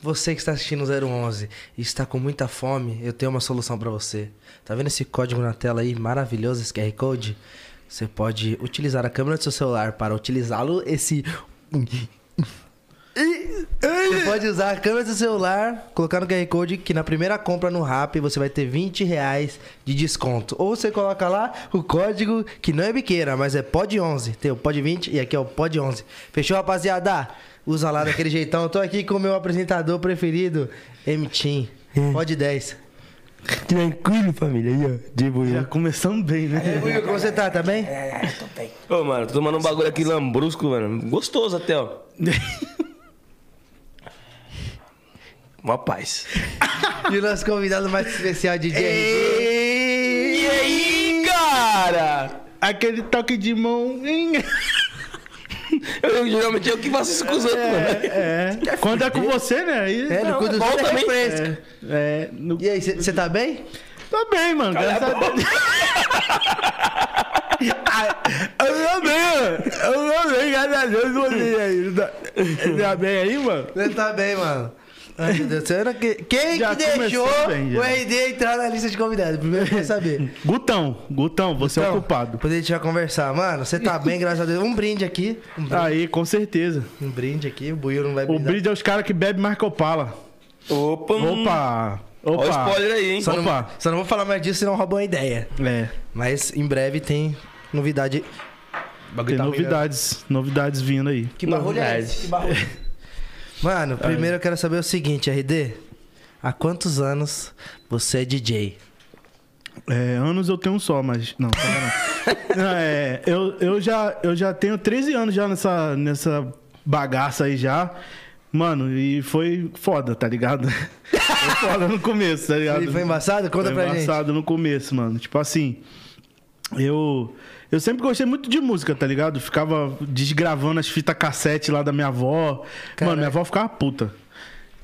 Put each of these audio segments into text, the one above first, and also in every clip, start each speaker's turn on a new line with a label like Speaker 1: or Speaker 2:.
Speaker 1: Você que está assistindo o 011 e está com muita fome, eu tenho uma solução para você. Tá vendo esse código na tela aí, maravilhoso, esse QR Code? Você pode utilizar a câmera do seu celular para utilizá-lo, esse... Você pode usar a câmera do seu celular, colocar no QR Code, que na primeira compra no Rap você vai ter 20 reais de desconto. Ou você coloca lá o código, que não é biqueira, mas é POD11. Tem o POD20 e aqui é o POD11. Fechou, rapaziada? Usa lá daquele jeitão. Eu tô aqui com o meu apresentador preferido, M-Team. POD10.
Speaker 2: Tranquilo, família. Aí, ó. De boa.
Speaker 3: Já começamos bem, né?
Speaker 1: E aí, Will, como você tá? Tá bem?
Speaker 4: Ô, mano, tô tomando um bagulho aqui lambrusco, mano. Gostoso até, ó. Mó paz.
Speaker 1: E o nosso convidado mais especial, DJ.
Speaker 4: E aí, cara?
Speaker 3: Aquele toque de mão.
Speaker 4: Eu, geralmente eu que faço isso com os outros, mano.
Speaker 3: É. Quando é com você, né? Aí,
Speaker 1: É, no cu do Zé
Speaker 4: também.
Speaker 1: refresco.
Speaker 3: é, no-
Speaker 1: E aí, você tá bem?
Speaker 3: Tô bem, mano. Graças a Deus. Ah, Eu tô bem, mano. Eu tô bem, graças a Deus. Você aí. Tá- Tá bem aí, mano?
Speaker 1: Você tá bem, mano. Ai, meu Deus. Será que... Quem
Speaker 3: Já
Speaker 1: que deixou
Speaker 3: começou bem, já.
Speaker 1: o RD entrar na lista de convidados? Primeiro eu quero saber.
Speaker 3: Gutão, Gutão, você é o culpado.
Speaker 1: Depois a gente vai conversar. Mano, você tá bem, graças a Deus. Um brinde aqui. Um brinde,
Speaker 3: Aí, com certeza.
Speaker 1: um brinde aqui. O Buiu não vai
Speaker 3: Ah. O
Speaker 1: brindar.
Speaker 3: brinde é os caras que bebem Marco Pala.
Speaker 4: Opa, hum.
Speaker 3: Opa!
Speaker 4: Olha o
Speaker 3: Opa!
Speaker 4: spoiler aí, hein?
Speaker 1: Só não,
Speaker 3: Opa.
Speaker 1: só não vou falar mais disso, senão roubam a ideia.
Speaker 3: É,
Speaker 1: Mas em breve tem novidade.
Speaker 3: tem
Speaker 1: tá
Speaker 3: novidades, novidades vindo aí.
Speaker 1: Que barulho é esse? Que barulho? Mano, primeiro eu quero saber o seguinte, RD. Há quantos anos você é DJ?
Speaker 3: É, anos eu tenho um só, mas. Não, pera não. Não, é, eu, eu, já, eu já tenho 13 anos já nessa, nessa bagaça aí já. Mano, e foi foda, tá ligado? Foi foda no começo, tá ligado?
Speaker 1: E foi embaçado? Conta
Speaker 3: Foi
Speaker 1: pra gente.
Speaker 3: embaçado no começo, mano. Tipo assim, eu eu sempre gostei muito de música, tá ligado? Ficava desgravando as fitas cassete lá da minha avó. Mano, minha avó ficava puta.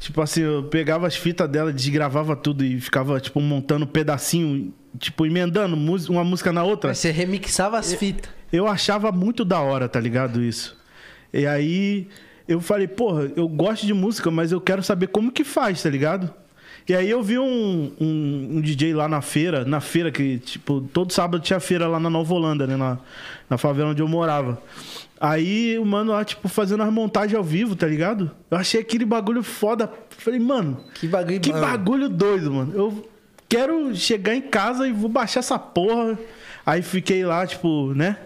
Speaker 3: Tipo assim, eu pegava as fitas dela, desgravava tudo e ficava, tipo, montando pedacinho, tipo, emendando mus- uma música na outra.
Speaker 1: Você remixava as fitas.
Speaker 3: Eu achava muito da hora, tá ligado? Isso. E aí eu falei, porra, eu gosto de música, mas eu quero saber como que faz, tá ligado? E aí eu vi um, um- um DJ lá na feira, na feira que, tipo, todo sábado tinha feira lá na Nova Holanda, né? Na, na favela onde eu morava. Aí o mano lá, tipo, fazendo as montagens ao vivo, tá ligado? Eu achei aquele bagulho foda. Falei, mano,
Speaker 1: Que bagulho,
Speaker 3: que
Speaker 1: mano.
Speaker 3: bagulho doido, mano. Eu quero chegar em casa e vou baixar essa porra. Aí fiquei lá, tipo, né?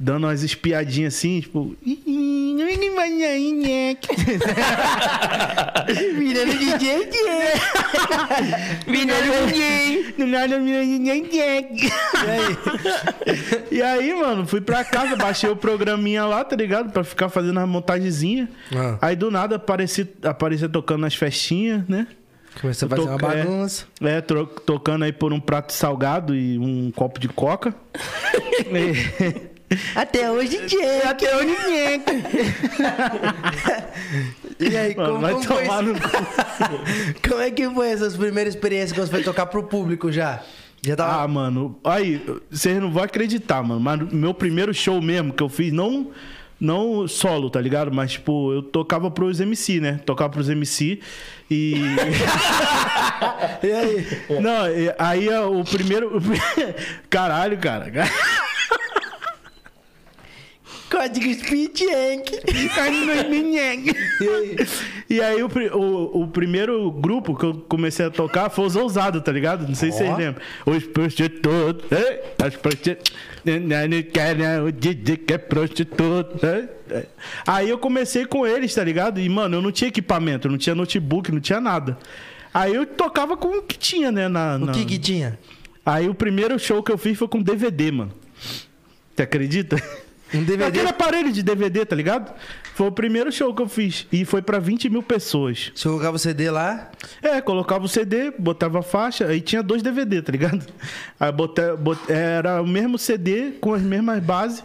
Speaker 3: Dando umas espiadinhas assim, tipo.
Speaker 1: Virando DJ,
Speaker 3: E aí, mano, fui pra casa, baixei o programinha lá, tá ligado? Pra ficar fazendo as montagenzinhas.
Speaker 1: Ah.
Speaker 3: Aí do nada apareci, aparecia tocando nas festinhas, né?
Speaker 1: Começou a fazer
Speaker 3: Toca-
Speaker 1: uma
Speaker 3: é.
Speaker 1: bagunça.
Speaker 3: É, tro- tocando aí por um prato salgado e um copo de coca.
Speaker 1: Até hoje DJ, até hoje DJ. e aí,
Speaker 3: Mano,
Speaker 1: como,
Speaker 3: vai
Speaker 1: como foi
Speaker 3: tomar
Speaker 1: esse-
Speaker 3: no cu.
Speaker 1: como é que foi essas primeiras experiências quando você foi tocar pro público já? Já
Speaker 3: Ah,
Speaker 1: tava...
Speaker 3: mano, aí, vocês não vão acreditar, mano, mas meu primeiro show mesmo que eu fiz, não, não solo, tá ligado? Mas, tipo, eu tocava pros MC, né? Tocava pros MC e. Ah.
Speaker 1: E aí?
Speaker 3: não, e- aí ó, o primeiro. o pri- Caralho, cara.
Speaker 1: Código Speed Yank. E aí?
Speaker 3: E aí o, pri- o- o primeiro grupo que eu comecei a tocar foi os ousados, tá ligado? Não sei se vocês lembram. Os prostitutos, eh, as prostitutas, não né, querem o DJ que é prostituto. eh, eh. Aí eu comecei com eles, tá ligado? E, mano, eu não tinha equipamento, eu não tinha notebook, não tinha nada. Aí eu tocava com o que tinha, né? Na,
Speaker 1: O que que tinha?
Speaker 3: Aí o primeiro show que eu fiz foi com DVD, mano. Você acredita?
Speaker 1: Um DVD?
Speaker 3: Aquele aparelho de DVD, tá ligado? Foi o primeiro show que eu fiz. E foi pra 20 mil pessoas.
Speaker 1: Se eu colocava o CD lá,
Speaker 3: É, colocava o CD, botava a faixa, aí tinha dois DVD, tá ligado? Aí botei, bot- era o mesmo CD com as mesmas bases.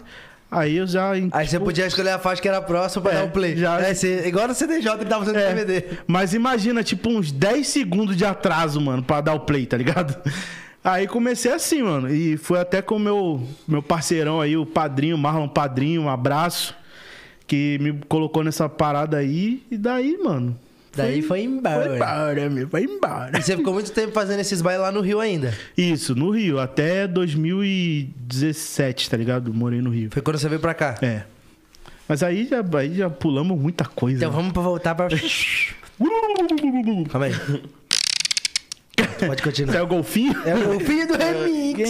Speaker 3: Aí eu já.
Speaker 1: aí você podia escolher a faixa que era próxima pra
Speaker 3: Tipo- É,
Speaker 1: dar o play.
Speaker 3: já-
Speaker 1: É, você- igual no CDJ que tava fazendo
Speaker 3: É,
Speaker 1: DVD.
Speaker 3: Mas imagina, tipo, uns 10 segundos de atraso, mano, pra dar o play, tá ligado? Aí comecei assim, mano. E foi até com o meu, meu parceirão aí, o padrinho, Marlon Padrinho, um abraço. Que me colocou nessa parada aí. E daí, mano,
Speaker 1: Daí foi embora.
Speaker 3: Vai embora, meu, vai embora.
Speaker 1: E você ficou muito tempo fazendo esses bailes lá no Rio ainda.
Speaker 3: Isso, no Rio, até 2017, tá ligado? Morei no Rio.
Speaker 1: Foi quando você veio pra cá.
Speaker 3: É. Mas aí já, aí já pulamos muita coisa.
Speaker 1: Então vamos pra voltar pra. Calma aí. Pode continuar.
Speaker 3: Saiu o golfinho?
Speaker 1: É o filho do remix.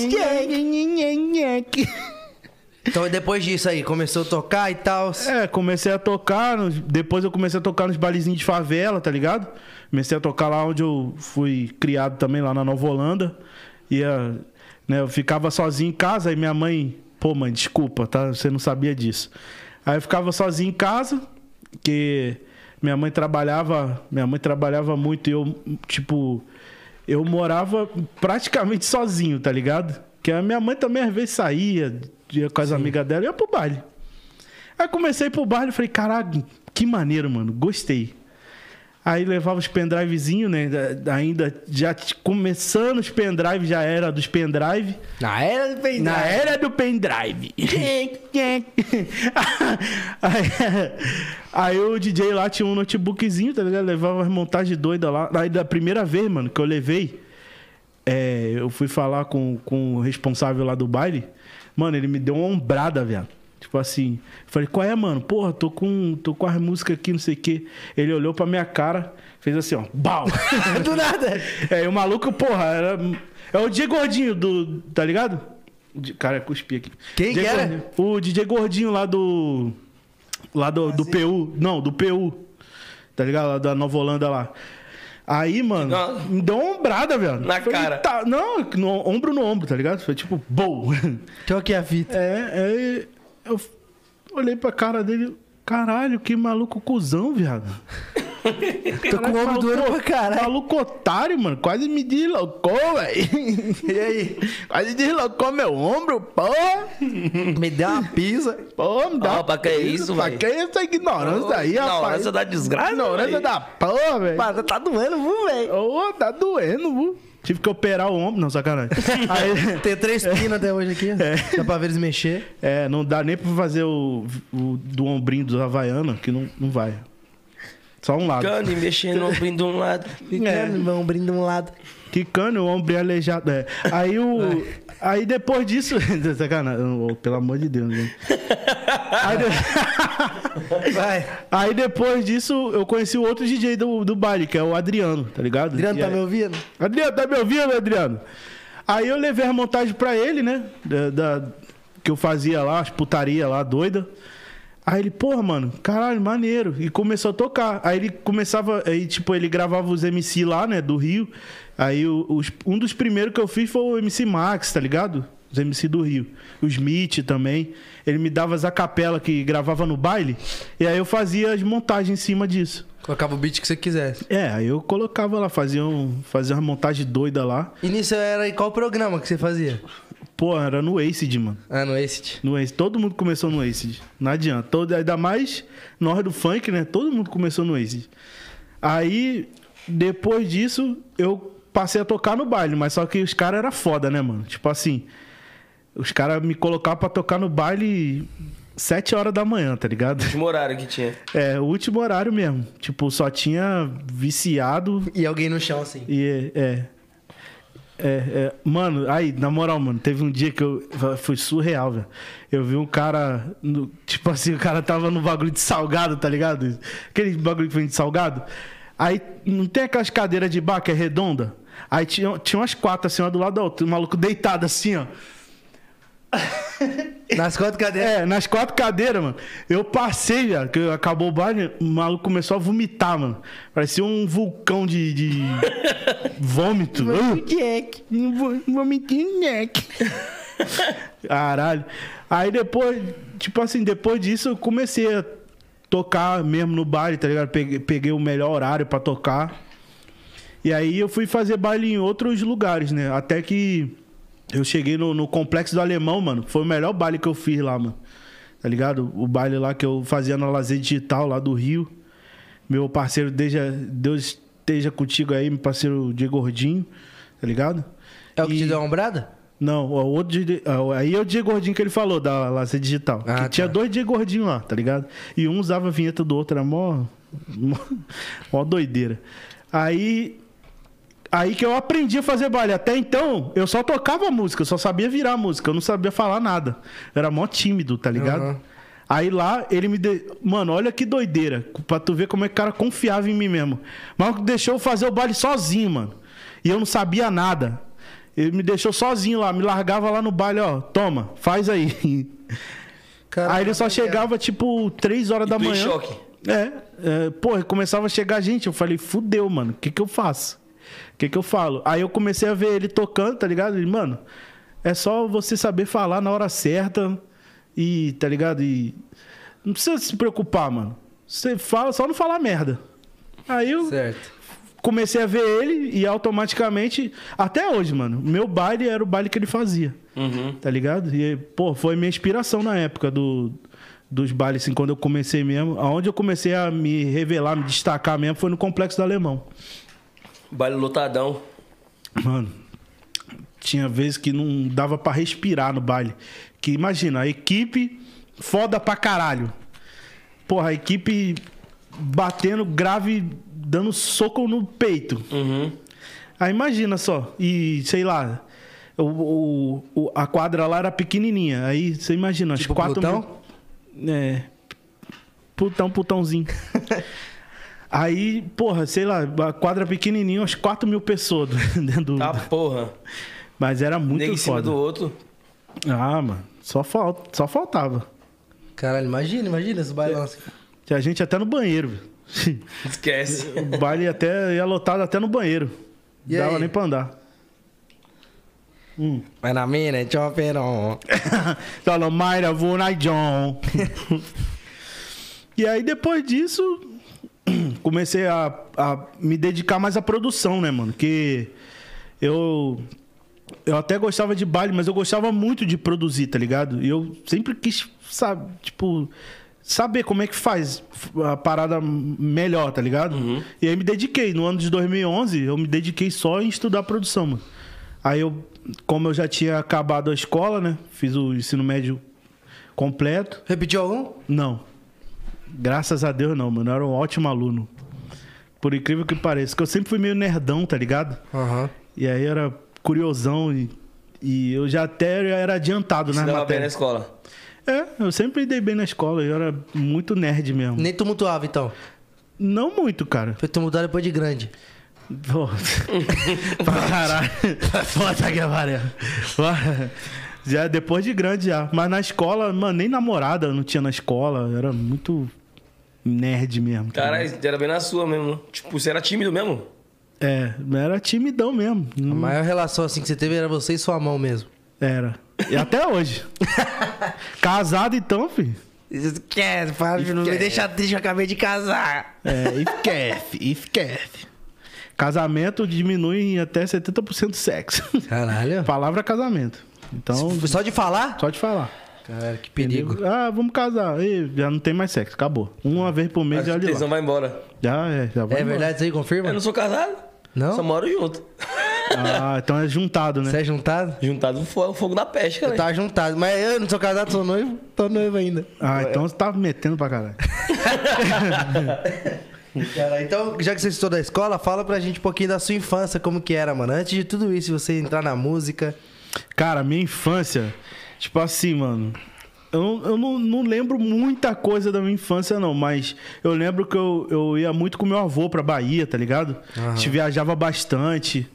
Speaker 1: Então depois disso aí, começou a tocar e tal.
Speaker 3: É, comecei a tocar, nos- depois eu comecei a tocar nos balizinhos de favela, tá ligado? Comecei a tocar lá onde eu fui criado também, lá na Nova Holanda. Ia, né, eu ficava sozinho em casa, aí minha mãe, pô, mãe, desculpa, tá? Você não sabia disso. Aí eu ficava sozinho em casa, que minha mãe trabalhava, minha mãe trabalhava muito e eu, tipo, eu morava praticamente sozinho, tá ligado? Que a minha mãe também às vezes saía, ia com as amigas dela, ia pro baile. Aí comecei a ir pro baile e falei, caralho, que maneiro, mano, gostei. Aí levava os pendrivezinhos, né? da- Ainda já t- começando os pendrive, já era dos pendrive.
Speaker 1: Na era do peidão.
Speaker 3: Na era do pendrive. aí, aí o DJ lá tinha um notebookzinho, tá ligado? Levava as montagens doidas lá. Aí da primeira vez, mano, que eu levei, é, eu fui falar com, com o responsável lá do baile. Mano, ele me deu uma ombrada, velho. Tipo assim, falei, qual é, mano? Porra, tô com, tô com as músicas aqui, não sei o quê. Ele olhou pra minha cara, fez assim, ó, bau!
Speaker 1: Do nada.
Speaker 3: É, e o maluco, porra, era. É o DJ Gordinho do. Tá ligado? De- Cara, cuspi aqui.
Speaker 1: Quem
Speaker 3: DJ
Speaker 1: que era?
Speaker 3: Gordinho. O DJ Gordinho lá do. Lá do, do PU. Não, do PU. Tá ligado? Lá da Nova Holanda lá. Aí, mano,
Speaker 4: Nossa.
Speaker 3: me deu uma ombrada, velho.
Speaker 4: Na cara.
Speaker 3: tá- não, no- ombro no ombro, tá ligado? Foi tipo, bow.
Speaker 1: Então aqui a fita.
Speaker 3: É, é, eu f- olhei pra cara dele, caralho, que maluco cuzão, viado.
Speaker 1: Tô com o ombro doendo pra caralho.
Speaker 3: Maluco otário, mano, quase me deslocou, velho.
Speaker 1: E aí?
Speaker 3: Quase deslocou meu ombro, pô.
Speaker 1: Me deu uma pisa.
Speaker 3: Pô, me dá.
Speaker 4: Ó, pra que isso,
Speaker 3: Pra
Speaker 4: véio?
Speaker 3: que essa ignorância
Speaker 4: Ô,
Speaker 3: aí, rapaz?
Speaker 4: ignorância da desgraça,
Speaker 3: Ignorância
Speaker 4: véio.
Speaker 3: da porra, velho.
Speaker 1: Mano, tá doendo, viu, velho?
Speaker 3: Ô, tá doendo, viu? Tive que operar o ombro, não, sacanagem. Aí-
Speaker 1: Tem três pinos até hoje aqui. Dá pra ver eles mexer.
Speaker 3: É, não dá nem pra fazer o, o do ombrinho do Havaiana, que não, não vai. Só um lado.
Speaker 4: Ficando e mexendo, abrindo um lado.
Speaker 1: Ficando, vão abrindo um lado.
Speaker 3: Quicando o ombro aleijado. é. Aí o. Aí depois disso. Tá Sacanagem. ô, Pelo amor de Deus, gente. Aí, de-
Speaker 1: Vai.
Speaker 3: Aí depois disso, eu conheci o outro DJ do, do baile, que é o Adriano, tá ligado?
Speaker 1: Adriano,
Speaker 3: E
Speaker 1: tá
Speaker 3: aí-
Speaker 1: me ouvindo?
Speaker 3: Adriano, tá me ouvindo, Adriano? Aí eu levei a montagem pra ele, né? Da, da- que eu fazia lá, as putaria lá, doida. Aí ele, porra, mano, caralho, maneiro. E começou a tocar. Aí ele começava, aí, tipo, ele gravava os MC lá, né, do Rio. Aí o- os- um dos primeiros que eu fiz foi o MC Max, tá ligado? Os MC do Rio. O Smith também. Ele me dava as capela que gravava no baile. E aí eu fazia as montagens em cima disso.
Speaker 1: Colocava o beat que você quisesse.
Speaker 3: É, aí eu colocava lá, fazia, um, fazia uma montagem doida lá.
Speaker 1: E nisso era em qual programa que você fazia?
Speaker 3: Pô, era no Acid, mano.
Speaker 1: Ah, no Acid.
Speaker 3: No Acid. Todo mundo começou no Acid. Não adianta. Todo, ainda mais nós do funk, né? Todo mundo começou no Acid. Aí, depois disso, eu passei a tocar no baile, mas só que os caras eram foda, né, mano? Tipo assim, os caras me colocavam pra tocar no baile sete horas da manhã, tá ligado?
Speaker 4: Último horário que tinha.
Speaker 3: É, o último horário mesmo. Tipo, só tinha viciado,
Speaker 1: E alguém no chão, assim.
Speaker 3: e é, é. É, é. Mano, aí, na moral, mano, teve um dia que eu. Foi surreal, velho. Eu vi um cara. no- tipo assim, o cara tava no bagulho de salgado, tá ligado? Aquele bagulho que vende de salgado. Aí, não tem aquelas cadeiras de bar que é redonda? Aí tinha, tinha umas quatro assim, uma do lado da outra. O maluco deitado assim, ó.
Speaker 1: Nas quatro cadeiras.
Speaker 3: É, nas quatro cadeiras, mano. Eu passei, velho, que acabou o baile, o maluco começou a vomitar, mano. Parecia um vulcão de. de... vômito. Uh! Jack. Vomitinho Jack. Caralho. Aí depois, tipo assim, depois disso eu comecei a tocar mesmo no baile, tá ligado? Peguei, peguei o melhor horário pra tocar. E aí eu fui fazer baile em outros lugares, né? Até que eu cheguei no, no Complexo do Alemão, mano. Foi o melhor baile que eu fiz lá, mano. Tá ligado? O baile lá que eu fazia na Lazer Digital, lá do Rio. Meu parceiro, deixa, Deus esteja contigo aí, meu parceiro de gordinho, tá ligado?
Speaker 1: É, o que
Speaker 3: E-
Speaker 1: te deu a ombrada?
Speaker 3: não, o outro de- ah, aí é o Diego Gordinho que ele falou da Lazer Digital.
Speaker 1: Ah,
Speaker 3: que
Speaker 1: tá.
Speaker 3: Tinha dois Diego Gordinho lá, tá ligado? E um usava a vinheta do outro, era mó Mó doideira. Aí. Aí que eu aprendi a fazer baile. Até então, eu só tocava música, eu só sabia virar música, eu não sabia falar nada. Eu era mó tímido, tá ligado?
Speaker 1: Aham.
Speaker 3: Aí lá, ele me. De... Mano, olha que doideira. Pra tu ver como é que o cara confiava em mim mesmo. Mas deixou eu fazer o baile sozinho, mano. E eu não sabia nada. Ele me deixou sozinho lá, me largava lá no baile, ó. Toma, faz aí.
Speaker 1: Cara,
Speaker 3: Aí ele só chegava, tipo, 3 horas
Speaker 4: E
Speaker 3: da
Speaker 4: tu em
Speaker 3: manhã.
Speaker 4: choque.
Speaker 3: É, é, porra, começava a chegar gente. Eu falei, fudeu, mano, o que que eu faço? O que que eu falo? Aí eu comecei a ver ele tocando, tá ligado? Ele, mano, é só você saber falar na hora certa e, tá ligado? E não precisa se preocupar, mano. Você fala, só não falar merda. Aí eu
Speaker 1: Certo.
Speaker 3: comecei a ver ele e automaticamente, até hoje, mano, meu baile era o baile que ele fazia. Tá ligado? E, pô, foi minha inspiração na época do, dos bailes, assim, quando eu comecei mesmo. Aonde eu comecei a me revelar, me destacar mesmo, foi no Complexo do Alemão.
Speaker 4: Baile lotadão.
Speaker 3: Mano, tinha vezes que não dava pra respirar no baile. Que imagina, a equipe foda pra caralho. Porra, a equipe batendo grave, dando soco no peito.
Speaker 4: Uhum.
Speaker 3: Aí Ah, imagina só, e sei lá, o, o- o- a quadra lá era pequenininha. Aí você imagina, as
Speaker 1: Tipo
Speaker 3: quatro.
Speaker 1: Plutão?
Speaker 3: mil- É. Putão, putãozinho. Aí, porra, sei lá, a quadra pequenininha, umas 4 mil pessoas dentro do.
Speaker 4: Tá porra.
Speaker 3: Mas era muito
Speaker 4: Nega em cima
Speaker 3: foda.
Speaker 4: do outro.
Speaker 3: Ah, mano, só, falta, só faltava.
Speaker 1: Caralho, imagina, imagina esse bailão assim.
Speaker 3: Tinha gente até no banheiro. viu?
Speaker 4: Esquece.
Speaker 3: o baile até ia lotado até no banheiro.
Speaker 1: E
Speaker 3: Dava
Speaker 1: aí?
Speaker 3: nem pra andar. Hum.
Speaker 1: Vai na mina, é tchau,
Speaker 3: Fala, Mayra, vou na John. e aí, depois disso, comecei a, a me dedicar mais à produção, né, mano? Que eu. Eu até gostava de baile, mas eu gostava muito de produzir, tá ligado? E eu sempre quis, sabe, tipo, saber como é que faz a parada melhor, tá ligado? E aí me dediquei. No ano de 2011, eu me dediquei só em estudar produção, mano. Aí eu, como eu já tinha acabado a escola, né? Fiz o ensino médio completo.
Speaker 1: Repetiu algum?
Speaker 3: Não. Graças a Deus, não, mano. Eu era um ótimo aluno. Por incrível que pareça. Porque eu sempre fui meio nerdão, tá ligado?
Speaker 1: Aham.
Speaker 3: E aí eu era curiosão e, e eu já até era adiantado
Speaker 4: Se
Speaker 3: nas
Speaker 4: dava bem na
Speaker 5: né?
Speaker 3: matérias.
Speaker 4: escola.
Speaker 3: É, eu sempre dei bem na escola. Eu era muito nerd mesmo.
Speaker 1: Nem tumultuava, então.
Speaker 3: Não muito, cara.
Speaker 1: Foi tumultuar depois de grande.
Speaker 3: Pô. pra caralho. Puta que pariu. Já depois de grande já. Mas na escola, mano, nem namorada eu não tinha na escola. Eu Era muito nerd mesmo. tá
Speaker 4: Caralho, era bem na sua mesmo. né? Tipo, você era tímido mesmo?
Speaker 3: ligado? É, era timidão mesmo.
Speaker 1: A
Speaker 3: Não
Speaker 1: maior relação assim que você teve era você e sua mão mesmo.
Speaker 3: Era. E até hoje. Casado então, filho.
Speaker 1: Esquece, para de não me deixa triste, eu acabei de casar.
Speaker 3: É, esquece, esquece. Casamento diminui em até 70% sexo.
Speaker 1: Caralho.
Speaker 3: Palavra é casamento. Então,
Speaker 1: Só de falar?
Speaker 3: só te falar.
Speaker 1: Caralho, que perigo.
Speaker 3: Ah, vamos casar. Ih, já não tem mais sexo, acabou. Uma vez por mês
Speaker 4: Mas
Speaker 3: já
Speaker 4: o
Speaker 3: olha
Speaker 4: tesão
Speaker 3: é lá.
Speaker 4: vai embora.
Speaker 3: Já é, já vai.
Speaker 1: É
Speaker 3: embora.
Speaker 1: verdade, isso aí confirma?
Speaker 4: Eu não sou casado.
Speaker 1: Não?
Speaker 4: Só moro junto.
Speaker 3: Ah, então é juntado, né?
Speaker 1: Você é juntado?
Speaker 4: Juntado fo- o fogo da pesca,
Speaker 1: Eu
Speaker 4: né?
Speaker 1: tava juntado, mas eu não sou casado, sou noivo, tô noivo ainda.
Speaker 3: Ah, então você tá metendo pra caralho.
Speaker 1: Cara, então, já que você estudou da escola, fala pra gente um pouquinho da sua infância, como que era, mano. Antes de tudo isso, você entrar na música.
Speaker 3: Cara, minha infância, tipo assim, mano. Eu, não- eu não, não lembro muita coisa da minha infância, não, mas eu lembro que eu, eu ia muito com meu avô pra Bahia, tá ligado? A gente viajava bastante.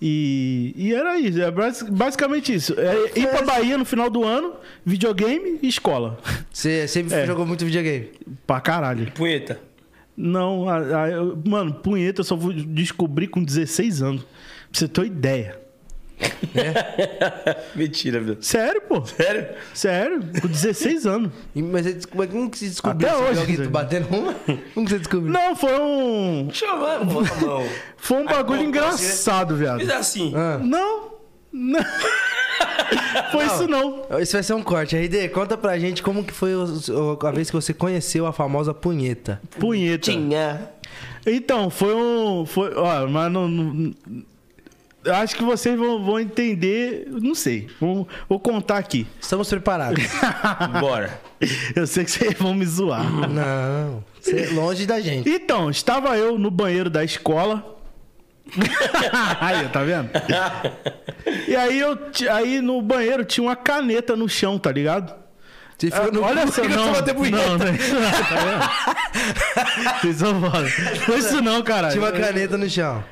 Speaker 3: E, e era isso, é basi- basicamente isso. É, ir pra Bahia no final do ano, videogame e escola.
Speaker 1: Você sempre
Speaker 3: É.
Speaker 1: jogou muito videogame.
Speaker 3: pra caralho.
Speaker 4: Punheta.
Speaker 3: Não, a- a- eu- mano, punheta eu só vou descobrir com 16 anos. Pra você ter uma ideia.
Speaker 4: Mentira, viu?
Speaker 3: Sério, pô?
Speaker 4: Sério?
Speaker 3: Sério, com 16 anos.
Speaker 1: E- Mas você, como é que como que você descobriu?
Speaker 3: Até
Speaker 1: Você viu
Speaker 3: hoje,
Speaker 1: alguém
Speaker 3: Zé.
Speaker 1: batendo uma? Como que você descobriu?
Speaker 3: Não, foi um.
Speaker 4: Chamando, bota a mão.
Speaker 3: Foi um bagulho engraçado,
Speaker 4: Fiz
Speaker 3: viado.
Speaker 4: assim.
Speaker 1: Ah.
Speaker 3: Não. Não. Foi isso não.
Speaker 1: Isso vai ser um corte. RD, conta pra gente como que foi os- o- a vez que você conheceu a famosa punheta.
Speaker 3: Punheta.
Speaker 4: Tinha.
Speaker 3: Então, foi um. Foi, ó, mas não, não- Eu Acho que vocês vão, vão entender, não sei. Vou, vou contar aqui.
Speaker 1: Estamos preparados.
Speaker 4: Bora.
Speaker 3: Eu sei que vocês vão me zoar.
Speaker 1: Não. Você é longe da gente.
Speaker 3: Então, estava eu no banheiro da escola. aí, tá vendo?
Speaker 1: É
Speaker 3: E aí, eu, ti- aí no banheiro tinha uma caneta no chão, tá ligado?
Speaker 1: Você ficou no-
Speaker 3: Ah, Olha
Speaker 1: Por
Speaker 3: só,
Speaker 1: que que eu
Speaker 3: não,
Speaker 1: Ah, só
Speaker 3: não,
Speaker 1: botei punheta?
Speaker 3: não, é isso não, tá vendo? Vocês são foda. Não é isso não, caralho.
Speaker 1: Tinha uma caneta no chão.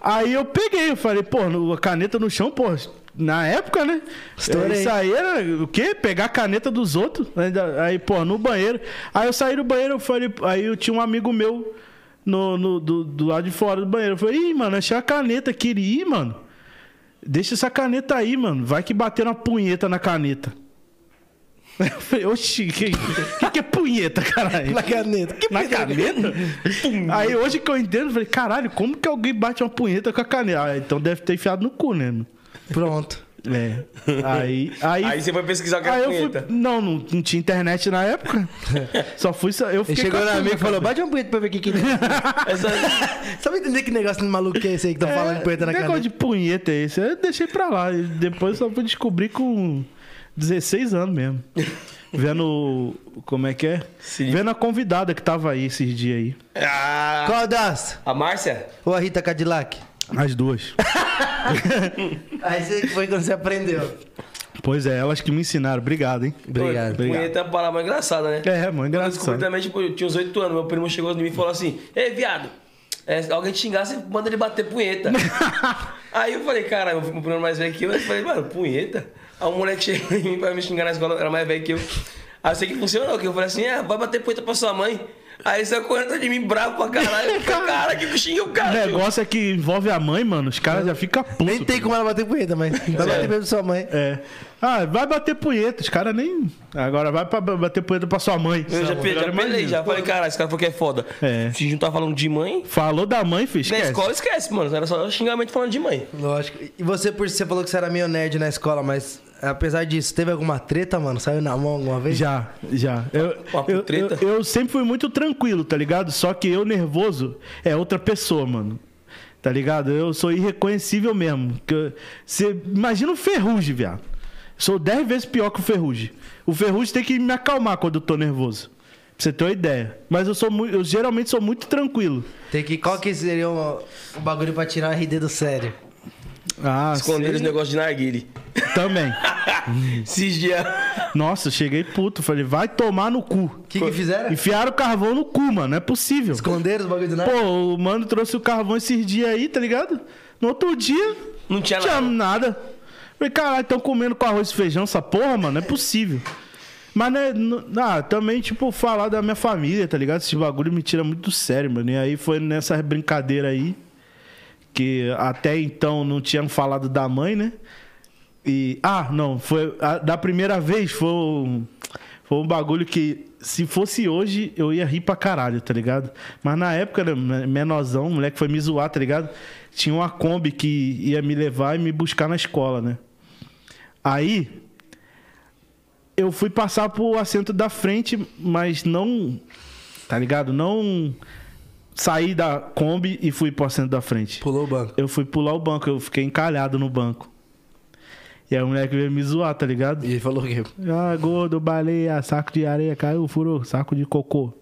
Speaker 3: Aí eu peguei, eu falei, pô, no- a caneta no chão, pô, na época, né?
Speaker 1: Estourei.
Speaker 3: Isso aí era o quê? Pegar a caneta dos outros. Ainda- Aí, pô, no banheiro. Aí eu saí do banheiro, eu falei, aí eu tinha um amigo meu no, no- do, do lado de fora do banheiro. Eu falei, ih, mano, achei a caneta aqui. Ele, ih, mano, deixa essa caneta aí, mano. Vai que bateram uma punheta na caneta. Eu falei, oxi, o que, que, que é punheta, caralho?
Speaker 1: Na caneta. Que
Speaker 3: Na caneta? Aí hoje que eu entendo, eu falei, caralho, como que alguém bate uma punheta com a caneta? Ah, então deve ter enfiado no cu, né? mano?
Speaker 1: Pronto.
Speaker 3: É. Aí. Aí,
Speaker 4: Aí você foi pesquisar o que
Speaker 1: Ah,
Speaker 3: aí
Speaker 4: era
Speaker 3: eu fui.
Speaker 4: punheta.
Speaker 3: Não, não, não tinha internet na época. Só fui. só- Eu
Speaker 1: Ele
Speaker 3: fiquei
Speaker 1: chegou
Speaker 3: com a
Speaker 1: na amiga e
Speaker 3: punheta.
Speaker 1: falou: bate uma punheta pra ver o que é." que.
Speaker 4: Essa-
Speaker 1: Sabe entender que negócio de maluco que é esse aí que tá falando de punheta na
Speaker 3: negócio
Speaker 1: caneta?
Speaker 3: de punheta é esse. Eu deixei pra lá. E depois eu só fui descobrir com 16 anos mesmo. Vendo. o- Como é que é?
Speaker 4: Sim.
Speaker 3: Vendo a convidada que tava aí esses dias aí.
Speaker 4: Ah,
Speaker 1: Qual das?
Speaker 4: a Márcia?
Speaker 1: Ou a Rita Cadillac?
Speaker 3: As duas.
Speaker 1: Aí você- foi quando você aprendeu.
Speaker 3: pois é, elas que me ensinaram. Obrigado, hein?
Speaker 1: Obrigado.
Speaker 3: Obrigado.
Speaker 4: Punheta é uma palavra engraçada, né?
Speaker 3: É, mano,
Speaker 4: Eu descobri
Speaker 3: engraçado.
Speaker 4: também, tipo, eu tinha uns 8 anos, meu primo chegou em mim e falou assim, Ei, viado, é, se alguém te xingar, você manda ele bater punheta. aí eu falei, cara, meu meu primo era mais velho que eu, eu falei, mano, punheta? Aí um moleque chegou em mim pra me xingar na escola, era mais velho que eu. Aí eu sei que funcionou, que eu falei assim, ah, vai bater punheta pra sua mãe. Aí ele saiu correndo atrás de mim, bravo pra caralho. Eu falei, cara, que xinga o
Speaker 3: O
Speaker 4: cara, tio?"
Speaker 3: negócio é que envolve a mãe, mano, os caras já ficam putos.
Speaker 1: Nem tem como ela bater punheta, mas vai bater mesmo sua mãe.
Speaker 3: É. Ah, vai bater punheta, os caras nem. Agora vai pra ba- bater punheta pra sua mãe.
Speaker 4: Eu já, pe- já
Speaker 3: Agora
Speaker 4: pelei,
Speaker 3: imagina.
Speaker 4: já. Falei, cara, esse cara falou que é foda.
Speaker 3: É.
Speaker 4: Se juntar falando de mãe,
Speaker 3: Falou da mãe, filho.
Speaker 4: na
Speaker 3: Esquece.
Speaker 4: escola esquece, mano. Era só xingamento falando de mãe.
Speaker 1: Lógico. E você, por você falou que você era meio nerd na escola, mas apesar disso, teve alguma treta, mano? Saiu na mão alguma vez?
Speaker 3: Já, já. Eu,
Speaker 4: Papo
Speaker 3: eu,
Speaker 4: treta?
Speaker 3: eu- eu sempre fui muito tranquilo, tá ligado? Só que eu nervoso é outra pessoa, mano. Tá ligado? Eu sou irreconhecível mesmo. Que eu- Cê, imagina o Ferrugem, viado. Sou 10 vezes pior que o Ferrugem. O Ferrugem tem que me acalmar quando eu tô nervoso. Pra você ter uma ideia. Mas eu sou muito, eu geralmente sou muito tranquilo.
Speaker 1: Tem que. Qual que seria o, o bagulho pra tirar o RD do sério?
Speaker 3: Ah,
Speaker 4: Esconder os negócios de narguile.
Speaker 3: Também.
Speaker 4: Esses dias.
Speaker 3: Nossa, eu cheguei puto. Falei, vai tomar no cu.
Speaker 1: O que, que fizeram?
Speaker 3: Enfiaram o carvão no cu, mano. Não é possível.
Speaker 1: Esconderam os bagulhos
Speaker 4: né?
Speaker 1: do nada?
Speaker 3: Pô, o mano trouxe o carvão esses dias aí, tá ligado? No outro dia,
Speaker 4: Não tinha
Speaker 3: não tinha nada. Falei, caralho, tão comendo com arroz e feijão essa porra, mano? Não é possível. Mas, né, n- ah, também, tipo, falar da minha família, tá ligado? Esse bagulho me tira muito do sério, mano. E aí foi nessa brincadeira aí, que até então não tinham falado da mãe, né? E, ah, não, foi a- da primeira vez foi um, foi um bagulho que se fosse hoje eu ia rir pra caralho, tá ligado? Mas na época, né, me- menorzão, o moleque foi me zoar, tá ligado? Tinha uma Kombi que ia me levar e me buscar na escola, né? Aí eu fui passar pro assento da frente, mas não, tá ligado? Não saí da Kombi e fui pro assento da frente.
Speaker 1: Pulou o banco.
Speaker 3: Eu fui pular o banco, eu fiquei encalhado no banco. E aí o moleque veio me zoar, tá ligado?
Speaker 1: E ele falou o quê?
Speaker 3: Ah, gordo, baleia, saco de areia, caiu, furou, saco de cocô.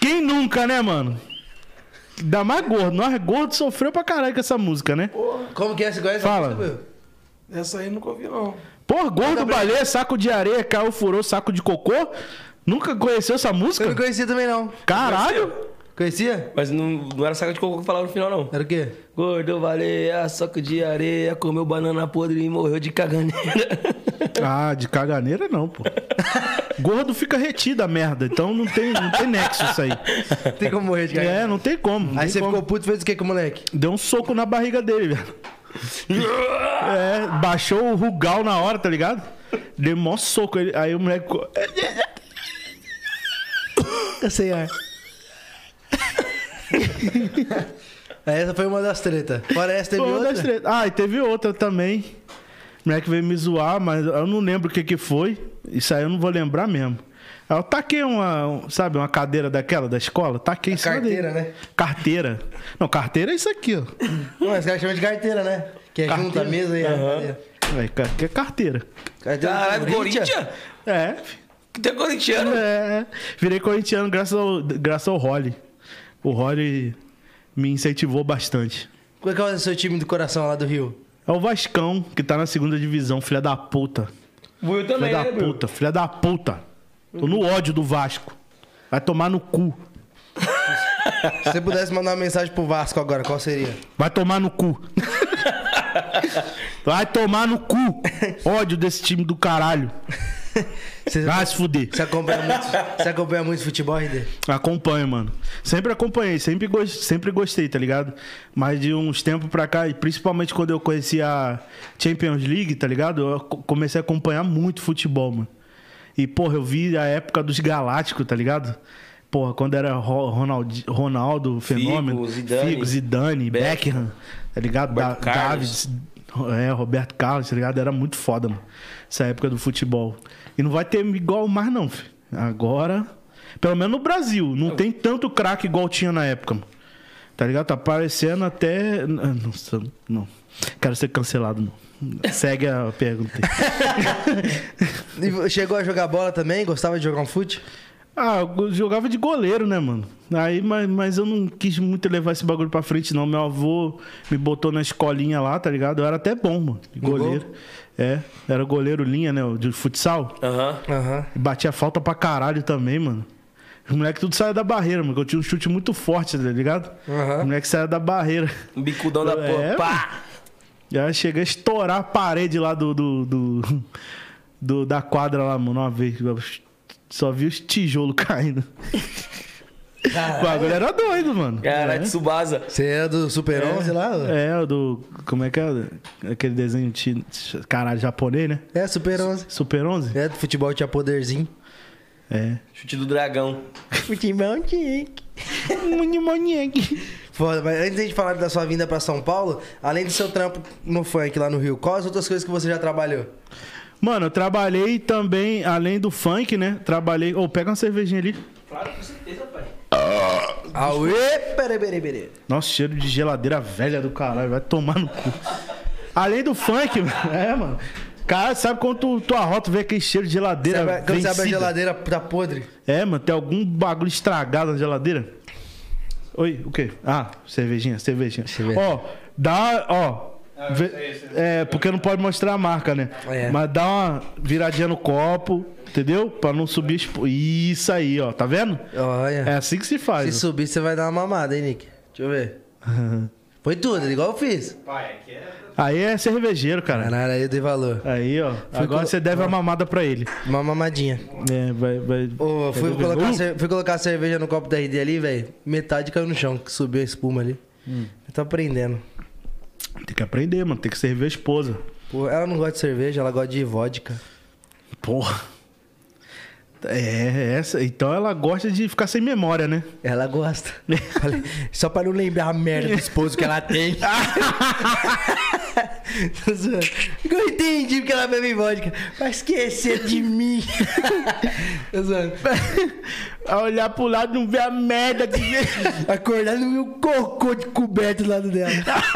Speaker 3: Quem nunca, né, mano? Ainda mais gordo. Nós gordo sofreu pra caralho com essa música, né?
Speaker 1: Como que é? Você conhece?
Speaker 3: Fala.
Speaker 6: Essa aí eu nunca ouvi, não.
Speaker 3: Pô, gordo, baleia, saco de areia, caiu, furou, saco de cocô? Nunca conheceu essa
Speaker 1: Eu não
Speaker 3: música?
Speaker 1: conhecia também, não.
Speaker 3: Caralho!
Speaker 1: Conhecia?
Speaker 4: Mas não, não era saca de coco que falava no final, não.
Speaker 1: Era o quê?
Speaker 4: Gordo, baleia, soco de areia, comeu banana podre e morreu de caganeira.
Speaker 3: Ah, de caganeira não, pô. Gordo fica retido a merda, então não tem, não tem nexo isso aí.
Speaker 1: Tem como morrer de cara.
Speaker 3: É, não tem como. não
Speaker 1: Aí
Speaker 3: tem
Speaker 1: você
Speaker 3: como.
Speaker 1: ficou puto e fez o quê com o moleque?
Speaker 3: Deu um soco na barriga dele, velho. É, baixou o rugal na hora, tá ligado? Deu um maior soco. ele- Aí o moleque. ficou-
Speaker 1: Eu sei, Tá ar. Essa foi uma das tretas. Fora essa, teve
Speaker 3: Foi uma
Speaker 1: outra.
Speaker 3: das três. Ah, e teve outra também. O moleque veio me zoar, mas eu não lembro o que que foi. Isso aí eu não vou lembrar mesmo. Aí eu taquei uma, um, sabe, uma cadeira daquela da escola, taquei em cima
Speaker 1: carteira,
Speaker 3: dele.
Speaker 1: né?
Speaker 3: Carteira. Não, carteira é isso aqui, ó.
Speaker 1: Não, mas os caras chamam de carteira, né? Que é
Speaker 3: Carteira.
Speaker 1: junta a mesa e a cadeira.
Speaker 3: Aí, ca- que é carteira.
Speaker 1: Carteira do
Speaker 4: Caralho, Corinthians?
Speaker 3: É,
Speaker 4: Que tem corintiano?
Speaker 3: é. Virei corintiano graças ao, graças ao Holly. O Holly me incentivou bastante.
Speaker 1: Qual que é o seu time do coração lá do Rio?
Speaker 3: É o Vascão, que tá na segunda divisão, filha da puta.
Speaker 4: O Will
Speaker 3: Filha
Speaker 4: também,
Speaker 3: da
Speaker 4: né, Will?
Speaker 3: puta, filha da puta. Tô no ódio do Vasco. Vai tomar no cu.
Speaker 1: Se você pudesse mandar uma mensagem pro Vasco agora, qual seria?
Speaker 3: Vai tomar no cu. Vai tomar no cu. Ódio desse time do caralho.
Speaker 1: Você,
Speaker 3: Vai se fuder.
Speaker 1: você acompanha muito, você acompanha muito futebol, RD?
Speaker 3: Acompanho, mano. Sempre acompanhei, sempre, gos- sempre gostei, tá ligado? Mas de uns tempos pra cá, e principalmente quando eu conheci a Champions League, tá ligado? Eu co- comecei a acompanhar muito futebol, mano. E, porra, eu vi a época dos Galácticos, tá ligado? Porra, quando era Ro- Ronald, Ronaldo, Fenômeno,
Speaker 4: Zidane.
Speaker 3: Zidane, Beckham, tá ligado?
Speaker 4: Roberto
Speaker 3: Da-
Speaker 4: Carlos.
Speaker 3: Davids, é, Roberto Carlos, tá ligado? Era muito foda, mano. Essa época do futebol. E não vai ter igual mais, não, filho. Agora, pelo menos no Brasil,
Speaker 4: É,
Speaker 3: não tem tanto craque igual tinha na época, mano. Tá ligado? Tá parecendo até. Não, não, não. Quero ser cancelado, não. Segue a pergunta aí.
Speaker 1: E Chegou a jogar bola também? Gostava de jogar um fute?
Speaker 3: Ah, eu jogava de goleiro, né, mano? Aí, mas, mas eu não quis muito levar esse bagulho pra frente, não. Meu avô me botou na escolinha lá, tá ligado? Eu era até bom, mano. de
Speaker 1: gol?
Speaker 3: Goleiro. É, era goleiro linha, né? De futsal.
Speaker 4: Aham.
Speaker 1: Aham.
Speaker 3: E batia falta pra caralho também, mano. Os moleques tudo saíam da barreira, mano. que Eu tinha um chute muito forte, tá ligado?
Speaker 1: Aham.
Speaker 3: Os moleques saíam da barreira.
Speaker 4: Um bicudão da
Speaker 3: É,
Speaker 4: porra.
Speaker 3: mano.
Speaker 4: Pá!
Speaker 3: Já chega a estourar a parede lá do, do, do- do- da quadra lá, mano, uma vez. Só vi os tijolos caindo. O bagulho era doido, mano.
Speaker 4: Caralho,
Speaker 3: é.
Speaker 4: Tsubasa.
Speaker 1: Você é do Super 11 lá? ô?
Speaker 3: É, o do. Como é que é? Aquele desenho. ti- Caralho, japonês, né?
Speaker 1: É, Super 11.
Speaker 3: Super 11?
Speaker 1: É, do futebol tinha poderzinho.
Speaker 3: É.
Speaker 4: Chute do dragão.
Speaker 1: Futebol tinha.
Speaker 3: Munimoniek.
Speaker 1: Foda, mas antes da gente falar da sua vinda pra São Paulo, além do seu trampo no funk lá no Rio, quais as outras coisas que você já trabalhou?
Speaker 3: Mano, eu trabalhei também, além do funk, né? Trabalhei. Ô, pega uma cervejinha ali.
Speaker 4: Claro, com certeza, pai.
Speaker 1: Aue, peraí, peraí, peraí.
Speaker 3: Nossa, cheiro de geladeira velha do caralho, vai tomar no cu. Além do funk, mano, é, mano. Cara, sabe quando tu, tu arrota, vê aquele cheiro de geladeira
Speaker 1: Sabe- Quando você abre a
Speaker 3: vencida?
Speaker 1: geladeira, tá podre.
Speaker 3: É, mano, tem algum bagulho estragado na geladeira? Oi, o quê? Ah, cervejinha, cervejinha.
Speaker 1: Cerveja.
Speaker 3: Ó, dá, ó... vê- é, porque não pode mostrar a marca, né?
Speaker 1: É.
Speaker 3: Mas dá uma viradinha no copo, entendeu? Pra não subir... expo- Isso aí, ó, tá vendo? É
Speaker 1: Olha.
Speaker 3: assim que se faz.
Speaker 1: se
Speaker 3: ó.
Speaker 1: subir, você vai dar uma mamada, hein, Nick? Deixa eu ver. Foi tudo, igual eu fiz.
Speaker 3: Aí é cervejeiro, cara.
Speaker 1: Caralho, aí eu dei valor.
Speaker 3: Aí, ó. agora
Speaker 1: colo-
Speaker 3: você deve a mamada pra ele.
Speaker 1: Uma mamadinha.
Speaker 3: É, vai. vai
Speaker 1: Ô, fui,
Speaker 3: vai-
Speaker 1: colocar, a
Speaker 3: Uh!
Speaker 1: cer- fui colocar a cerveja no copo da RD ali, velho. Metade caiu no chão, que subiu a espuma ali. Eu tô aprendendo. assim-
Speaker 3: Tem que aprender, mano. Tem que servir a esposa.
Speaker 1: Pô, ela não gosta de cerveja, ela gosta de vodka.
Speaker 3: Porra. É, essa. Então ela gosta de ficar sem memória, né?
Speaker 1: Ela gosta. né? Falei, só pra não lembrar a merda do esposo que ela tem. Tô zoando. Eu entendi porque ela bebe vodka. Vai esquecer de mim. Tô zoando.
Speaker 3: A olhar pro lado e não ver a merda que vem.
Speaker 1: Acordar no meu cocô de coberto do lado dela.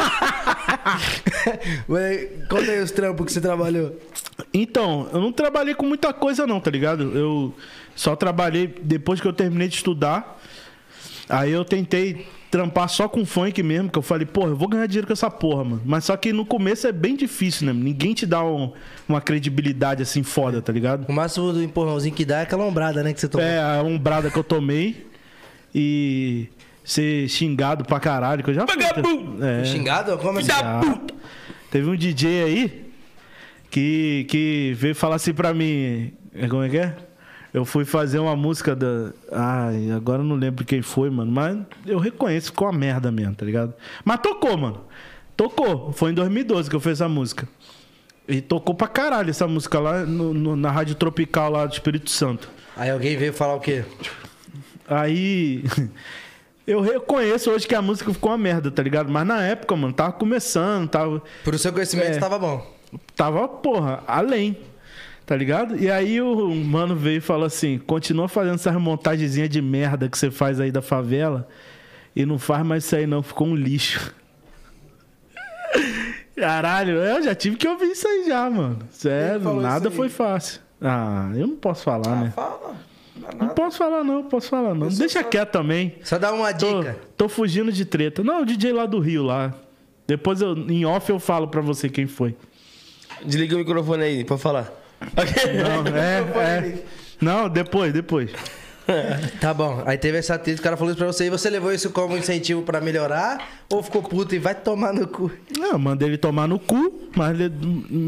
Speaker 1: Ué, conta aí os trampos que você trabalhou.
Speaker 3: Então, eu não trabalhei com muita coisa, não, tá ligado? Eu só trabalhei depois que eu terminei de estudar. Aí eu tentei trampar só com funk mesmo, que eu falei, porra, eu vou ganhar dinheiro com essa porra, mano. Mas só que no começo é bem difícil, né? Ninguém te dá um- uma credibilidade assim foda, tá ligado?
Speaker 1: O máximo do empurrãozinho que dá é aquela ombrada, né? Que você tomou.
Speaker 3: É, a ombrada que eu tomei e ser xingado pra caralho, que eu já fui, tá-
Speaker 4: Vagabundo!
Speaker 3: É.
Speaker 1: Xingado? Como assim?
Speaker 3: Ah, Teve um DJ aí que, que veio falar assim pra mim. é, Como é que é? Eu fui fazer uma música da. Ai, agora eu não lembro quem foi, mano. Mas eu reconheço, ficou uma merda mesmo, tá ligado? Mas tocou, mano. Tocou. Foi em 2012 que eu fiz essa música. E tocou pra caralho essa música lá no- no- na Rádio Tropical lá do Espírito Santo.
Speaker 1: Aí alguém veio falar o quê?
Speaker 3: Aí. Eu reconheço hoje que a música ficou uma merda, tá ligado? Mas na época, mano, tava começando, tava.
Speaker 1: Pro seu conhecimento,
Speaker 3: É.
Speaker 1: tava bom.
Speaker 3: Tava, porra, além. Tá ligado? E aí o mano veio e falou assim: continua fazendo essas montagenzinhas de merda que você faz aí da favela e não faz mais isso aí não, ficou um lixo. Caralho, eu já tive que ouvir isso aí já, mano. Isso é,
Speaker 6: Ele falou
Speaker 3: nada
Speaker 6: isso aí.
Speaker 3: foi fácil. Ah, eu não posso falar, né?
Speaker 6: Fala. Não é
Speaker 3: Não
Speaker 6: nada.
Speaker 3: posso falar, não, posso falar, não. Deixa quieto também.
Speaker 1: Só dá uma
Speaker 3: Tô,
Speaker 1: dica.
Speaker 3: tô fugindo de treta. Não, o DJ lá do Rio, lá. Depois eu, em off eu falo pra você quem foi.
Speaker 4: Desliga o microfone aí, pode falar.
Speaker 3: Não, é, é. Não, depois, depois.
Speaker 1: Tá bom. Aí teve essa treta, o cara falou isso pra você. E você levou isso como incentivo pra melhorar? Ou ficou puto e vai tomar no cu?
Speaker 3: Não, eu mandei ele tomar no cu, mas le-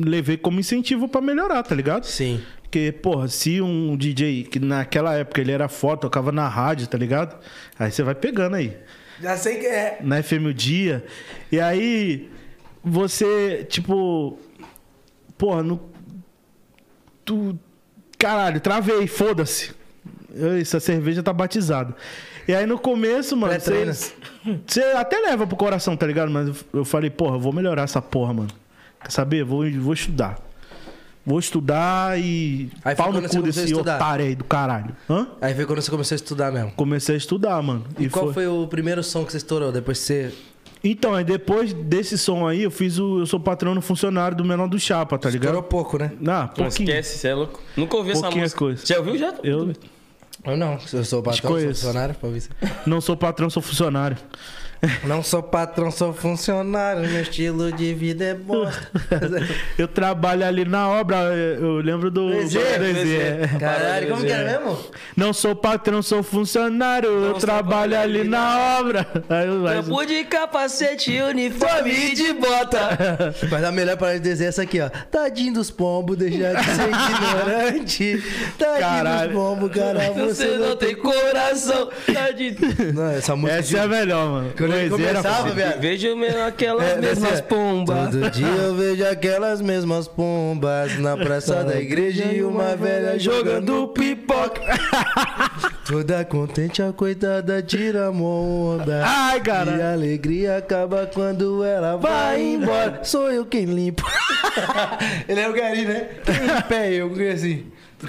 Speaker 3: levei como incentivo pra melhorar, tá ligado?
Speaker 1: Sim.
Speaker 3: Porque, porra, se um DJ que naquela época ele era foda, tocava na rádio, tá ligado? Aí você vai pegando aí.
Speaker 6: Já sei que é.
Speaker 3: na FM o dia. E aí você, tipo, porra, no tu caralho, travei, foda-se. Ei, Essa cerveja tá batizada. E aí no começo, mano, você
Speaker 1: Pré-treino.
Speaker 3: você até leva pro coração, tá ligado? Mas eu- eu falei, porra, eu vou melhorar essa porra, mano. Quer saber? Vou, vou estudar. Vou estudar e.
Speaker 1: Aí foi
Speaker 3: pau no
Speaker 1: quando você
Speaker 3: cu
Speaker 1: começou a
Speaker 3: desse
Speaker 1: estudar?
Speaker 3: otário aí do caralho. Hã?
Speaker 1: Aí foi quando você começou a estudar mesmo.
Speaker 3: Comecei a estudar, mano.
Speaker 1: E, qual foi... o primeiro som que você estourou? Depois que você
Speaker 3: Então, aí depois desse som aí, eu fiz o. Eu sou patrão no funcionário do menor do Chapa, tá
Speaker 1: estourou
Speaker 3: ligado?
Speaker 1: pouco, né?
Speaker 3: Ah,
Speaker 4: Não
Speaker 3: pouquinho.
Speaker 4: esquece, você é louco. Nunca ouvi essa
Speaker 3: Pouquinha
Speaker 4: música.
Speaker 3: coisa.
Speaker 4: Já ouviu já?
Speaker 3: Eu
Speaker 1: Eu não. Eu sou patrão, sou
Speaker 3: Desconheço.
Speaker 1: funcionário. pra você.
Speaker 3: não sou patrão, sou funcionário.
Speaker 1: Não sou patrão, sou funcionário. Meu estilo de vida é bosta.
Speaker 3: Eu trabalho ali na obra, eu lembro do.
Speaker 1: Zé,
Speaker 3: do Zé.
Speaker 1: Caralho, como que era mesmo?
Speaker 3: Não sou patrão, sou funcionário, eu
Speaker 4: sou
Speaker 3: trabalho ali na obra. Aí eu- aí-
Speaker 4: Campo de capacete, uniforme de
Speaker 1: Tá.
Speaker 4: bota.
Speaker 1: Mas a melhor para dizer é essa aqui, ó. Tadinho dos pombos, deixar de ser ignorante. Tadinho
Speaker 3: Caralho.
Speaker 1: dos pombos, cara.
Speaker 4: Você não
Speaker 1: tá
Speaker 4: tem coração. tá de-
Speaker 1: Não, essa música.
Speaker 3: Essa é a melhor, mano.
Speaker 1: Quando ele
Speaker 3: Poesia era
Speaker 1: começava,
Speaker 3: foda.
Speaker 1: viado. É,
Speaker 4: Vejo mesmo aquelas mesmas pombas.
Speaker 1: Todo dia eu vejo aquelas mesmas pombas na praça da igreja e Tá uma velha jogando pipoca. Toda contente a coitada tira mó onda.
Speaker 3: Ai,
Speaker 1: E
Speaker 3: cara.
Speaker 1: a alegria acaba quando ela vai embora. Sou eu quem limpo. Ele é o gari, né? Quem limpa é eu, porque assim.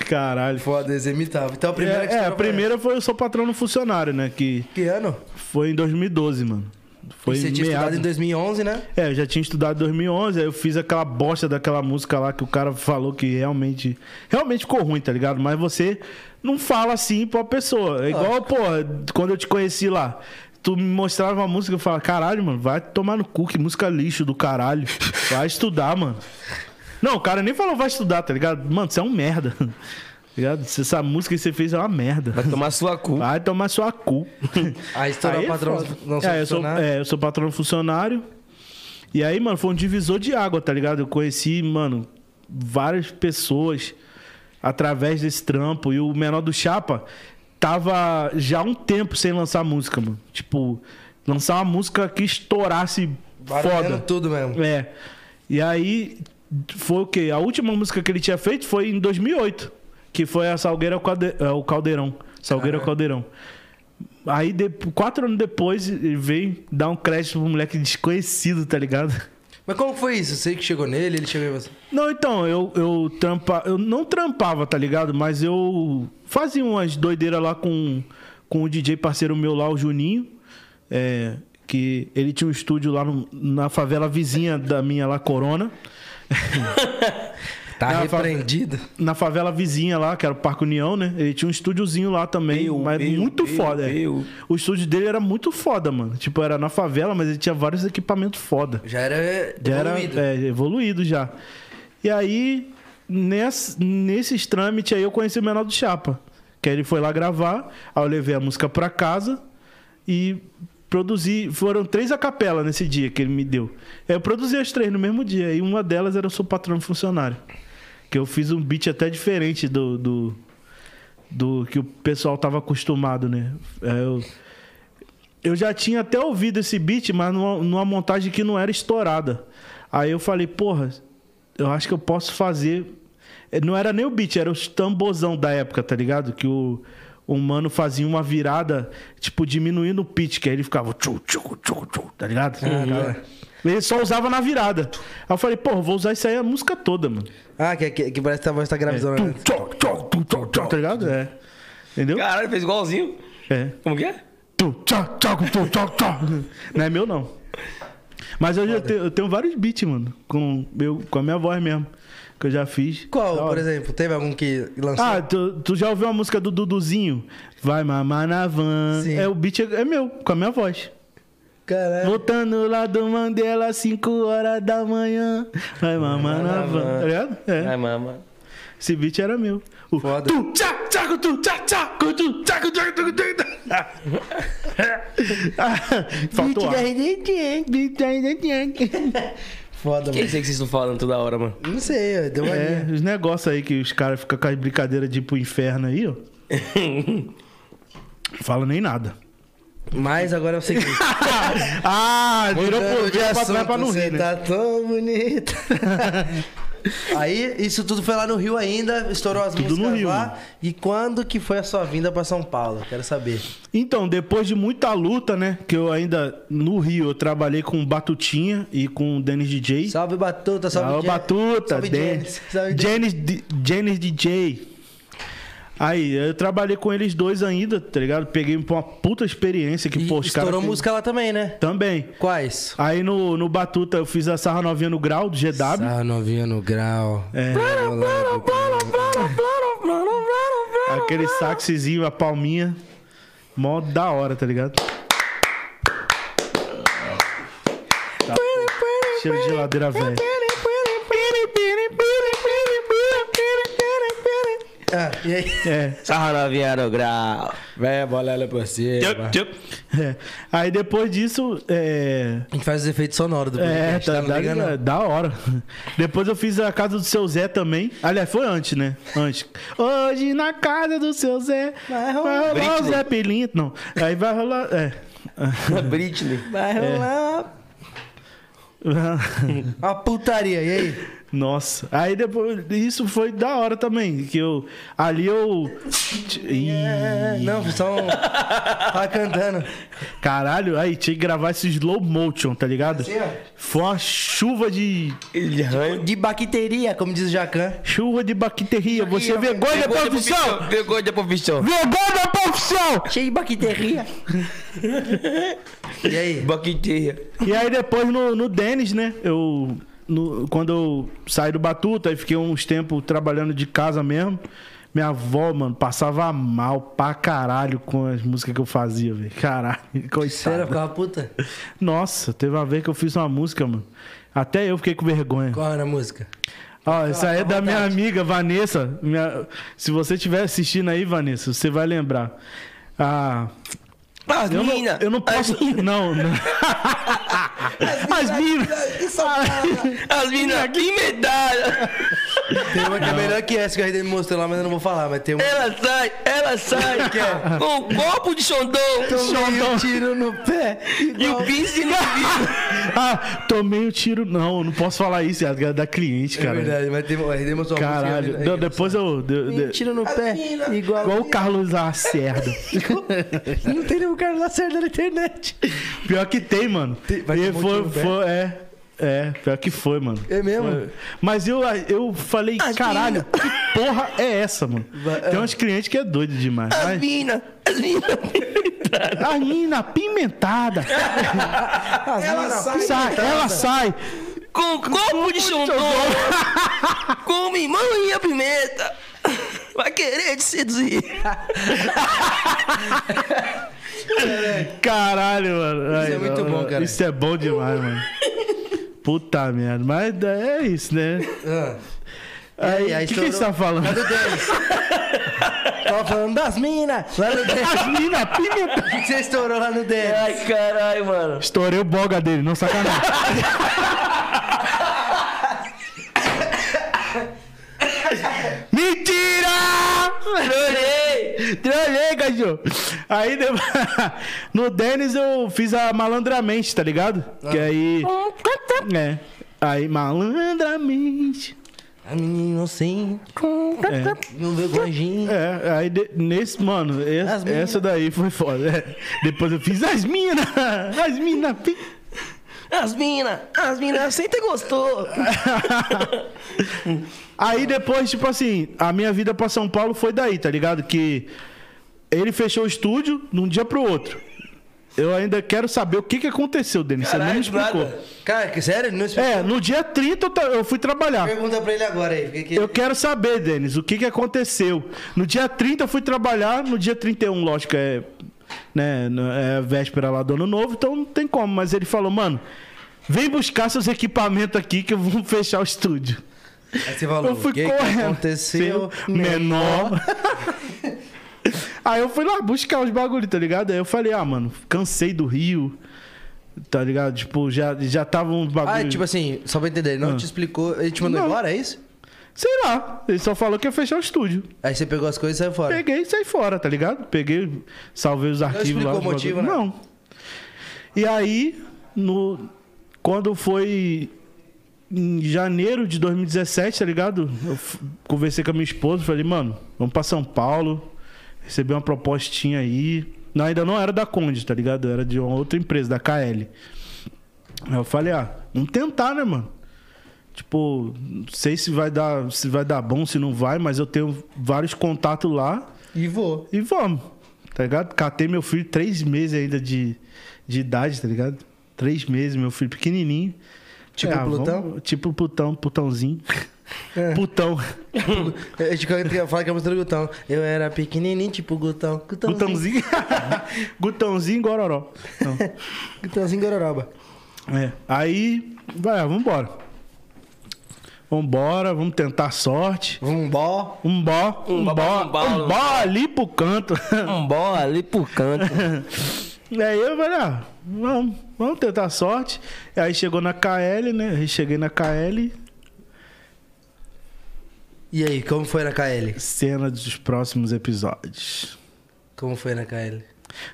Speaker 3: Caralho.
Speaker 1: Foda, eles imitavam. Então a primeira que
Speaker 3: É, é, a
Speaker 1: estourou foi
Speaker 3: primeira foi eu sou patrão no funcionário, né? Que
Speaker 1: essa. é Que ano?
Speaker 3: foi em 2012, mano. Foi
Speaker 1: E você tinha
Speaker 3: meado.
Speaker 1: estudado em 2011, né?
Speaker 3: É, eu já tinha estudado em 2011, aí eu fiz aquela bosta daquela música lá que o cara falou que realmente. Realmente ficou ruim, tá ligado? Mas você não fala assim pra pessoa. É igual, porra, quando eu te conheci lá. Tu me mostrava uma música e eu falava, caralho, mano, vai tomar no cu, que música lixo do caralho. Vai estudar, mano. Não, o cara nem falou vai estudar, tá ligado? Mano, você é um merda. tá Ligado? Essa música que você fez é uma merda.
Speaker 4: Vai tomar sua cu.
Speaker 3: Vai tomar sua cu.
Speaker 1: Aí estourou
Speaker 3: é
Speaker 1: patrão,
Speaker 3: foda.
Speaker 1: não sou
Speaker 3: é, eu sou,
Speaker 1: funcionário.
Speaker 3: é, eu sou patrão funcionário. E aí, mano, foi um divisor de água, tá ligado? Eu conheci, mano, várias pessoas através desse trampo. E o menor do Chapa tava já há um tempo sem lançar música, mano. Tipo, lançar uma música que estourasse
Speaker 1: Barulhando
Speaker 3: foda.
Speaker 1: tudo mesmo.
Speaker 3: É. E aí, foi o quê? A última música que ele tinha feito foi em 2008, que foi a Salgueira ao Calde- é, o Caldeirão. Salgueira ao Caldeirão. Aí, de- quatro anos depois, ele veio dar um crédito pro moleque desconhecido, tá ligado?
Speaker 1: Mas como foi isso? Você que chegou nele, ele chegou em você.
Speaker 3: Não, então, eu, eu trampa, eu não trampava, tá ligado? Mas eu fazia umas doideiras lá com, com o DJ parceiro meu lá, o Juninho. é, que ele tinha um estúdio lá no- na favela vizinha da minha lá, Corona.
Speaker 1: Tá
Speaker 3: Não,
Speaker 1: repreendido.
Speaker 3: na favela vizinha lá, que era o Parque União, né? Ele tinha um estúdiozinho lá também,
Speaker 4: Meu,
Speaker 3: mas
Speaker 4: meu,
Speaker 3: muito
Speaker 4: meu,
Speaker 3: foda. é.
Speaker 4: meu.
Speaker 3: O estúdio dele era muito foda, mano. Tipo, era na favela, mas ele tinha vários equipamentos foda.
Speaker 1: Já era
Speaker 3: Já era
Speaker 1: evoluído.
Speaker 3: é, evoluído já. E aí, ness- nesses trâmites aí, eu conheci o Menor do Chapa. Que aí ele foi lá gravar, aí eu levei a música pra casa e produzi. Foram três a capela nesse dia que ele me deu. Eu produzi as três no mesmo dia, e uma delas era o Sou Patrão Funcionário. Que eu fiz um beat até diferente do, do, do que o pessoal tava acostumado, né? É, eu, eu já tinha até ouvido esse beat, mas numa, numa montagem que não era estourada. Aí eu falei, porra, eu acho que eu posso fazer. Eh, Não era nem o beat, era os tambozão da época, tá ligado? Que o, o mano fazia uma virada, tipo, diminuindo o pitch, que aí ele ficava tchu, tchu, tchu, tchu, tá ligado? Cara, Ele só usava na virada. Aí eu falei, pô, vou usar isso aí a música toda, mano.
Speaker 1: Ah, que, que, que parece que a voz tá gravizando.
Speaker 3: É.
Speaker 1: né?
Speaker 2: Tchau, tchau, tchau, tchau, tchau.
Speaker 3: Tá ligado? É. Entendeu?
Speaker 4: Caralho, fez igualzinho.
Speaker 3: É.
Speaker 4: Como que é?
Speaker 3: Tu, tchau, tchau, tu, tchau, tchau. Não é meu, não. Mas eu já tenho, eu tenho vários beats, mano. Com, eu, com a minha voz mesmo. Que eu já fiz.
Speaker 1: Qual,
Speaker 3: Da hora.
Speaker 1: por exemplo? Teve algum que lançou?
Speaker 3: Tá Ah, tu, tu já ouviu a música do Duduzinho? Vai mamar na van.
Speaker 1: Sim. É.
Speaker 3: É, o beat é, é meu, com a minha voz.
Speaker 1: Caralho.
Speaker 3: Voltando lá do Mandela, 5 horas da manhã. Vai mamar na van. Tá ligado?
Speaker 4: Ai,
Speaker 3: É.
Speaker 4: mama.
Speaker 3: Esse beat era meu. O
Speaker 1: Foda.
Speaker 3: Tu, tchá, tchaco, tu, tchá, tchaco, tu, tchaco, tchaco, tchaco, tchaco, tchaco. Ah, Faltou ar.
Speaker 4: Que
Speaker 1: Foda,
Speaker 4: é
Speaker 1: mano.
Speaker 4: isso aí que vocês estão falando toda hora, mano?
Speaker 1: Não sei, ó, deu uma
Speaker 3: É,
Speaker 1: linha.
Speaker 3: os negócios aí que os caras ficam com as brincadeiras de ir pro inferno aí, ó. Fala nem nada.
Speaker 1: Mas agora é o seguinte.
Speaker 3: ah, virou
Speaker 1: Mudando
Speaker 3: por
Speaker 1: de
Speaker 3: virou pra
Speaker 1: assunto,
Speaker 3: trás pra não
Speaker 1: você
Speaker 3: rir, né?
Speaker 1: tá tão bonita. Aí, isso tudo foi lá no Rio ainda, estourou as
Speaker 3: Tudo no
Speaker 1: músicas
Speaker 3: Rio,
Speaker 1: lá.
Speaker 3: mano.
Speaker 1: E quando que foi a sua vinda pra São Paulo? Quero saber.
Speaker 3: Então, depois de muita luta, né? Que eu ainda, no Rio, eu trabalhei com o Batutinha e com o Dennis DJ.
Speaker 1: Salve Batuta, salve
Speaker 3: Salve,
Speaker 1: Jen-
Speaker 3: Batuta,
Speaker 1: salve
Speaker 3: Dennis.
Speaker 1: Janice, salve Janice.
Speaker 3: Janis D- Janis DJ. Aí, eu trabalhei com eles dois ainda, tá ligado? Peguei uma puta experiência que,
Speaker 1: E
Speaker 3: pô, os caras...
Speaker 1: estourou
Speaker 3: têm-
Speaker 1: música lá também, né?
Speaker 3: Também.
Speaker 1: Quais?
Speaker 3: Aí no, no Batuta eu fiz a Sarra Novinha no Grau, do GW.
Speaker 1: novinha no grau.
Speaker 3: É. Aquele saxezinho, a palminha. Mó da hora, tá ligado? Tá, pô. Cheiro de geladeira velha.
Speaker 1: Ah, e aí?
Speaker 3: É.
Speaker 4: Sarra novinha no grau.
Speaker 1: Vai, bola ela pra você.
Speaker 3: É. Aí depois disso, é.
Speaker 1: A gente faz os efeitos sonoros do
Speaker 3: É,
Speaker 1: podcast,
Speaker 3: tá,
Speaker 1: não
Speaker 3: da,
Speaker 1: liga,
Speaker 3: da-
Speaker 1: não.
Speaker 3: da hora. Depois eu fiz a casa do seu Zé também. Aliás, foi antes, né? Antes. Hoje na casa do seu Zé. Vai
Speaker 1: Vai
Speaker 3: rolar,
Speaker 1: rolar-
Speaker 3: o Zé Pelinto. Não. Aí vai rolar. É.
Speaker 4: Britney.
Speaker 1: Vai rolar uma putaria, e aí?
Speaker 3: Nossa. Aí depois. Isso foi da hora também. Que eu. Ali eu. Ih,
Speaker 1: É, não, só um... Tá cantando.
Speaker 3: Caralho, aí tinha que gravar esse slow motion, tá ligado?
Speaker 1: Assim, ó.
Speaker 4: é.
Speaker 3: Foi uma chuva de.
Speaker 4: Ele arranha.
Speaker 1: De bacteria, como diz o Jacan.
Speaker 3: Chuva de bacteria. Você é vergonha da
Speaker 4: Vergonha da
Speaker 3: profissão!
Speaker 4: profissão. Vergonha da profissão.
Speaker 3: Vergonha da profissão!
Speaker 1: Cheio de bacteria. e aí?
Speaker 4: Boquiteia.
Speaker 3: E aí depois no, no Denis, né? Eu. no- quando eu saí do Batuta, aí fiquei uns tempos trabalhando de casa mesmo. Minha avó, mano, passava mal pra caralho com as músicas que eu fazia, velho. Caralho,
Speaker 1: Você era
Speaker 3: coitada.
Speaker 1: ficava puta?
Speaker 3: Nossa, teve uma vez que eu fiz uma música, mano. Até eu fiquei com vergonha.
Speaker 1: Qual era a música?
Speaker 3: Ó, essa é da minha amiga Vanessa. Minha- Se você estiver assistindo aí, Vanessa, você vai lembrar. Ah,
Speaker 4: As
Speaker 3: eu, não,
Speaker 4: mina.
Speaker 3: eu não posso. Não, não. As minas.
Speaker 4: As mina aqui medalha.
Speaker 1: Tem uma que é melhor que essa que a gente me mostrou lá, mas eu não vou falar, mas tem uma.
Speaker 4: Ela sai, ela sai. Com um copo de xondão.
Speaker 3: então.
Speaker 1: Tomei um tiro no pé.
Speaker 4: E o pince no bico.
Speaker 3: Ah, tomei o tiro. Não, eu não posso falar isso, é da- da cliente,
Speaker 1: É
Speaker 3: cara.
Speaker 1: verdade, mas tem a gente mostrou uma música
Speaker 3: Caralho.
Speaker 1: ali, né?
Speaker 3: Não, depois eu. de- de-
Speaker 1: Um tiro no
Speaker 4: É.
Speaker 1: pé, igual.
Speaker 3: Igual o Carlos Lacerda.
Speaker 1: Não tem nenhum cara Lacerda na internet.
Speaker 3: Pior que tem, mano.
Speaker 1: Tem- vai
Speaker 3: E
Speaker 1: tomar um
Speaker 3: foi,
Speaker 1: tiro no pé?
Speaker 3: foi- é. É, pior que foi, mano.
Speaker 1: É mesmo?
Speaker 3: Foi. Mas eu, eu falei, caralho, que porra é essa, mano?
Speaker 1: Vai-
Speaker 3: Tem uns clientes que é doido demais.
Speaker 4: As
Speaker 3: Mas...
Speaker 4: mina, as mina.
Speaker 3: A mina pimentada.
Speaker 1: Ah,
Speaker 6: Ela sai.
Speaker 3: sai, ela sai.
Speaker 4: Com um copo de xondão. Com limão e a pimenta. Vai querer te seduzir.
Speaker 3: Caralho, mano.
Speaker 1: é muito
Speaker 3: mano,
Speaker 1: bom, cara.
Speaker 3: Isso é bom demais, mano. Puta merda. Mas é isso, né?
Speaker 1: Ah,
Speaker 3: Aí,
Speaker 1: aí, aí
Speaker 3: o que, que você
Speaker 1: estourou?
Speaker 3: tá falando?
Speaker 1: do Dennis. Tava falando das minas. Lá no Dennis.
Speaker 3: As mina
Speaker 1: O
Speaker 3: pimenta.
Speaker 1: que que você estourou lá no Dennis?
Speaker 4: Ai, caralho, mano.
Speaker 3: Estourei o boga dele, não sacanagem. Mentira!
Speaker 4: Chorei.
Speaker 3: Trolei, cachorro! Aí depois- no Denis eu fiz a malandramente, tá ligado?
Speaker 1: Ah.
Speaker 3: Que aí. É. Aí, malandramente.
Speaker 1: A menina assim.
Speaker 3: É.
Speaker 1: Não vê o anjinho.
Speaker 3: É, aí de- nesse, mano, e-
Speaker 1: As mina.
Speaker 3: essa daí foi foda. É. Depois eu fiz as minas! As minas!
Speaker 4: As minas, as minas, senta e gostou.
Speaker 3: Aí depois, tipo assim, a minha vida pra São Paulo foi daí, tá ligado? Que ele fechou o estúdio de um dia pro outro. Eu ainda quero saber o que, que aconteceu, Denis. Você nem me
Speaker 4: Caralho,
Speaker 3: explicou.
Speaker 4: nada.
Speaker 1: Cara, que sério? Ele Não explicou.
Speaker 3: É, no dia 30 eu, ta- eu fui trabalhar.
Speaker 1: Pergunta pra ele agora aí. porque que-
Speaker 3: Eu quero saber, Denis, o que, que aconteceu. No dia 30 eu fui trabalhar, no dia 31, lógico, é, né, no- é véspera lá do ano novo, então não tem como. Mas ele falou, mano, vem buscar seus equipamentos aqui que eu vou fechar o estúdio.
Speaker 1: Aí você falou,
Speaker 3: Eu fui
Speaker 1: o que que
Speaker 3: correndo.
Speaker 1: aconteceu?
Speaker 3: Seu menor. Aí eu fui lá buscar os bagulho, tá ligado? Aí eu falei, ah, mano, cansei do Rio, tá ligado? Tipo, já, já tava uns bagulho...
Speaker 1: Ah, tipo assim, só pra entender, ele não te explicou. Ele te mandou
Speaker 3: Ah. Não.
Speaker 1: embora, é isso?
Speaker 3: Sei lá, ele só falou que ia fechar o estúdio.
Speaker 1: Aí você pegou as coisas e saiu fora.
Speaker 3: Peguei e saí fora, tá ligado? Peguei, salvei os arquivos
Speaker 1: explicou
Speaker 3: lá.
Speaker 1: o motivo,
Speaker 3: bagulho.
Speaker 1: né?
Speaker 3: Não. E aí, no, quando foi em janeiro de 2017, tá ligado? Eu f- conversei com a minha esposa, falei, mano, vamos pra São Paulo. Recebi uma propostinha aí. Não, ainda não era da Conde, tá ligado? Era de uma outra empresa, da KL. Aí eu falei, ah, vamos tentar, né, mano? Tipo, não sei se vai dar, se vai dar bom, se não vai, mas eu tenho vários contatos lá
Speaker 1: E vou.
Speaker 3: e vamos. Tá ligado? Catei meu filho três meses ainda de, de idade, tá ligado? Três meses, meu filho pequenininho.
Speaker 1: Tipo
Speaker 3: Falei,
Speaker 1: Plutão?
Speaker 3: vamos- tipo Plutão, Plutãozinho. Plutão.
Speaker 1: Eu te eu falo que é a música do Gutão. Eu era pequenininho, tipo Gutão. Gutãozinho.
Speaker 3: Gutãozinho. Gutãozinho e Gororó. Não.
Speaker 1: Gutãozinho Gororoba.
Speaker 3: É. Aí, vai, vambora. Vambora, vamos tentar a sorte.
Speaker 1: Vumbó.
Speaker 3: Um bó, um
Speaker 4: Um
Speaker 3: bó,
Speaker 4: bó, um bó,
Speaker 3: um
Speaker 4: um
Speaker 3: bó ali pro canto.
Speaker 4: Um bola ali por canto.
Speaker 3: E aí eu falei, ah, vamos, vamos tentar a sorte. E aí chegou na KL, né? Aí cheguei na KL,
Speaker 1: E aí, como foi na KL?
Speaker 3: cena dos próximos episódios.
Speaker 1: Como foi na KL?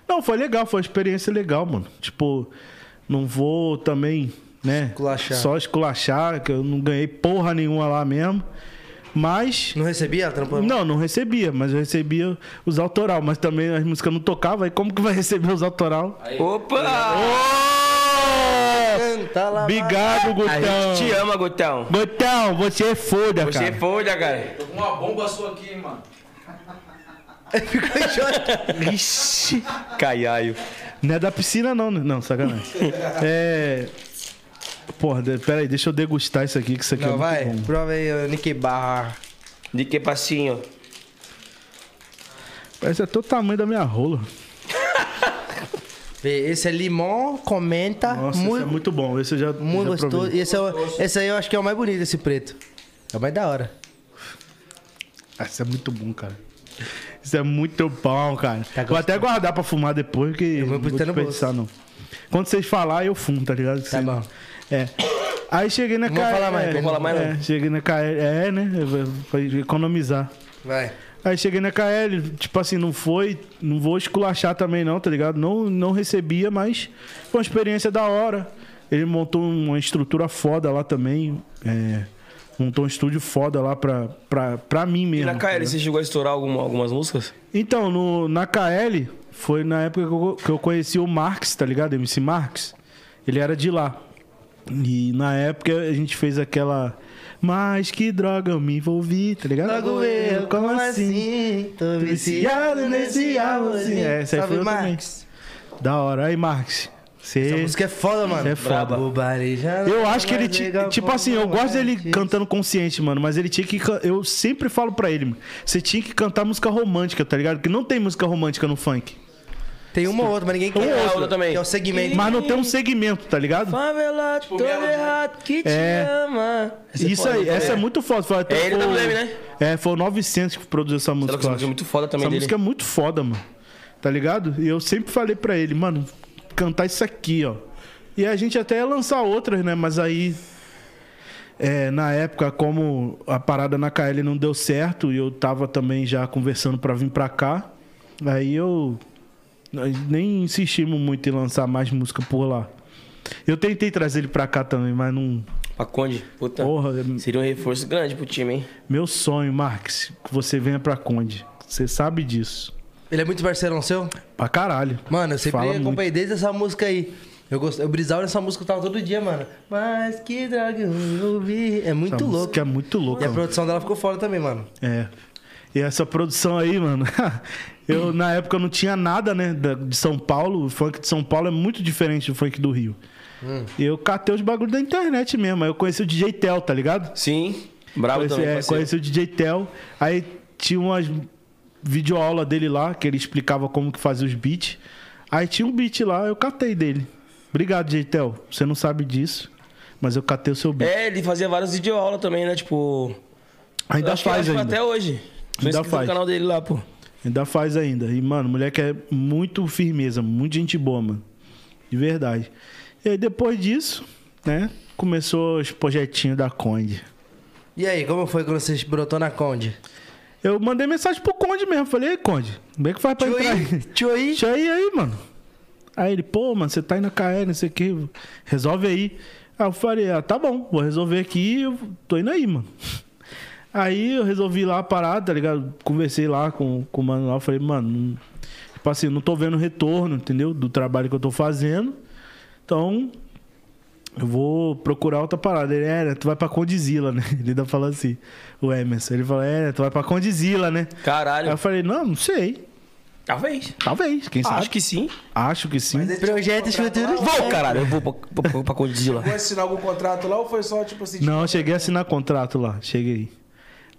Speaker 3: Não, foi legal, foi uma experiência legal, mano. Tipo, não vou também, né?
Speaker 1: Esculachar.
Speaker 3: Só esculachar, que eu não ganhei porra nenhuma lá mesmo. Mas.
Speaker 1: Não recebia a trampa?
Speaker 3: Não, não recebia, mas eu recebia os autoral, mas também as músicas não tocavam, aí como que vai receber os autoral?
Speaker 4: Opa!
Speaker 3: Ô!
Speaker 1: Canta lá.
Speaker 3: Obrigado,
Speaker 4: É. A gente te
Speaker 3: Gutão.
Speaker 4: ama, Gutão.
Speaker 3: Gutão, você é foda,
Speaker 4: Você é
Speaker 3: cara.
Speaker 4: foda, cara.
Speaker 7: Tô com uma bomba sua aqui, hein, mano.
Speaker 1: Ficou em choque.
Speaker 3: Ixi.
Speaker 4: Caiaio.
Speaker 3: Não é da piscina, não, né? Não, sacanagem. É. Porra, de- peraí, deixa eu degustar isso aqui, que isso aqui
Speaker 1: Não,
Speaker 3: é
Speaker 1: vai.
Speaker 3: muito bom.
Speaker 1: Prova aí, ô, Nick Barra.
Speaker 4: De que passinho?
Speaker 3: Parece até o é tamanho da minha rola.
Speaker 1: Vê, esse é limão, comenta.
Speaker 3: Nossa, isso
Speaker 1: muito,
Speaker 3: é muito bom. Esse eu já.
Speaker 1: muito
Speaker 3: já provei.
Speaker 1: gostoso. E Esse, é o- esse aí eu acho que é o mais bonito, esse preto. É o mais da hora.
Speaker 3: Ah, isso é muito bom, cara. Isso é muito bom, cara.
Speaker 1: Tá
Speaker 3: vou até guardar pra fumar depois, que eu
Speaker 1: vou
Speaker 3: não vou
Speaker 1: botar no
Speaker 3: desperdiçar, não. Quando vocês falar, eu fumo, tá ligado? Vocês-
Speaker 1: bom.
Speaker 3: É. Aí cheguei na
Speaker 1: Não vou falar mais,
Speaker 3: é,
Speaker 1: não vou
Speaker 4: falar mais, não.
Speaker 3: é, Cheguei na KL. É, né? Eu vou- vou economizar.
Speaker 1: Vai.
Speaker 3: Aí cheguei na KL, tipo assim, não foi, não vou esculachar também não, tá ligado? Não, não recebia, mas foi uma experiência da hora. Ele montou uma estrutura foda lá também, é, montou um estúdio foda lá pra, pra, pra mim
Speaker 4: E
Speaker 3: mesmo.
Speaker 4: na
Speaker 3: tá
Speaker 4: KL,
Speaker 3: ligado?
Speaker 4: você chegou a estourar alguma- algumas músicas?
Speaker 3: Então, no, na KL, foi na época que eu, que eu conheci o Marx, tá ligado? MC Marx. Ele era de lá. E na época a gente fez aquela... Mas que droga eu me envolvi, tá ligado?
Speaker 1: Logo eu, como assim? Tô viciado nesse amorzinho.
Speaker 3: É, essa aí foi eu Da hora. Aí, Marx.
Speaker 1: Essa
Speaker 3: Você...
Speaker 1: música é foda, mano.
Speaker 3: é foda.
Speaker 1: Braba. Bobareja,
Speaker 3: Eu acho que ele.
Speaker 1: mas
Speaker 3: ti-
Speaker 1: legal
Speaker 3: Tipo
Speaker 1: como
Speaker 3: assim, eu
Speaker 1: não
Speaker 3: gosto
Speaker 1: é
Speaker 3: dele
Speaker 1: disso.
Speaker 3: cantando consciente, mano. Mas ele tinha que. can- Eu sempre falo pra ele, mano. Você tinha que cantar música romântica, tá ligado? Porque não tem música romântica no funk.
Speaker 1: Tem uma ou outra, mas ninguém
Speaker 4: Tem
Speaker 1: quer.
Speaker 4: a outra também.
Speaker 1: Que é o segmento.
Speaker 3: Mas não tem um segmento, tá ligado?
Speaker 4: Favela, todo
Speaker 7: melodia.
Speaker 4: errado que te
Speaker 3: É.
Speaker 1: né?
Speaker 4: ama. Essa é
Speaker 3: Isso
Speaker 4: foda,
Speaker 3: aí,
Speaker 4: né?
Speaker 3: essa é muito foda. Foi até
Speaker 4: É ele
Speaker 3: o-
Speaker 4: da Blame, né?
Speaker 3: É, foi o 900 que produziu essa música.
Speaker 4: essa música
Speaker 3: eu
Speaker 4: é
Speaker 3: acho.
Speaker 4: muito foda também
Speaker 3: Essa
Speaker 4: dele.
Speaker 3: música é muito foda, mano. Tá ligado? E eu sempre falei pra ele, mano, cantar isso aqui, ó. E a gente até ia lançar outras, né? Mas aí. é, na época, como a parada na KL não deu certo e eu tava também já conversando pra vir pra cá, aí eu nós nem insistimos muito em lançar mais música por lá. Eu tentei trazer ele pra cá também, mas não.
Speaker 4: Pra Conde, puta.
Speaker 3: Porra,
Speaker 4: Seria um reforço grande pro time, hein?
Speaker 3: meu sonho, Marx, que você venha pra Conde. Você sabe disso.
Speaker 1: Ele é muito parceirão seu?
Speaker 3: Pra caralho.
Speaker 1: Mano, eu sempre
Speaker 3: Fala muito.
Speaker 1: acompanhei desde essa música aí. Eu, gosto, eu brisava nessa música, eu tava todo dia, mano. Mas que droga eu ouvi. É muito
Speaker 3: Essa
Speaker 1: louco.
Speaker 3: música é muito louca.
Speaker 1: E a
Speaker 3: mano.
Speaker 1: produção dela ficou fora também, mano.
Speaker 3: É. E essa produção aí, mano. Eu, na época, não tinha nada, né? da- De São Paulo. O funk de São Paulo é muito diferente do funk do Rio.
Speaker 1: Hum.
Speaker 3: E eu catei os bagulhos da internet mesmo. Aí eu conheci o DJ Tel, tá ligado?
Speaker 4: Sim. Bravo
Speaker 3: conheci,
Speaker 4: também.
Speaker 3: é,
Speaker 4: parceiro.
Speaker 3: conheci o DJ Tel. Aí tinha umas videoaula dele lá, que ele explicava como que fazia os beats. Aí tinha um beat lá, eu catei dele. Obrigado, DJ Tel. Você não sabe disso, mas eu catei o seu beat.
Speaker 4: É, ele fazia vários videoaulas também, né? Tipo.
Speaker 3: Ainda
Speaker 4: eu acho que-
Speaker 3: faz
Speaker 4: acho que
Speaker 3: ainda.
Speaker 4: Até hoje. Sou
Speaker 3: Ainda
Speaker 4: inscrito
Speaker 3: faz.
Speaker 4: no canal dele lá, pô.
Speaker 3: Ainda faz ainda. E, mano, o moleque é muito firmeza, muito gente boa, mano. De verdade. E aí, depois disso, né, começou os projetinhos da Conde.
Speaker 1: E aí, como foi quando você brotou na Conde?
Speaker 3: Eu mandei mensagem pro Conde mesmo. Falei, ei, Conde, como é que faz pra
Speaker 1: Tio
Speaker 3: entrar
Speaker 1: aí,
Speaker 3: aí?
Speaker 1: tio aí.
Speaker 3: Deixa aí, aí, mano. Aí ele, pô, mano, você tá indo na KL, não sei o que, resolve aí. Aí eu falei, ah, tá bom, vou resolver aqui, eu tô indo aí, mano. Aí eu resolvi lá a parada, tá ligado? Conversei lá com, com o mano lá, eu falei, mano, não- tipo assim, não tô vendo retorno, entendeu? Do trabalho que eu tô fazendo. Então, eu vou procurar outra parada. Ele, é, né, tu vai pra Condizila, né? Ele ainda fala assim, o Emerson. Ele fala, é, né, tu vai pra Condizila, né? Aí eu
Speaker 4: Caralho.
Speaker 3: falei, não, não sei.
Speaker 4: Talvez.
Speaker 3: Talvez, quem sabe?
Speaker 4: Acho que sim.
Speaker 3: Acho que sim.
Speaker 1: Projetos futuros.
Speaker 4: Vou, caralho. Eu vou pra, pra, pra, pra Godzilla.
Speaker 6: Vai assinar algum contrato lá ou foi só, tipo assim...
Speaker 3: Não, eu cheguei a
Speaker 4: é
Speaker 3: assinar contrato lá, cheguei.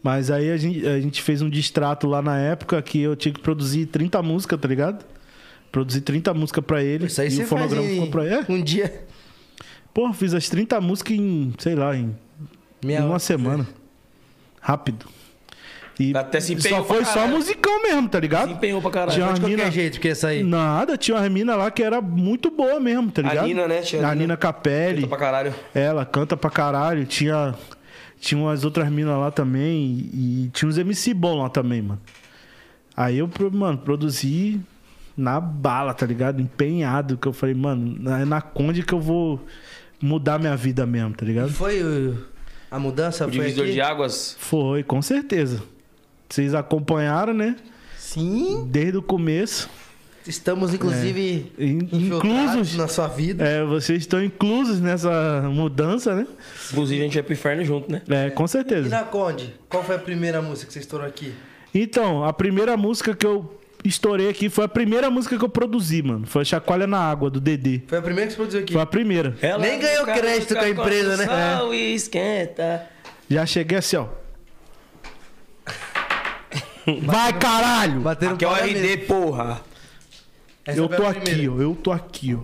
Speaker 3: Mas aí a gente, a gente fez um distrato lá na época que eu tinha que produzir 30 músicas, tá ligado? Produzi 30 músicas pra ele.
Speaker 1: Isso aí
Speaker 3: e
Speaker 1: você
Speaker 3: o fonograma
Speaker 1: faz em-
Speaker 3: ficou pra ele. É,
Speaker 1: Um dia.
Speaker 3: Pô, fiz as 30 músicas em, sei lá, em
Speaker 1: Minha
Speaker 3: uma semana. Rápido. E
Speaker 4: Até se
Speaker 3: só
Speaker 4: empenhou pra
Speaker 3: foi só
Speaker 4: caralho.
Speaker 3: musicão mesmo, tá ligado?
Speaker 4: Se empenhou pra caralho.
Speaker 3: Tinha
Speaker 4: Mas
Speaker 3: uma
Speaker 1: De
Speaker 3: mina-
Speaker 1: qualquer jeito que ia sair.
Speaker 3: Nada, tinha uma mina lá que era muito boa mesmo, tá
Speaker 4: A
Speaker 3: ligado?
Speaker 4: Nina, né? Tinha a
Speaker 3: A
Speaker 4: Nina.
Speaker 3: Nina Capelli.
Speaker 4: Puta pra caralho.
Speaker 3: Ela canta pra caralho. Tinha, tinha umas outras minas lá também. E tinha uns MC bom lá também, mano. Aí eu, pro- mano, produzi na bala, tá ligado? Empenhado. Que eu falei, mano, é na Conde que eu vou mudar minha vida mesmo, tá ligado?
Speaker 1: Foi o- a mudança?
Speaker 4: O
Speaker 1: foi
Speaker 4: divisor
Speaker 1: aqui?
Speaker 4: de águas.
Speaker 3: Foi, com certeza. Vocês acompanharam, né?
Speaker 1: Sim.
Speaker 3: Desde o começo.
Speaker 1: Estamos, inclusive,
Speaker 3: É. In-
Speaker 1: infiltrados
Speaker 3: inclusos.
Speaker 1: na sua vida.
Speaker 3: É, vocês estão inclusos nessa mudança, né?
Speaker 4: Inclusive, a gente vai pro inferno junto, né?
Speaker 3: É, com
Speaker 1: E
Speaker 3: certeza.
Speaker 1: na Conde, qual foi a primeira música que você estourou aqui?
Speaker 3: Então, a primeira música que eu estourei aqui foi a primeira música que eu produzi, mano. Foi a Chacoalha na Água, do Dedê.
Speaker 1: Foi a primeira que você produziu aqui.
Speaker 3: Foi a primeira.
Speaker 1: Nem ganhou
Speaker 4: fica-
Speaker 1: crédito
Speaker 4: fica
Speaker 1: com a empresa, né?
Speaker 4: o sol e esquenta.
Speaker 3: Já cheguei assim, ó. Vai, caralho!
Speaker 1: Bateram
Speaker 4: Aqui é o
Speaker 1: palma mesmo.
Speaker 4: RD, porra.
Speaker 1: Essa
Speaker 3: Eu
Speaker 1: foi a
Speaker 3: tô
Speaker 1: primeira.
Speaker 3: aqui, ó. Eu tô aqui, ó.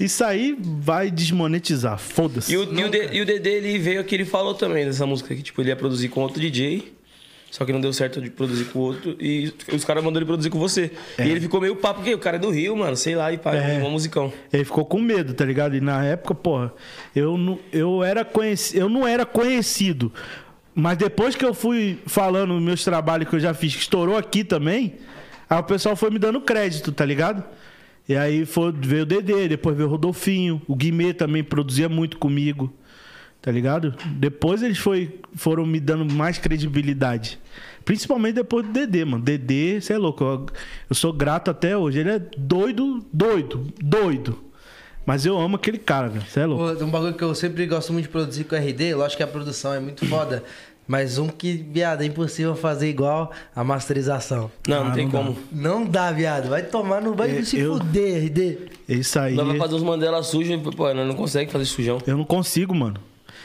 Speaker 3: Isso aí vai desmonetizar. Foda-se.
Speaker 4: E o, e, o D- e o Dedê, ele veio aqui, ele falou também dessa música que, tipo, ele ia produzir com outro DJ. Só que não deu certo de produzir com outro. E os caras mandaram ele produzir com você. E ele ficou meio papo, porque o cara é do Rio, mano. Sei lá, e pá,
Speaker 3: É.
Speaker 4: um musicão.
Speaker 3: Ele ficou com medo, tá ligado? E na época, porra, eu não, eu era conheci, eu não era conhecido. Mas depois que eu fui falando meus trabalhos que eu já fiz, que estourou aqui também, aí o pessoal foi me dando crédito, tá ligado? E aí foi, veio o Dedê, depois veio o Rodolfinho, o Guimê também produzia muito comigo, tá ligado? Depois eles foi, foram me dando mais credibilidade. Principalmente depois do Dedê, mano. Dedê, você é louco. Eu, eu sou grato até hoje. Ele é doido, doido, doido. Mas eu amo aquele cara, velho. Você é louco.
Speaker 1: Pô, Um bagulho que eu sempre gosto muito de produzir com o RD, lógico que a produção é muito foda. Mas um que, viado, é impossível fazer igual a masterização.
Speaker 4: Não, Ah, não tem como.
Speaker 1: Não dá, viado. Vai tomar no banho e se
Speaker 3: Eu-
Speaker 1: fuder, RD.
Speaker 3: Isso aí.
Speaker 4: Nós vai fazer uns Mandela sujos, pô, nós não consegue fazer sujão.
Speaker 3: Eu não consigo, mano.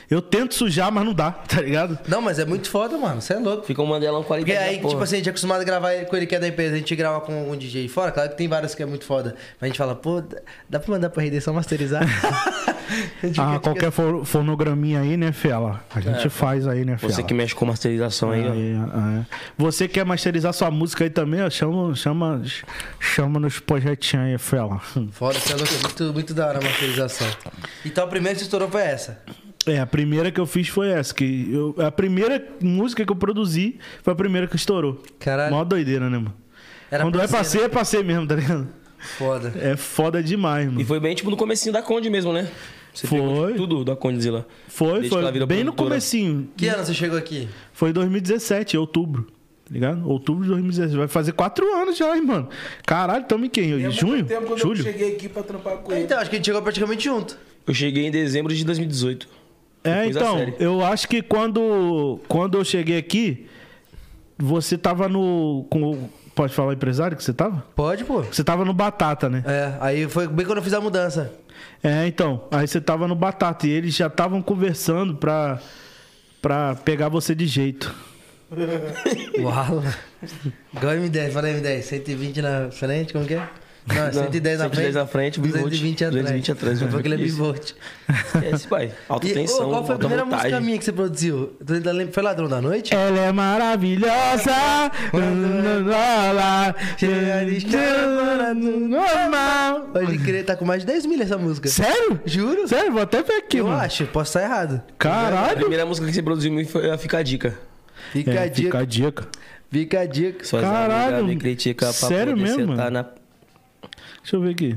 Speaker 3: Eu tento sujar, mas não dá, tá ligado?
Speaker 1: Não, mas é muito foda, mano. Você é louco.
Speaker 4: Fica um Mandelão
Speaker 1: Porque
Speaker 4: qualidade.
Speaker 1: aí,
Speaker 4: da porra.
Speaker 1: tipo assim, a gente é acostumado a gravar com ele que é da empresa, a gente grava com algum DJ fora, claro que tem vários que é muito foda. Mas a gente fala, pô, dá- dá pra mandar pra RD só masterizar? Tipo, A gente
Speaker 3: Ah,
Speaker 1: fica-
Speaker 3: qualquer for- fonograminha aí, né, Fela? A gente faz aí, né, Fela?
Speaker 4: É. Você que mexe com masterização aí, ó.
Speaker 3: Aí, ah, é. Você quer masterizar sua música aí também? ó, Chama, chama, chama nos projetinhos aí, Fela.
Speaker 1: Foda, você é louco, é muito, muito da hora a masterização. Então a primeira que você estourou foi essa.
Speaker 3: É, a primeira que eu fiz foi essa. Que eu- a primeira música que eu produzi foi a primeira que estourou.
Speaker 1: Caralho.
Speaker 3: Mó doideira, né, mano?
Speaker 1: Era
Speaker 3: Quando
Speaker 1: pra
Speaker 3: é pra ser, é pra ser mesmo, tá ligado?
Speaker 1: Foda.
Speaker 3: É foda demais, mano.
Speaker 4: E foi bem, tipo, no comecinho da Conde mesmo, né? Você
Speaker 3: Foi.
Speaker 4: pegou tipo, tudo da Condezilla.
Speaker 3: Foi,
Speaker 4: Desde que ela
Speaker 3: foi.
Speaker 4: virou
Speaker 3: Bem no
Speaker 4: produtora.
Speaker 3: comecinho.
Speaker 1: Que ano você chegou aqui?
Speaker 3: Foi em 2017, outubro. Tá ligado? Outubro de 2016. Vai fazer quatro anos já, hein, mano. Caralho, tamo em quem?
Speaker 6: Tem
Speaker 3: Junho?
Speaker 6: É muito tempo quando eu
Speaker 3: Julho?
Speaker 6: cheguei aqui pra trampar com ele.
Speaker 1: Então, acho que a gente chegou praticamente junto.
Speaker 4: Eu cheguei em dezembro de 2018.
Speaker 3: É,
Speaker 4: Depois da
Speaker 3: então,
Speaker 4: série.
Speaker 3: eu acho que quando, quando eu cheguei aqui, você tava no. Com, o- pode falar o empresário que você tava?
Speaker 1: Pode, pô.
Speaker 3: Você tava no Batata, né?
Speaker 1: É, aí foi bem quando eu fiz a mudança.
Speaker 3: É, então. Aí você tava no Batata e eles já estavam conversando pra, pra pegar você de jeito.
Speaker 1: Uau. Igual M10, fala M10. 120 na frente, como que é? Não, é 110 na frente.
Speaker 4: 110 na frente,
Speaker 1: 220 atrás.
Speaker 4: 220 atrás,
Speaker 1: Foi aquele é
Speaker 4: isso.
Speaker 1: bivolt.
Speaker 4: Esquece, É pai. Alta
Speaker 1: E,
Speaker 4: tensão,
Speaker 1: ô, qual foi a
Speaker 4: alta
Speaker 1: primeira
Speaker 4: voltagem.
Speaker 1: música minha que você produziu? Tu ainda lembra? Foi Ladrão da Noite?
Speaker 3: Ela é maravilhosa. normal.
Speaker 1: Pode crer, tá com mais de 10 mil essa música.
Speaker 3: Sério?
Speaker 1: Juro?
Speaker 3: Sério, vou até ver aqui,
Speaker 1: Eu
Speaker 3: mano.
Speaker 1: acho, posso estar errado.
Speaker 4: A
Speaker 3: Caralho.
Speaker 4: primeira música que você produziu me foi a Fica a Dica.
Speaker 1: Fica a
Speaker 3: É,
Speaker 1: dica,
Speaker 3: fica a dica.
Speaker 1: fica a dica.
Speaker 4: Suas
Speaker 3: Caralho,
Speaker 4: amigas me critica pra
Speaker 3: sério
Speaker 4: poder
Speaker 3: mesmo,
Speaker 4: sentar na...
Speaker 3: mano? Deixa eu ver aqui.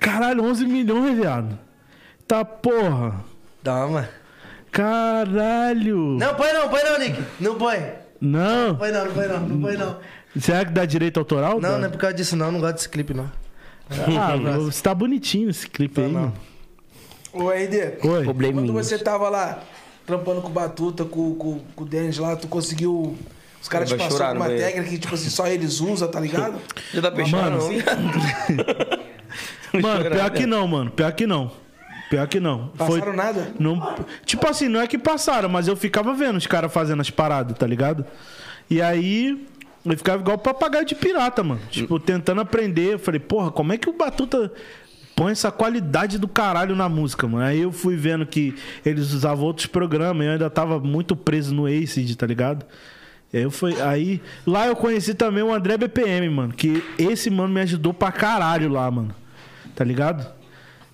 Speaker 3: Caralho, 11 milhões, viado. Tá porra.
Speaker 1: Toma.
Speaker 3: Caralho.
Speaker 1: Não, põe não, põe não, Nick. Não põe.
Speaker 3: Não.
Speaker 1: Põe não, não põe não, não põe não.
Speaker 3: Será que dá direito autoral?
Speaker 1: Não,
Speaker 3: cara?
Speaker 1: não é por causa disso não, não gosto desse clipe não.
Speaker 3: Ah, você tá bonitinho esse clipe aí, mano.
Speaker 6: Ô, RD,
Speaker 3: Oi.
Speaker 6: quando
Speaker 4: Probleminha.
Speaker 6: você tava lá trampando com o Batuta, com, com, com o Denis lá, tu conseguiu. Os caras te
Speaker 4: Ele vai
Speaker 6: passaram
Speaker 4: chorar
Speaker 6: uma
Speaker 4: no banheiro.
Speaker 6: técnica que, tipo assim, só eles usam, tá ligado?
Speaker 4: Já tá fechando,
Speaker 3: Ah, Mano,
Speaker 4: não?
Speaker 3: Mano,
Speaker 4: Chorar,
Speaker 3: pior
Speaker 4: né?
Speaker 3: que não, mano. Pior que não. Pior que não. Foi-
Speaker 6: Passaram nada?
Speaker 3: Não, tipo assim, não é que passaram, mas eu ficava vendo os caras fazendo as paradas, tá ligado? E aí eu ficava igual papagaio de pirata, mano. Tipo, tentando aprender. Eu falei, porra, como é que o Batuta põe essa qualidade do caralho na música, mano? Aí eu fui vendo que eles usavam outros programas, eu ainda tava muito preso no Acid, tá ligado? E aí Eu fui, aí lá eu conheci também o André BPM, mano, que esse mano me ajudou pra caralho lá, mano. Tá ligado?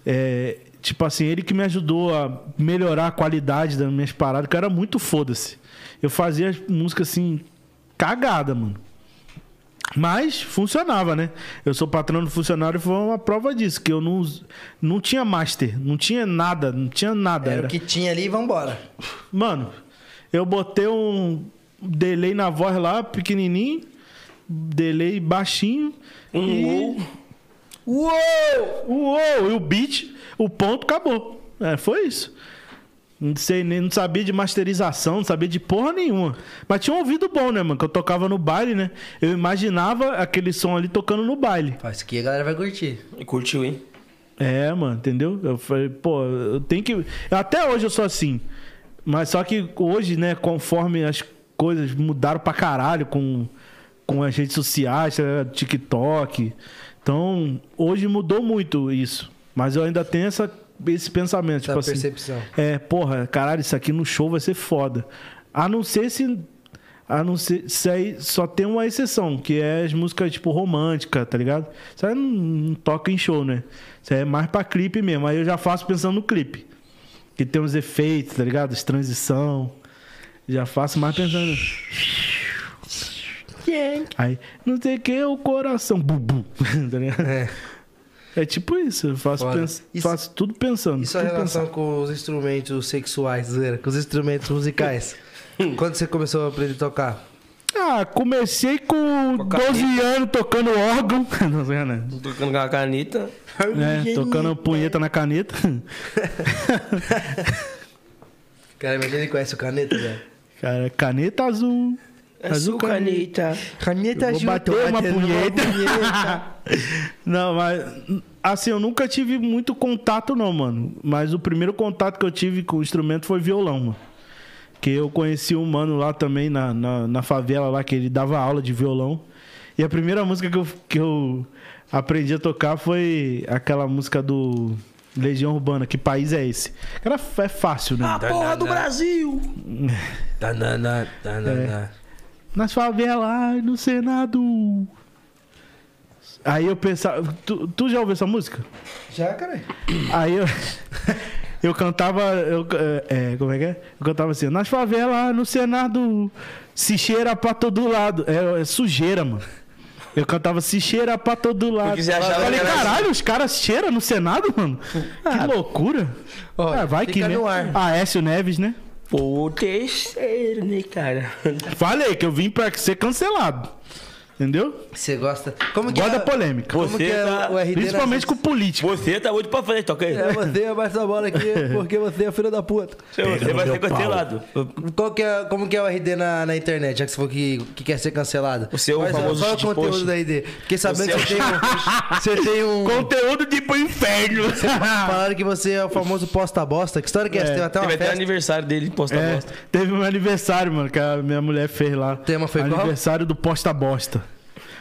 Speaker 3: É, tipo assim, ele que me ajudou a melhorar a qualidade das minhas paradas, que eu era muito foda-se. Eu fazia as músicas assim, cagada, mano. Mas funcionava, né? Eu sou patrão do funcionário e foi uma prova disso, que eu não, us- não tinha master, não tinha nada, não tinha nada.
Speaker 1: Era
Speaker 3: era-
Speaker 1: o que tinha ali e vambora.
Speaker 3: Mano, eu botei um delay na voz lá, pequenininho, delay baixinho. Um e... Uou! Uou! E o beat, o ponto acabou. É, foi isso. Não sei, nem não sabia de masterização, não sabia de porra nenhuma. Mas tinha um ouvido bom, né, mano? Que eu tocava no baile, né? Eu imaginava aquele som ali tocando no baile.
Speaker 1: Faz isso aqui a galera vai curtir.
Speaker 4: Curtiu, hein?
Speaker 3: É, mano, entendeu? Eu falei, pô, eu tenho que. Até hoje eu sou assim. Mas só que hoje, né, conforme as coisas mudaram pra caralho com, com as redes sociais, tá ligado? TikTok. Então, hoje mudou muito isso. Mas eu ainda tenho essa, esse pensamento.
Speaker 1: Essa
Speaker 3: tipo assim,
Speaker 1: percepção.
Speaker 3: é, porra, caralho, isso aqui no show vai ser foda. A não ser se. A não ser. Se aí só tem uma exceção, que é as músicas, tipo, romântica, tá ligado? Isso aí não, não toca em show, né? Isso aí é mais pra clipe mesmo. Aí eu já faço pensando no clipe. Que tem uns efeitos, tá ligado? As transição. Já faço mais pensando. Aí, não sei o que, o coração. Bubu. tá ligado? É. tipo isso, eu faço,
Speaker 1: Foda.
Speaker 3: pens-
Speaker 1: Isso-
Speaker 3: faço tudo pensando.
Speaker 1: E sua
Speaker 3: tudo
Speaker 1: relação com os instrumentos sexuais, zoeira? com os instrumentos musicais? Quando você começou a aprender a tocar?
Speaker 3: Ah, comecei com 12 anos tocando órgão. Não, sei, né?
Speaker 4: Tocando com a caneta.
Speaker 3: É, tocando punheta na caneta.
Speaker 1: Cara, imagina ele conhece o caneta, velho.
Speaker 3: Cara, caneta azul.
Speaker 4: Azul caneta.
Speaker 1: Caneta
Speaker 3: Vou bater uma punheta. não, mas assim, eu nunca tive muito contato, não, mano. Mas o primeiro contato que eu tive com o instrumento foi violão, mano. Que eu conheci um mano lá também na, na, na favela lá, que ele dava aula de violão. E a primeira música que eu, que eu aprendi a tocar foi aquela música do Legião Urbana, que país é esse? Cara, é fácil, né?
Speaker 4: Porra do Brasil!
Speaker 1: Tanana,
Speaker 3: É.
Speaker 1: tanana.
Speaker 3: nas favelas, no Senado. Aí eu pensava. Tu, tu já ouviu essa música?
Speaker 1: Já, cara.
Speaker 3: Aí eu. Eu cantava. Eu, é, é, como é que é? Eu cantava assim: nas favelas, no Senado, se cheira pra todo lado. É, é sujeira, mano. Eu cantava se cheira pra todo lado.
Speaker 4: Porque você achava
Speaker 3: Eu falei,
Speaker 4: que era-
Speaker 3: caralho, os caras cheiram no Senado, mano? Que loucura.
Speaker 1: Olha,
Speaker 3: Ah, vai que,
Speaker 1: fica
Speaker 3: né?
Speaker 1: no ar.
Speaker 3: Aécio Neves, né?
Speaker 4: Pô, terceiro, né, cara?
Speaker 3: Falei que eu vim pra ser cancelado. Entendeu?
Speaker 1: Você gosta. Como que
Speaker 3: Gosta
Speaker 1: é,
Speaker 3: da polêmica.
Speaker 1: Como
Speaker 4: Você
Speaker 1: que é
Speaker 4: tá-
Speaker 1: o RD
Speaker 3: Principalmente com político.
Speaker 4: Você tá muito pra frente, toca aí.
Speaker 1: É você, abaixa a bola aqui, porque você é filho da puta.
Speaker 4: Você vai
Speaker 3: meu
Speaker 4: ser
Speaker 3: pau.
Speaker 4: cancelado.
Speaker 1: Qual que é, como que é o RD na, na internet, já que você falou que, que quer ser cancelado?
Speaker 4: O seu
Speaker 1: Quais-
Speaker 4: famoso
Speaker 1: Qual é o
Speaker 4: shit
Speaker 1: conteúdo
Speaker 4: post.
Speaker 1: da RD? Porque
Speaker 4: Você
Speaker 1: sabendo que você tem um... Você tem um...
Speaker 3: Conteúdo de ir pro inferno.
Speaker 1: Falaram que você é o famoso posta bosta. Que história que é essa? Teve até uma
Speaker 4: Teve até
Speaker 1: festa.
Speaker 4: aniversário dele, posta
Speaker 3: Então,
Speaker 1: Tá
Speaker 3: É,
Speaker 4: bosta.
Speaker 3: teve um aniversário, mano, que a minha mulher fez lá.
Speaker 1: tema foi qual?
Speaker 3: Aniversário do Posta Bosta.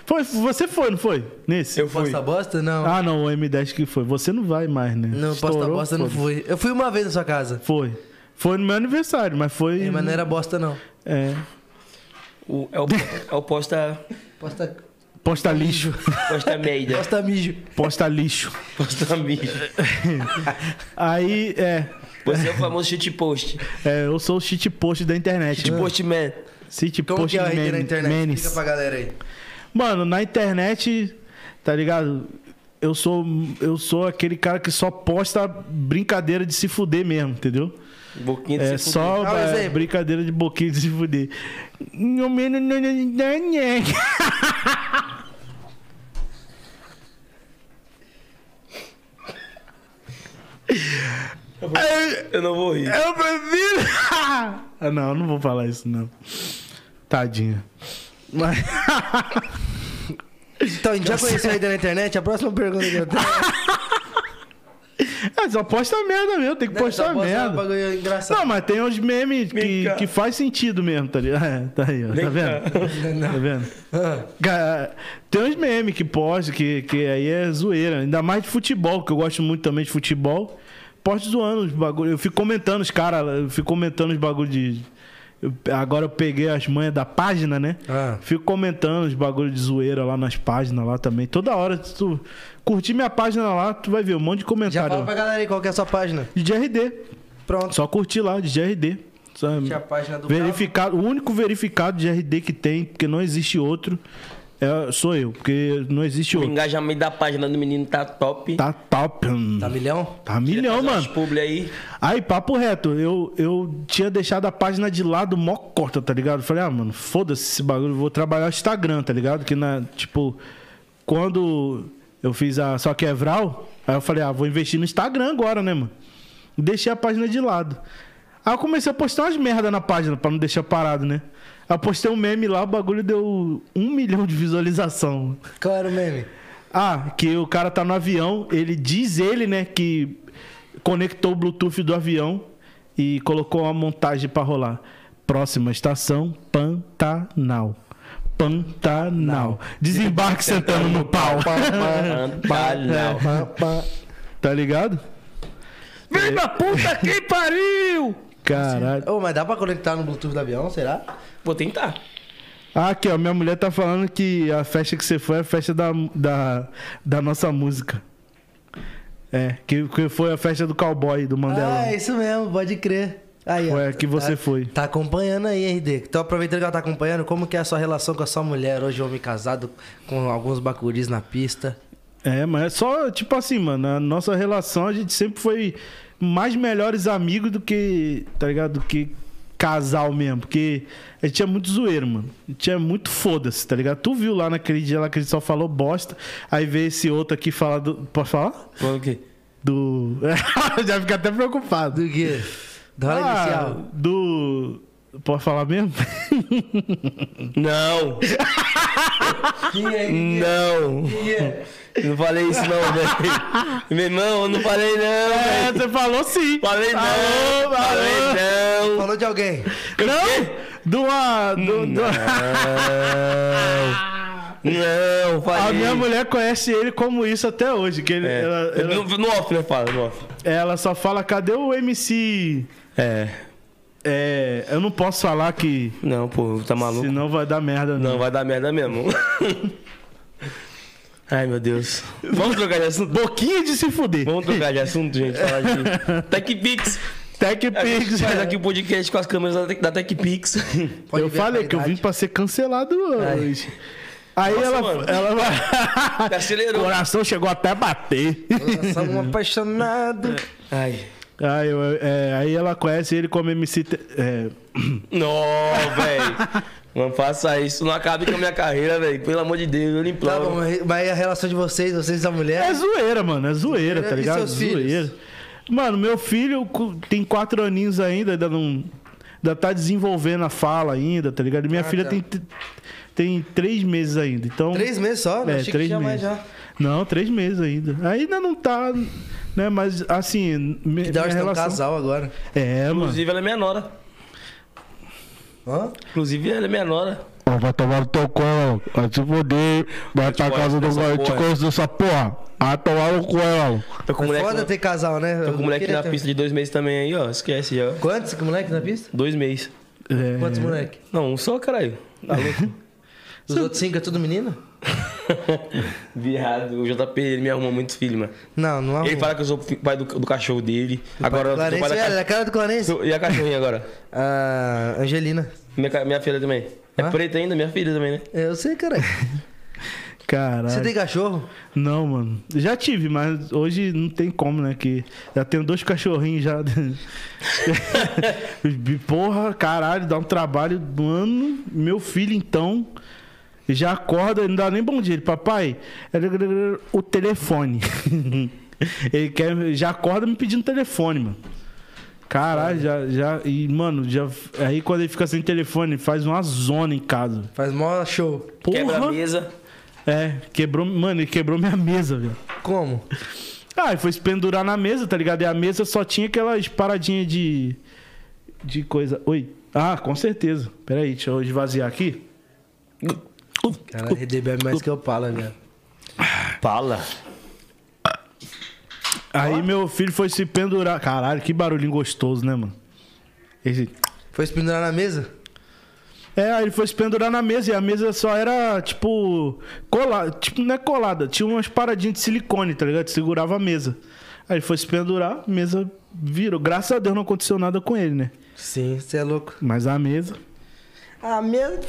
Speaker 3: Foi, você foi, não foi? Nesse?
Speaker 4: Eu fui.
Speaker 1: Posta bosta? Não.
Speaker 3: Ah, não, o M10 que foi. Você não vai mais, né?
Speaker 1: não, posta
Speaker 3: Estourou,
Speaker 1: bosta não
Speaker 3: foda-se.
Speaker 1: fui. Eu fui uma vez na sua casa.
Speaker 3: Foi. Foi no meu aniversário, mas foi.
Speaker 1: Mas não é- era bosta, não.
Speaker 3: É.
Speaker 4: O- é, o, é o posta.
Speaker 1: Posta, É
Speaker 3: Posta lixo.
Speaker 4: Posta meida.
Speaker 1: posta mijo.
Speaker 3: Posta lixo.
Speaker 4: Posta mijo.
Speaker 3: Aí, é.
Speaker 4: Você é o famoso shit post.
Speaker 3: é, eu sou o shit post da internet.
Speaker 4: Shit post man.
Speaker 3: Shit
Speaker 1: Como
Speaker 3: post
Speaker 1: que é o RD na
Speaker 3: meme-
Speaker 1: internet?
Speaker 3: memes.
Speaker 1: Explica pra galera aí.
Speaker 3: Mano, na internet, tá ligado? Eu sou, eu sou aquele cara que só posta brincadeira de se fuder mesmo, entendeu?
Speaker 4: Boquinha de
Speaker 3: É
Speaker 4: se
Speaker 3: só
Speaker 1: Dá um
Speaker 3: é,
Speaker 1: exemplo.
Speaker 3: brincadeira de boquinha de se fuder. No menu- no- no- no- no-
Speaker 4: fuder. Eu não vou rir.
Speaker 3: Eu prefiro. ah, não, eu não vou falar isso, não. Tadinha. Mas.
Speaker 1: Então, a gente já conheceu a RD na internet? A próxima pergunta que eu tenho...
Speaker 3: É, só posta merda é mesmo, tem que postar
Speaker 1: Só posta um
Speaker 3: merda.
Speaker 1: bagulho engraçado.
Speaker 3: Não, mas tem uns memes
Speaker 4: Vem
Speaker 3: que,
Speaker 4: cá.
Speaker 3: que faz sentido mesmo, tá ligado? É, tá aí, ó.
Speaker 4: Vem
Speaker 3: Tá vendo? Tá vendo?
Speaker 1: Ah,
Speaker 3: Cara, tem uns memes que posto, que, que aí é zoeira. Ainda mais de futebol, que eu gosto muito também de futebol. Posto zoando os bagulho. Eu fico comentando os caras, eu fico comentando os bagulho de. eu- agora eu peguei as manhas da página, né?
Speaker 1: Ah.
Speaker 3: Fico comentando os bagulho de zoeira lá nas páginas lá também. Toda hora, se tu curtir minha página lá, tu vai ver um monte de
Speaker 1: Já fala
Speaker 3: comentário.
Speaker 1: pra
Speaker 3: lá.
Speaker 1: galera aí qual que é a sua página.
Speaker 3: De GRD.
Speaker 1: Pronto.
Speaker 3: Só curtir lá, de GRD. Sabe?
Speaker 1: Tinha a página do
Speaker 3: verificado, o único verificado de RD que tem, porque não existe outro, é- sou eu, porque não
Speaker 1: Tá
Speaker 3: existe
Speaker 4: O
Speaker 3: outro.
Speaker 4: engajamento da página do menino tá top.
Speaker 3: Tá top. hum.
Speaker 1: Tá milhão?
Speaker 3: Tá milhão,
Speaker 4: Faz umas
Speaker 3: mano.
Speaker 4: Publi aí.
Speaker 3: Aí, papo reto, eu, eu tinha deixado a página de lado mó corta, tá ligado? Falei, ah, mano, foda-se esse bagulho, vou trabalhar o Instagram, tá ligado? Que na, tipo, quando eu fiz a Só que é Vral, aí eu falei, ah, vou investir no Instagram agora, né, mano? Deixei a página de lado. Aí eu comecei a postar umas merda na página pra não deixar parado, né? Aí eu postei um meme lá, o bagulho deu um milhão de visualização.
Speaker 1: Claro, meme.
Speaker 3: Ah, que o cara tá no avião, ele diz ele, né, que conectou o Bluetooth do avião e colocou uma montagem pra rolar. Próxima estação, Pantanal. Pantanal. Desembarque sentando no pau. é,
Speaker 4: Pantanal.
Speaker 3: Tá ligado? Vem da puta que pariu! Caralho.
Speaker 1: Ô, mas dá pra conectar no Bluetooth do avião, será?
Speaker 4: Vou tentar.
Speaker 3: Ah, aqui, ó. Minha mulher tá falando que a festa que você foi é a festa da, da, da nossa música. É, que, que foi a festa do cowboy, do Mandela.
Speaker 1: Ah, isso mesmo, pode crer. Aí, ó.
Speaker 3: Ué, que você
Speaker 1: tá,
Speaker 3: né? foi.
Speaker 1: Tá acompanhando aí, RD. Então, aproveitando que ela tá acompanhando, como que é a sua relação com a sua mulher? Hoje, homem casado com alguns bacuris na pista.
Speaker 3: É, mas é só, tipo assim, mano, a nossa relação a gente sempre foi mais melhores amigos do que, tá ligado? Do que casal mesmo, porque a gente é muito zoeiro, mano. A gente é muito foda-se, tá ligado? Tu viu lá naquele dia lá que a gente só falou bosta, aí veio esse outro aqui falar do. Pode falar?
Speaker 4: Falando o quê?
Speaker 3: Do. Já fica até preocupado. Ah,
Speaker 1: Do quê? Da hora inicial.
Speaker 3: do. Pode falar mesmo?
Speaker 4: Não! Não! Não falei isso não, velho. Meu irmão, eu não falei não,
Speaker 3: É,
Speaker 4: velho.
Speaker 3: você falou sim.
Speaker 4: Falei não!
Speaker 3: Alô,
Speaker 4: falei
Speaker 3: alô.
Speaker 4: não!
Speaker 1: Falou de alguém.
Speaker 3: Não! Do uma. Do, do...
Speaker 4: Não, falei.
Speaker 3: A minha mulher conhece ele como isso até hoje. Que ele-
Speaker 4: É.
Speaker 3: ela, ela,
Speaker 4: No, no off, né? Fala, no off.
Speaker 3: ela só fala, cadê o MC?
Speaker 4: É.
Speaker 3: É, eu não posso falar que.
Speaker 4: Não, pô, tá maluco?
Speaker 3: Senão vai dar merda,
Speaker 4: Não,
Speaker 3: não.
Speaker 4: vai dar merda mesmo. Ai, meu Deus. Vamos trocar de assunto?
Speaker 3: Boquinha de se fuder.
Speaker 4: Vamos trocar de assunto, gente? Falar de TechPix. É, A gente
Speaker 3: TechPix.
Speaker 4: faz aqui o podcast com as câmeras da Tec- da TechPix.
Speaker 1: Pode
Speaker 3: eu
Speaker 1: ver a
Speaker 3: falei que eu vim
Speaker 1: qualidade.
Speaker 3: pra ser cancelado hoje. Aí
Speaker 4: mano.
Speaker 3: ela, ela vai.
Speaker 4: Acelerou.
Speaker 3: coração chegou até a bater.
Speaker 1: um Nós somos apaixonados.
Speaker 4: Ai.
Speaker 3: Aí, eu- é, aí ela conhece ele como MC. Te- é,
Speaker 4: Não, velho. Não faça isso, não acabe com a minha carreira, velho. Pelo amor de Deus, eu lhe
Speaker 1: Tá
Speaker 4: imploro.
Speaker 1: bom, mas- mas a relação de vocês, vocês e a mulher.
Speaker 3: É zoeira, mano. É zoeira, tá
Speaker 1: E
Speaker 3: ligado?
Speaker 1: seus filhos?
Speaker 3: Zoeira. Mano, meu filho cu- tem quatro aninhos ainda, ainda não. Ainda tá desenvolvendo a fala ainda, tá ligado? E
Speaker 1: Ah,
Speaker 3: Minha filha tem, t- tem três meses ainda. Então.
Speaker 1: Três meses só?
Speaker 3: É,
Speaker 1: Achei que
Speaker 3: três
Speaker 1: tinha
Speaker 3: meses.
Speaker 1: mais já.
Speaker 3: Não, três meses ainda. Ainda não tá. Né, mas assim. mi-
Speaker 1: Que da hora
Speaker 3: minha
Speaker 1: de ter um
Speaker 3: relação-
Speaker 1: casal agora.
Speaker 3: É, mano.
Speaker 4: Inclusive, ela é minha nora.
Speaker 1: Hã?
Speaker 4: Inclusive, ela é minha nora.
Speaker 2: Ó, vai tomar no teu cu, mano. Vai te foder. Vai pra
Speaker 4: te
Speaker 2: casa do
Speaker 4: conheço dessa
Speaker 2: cara. Eu te
Speaker 4: porra.
Speaker 2: conheço dessa porra. Vai tomar no cu, mano.
Speaker 4: Tô com
Speaker 1: Mas
Speaker 4: moleque,
Speaker 1: É foda
Speaker 4: na-
Speaker 1: ter casal, né?
Speaker 4: tô
Speaker 1: Eu
Speaker 4: com moleque
Speaker 1: queria
Speaker 4: na
Speaker 1: ter-
Speaker 4: pista de dois meses também aí, ó. Esquece já.
Speaker 1: Quantos que moleque na pista?
Speaker 4: Dois meses.
Speaker 3: É.
Speaker 1: Quantos moleque?
Speaker 4: Não, um só, caralho. Tá louco?
Speaker 1: Os outros cinco é tudo menino?
Speaker 4: Viado, o JP ele me arruma muito filho, mano.
Speaker 1: Não, não
Speaker 4: Ele
Speaker 1: arruma.
Speaker 4: fala que eu sou fi- pai do, do cachorro dele. Agora eu sou pai
Speaker 1: Clarence, é,
Speaker 4: da
Speaker 1: olha, a
Speaker 4: ca...
Speaker 1: cara do Clarence.
Speaker 4: sou- E a cachorrinha agora?
Speaker 1: Ah, Angelina.
Speaker 4: Minha, ca- minha filha também. É
Speaker 1: Hã?
Speaker 4: preta ainda, minha filha também, né?
Speaker 1: É, Eu sei, cara.
Speaker 3: Caralho.
Speaker 1: Você tem cachorro?
Speaker 3: Não, mano. Já tive, mas hoje não tem como, né? Que já tenho dois cachorrinhos já. Porra, caralho, dá um trabalho. Mano, meu filho então já acorda, não dá nem bom dia. Ele, papai, o telefone. Ele quer, já acorda me pedindo telefone, mano. Caralho, já, já. E, mano, já. Aí quando ele fica sem telefone, faz uma zona em casa.
Speaker 1: Faz mó show.
Speaker 3: Porra.
Speaker 4: Quebra a mesa.
Speaker 3: É, quebrou. Mano, ele quebrou minha mesa, velho.
Speaker 1: Como?
Speaker 3: Ah, e foi se pendurar na mesa, tá ligado? E a mesa só tinha aquelas paradinhas de. de coisa. Oi. Ah, com certeza. Peraí, deixa eu esvaziar aqui.
Speaker 1: Cara, ele bebe mais que eu né? pala, velho.
Speaker 4: Fala.
Speaker 3: Aí meu filho foi se pendurar. Caralho, que barulhinho gostoso, né, mano? Esse-
Speaker 1: Foi se pendurar na mesa?
Speaker 3: É, aí ele foi se pendurar na mesa e a mesa só era, tipo, colada. Tipo, não é colada, tinha umas paradinhas de silicone, tá ligado? Que Segurava a mesa. Aí ele foi se pendurar, a mesa virou. Graças a Deus não aconteceu nada com ele, né?
Speaker 1: Sim, você é louco.
Speaker 3: Mas a mesa.
Speaker 1: Ah, meu.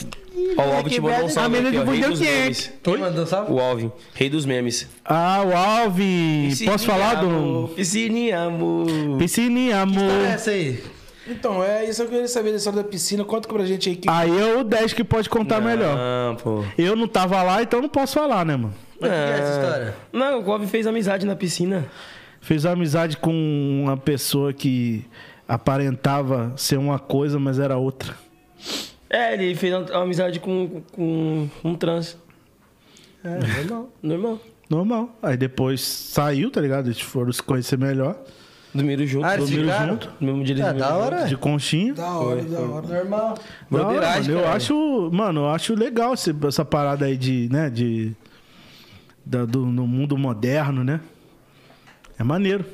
Speaker 4: Ó, o Alvin te mandou um salve aqui, ó,
Speaker 1: é
Speaker 4: rei dos memes.
Speaker 1: Quem mandou salve?
Speaker 4: O Alvin, rei dos memes.
Speaker 3: Ah, o Alvin!
Speaker 4: Piscininha,
Speaker 3: Posso falar, Dom?
Speaker 4: amor, Piscininha, amor.
Speaker 3: Piscininha,
Speaker 1: Olha
Speaker 3: amor.
Speaker 1: essa aí.
Speaker 6: Então, é isso que eu queria saber da história da piscina. Conta pra gente aí que.
Speaker 3: Aí é o 10 que pode
Speaker 1: tá
Speaker 3: contar melhor.
Speaker 4: Não, pô.
Speaker 3: Eu não tava lá, então não posso falar, né, mano?
Speaker 1: Mas o que é essa história?
Speaker 4: Não, o Alvin fez amizade na piscina.
Speaker 3: Fiz amizade com uma pessoa que aparentava ser uma coisa, mas era outra.
Speaker 4: É, ele fez uma uma amizade com, com um trans.
Speaker 3: É, normal.
Speaker 4: Normal.
Speaker 3: Normal. Aí depois saiu, tá ligado? Eles foram se conhecer melhor.
Speaker 4: Dormiram junto.
Speaker 1: Ah, eles
Speaker 4: dormiram
Speaker 1: ficaram?
Speaker 4: junto. No mesmo dia eles
Speaker 1: Ah,
Speaker 4: dormiram
Speaker 1: da hora.
Speaker 3: De conchinha.
Speaker 6: Da hora, da hora.
Speaker 1: Normal.
Speaker 3: Da hora,
Speaker 4: Broderagem,
Speaker 3: mano. Eu
Speaker 4: cara.
Speaker 3: acho, mano, eu acho legal esse- essa parada aí de, né, de da- do, no mundo moderno, né? É maneiro.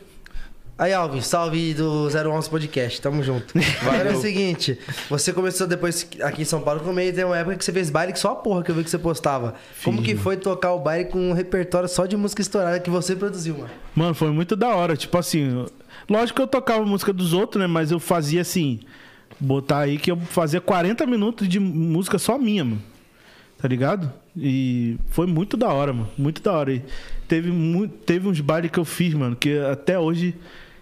Speaker 1: Aí, Alvin, salve do 011 Podcast, tamo junto. Agora é o seguinte, você começou depois aqui em São Paulo com meio, tem uma época que você fez baile que só a porra que eu vi que você postava. Como que foi tocar o baile com um repertório só de música estourada que você produziu, mano?
Speaker 3: Mano, foi muito da hora. Tipo assim, lógico que eu tocava música dos outros, né? Mas eu fazia assim, botar aí que eu fazia 40 minutos de música só minha, mano. Tá ligado? E foi muito da hora, mano. Muito da hora. E teve, mu- teve uns bailes que eu fiz, mano, que até hoje,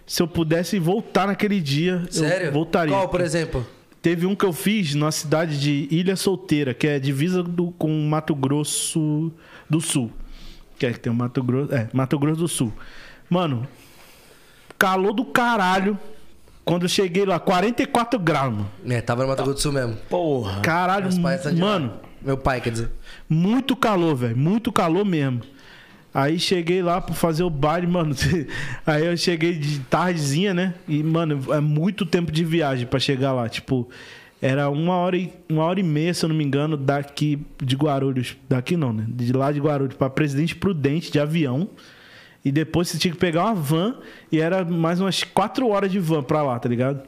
Speaker 3: se eu pudesse voltar naquele dia,
Speaker 1: Sério?
Speaker 3: eu voltaria.
Speaker 1: Qual, por exemplo?
Speaker 3: Teve um que eu fiz na cidade de Ilha Solteira, que é divisa do- com Mato Grosso do Sul. Que é que tem o Mato Grosso. É, Mato Grosso do Sul. Mano, calor do caralho. Quando eu cheguei lá, 44 graus, mano.
Speaker 1: É, tava no Mato Grosso do Sul mesmo.
Speaker 4: Porra.
Speaker 3: Caralho,
Speaker 1: Meus pais são de lá.
Speaker 3: mano.
Speaker 1: Meu pai, quer dizer.
Speaker 3: Muito calor, velho. Muito calor mesmo. Aí cheguei lá pra fazer o baile, mano. Aí eu cheguei de tardezinha, né? E, mano, é muito tempo de viagem pra chegar lá. Tipo, era uma hora, e, uma hora e meia, se eu não me engano, daqui de Guarulhos. Daqui não, né? De lá de Guarulhos pra Presidente Prudente de avião. E depois você tinha que pegar uma van. E era mais umas quatro horas de van pra lá, tá ligado?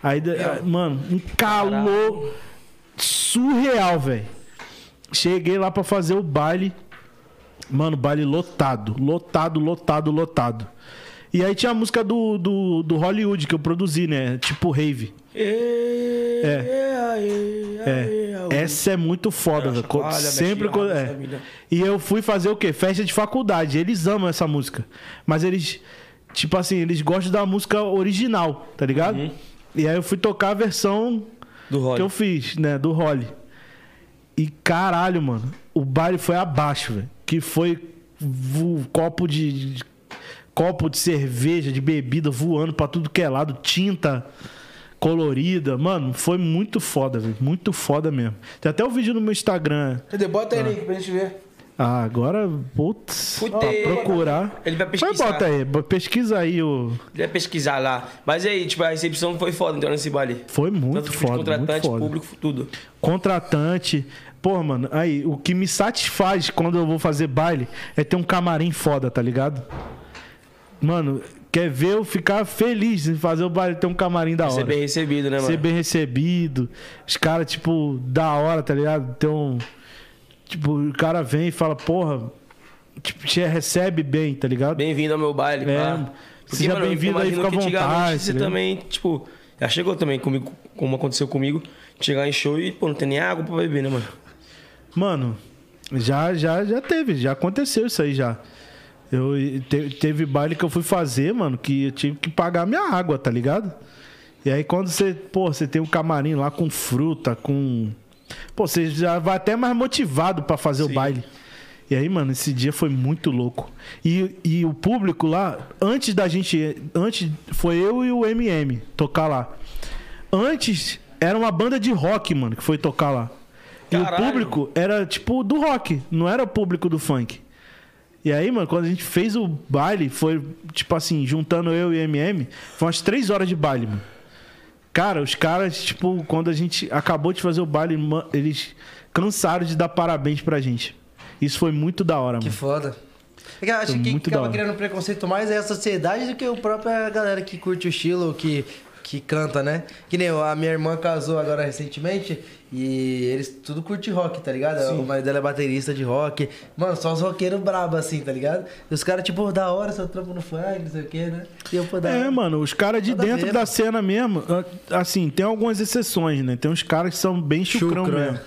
Speaker 3: Aí, de- aí, mano, um calor surreal, velho. Cheguei lá pra fazer o baile. Mano, baile lotado. Lotado, lotado, lotado. E aí tinha a música do, do, do Hollywood que eu produzi, né? Tipo Rave. É. Essa é muito foda, velho. Co-
Speaker 6: chacoalha,
Speaker 3: Sempre
Speaker 6: mexe,
Speaker 3: quando.
Speaker 6: rala,
Speaker 3: É.
Speaker 6: família.
Speaker 3: E eu fui fazer o quê? Festa de faculdade. Eles amam essa música. Mas eles Tipo assim, eles gostam da música original, tá ligado? E aí eu fui tocar a versão
Speaker 5: Do Rolly.
Speaker 3: que eu fiz, né? Do Rolly. E caralho, mano, o baile foi abaixo, velho. Que foi vo- copo de, de- copo de cerveja, de bebida voando pra tudo que é lado, tinta colorida. Mano, foi muito foda, velho. Muito foda mesmo. Tem até o vídeo no meu Instagram.
Speaker 6: Cadê? Bota aí, Nick, pra gente ver.
Speaker 3: Ah, agora, putz,
Speaker 5: Fui
Speaker 3: pra
Speaker 5: ter-
Speaker 3: procurar.
Speaker 5: Ele vai pesquisar.
Speaker 3: Mas bota aí, bo- pesquisa aí o
Speaker 5: Ele ia pesquisar lá. Mas aí, tipo, a recepção foi foda, então, nesse baile.
Speaker 3: Foi muito
Speaker 5: Tanto tipo de
Speaker 3: foda, muito
Speaker 5: contratante,
Speaker 3: foda.
Speaker 5: público, tudo.
Speaker 3: Contratante. Pô, mano, aí, o que me satisfaz quando eu vou fazer baile é ter um camarim foda, tá ligado? Mano, quer ver eu ficar feliz em fazer o baile ter um camarim da
Speaker 5: Ser
Speaker 3: hora.
Speaker 5: bem recebido, né, mano?
Speaker 3: Ser bem recebido. Os caras, tipo, da hora, tá ligado? Tem um. Tipo, o cara vem e fala, porra, tipo, te recebe bem, tá ligado?
Speaker 5: Bem-vindo ao meu baile,
Speaker 3: É,
Speaker 5: pá.
Speaker 3: seja
Speaker 5: eu
Speaker 3: bem-vindo aí,
Speaker 5: imagino
Speaker 3: fica à
Speaker 5: que antigamente
Speaker 3: vontade,
Speaker 5: Você
Speaker 3: tá ligado?
Speaker 5: também, tipo, já chegou também comigo, como aconteceu comigo, chegar em show e, pô, não tem nem água pra beber, né, mano?
Speaker 3: Mano, já, já, já teve, já aconteceu isso aí já. Eu te- teve baile que eu fui fazer, mano, que eu tive que pagar minha água, tá ligado? E aí quando você, pô, você tem um camarim lá com fruta, com Pô, você já vai até mais motivado pra fazer o baile. E aí, mano, esse dia foi muito louco. E, e o público lá, antes da gente. Antes foi eu e o MM tocar lá. Antes era uma banda de rock, mano, que foi tocar lá. E
Speaker 5: Caralho.
Speaker 3: o público era tipo do rock, não era o público do funk. E aí, mano, quando a gente fez o baile, foi tipo assim, juntando eu e o MM, foi umas três horas de baile, mano. Cara, os caras, tipo, quando a gente acabou de fazer o baile, ma- eles cansaram de dar parabéns pra gente. Isso foi muito da hora,
Speaker 1: Que
Speaker 3: mano.
Speaker 1: foda. É que eu acho
Speaker 3: Foi
Speaker 1: que
Speaker 3: Hum. muito da
Speaker 1: acaba
Speaker 3: hora.
Speaker 1: criando preconceito mais é a sociedade do que a própria galera que curte o estilo, que, que canta, né? Que nem eu, a minha irmã casou agora recentemente e eles tudo curte rock, tá ligado? O marido dela é baterista de rock. Mano, só os roqueiros brabo assim, tá ligado? E os caras, tipo, da hora, seu trampo no funk, não sei o quê, né? E eu, pô, da
Speaker 3: É,
Speaker 1: hora.
Speaker 3: mano, os caras de
Speaker 1: Nada a
Speaker 3: dentro
Speaker 1: ver, né?
Speaker 3: da
Speaker 1: mano.
Speaker 3: cena mesmo, a- assim, tem algumas exceções, né? Tem uns caras que são bem chucrão,
Speaker 1: Chucrão,
Speaker 3: mesmo.
Speaker 1: é.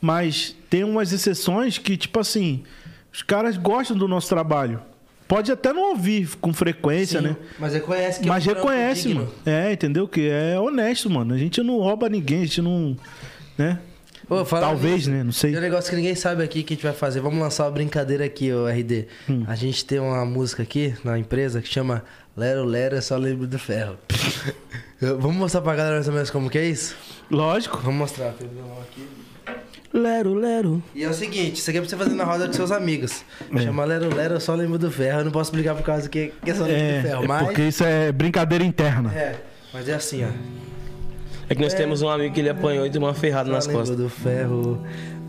Speaker 3: Mas tem umas exceções que, tipo assim, os caras gostam do nosso trabalho. Pode até não ouvir com frequência, né?
Speaker 1: Mas reconhece que
Speaker 3: Mas
Speaker 1: é um trampo
Speaker 3: reconhece,
Speaker 1: digno.
Speaker 3: mano. É, entendeu? Que é honesto, mano. A gente não rouba ninguém, a gente não. Né?
Speaker 1: Ô, fala
Speaker 3: Talvez,
Speaker 1: nisso,
Speaker 3: né? Não sei.
Speaker 1: Tem um negócio que ninguém sabe aqui que a gente vai fazer. Vamos lançar uma brincadeira aqui, ô RD.
Speaker 3: Hum.
Speaker 1: A gente tem uma música aqui na empresa que chama Lero Lero é só lembro do ferro. Eu- Vamos mostrar pra galera mais ou menos como que é isso?
Speaker 3: Lógico.
Speaker 1: Vamos mostrar. tem um violão aqui.
Speaker 5: Lero, lero.
Speaker 1: E é o seguinte, isso aqui é pra você fazer na roda com seus amigos.
Speaker 3: É.
Speaker 1: Chama Lero Lero, eu só lembro do ferro. Eu não posso explicar por causa que que é só lembro
Speaker 3: É,
Speaker 1: do ferro,
Speaker 3: é
Speaker 1: mas...
Speaker 3: porque isso é brincadeira interna.
Speaker 1: É, mas é assim, ó.
Speaker 5: É que nós temos um amigo que ele apanhou e deu uma ferrada nas
Speaker 1: só lembro
Speaker 5: costas.
Speaker 1: do ferro,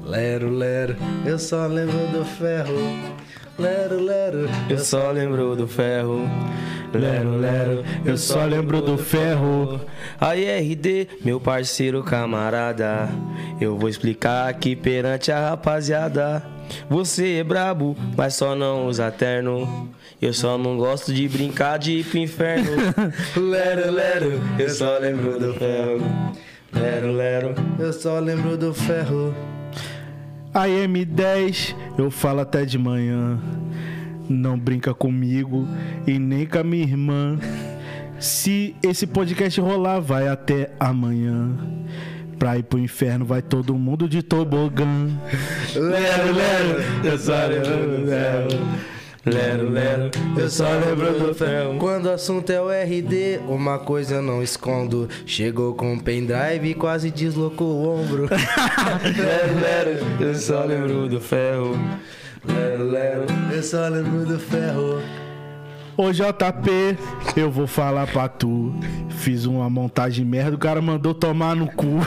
Speaker 1: lero, lero, eu só lembro do ferro, lero, lero.
Speaker 5: Eu só lembro do ferro.
Speaker 3: Lero, lero, eu só lembro do ferro.
Speaker 5: Aí, RD, meu parceiro camarada, eu vou explicar aqui perante a rapaziada. Você é brabo, mas só não usa terno. Eu só não gosto de brincar de ir pro inferno. lero, lero, eu só lembro do ferro. Lero, lero.
Speaker 1: Eu só lembro do ferro.
Speaker 3: Aí M10, eu falo até de manhã. Não brinca comigo e nem com a minha irmã. Se esse podcast rolar, vai até amanhã. Pra ir pro inferno, vai todo mundo de tobogã.
Speaker 1: Lero, lero,
Speaker 5: Eu só lembro do ferro. Lero, lero, eu só lembro do ferro.
Speaker 1: Quando o assunto é o RD, uma coisa eu não escondo. Chegou com um pendrive e quase deslocou o ombro.
Speaker 5: Lero, lero, eu só lembro do ferro. Lero, lero.
Speaker 1: Eu só lembro do ferro.
Speaker 3: Ô JP, eu vou falar pra tu. Fiz uma montagem merda, o cara mandou tomar no cu.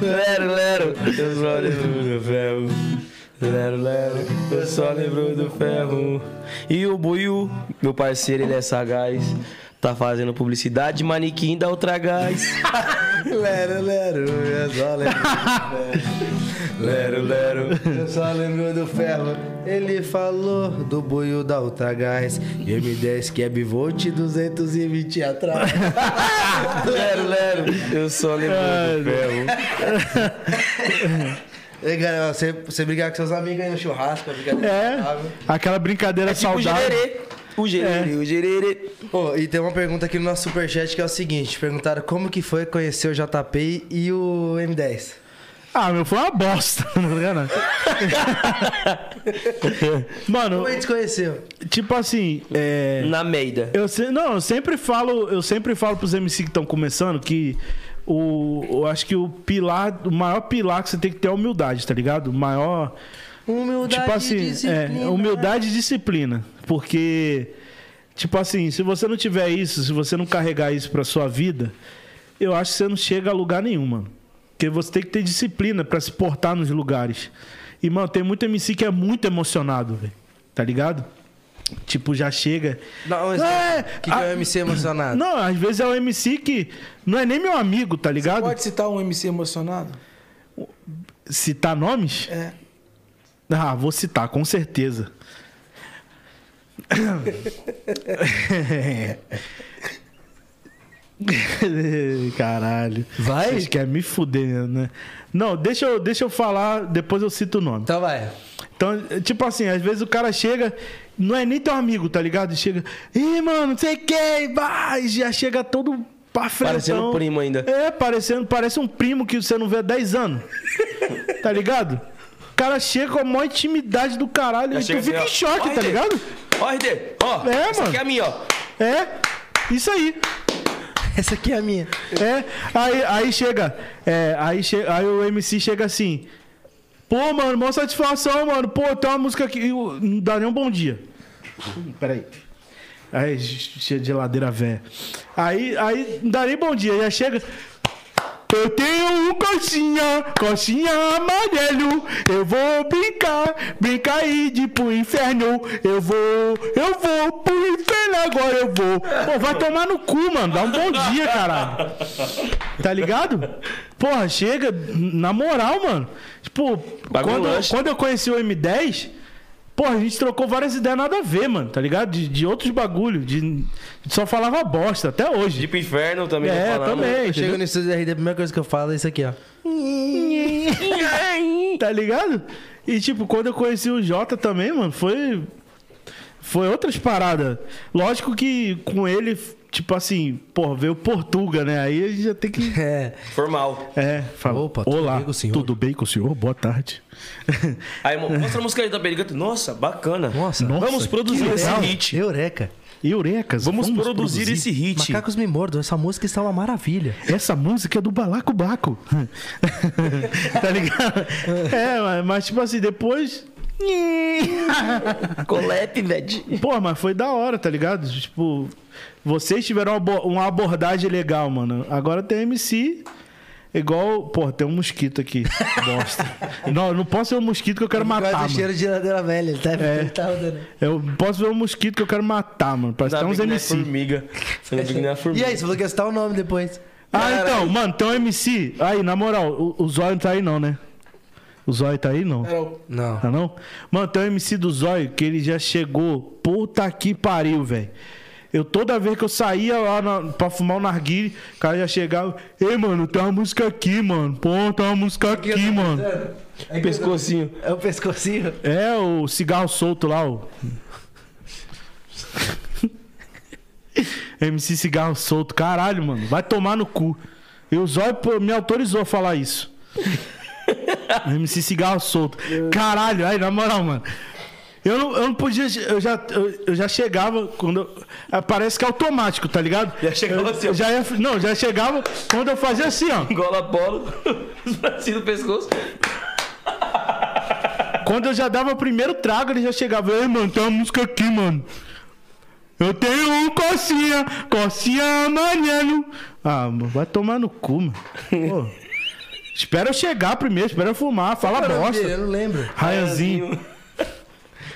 Speaker 5: Lero, lero, eu só lembro do ferro. Lero, lero, eu só lembro do ferro. E o Buiu, meu parceiro, ele é sagaz. Tá fazendo publicidade, manequim da outra gás.
Speaker 1: Lero, lero, eu só lembro do ferro.
Speaker 5: Lero, lero.
Speaker 1: Eu só lembro do ferro. Ele falou do buio da Ultragás. M10 que é bivolt 220 atrás.
Speaker 5: Lero, lero, eu só lembro do
Speaker 4: É
Speaker 5: ferro.
Speaker 1: Ei, galera, você, você brigar com seus amigos aí no churrasco, brincadeira
Speaker 3: É,
Speaker 1: saudável.
Speaker 3: aquela brincadeira
Speaker 5: O
Speaker 3: saudável.
Speaker 5: gererê.
Speaker 4: O tipo
Speaker 3: É.
Speaker 4: gererê, o gererê.
Speaker 1: Pô, e tem uma pergunta aqui no nosso superchat que é o seguinte: perguntaram como que foi conhecer o JP e o M10.
Speaker 3: Ah, meu, foi uma bosta. Não é, não? Mano,
Speaker 1: Como a gente se conheceu?
Speaker 3: tipo assim, é,
Speaker 4: Na Meida.
Speaker 3: Eu se- não, eu sempre falo, eu sempre falo pros MC que estão começando que o, eu acho que o pilar, o maior pilar que você tem que ter é a humildade, tá ligado? O maior
Speaker 1: Humildade
Speaker 3: tipo assim,
Speaker 1: e disciplina. né?
Speaker 3: é, humildade e disciplina, porque tipo assim, se você não tiver isso, se você não carregar isso pra sua vida, eu acho que você não chega a lugar nenhum, mano. Porque você tem que ter disciplina pra se portar nos lugares. E mano, tem muito MC que é muito emocionado, velho. Tá ligado? Tipo, já chega.
Speaker 1: Dá um
Speaker 3: É,
Speaker 1: exemplo. O que, que é o
Speaker 3: a-
Speaker 1: MC emocionado?
Speaker 3: não, às vezes é o MC que não é nem meu amigo, tá ligado?
Speaker 6: Pode citar um MC emocionado?
Speaker 3: Citar nomes?
Speaker 6: É.
Speaker 3: Ah, vou citar, com certeza. Caralho.
Speaker 1: Vai?
Speaker 3: Vocês querem me fuder, né? Não, deixa eu, deixa eu falar, depois eu cito o nome.
Speaker 1: Então vai.
Speaker 3: Então, é tipo assim, às vezes o cara chega, não é nem teu amigo, tá ligado? E Chega, ih, mano, não sei quem, vai, já chega todo pra frente.
Speaker 4: Parecendo primo ainda.
Speaker 3: É, parecendo, parece um primo que você não vê há 10 anos. tá ligado? O cara chega com a maior intimidade do caralho e tu
Speaker 4: Chega
Speaker 3: fica
Speaker 4: assim,
Speaker 3: em
Speaker 4: ó.
Speaker 3: choque,
Speaker 4: Ó,
Speaker 3: tá
Speaker 4: RD,
Speaker 3: ligado?
Speaker 4: Ó, RD, ó.
Speaker 3: É,
Speaker 4: essa
Speaker 3: mano.
Speaker 4: aqui é a minha, ó.
Speaker 3: É, isso aí.
Speaker 1: Essa aqui é a minha.
Speaker 3: É, aí, aí chega, é, aí, che- aí o MC chega assim, pô, mano, mó satisfação, mano, pô, tem uma música aqui, e o- não dá nem um bom dia. Peraí. Aí, cheia de geladeira velha. Aí, aí, não dá nem bom dia, já chega... Eu tenho um coxinha, coxinha amarelo. Eu vou brincar, brincar aí de ir pro inferno. Eu vou, eu vou pro inferno agora, eu vou. Pô, vai tomar no cu, mano. Dá um bom dia, caralho. Tá ligado? Porra, chega, na moral, mano. Tipo,
Speaker 4: Paga um
Speaker 3: quando,
Speaker 4: lanche.
Speaker 3: quando eu conheci o M10, porra, a gente trocou várias ideias nada a ver, mano, tá ligado? De, de outros bagulho, de, só falava bosta até hoje.
Speaker 4: De né? ir pro inferno também.
Speaker 3: é,
Speaker 4: falando.
Speaker 3: também.
Speaker 1: Eu
Speaker 3: entendeu?
Speaker 1: chego no estúdio RD, a primeira coisa que eu falo é isso aqui, ó.
Speaker 3: tá ligado? E tipo, quando eu conheci o Jota também, mano, foi. Foi outras paradas. Lógico que com ele, tipo assim, pô, veio Portuga, né? Aí a gente já tem que.
Speaker 1: É.
Speaker 4: Formal.
Speaker 3: É, fala.
Speaker 1: Opa, tudo
Speaker 3: Olá,
Speaker 1: bem com o senhor?"
Speaker 3: tudo bem com o senhor? Boa tarde.
Speaker 4: Aí, mo- mostra a música aí também. Ele canta, Nossa, bacana.
Speaker 1: Nossa.
Speaker 4: Vamos produzir
Speaker 1: que
Speaker 4: esse
Speaker 1: legal.
Speaker 4: hit.
Speaker 1: Eureka.
Speaker 3: Eurecas,
Speaker 4: Vamos, produzir, esse hit.
Speaker 1: Macacos me mordam, essa música está uma maravilha.
Speaker 3: Essa música é do Balaco Baco. tá ligado? É, mas- mas tipo assim, depois.
Speaker 4: Colep, velho.
Speaker 3: Pô, mas foi da hora, tá ligado? Tipo, vocês tiveram uma abo- uma abordagem legal, mano. Agora tem MC. Igual, pô, tem um mosquito aqui. Bosta. não, não posso ver um mosquito que eu quero
Speaker 1: Por causa
Speaker 3: matar,
Speaker 1: do
Speaker 3: mano.
Speaker 1: cheiro de geladeira velha, ele tá, ele tá rodando.
Speaker 3: Eu posso ver um mosquito que eu quero matar, mano. Parece que tem uns
Speaker 5: né?
Speaker 3: MC.
Speaker 4: formiga. Você não é
Speaker 1: E
Speaker 4: formiga.
Speaker 1: aí, você falou que ia citar o nome depois.
Speaker 3: Ah, então, mano, tem um MC. Aí, na moral, o, o Zóio não tá aí não, né? O Zóio tá aí não.
Speaker 6: Era o...
Speaker 1: Não.
Speaker 3: Tá não? Mano, tem um MC do Zóio que ele já chegou. Puta que pariu, velho. Eu toda vez que eu saía lá na, pra fumar o narguile, o cara já chegava. Ei, mano, tem uma música aqui, mano. Pô, tem uma música aqui, mano.
Speaker 4: pescocinho.
Speaker 1: É o pescocinho?
Speaker 3: É o cigarro solto lá, o. MC Cigarro Solto. Caralho, mano. Vai tomar no cu. E o Zóio pô, me autorizou a falar isso. MC Cigarro Solto. Caralho, aí, na moral, mano. Eu não, eu não podia. Eu já, eu, eu já chegava quando. eu- ah, parece que é automático, tá ligado?
Speaker 4: Já chegava
Speaker 3: Eu-
Speaker 4: assim,
Speaker 3: eu
Speaker 4: ó.
Speaker 3: já ia- Não, já chegava quando eu fazia assim, ó.
Speaker 4: Gola polo. Os bracinhos do pescoço.
Speaker 3: Quando eu já dava o primeiro trago, ele já chegava. Ei, mano, tem uma música aqui, mano. Eu tenho um cocinha, cocinha amarelo. Ah, mano, vai tomar no cu, mano. Pô. espera eu chegar primeiro, espera eu fumar, fala
Speaker 1: Qual é o nome dele?
Speaker 3: bosta.
Speaker 1: Eu não lembro.
Speaker 3: Rayanzinho.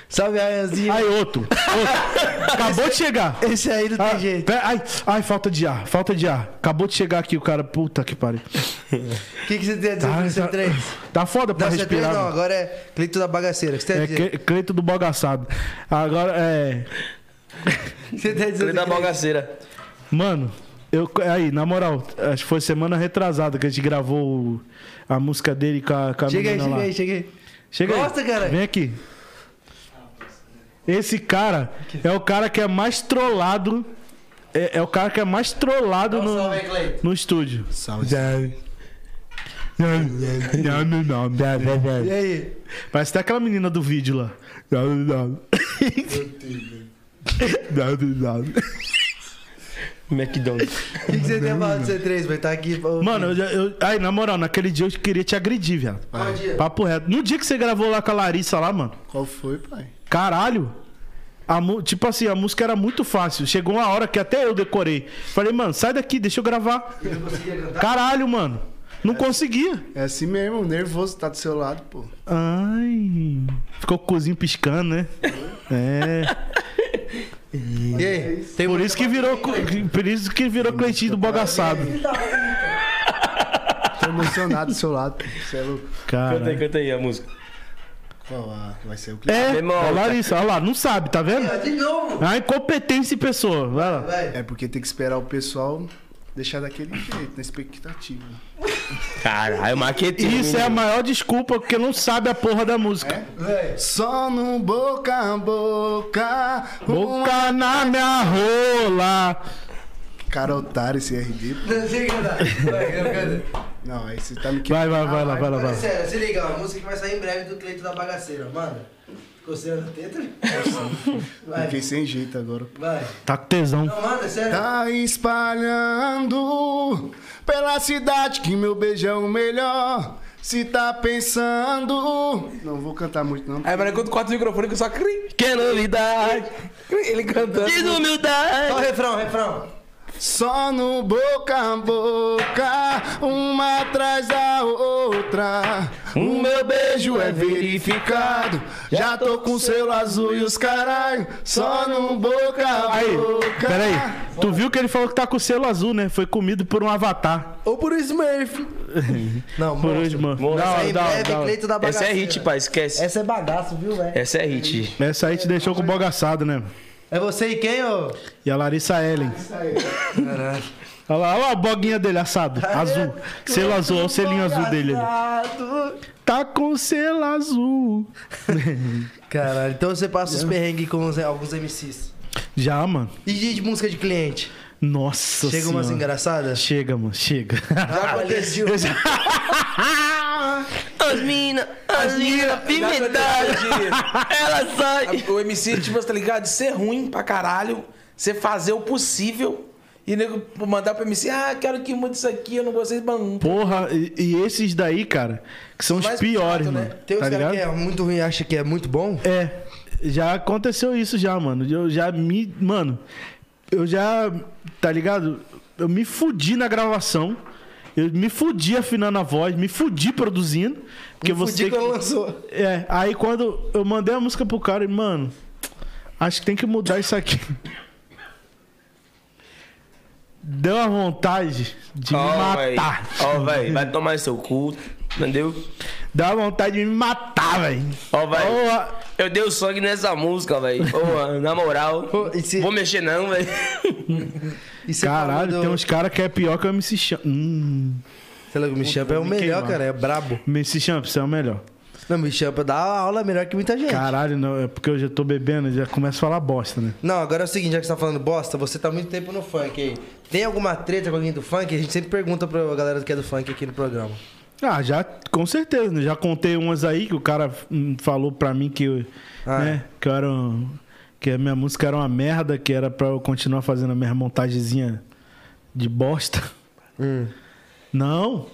Speaker 1: Salve, Ayanzinho.
Speaker 3: Aí outro. outro. Acabou de chegar.
Speaker 1: Ah, Esse aí não tem
Speaker 3: Ah,
Speaker 1: jeito.
Speaker 3: pera- ai, ai, falta de ar, falta de ar. Acabou de chegar aqui o cara, puta que pariu.
Speaker 1: O que, que você tem a dizer
Speaker 3: Tá,
Speaker 1: sobre
Speaker 3: tá,
Speaker 1: C3?
Speaker 3: tá foda pra
Speaker 1: Não, C3
Speaker 3: respirar.
Speaker 1: não,
Speaker 3: mano.
Speaker 1: agora é Clito da Bagaceira. O que você tem a
Speaker 3: É
Speaker 1: dizer?
Speaker 3: Cle- Cleito do Bogaçado. Agora, é.
Speaker 1: O que você tem a dizer
Speaker 4: Ele da
Speaker 1: sobre C3?
Speaker 3: Tá
Speaker 4: bagaceira.
Speaker 3: Mano, eu, aí, na moral, acho que foi semana retrasada que a gente gravou o- a música dele com a, com a
Speaker 1: Chega aí,
Speaker 3: menina
Speaker 1: chega
Speaker 3: lá.
Speaker 1: aí, chega aí.
Speaker 3: Chega aí.
Speaker 1: Gosta, cara?
Speaker 3: Vem aqui. Esse cara é o cara que é mais trollado. É, é o cara que é mais trollado
Speaker 1: um
Speaker 3: no,
Speaker 7: salve aí, Cleiton.
Speaker 3: no estúdio.
Speaker 1: Salve.
Speaker 2: E
Speaker 1: aí?
Speaker 3: Parece até aquela menina do vídeo lá.
Speaker 4: McDonald's.
Speaker 1: O que, que você tem falado do C3, velho? Tá aqui. ô,
Speaker 3: Mano, eu, já- eu, aí, na moral, naquele dia eu queria te agredir, viado. Papo reto. No dia que você gravou lá com a Larissa lá, mano.
Speaker 8: Qual foi, pai?
Speaker 3: Caralho! A mu- tipo assim, a música era muito fácil. Chegou uma hora que até eu decorei. Falei, mano, sai daqui, deixa eu gravar. Caralho, mano. Não conseguia.
Speaker 8: É assim mesmo, nervoso, tá do seu lado, pô.
Speaker 3: Ai. Ficou com o cozinho piscando, né? É.
Speaker 1: E
Speaker 8: É
Speaker 1: aí? Tem
Speaker 3: Por isso que virou, co- por isso que virou Cleitinho do Bogaçado.
Speaker 8: Tô emocionado do seu lado, pô. Você é louco.
Speaker 4: Canta aí,
Speaker 3: Cara.
Speaker 4: canta aí a música.
Speaker 8: Qual a... Vai ser o clipe.
Speaker 3: É,
Speaker 4: Irmão,
Speaker 3: a Larissa, olha lá, não sabe, tá vendo?
Speaker 1: De novo.
Speaker 3: A incompetência em pessoa. Vai lá.
Speaker 8: É porque tem que esperar o pessoal deixar daquele jeito, na expectativa.
Speaker 4: Caralho, maquetinho.
Speaker 3: Isso é a maior desculpa porque não sabe a porra da música.
Speaker 8: É? Só no boca a boca. Uma...
Speaker 3: Boca na minha rola.
Speaker 8: Cara otário esse RD. pô.
Speaker 1: Não sei cantar. Vai, eu canto.
Speaker 8: Não, aí você tá me
Speaker 3: Vai,
Speaker 8: quebrando.
Speaker 3: vai, vai lá, vai lá, vai.
Speaker 1: Mas é
Speaker 3: lá.
Speaker 1: sério, se liga, ó, a música que vai sair em breve do Cleito da Bagaceira, mano. Coceira na teta? Vai,
Speaker 8: Fiquei sem jeito agora.
Speaker 1: vai.
Speaker 3: Tá com tesão.
Speaker 1: Não, manda, é sério.
Speaker 8: Tá espalhando pela cidade que meu beijão melhor. Se tá pensando. Não vou cantar muito, não.
Speaker 6: Aí, mano, quando quatro microfones que eu só cri,
Speaker 4: Que novidade.
Speaker 6: cri, ele cantando.
Speaker 1: Só o
Speaker 4: Desumildade.
Speaker 1: refrão, refrão.
Speaker 8: Só no boca a boca, uma atrás da outra. O meu beijo é verificado. Já tô com seu azul e os caralho. Só no boca a
Speaker 3: Aí,
Speaker 8: boca.
Speaker 3: peraí. Tu viu que ele falou que tá com o selo azul, né? Foi comido por um avatar.
Speaker 1: Ou por Smurf. Não,
Speaker 3: Por
Speaker 1: mano.
Speaker 3: hoje, mano.
Speaker 4: Monstro.
Speaker 3: Da
Speaker 1: Essa
Speaker 3: hora,
Speaker 1: aí em
Speaker 3: da hora,
Speaker 1: breve,
Speaker 3: da hora.
Speaker 1: Cleito da
Speaker 4: Essa
Speaker 1: Bagaceira.
Speaker 4: é hit, pai, esquece.
Speaker 1: Essa é bagaço, viu, velho?
Speaker 4: Essa é hit.
Speaker 3: Essa aí te deixou com o bogaçado, né?
Speaker 1: É você e quem, ô?
Speaker 3: E a Larissa Ellen.
Speaker 1: Caralho. É,
Speaker 3: Olha lá, olha lá a boguinha dele assado. Azul. Selo azul, olha é o selinho azul dele ali. Tá com o selo azul.
Speaker 1: Caralho, então você passa os perrengues com os- alguns MCs.
Speaker 3: Já, mano.
Speaker 1: E de de música de cliente?
Speaker 3: Nossa
Speaker 1: Chega
Speaker 3: senhora.
Speaker 1: umas engraçadas?
Speaker 3: Chega, mano, chega.
Speaker 1: Já aconteceu.
Speaker 4: As minas, as minas pimentadas. Ela sai.
Speaker 6: O MC, tipo, tá ligado? De ser ruim pra caralho, você fazer o possível. E o nego mandar pro MC, ah, quero que mude isso aqui, eu não gostei, mano.
Speaker 3: Porra, e, e esses daí, cara, que são os
Speaker 6: Mais
Speaker 3: piores,
Speaker 6: chato, né?
Speaker 3: mano.
Speaker 1: Tem uns
Speaker 3: tá
Speaker 1: caras
Speaker 3: ligado?
Speaker 1: que é muito ruim e acha que é muito bom?
Speaker 3: É, já aconteceu isso já, mano. Eu já me. Mano, eu já. Tá ligado? Eu me fudi na gravação. Eu me fudi afinando a voz, me fudi produzindo. Porque
Speaker 1: Me
Speaker 3: você.
Speaker 1: fudi É quando lançou.
Speaker 3: É, aí quando eu mandei a música pro cara e, mano, acho que tem que mudar isso aqui. Deu a vontade de me
Speaker 4: Ó, véi.
Speaker 3: matar.
Speaker 4: Ó, véi, vai tomar seu cu. Entendeu?
Speaker 3: Dá vontade de me matar, velho.
Speaker 4: Ó, véi.
Speaker 3: Ô, a-
Speaker 4: Eu dei o sangue nessa música, velho. na moral.
Speaker 1: Pô, e se-
Speaker 4: Vou mexer não, velho.
Speaker 1: E
Speaker 4: Tipo,
Speaker 1: você
Speaker 3: Caralho,
Speaker 1: falou do-
Speaker 3: tem uns caras que é pior que o MC Champ. Hum,
Speaker 1: Sei lá, o Michamp é o
Speaker 3: me
Speaker 1: melhor,
Speaker 3: queimar.
Speaker 1: cara. É brabo.
Speaker 3: MC Champ, você é o melhor.
Speaker 1: Não, o Michamp dá aula melhor que muita gente.
Speaker 3: Caralho, não, é porque eu já tô bebendo, já começo a falar bosta, né?
Speaker 1: Não, agora é o seguinte, já que você tá falando bosta, você tá muito tempo no funk aí. Tem alguma treta com alguém do funk? A gente sempre pergunta pra galera que é do funk aqui no programa.
Speaker 3: Ah, já, com certeza, né? Já contei umas aí que o cara hum, falou pra mim que, eu-
Speaker 1: Ah.
Speaker 3: né, que eu era um, que a minha música era uma merda, que era pra eu continuar fazendo a minha montagemzinha de bosta. Hum. Não.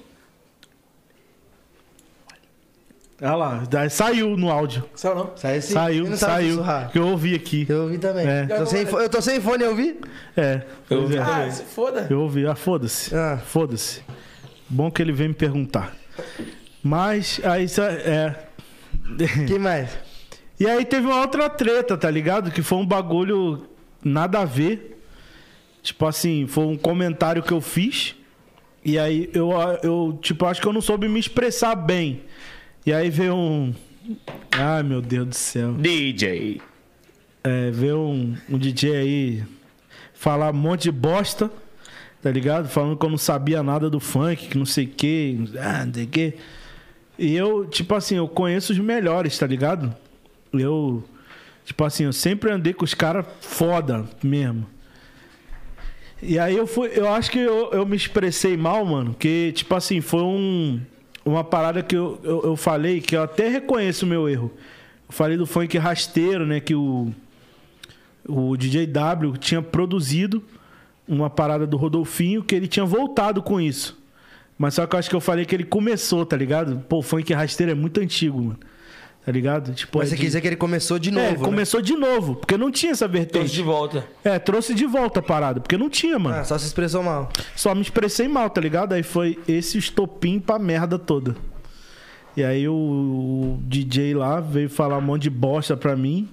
Speaker 3: Olha lá, daí saiu no áudio.
Speaker 6: Só não.
Speaker 1: Saiu sim? assim? Eu
Speaker 3: saiu,
Speaker 1: não sabe
Speaker 3: saiu.
Speaker 1: sussurrar.
Speaker 3: Que eu ouvi aqui.
Speaker 1: Eu ouvi também.
Speaker 3: É.
Speaker 1: Tô sem fo- eu tô sem fone, eu ouvi?
Speaker 3: É.
Speaker 4: Eu
Speaker 3: pois é.
Speaker 6: Ah, se foda.
Speaker 3: Eu ouvi, ah, foda-se.
Speaker 1: Ah.
Speaker 3: Foda-se. Bom que ele veio me perguntar. Mas aí sa- é.
Speaker 1: Quem mais?
Speaker 3: E aí teve uma outra treta, tá ligado? Que foi um bagulho nada a ver. Tipo assim, foi um comentário que eu fiz. E aí eu, eu tipo, acho que eu não soube me expressar bem. E aí veio um. Ai, meu Deus do céu.
Speaker 4: DJ.
Speaker 3: é, ver um, um DJ aí falar um monte de bosta, tá ligado? Falando que eu não sabia nada do funk, que não sei o que, ah, não sei o que. E eu, tipo assim, eu conheço os melhores, tá ligado? Eu Tipo assim, eu sempre andei com os caras foda mesmo. E aí eu fui, eu acho que eu, eu me expressei mal, mano, que tipo assim, foi um uma parada que eu, eu, eu falei que eu até reconheço o meu erro. Eu falei do funk rasteiro, né, que o o DJ W tinha produzido uma parada do Rodolfinho que ele tinha voltado com isso. Mas só que eu acho que eu falei que ele começou, tá ligado? Pô, o funk rasteiro é muito antigo, mano. Tá ligado? Tipo,
Speaker 1: Mas
Speaker 3: é
Speaker 1: você
Speaker 3: de-
Speaker 1: quer dizer que ele começou de novo,
Speaker 3: é, ele
Speaker 1: né?
Speaker 3: começou de novo, porque não tinha essa
Speaker 4: Trouxe
Speaker 3: vertente.
Speaker 4: de volta.
Speaker 3: É, trouxe de volta a parada, porque não tinha, mano.
Speaker 1: Ah, só se expressou mal.
Speaker 3: Só me expressei mal, tá ligado? Aí foi esse estopim pra merda toda. E aí o DJ lá veio falar um monte de bosta pra mim.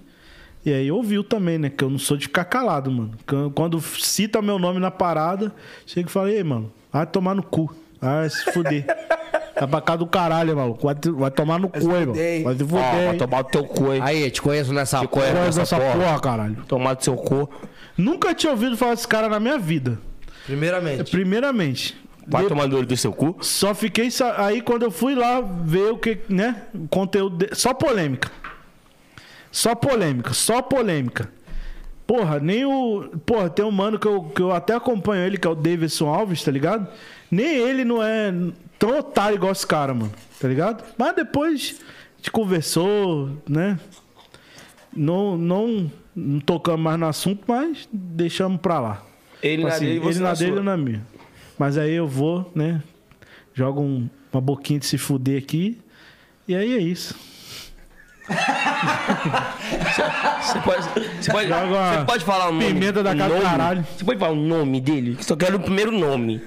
Speaker 3: E aí ouviu também, né? Que eu não sou de ficar calado, mano. Qu- Quando cita meu nome na parada, chega e fala, ei, mano, vai tomar no cu. Vai se fuder. Tá pra cá do caralho, maluco. Vai, te- vai tomar no cu, hein, mano.
Speaker 6: fuder, hein?
Speaker 3: Vai se fuder.
Speaker 5: Ó,
Speaker 3: hein?
Speaker 5: vai tomar o teu cu, hein?
Speaker 1: Aí, te conheço nessa
Speaker 5: Te conheço
Speaker 3: Vai
Speaker 5: nessa
Speaker 3: essa
Speaker 5: porra.
Speaker 3: porra, caralho.
Speaker 5: Tomar do seu cu.
Speaker 3: Nunca tinha ouvido falar desse cara na minha vida.
Speaker 1: Primeiramente.
Speaker 3: Primeiramente.
Speaker 5: Vai tomar no olho do seu cu.
Speaker 3: Só fiquei. sa- Aí quando eu fui lá ver o que, né? O conteúdo. de- Só polêmica. Só polêmica, só polêmica. Porra, nem o. Porra, tem um mano que eu, que eu até acompanho ele, que é o Davidson Alves, tá ligado? Nem ele não é tão otário igual esse cara, mano. Tá ligado? Mas depois a gente conversou, né? Não, não, não tocamos mais no assunto, mas deixamos pra lá.
Speaker 4: Ele
Speaker 1: Tipo
Speaker 4: na
Speaker 3: Assim,
Speaker 4: dele e você tá
Speaker 3: ele na
Speaker 4: na
Speaker 3: dele
Speaker 4: sua.
Speaker 3: eu na minha. Mas aí eu vou, né? Jogo um- uma boquinha de se fuder aqui. E aí é isso.
Speaker 4: Você pode, você pode,
Speaker 3: Joga uma
Speaker 4: você pode falar o nome.
Speaker 3: pimenta da
Speaker 4: o
Speaker 3: casa do
Speaker 4: nome?
Speaker 3: caralho.
Speaker 4: Você pode falar o nome dele? Só quero o primeiro nome.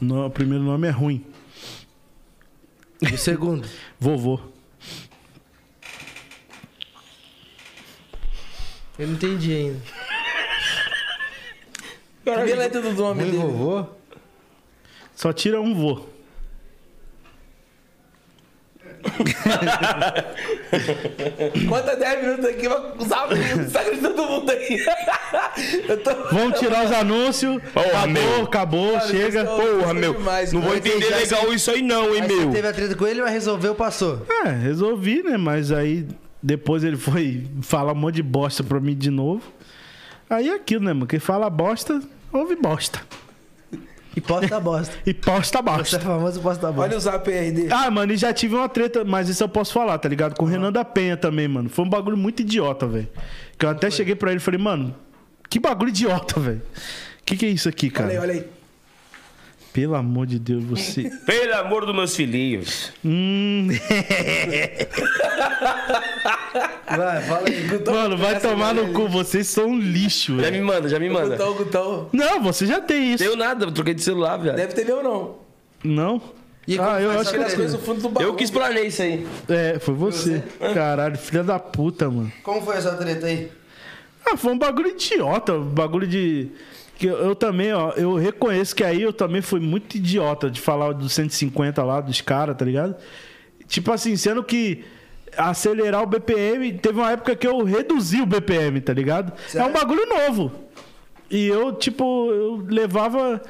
Speaker 3: No- o primeiro nome é ruim.
Speaker 1: E o segundo?
Speaker 3: Vovô.
Speaker 1: Eu não entendi ainda.
Speaker 6: Primeira letra do nome
Speaker 1: Ruim
Speaker 6: dele.
Speaker 1: vovô?
Speaker 3: Só tira um vô.
Speaker 6: Quanto 10 minutos aqui, vai usar o saco de todo mundo aí. Eu tô...
Speaker 3: Vamos tirar os anúncios. acabou,
Speaker 5: meu.
Speaker 3: acabou,
Speaker 6: Cara,
Speaker 3: chega.
Speaker 6: vocês são-
Speaker 5: Porra,
Speaker 6: vocês são
Speaker 5: meu.
Speaker 6: é demais,
Speaker 5: não
Speaker 6: cara.
Speaker 5: vou entender legal isso aí, não, hein,
Speaker 1: Aí
Speaker 5: meu.
Speaker 1: você teve a treta com ele, mas resolveu, passou.
Speaker 3: É, resolvi, né? Mas aí depois ele foi falar um monte de bosta pra mim de novo. Aí é aquilo, né, mano? Quem fala bosta, ouve bosta.
Speaker 1: E posta a bosta.
Speaker 3: E
Speaker 1: Você
Speaker 3: posta
Speaker 1: é
Speaker 3: bosta.
Speaker 1: famoso, posta a bosta.
Speaker 6: Olha o zap aí dele.
Speaker 3: Ah, mano, e já tive uma treta, mas isso eu posso falar, tá ligado? Com o Renan da Penha também, mano. Foi um bagulho muito idiota, velho. Que eu até cheguei pra ele e falei, mano, que bagulho idiota, velho. Que que é isso aqui, cara?
Speaker 6: Olha aí, olha aí.
Speaker 3: Pelo amor de Deus, você.
Speaker 5: Pelo amor dos meus filhinhos.
Speaker 3: hum.
Speaker 1: Vai, fala aí.
Speaker 3: mano, vai tomar no cu, vocês são um lixo,
Speaker 4: Já
Speaker 3: velho.
Speaker 4: me manda, já me manda.
Speaker 6: Gutão, Gutão.
Speaker 3: Não, você já tem isso.
Speaker 4: Deu nada, eu troquei de celular, velho.
Speaker 6: Deve ter meu não.
Speaker 3: Não? ah, eu acho
Speaker 6: Tira as
Speaker 3: que
Speaker 6: coisas do fundo do baú.
Speaker 4: Eu que explanei isso aí.
Speaker 3: É, foi você. Caralho, filha da puta, mano.
Speaker 1: Como foi essa treta aí?
Speaker 3: Ah, foi um bagulho idiota, um bagulho de. Que eu, eu também, ó, eu reconheço que aí eu também fui muito idiota de falar dos 150 lá, dos caras, tá ligado? Tipo assim, sendo que acelerar o BPM, teve uma época que eu reduzi o BPM, tá ligado? É um bagulho novo. E eu, tipo, eu levava.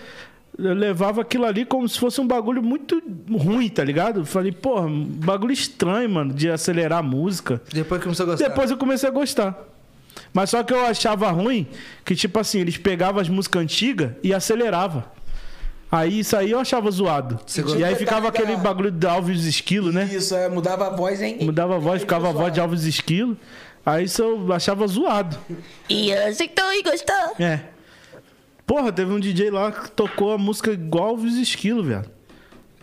Speaker 3: Eu levava aquilo ali como se fosse um bagulho muito ruim, tá ligado? Falei, porra, um bagulho estranho, mano, de acelerar a música.
Speaker 1: Depois que começou a gostar.
Speaker 3: Depois eu comecei a gostar. Mas só que eu achava ruim que, tipo assim, eles pegavam as músicas antigas e acelerava. Aí isso aí eu achava zoado. E aí ficava aquele bagulho de Alves Esquilo, né?
Speaker 6: Isso, é, mudava a voz, hein?
Speaker 3: Mudava a voz, ficava a voz de Alves Esquilo. Aí isso eu achava zoado.
Speaker 9: E aceitou e gostou.
Speaker 3: É. Porra, teve um DJ lá que tocou a música igual Alves Esquilo, velho.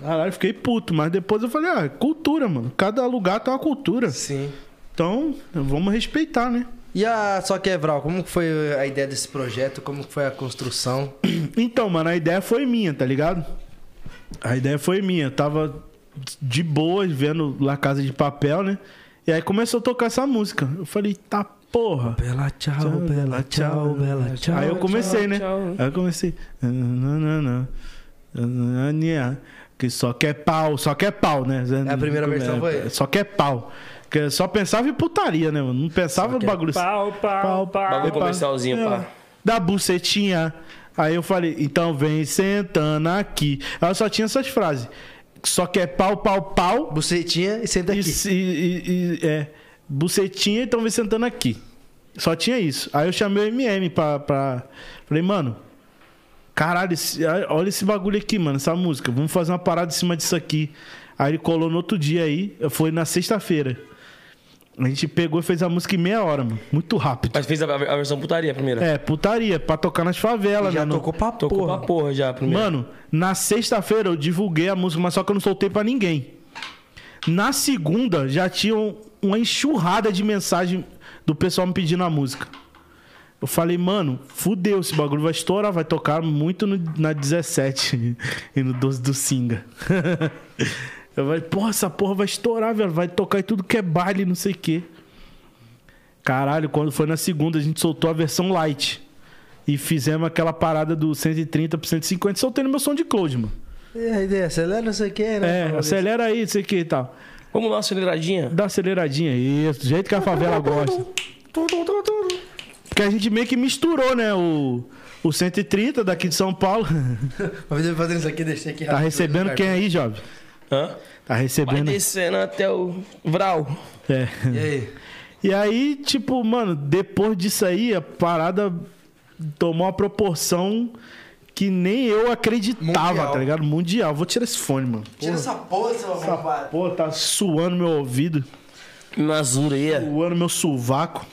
Speaker 3: Caralho, fiquei puto, mas depois eu falei, ah, cultura, mano. Cada lugar tem uma cultura.
Speaker 6: Sim.
Speaker 3: Então, vamos respeitar, né?
Speaker 1: E a Só Quebral, como que foi a ideia desse projeto? Como que foi a construção?
Speaker 3: Então, mano, a ideia foi minha, tá ligado? A ideia foi minha. Eu tava de boas vendo La Casa de Papel, né? E aí começou a tocar essa música. Eu falei, tá porra.
Speaker 1: Bela tchau, bela tchau, bela tchau.
Speaker 3: aí eu comecei, né? Aí eu comecei. "Ah, "Nananana, nananana, Que só quer pau, só quer pau, né?
Speaker 1: É, a primeira versão foi essa.
Speaker 3: Só quer pau. Que eu só pensava em putaria, né, mano? Não pensava no bagulho. assim.
Speaker 5: Pau, pau,
Speaker 4: Bagulho comercialzinho,
Speaker 3: É,
Speaker 4: pá.
Speaker 3: Da bucetinha. Aí eu falei, então vem sentando aqui. Ela só tinha essas frases. Só que é pau, pau, pau.
Speaker 1: Bucetinha e senta
Speaker 3: E,
Speaker 1: aqui.
Speaker 3: se- e- e- é, bucetinha e tão me sentando aqui. Só tinha isso. Aí eu chamei o MM pra. pra... Falei, mano, caralho, esse- olha esse bagulho aqui, mano, essa música. Vamos fazer uma parada em cima disso aqui. Aí ele colou no outro dia aí, foi na sexta-feira. A gente pegou e fez a música em meia hora, mano. Muito rápido.
Speaker 4: Mas fez a, a versão putaria primeiro.
Speaker 3: É, putaria, pra tocar nas favelas,
Speaker 1: Já
Speaker 3: né? no-
Speaker 1: tocou pra
Speaker 4: Tocou
Speaker 1: porra.
Speaker 4: pra porra já primeiro.
Speaker 3: Mano, na sexta-feira eu divulguei a música, mas só que eu não soltei pra ninguém. Na segunda já tinha um- uma enxurrada de mensagem do pessoal me pedindo a música. Eu falei, mano, fudeu, esse bagulho vai estourar, vai tocar muito no- na 17 e no 12 do Singa. eu falei, porra, essa porra vai estourar, velho, vai tocar em tudo que é baile, não sei o quê. Caralho, quando foi na segunda, a gente soltou a versão light. E fizemos aquela parada do 130 pro 150, soltei no meu som de cloud, mano.
Speaker 1: É, acelera, não sei o que, né?
Speaker 3: É, acelera aí, não sei o que e tal.
Speaker 4: Vamos dar uma aceleradinha.
Speaker 3: Dá uma aceleradinha aí, do jeito que a favela gosta. Porque a gente meio que misturou, né? O, o 130 daqui de São Paulo.
Speaker 1: Uma vez eu fazendo isso aqui, deixei aqui. né,
Speaker 3: Tá recebendo quem aí, jovem?
Speaker 4: Hã?
Speaker 3: Tá
Speaker 4: Vai
Speaker 3: recebendo.
Speaker 4: descendo até o Vral.
Speaker 3: É.
Speaker 1: E aí?
Speaker 3: E aí, tipo, mano, depois disso aí, a parada tomou uma proporção que nem eu acreditava,
Speaker 1: Mundial.
Speaker 3: tá ligado? Mundial. Vou tirar esse fone, mano.
Speaker 1: Tira essa porra, seu arrombado.
Speaker 3: Pô, tá suando meu ouvido,
Speaker 4: Nas orelhas.
Speaker 3: suando meu sovaco.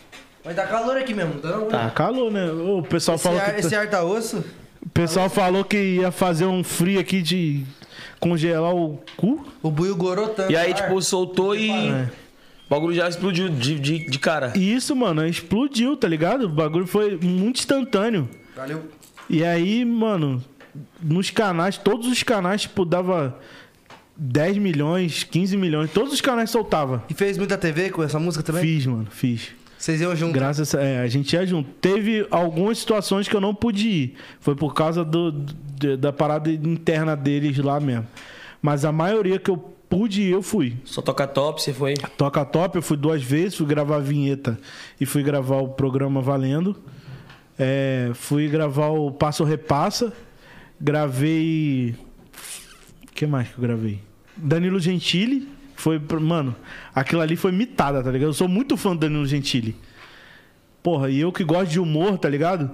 Speaker 1: Mas tá calor aqui mesmo, então.
Speaker 3: Tá calor, né? O pessoal
Speaker 1: Esse
Speaker 3: falou
Speaker 1: ar,
Speaker 3: que...
Speaker 1: esse ar tá osso?
Speaker 3: O pessoal falou que ia fazer um frio aqui de congelar o cu.
Speaker 1: O buio gorotando.
Speaker 4: E aí,
Speaker 1: o ar.
Speaker 4: tipo, soltou e. O bagulho já explodiu de, de, de cara.
Speaker 3: E isso, mano, explodiu, tá ligado? O bagulho foi muito instantâneo.
Speaker 1: Valeu.
Speaker 3: E aí, mano, nos canais, todos os canais, tipo, dava 10 milhões, 15 milhões, todos os canais soltava.
Speaker 1: E fez muita TV com essa música também?
Speaker 3: Fiz, mano, fiz.
Speaker 1: Vocês iam junto.
Speaker 3: Graças a, é, a gente ia junto. Teve algumas situações que eu não pude ir. Foi por causa do, de- da parada interna deles lá mesmo. Mas a maioria que eu pude ir, eu fui.
Speaker 4: Só toca top, você foi.
Speaker 3: Toca Top, eu fui duas vezes, fui gravar a vinheta e fui gravar o programa Valendo. É, fui gravar o Passo Repassa. Gravei. O que mais que eu gravei? Danilo Gentili. Foi. pro- Mano, aquilo ali foi mitada, tá ligado? Eu sou muito fã do Danilo Gentili. Porra, e eu que gosto de humor, tá ligado?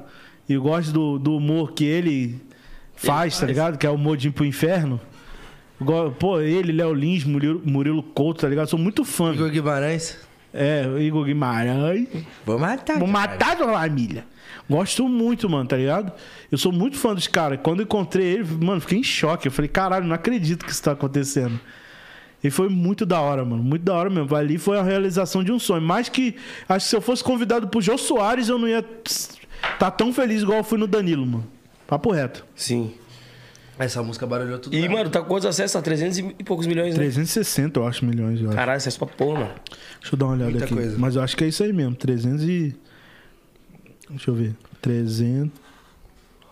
Speaker 3: E eu gosto do, do humor que ele faz, tá ligado? Que é o humor de ir pro inferno. Go- Pô, ele, Léo Lins, Murilo, Murilo Couto, tá ligado? Sou muito fã.
Speaker 1: Igor Guimarães.
Speaker 3: É, Igor Guimarães.
Speaker 1: Vou matar.
Speaker 3: Vou matar a família. Gosto muito, mano, tá ligado? Eu sou muito fã dos caras. Quando eu encontrei ele, mano, fiquei em choque. Eu falei, caralho, não acredito que isso tá acontecendo. E foi muito da hora, mano. Muito da hora mesmo. Ali foi a realização de um sonho. Mais que. Acho que se eu fosse convidado pro Jô Soares, eu não ia tá tão feliz igual eu fui no Danilo, mano. Papo reto.
Speaker 4: Sim.
Speaker 1: Essa música barulhou tudo. né?
Speaker 4: E, mano, tá com quantos acessos? Tá 300 e poucos milhões, né?
Speaker 3: 360, eu acho, milhões, eu acho.
Speaker 4: Caralho, acesso pra porra, mano.
Speaker 3: Deixa eu dar uma olhada
Speaker 1: Muita
Speaker 3: aqui.
Speaker 1: coisa.
Speaker 3: Mas eu acho que é isso aí mesmo. 300 e. Deixa eu ver. 300.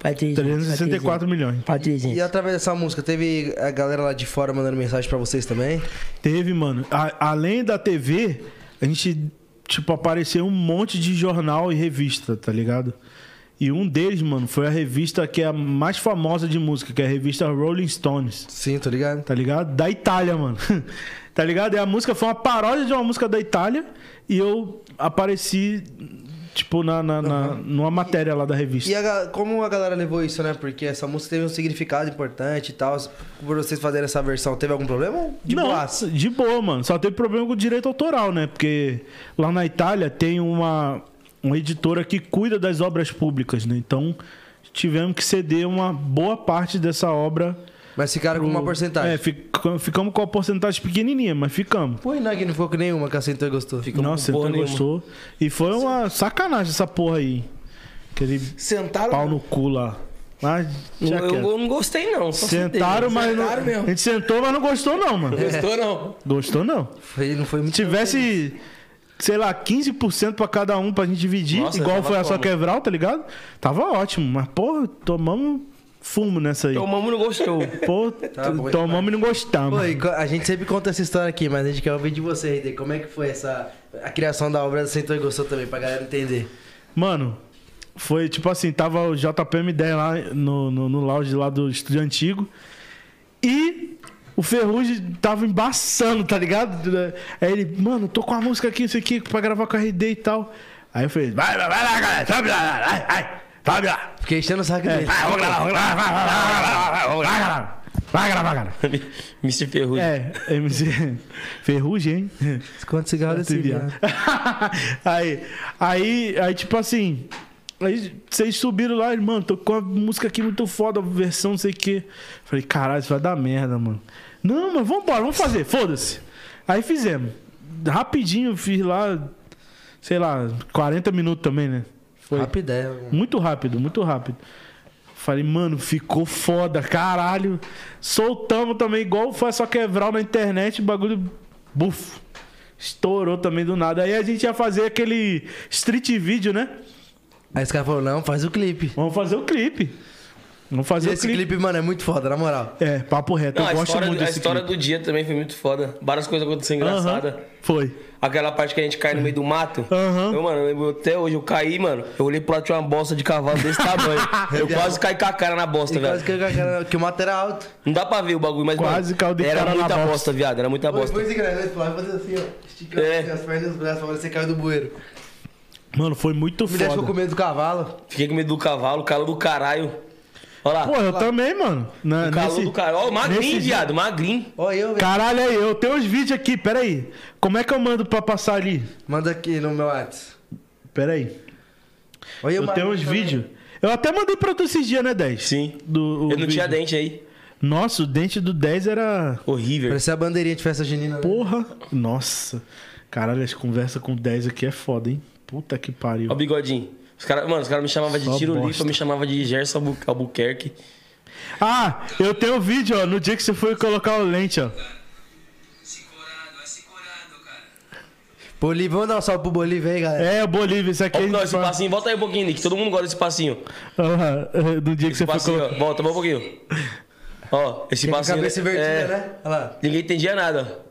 Speaker 9: Vai
Speaker 3: 364 milhões.
Speaker 1: E através dessa música, teve a galera lá de fora mandando mensagem pra vocês também?
Speaker 3: Teve, mano. A- além da TV, a gente, tipo, apareceu um monte de jornal e revista, tá ligado? E um deles, mano, foi a revista que é a mais famosa de música, que é a revista Rolling Stones.
Speaker 1: Sim, tô ligado.
Speaker 3: tá ligado? Da Itália, mano. tá ligado? E a música foi uma paródia de uma música da Itália e eu apareci, tipo, na, na, na- numa matéria lá da revista.
Speaker 1: E é a ga- como a galera levou isso, né? Porque essa música teve um significado importante e tal. Por vocês fazerem essa versão, teve algum problema? De
Speaker 3: não,
Speaker 1: boaça.
Speaker 3: assim, de boa, mano. Só teve problema com o direito autoral, né? Porque lá na Itália tem uma, uma editora que cuida das obras públicas, né? Então tivemos que ceder uma boa parte dessa obra.
Speaker 1: Mas ficaram com uma porcentagem.
Speaker 3: É, fic- ficamos com a porcentagem pequenininha, mas ficamos.
Speaker 1: Pô, e não é que não ficou com nenhuma que a Centro gostou.
Speaker 3: Nossa,
Speaker 4: porra
Speaker 3: então
Speaker 4: nenhuma.
Speaker 3: gostou. E foi uma sacanagem essa porra aí. Aquele
Speaker 6: Sentaram.
Speaker 3: pau no cu lá. Mas
Speaker 4: Eu,
Speaker 3: já quero.
Speaker 4: eu não gostei, não. Só
Speaker 3: Sentaram, mas não.
Speaker 6: Sentaram mesmo.
Speaker 3: A gente sentou, mas não gostou, não, mano.
Speaker 6: Gostou, não?
Speaker 3: Gostou, não.
Speaker 1: Foi, não foi
Speaker 3: Se
Speaker 1: muito.
Speaker 3: tivesse, sei lá, 15% pra cada um pra gente dividir,
Speaker 4: Nossa,
Speaker 3: igual
Speaker 4: tava
Speaker 3: foi a só
Speaker 4: como?
Speaker 3: quebral, tá ligado? Tava ótimo, mas, porra, tomamos fumo nessa aí.
Speaker 4: sentei. Tomamos não gostou.
Speaker 3: Pô,
Speaker 4: Tá
Speaker 1: bom
Speaker 3: tomamos e não gostamos.
Speaker 1: Pô, e co- a gente sempre conta essa história aqui, mas a gente quer ouvir de você, Rede. Como é que foi essa a criação da obra da Centro gostou também, pra galera entender?
Speaker 3: Mano, foi tipo assim, tava o JPM10 lá no, no, no lounge lá do estúdio antigo. E O Ferrugem tava embaçando, tá ligado? Aí ele, mano, tô com a música aqui, isso aqui, pra gravar com a RD e tal. Aí eu falei, vai, vai, vai lá, galera, sobe lá, vai, vai, sobe lá.
Speaker 1: Fiquei enchendo o saco dele.
Speaker 3: Vai, vamos gravar, vamos gravar, vai, vai, vai, vai, vai, vamos gravar, galera. Vai gravar, galera.
Speaker 10: Mr. Ferrugem.
Speaker 3: É, MC Ferrugem, hein?
Speaker 1: Quanto cigarro
Speaker 3: Tá
Speaker 1: desse viado?
Speaker 3: aí, aí, aí, tipo assim. Aí vocês subiram lá, e, mano, tô com uma música aqui muito foda, versão não sei o quê. Falei, caralho, isso vai dar merda, mano. Não, mas vambora, vamos fazer, foda-se. Aí fizemos. Rapidinho, fiz lá, sei lá, 40 minutos também, né? Foi.
Speaker 1: Rapidão. mano.
Speaker 3: Muito rápido, muito rápido. Falei, mano, ficou foda, caralho. Soltamos também, igual foi só quebrar na internet, o bagulho. Buf! Estourou também do nada. Aí a gente ia fazer aquele street video, né?
Speaker 1: Aí esse cara falou, não, faz o clipe.
Speaker 3: Vamos fazer o clipe. Vamos fazer
Speaker 1: Esse
Speaker 3: o
Speaker 1: clipe,
Speaker 3: clipe.
Speaker 1: mano, é muito foda, na moral.
Speaker 3: É, papo reto.
Speaker 5: Não,
Speaker 3: eu
Speaker 5: a
Speaker 3: gosto
Speaker 5: história,
Speaker 3: muito
Speaker 5: a
Speaker 3: desse
Speaker 5: história
Speaker 3: clipe.
Speaker 5: do dia também foi muito foda. Várias coisas aconteceram engraçadas.
Speaker 3: Aham, Foi.
Speaker 5: Aquela parte que a gente cai no meio do mato.
Speaker 3: Aham.
Speaker 5: Eu, mano, eu lembro até hoje, eu caí, mano. Eu olhei pro lado, tinha uma bosta de cavalo desse tamanho. eu quase caí com a cara na bosta,
Speaker 1: E
Speaker 3: Tá
Speaker 5: velho.
Speaker 1: quase que, que- que o mato era alto.
Speaker 5: Não dá pra ver o bagulho, mas,
Speaker 3: Quase caiu
Speaker 5: mano,
Speaker 3: de
Speaker 5: era
Speaker 3: cara na
Speaker 5: muita
Speaker 3: bosta.
Speaker 5: bosta, viado. Era
Speaker 3: Tá
Speaker 5: muita bosta.
Speaker 1: Depois engraçado, Flávio fazer assim, ó. Esticando
Speaker 5: É.
Speaker 1: assim as pernas e os braços, falando você caiu do bueiro. Me
Speaker 3: Mano, foi muito
Speaker 1: deixou com
Speaker 3: foda.
Speaker 1: medo do cavalo.
Speaker 5: Fiquei com medo do cavalo, calor do caralho. Olha lá.
Speaker 3: Pô, eu também, mano. Na,
Speaker 5: o calor
Speaker 3: nesse-
Speaker 5: do caralho. Ó, o magrinho,
Speaker 3: nesse dia-
Speaker 5: viado, magrinho.
Speaker 1: Ó, eu, velho.
Speaker 3: Caralho, aí, eu tenho os vídeos aqui, peraí. Como é que eu mando pra passar ali?
Speaker 1: Manda aqui no meu WhatsApp.
Speaker 3: Peraí.
Speaker 1: Olha
Speaker 3: Eu
Speaker 1: mano,
Speaker 3: tenho uns
Speaker 1: também.
Speaker 3: vídeos. Eu até mandei pra tu esses dias, né, 10?
Speaker 5: Sim.
Speaker 3: Do, o
Speaker 5: eu não tinha
Speaker 3: vídeo.
Speaker 5: dente aí.
Speaker 3: Nossa, o dente do 10 era.
Speaker 5: Horrível.
Speaker 1: Parecia a bandeirinha de festa junina. né?
Speaker 3: Porra! Nossa! Caralho, as conversas com 10 aqui é foda, hein? Puta que pariu.
Speaker 5: Ó o bigodinho. Os cara, mano, os caras me chamavam de
Speaker 3: Só
Speaker 5: Tiro Lipa,
Speaker 3: bosta.
Speaker 5: me chamavam de Gerson Albu- Albuquerque.
Speaker 3: Ah, eu tenho o vídeo, ó, no dia que você foi colocar o lente, ó.
Speaker 1: Bolívia, vamos dar um salve pro Bolívia aí, galera.
Speaker 3: É, Bolívia, isso aqui.
Speaker 5: Ó,
Speaker 3: a gente
Speaker 5: não, esse
Speaker 3: fala-
Speaker 5: passinho, volta aí um pouquinho, Nick. Todo mundo gosta desse passinho.
Speaker 3: Aham, é, no dia que
Speaker 5: Esse
Speaker 3: você foi
Speaker 5: passinho,
Speaker 3: colocar.
Speaker 5: ó. Volta, volta um pouquinho. Ó, esse
Speaker 1: Tem com a
Speaker 5: passinho.
Speaker 1: cabeça invertida,
Speaker 5: é,
Speaker 1: né? Olha lá.
Speaker 5: Ninguém entendia nada.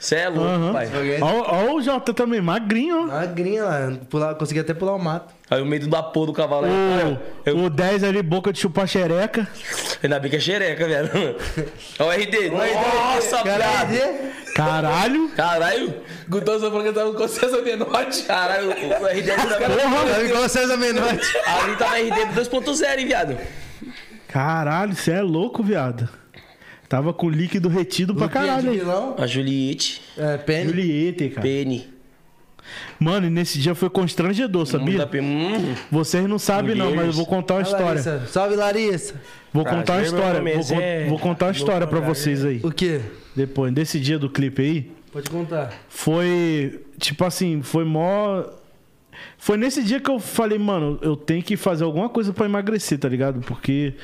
Speaker 5: Cê é louco,
Speaker 3: Aham.
Speaker 5: pai.
Speaker 3: Ó, ó o Jota também, magrinho, ó.
Speaker 1: Magrinha lá, pular, consegui até pular o mato.
Speaker 5: Aí o medo da porra do cavalo. aí,
Speaker 3: O,
Speaker 5: eu,
Speaker 3: o 10 ali, boca de chupar xereca.
Speaker 5: Ainda bem que é xereca, velho. Ó o RD. Nossa, piada.
Speaker 1: Cadê?
Speaker 3: Caralho!
Speaker 5: Caralho.
Speaker 6: Gutão só falou que tava com César Menotti.
Speaker 5: Caralho, o RD é da
Speaker 1: Porra, igual o César Menotti.
Speaker 5: Ali tá na RD 2.0, hein, viado.
Speaker 3: Caralho, você é louco, viado. Tava com líquido retido pra caralho aí.
Speaker 1: Vilão?
Speaker 5: A Juliette,
Speaker 1: É, Penny.
Speaker 3: Juliette, cara.
Speaker 5: Penny.
Speaker 3: Mano, e nesse dia foi constrangedor, sabia?
Speaker 5: Muita pe- Hum.
Speaker 3: Vocês não sabem, não, mas eu vou contar uma
Speaker 1: A
Speaker 3: história.
Speaker 1: Larissa. Salve, Larissa.
Speaker 3: Vou contar uma
Speaker 5: Prazer, meu
Speaker 3: história.
Speaker 5: nome é
Speaker 3: Vou, con-
Speaker 5: Zé.
Speaker 3: vou contar uma história pra vocês aí.
Speaker 1: O quê?
Speaker 3: Depois, desse dia do clipe aí,
Speaker 1: Pode contar.
Speaker 3: foi. Tipo assim, foi mó. Foi nesse dia que eu falei, mano, eu tenho que fazer alguma coisa pra emagrecer, tá ligado? Porque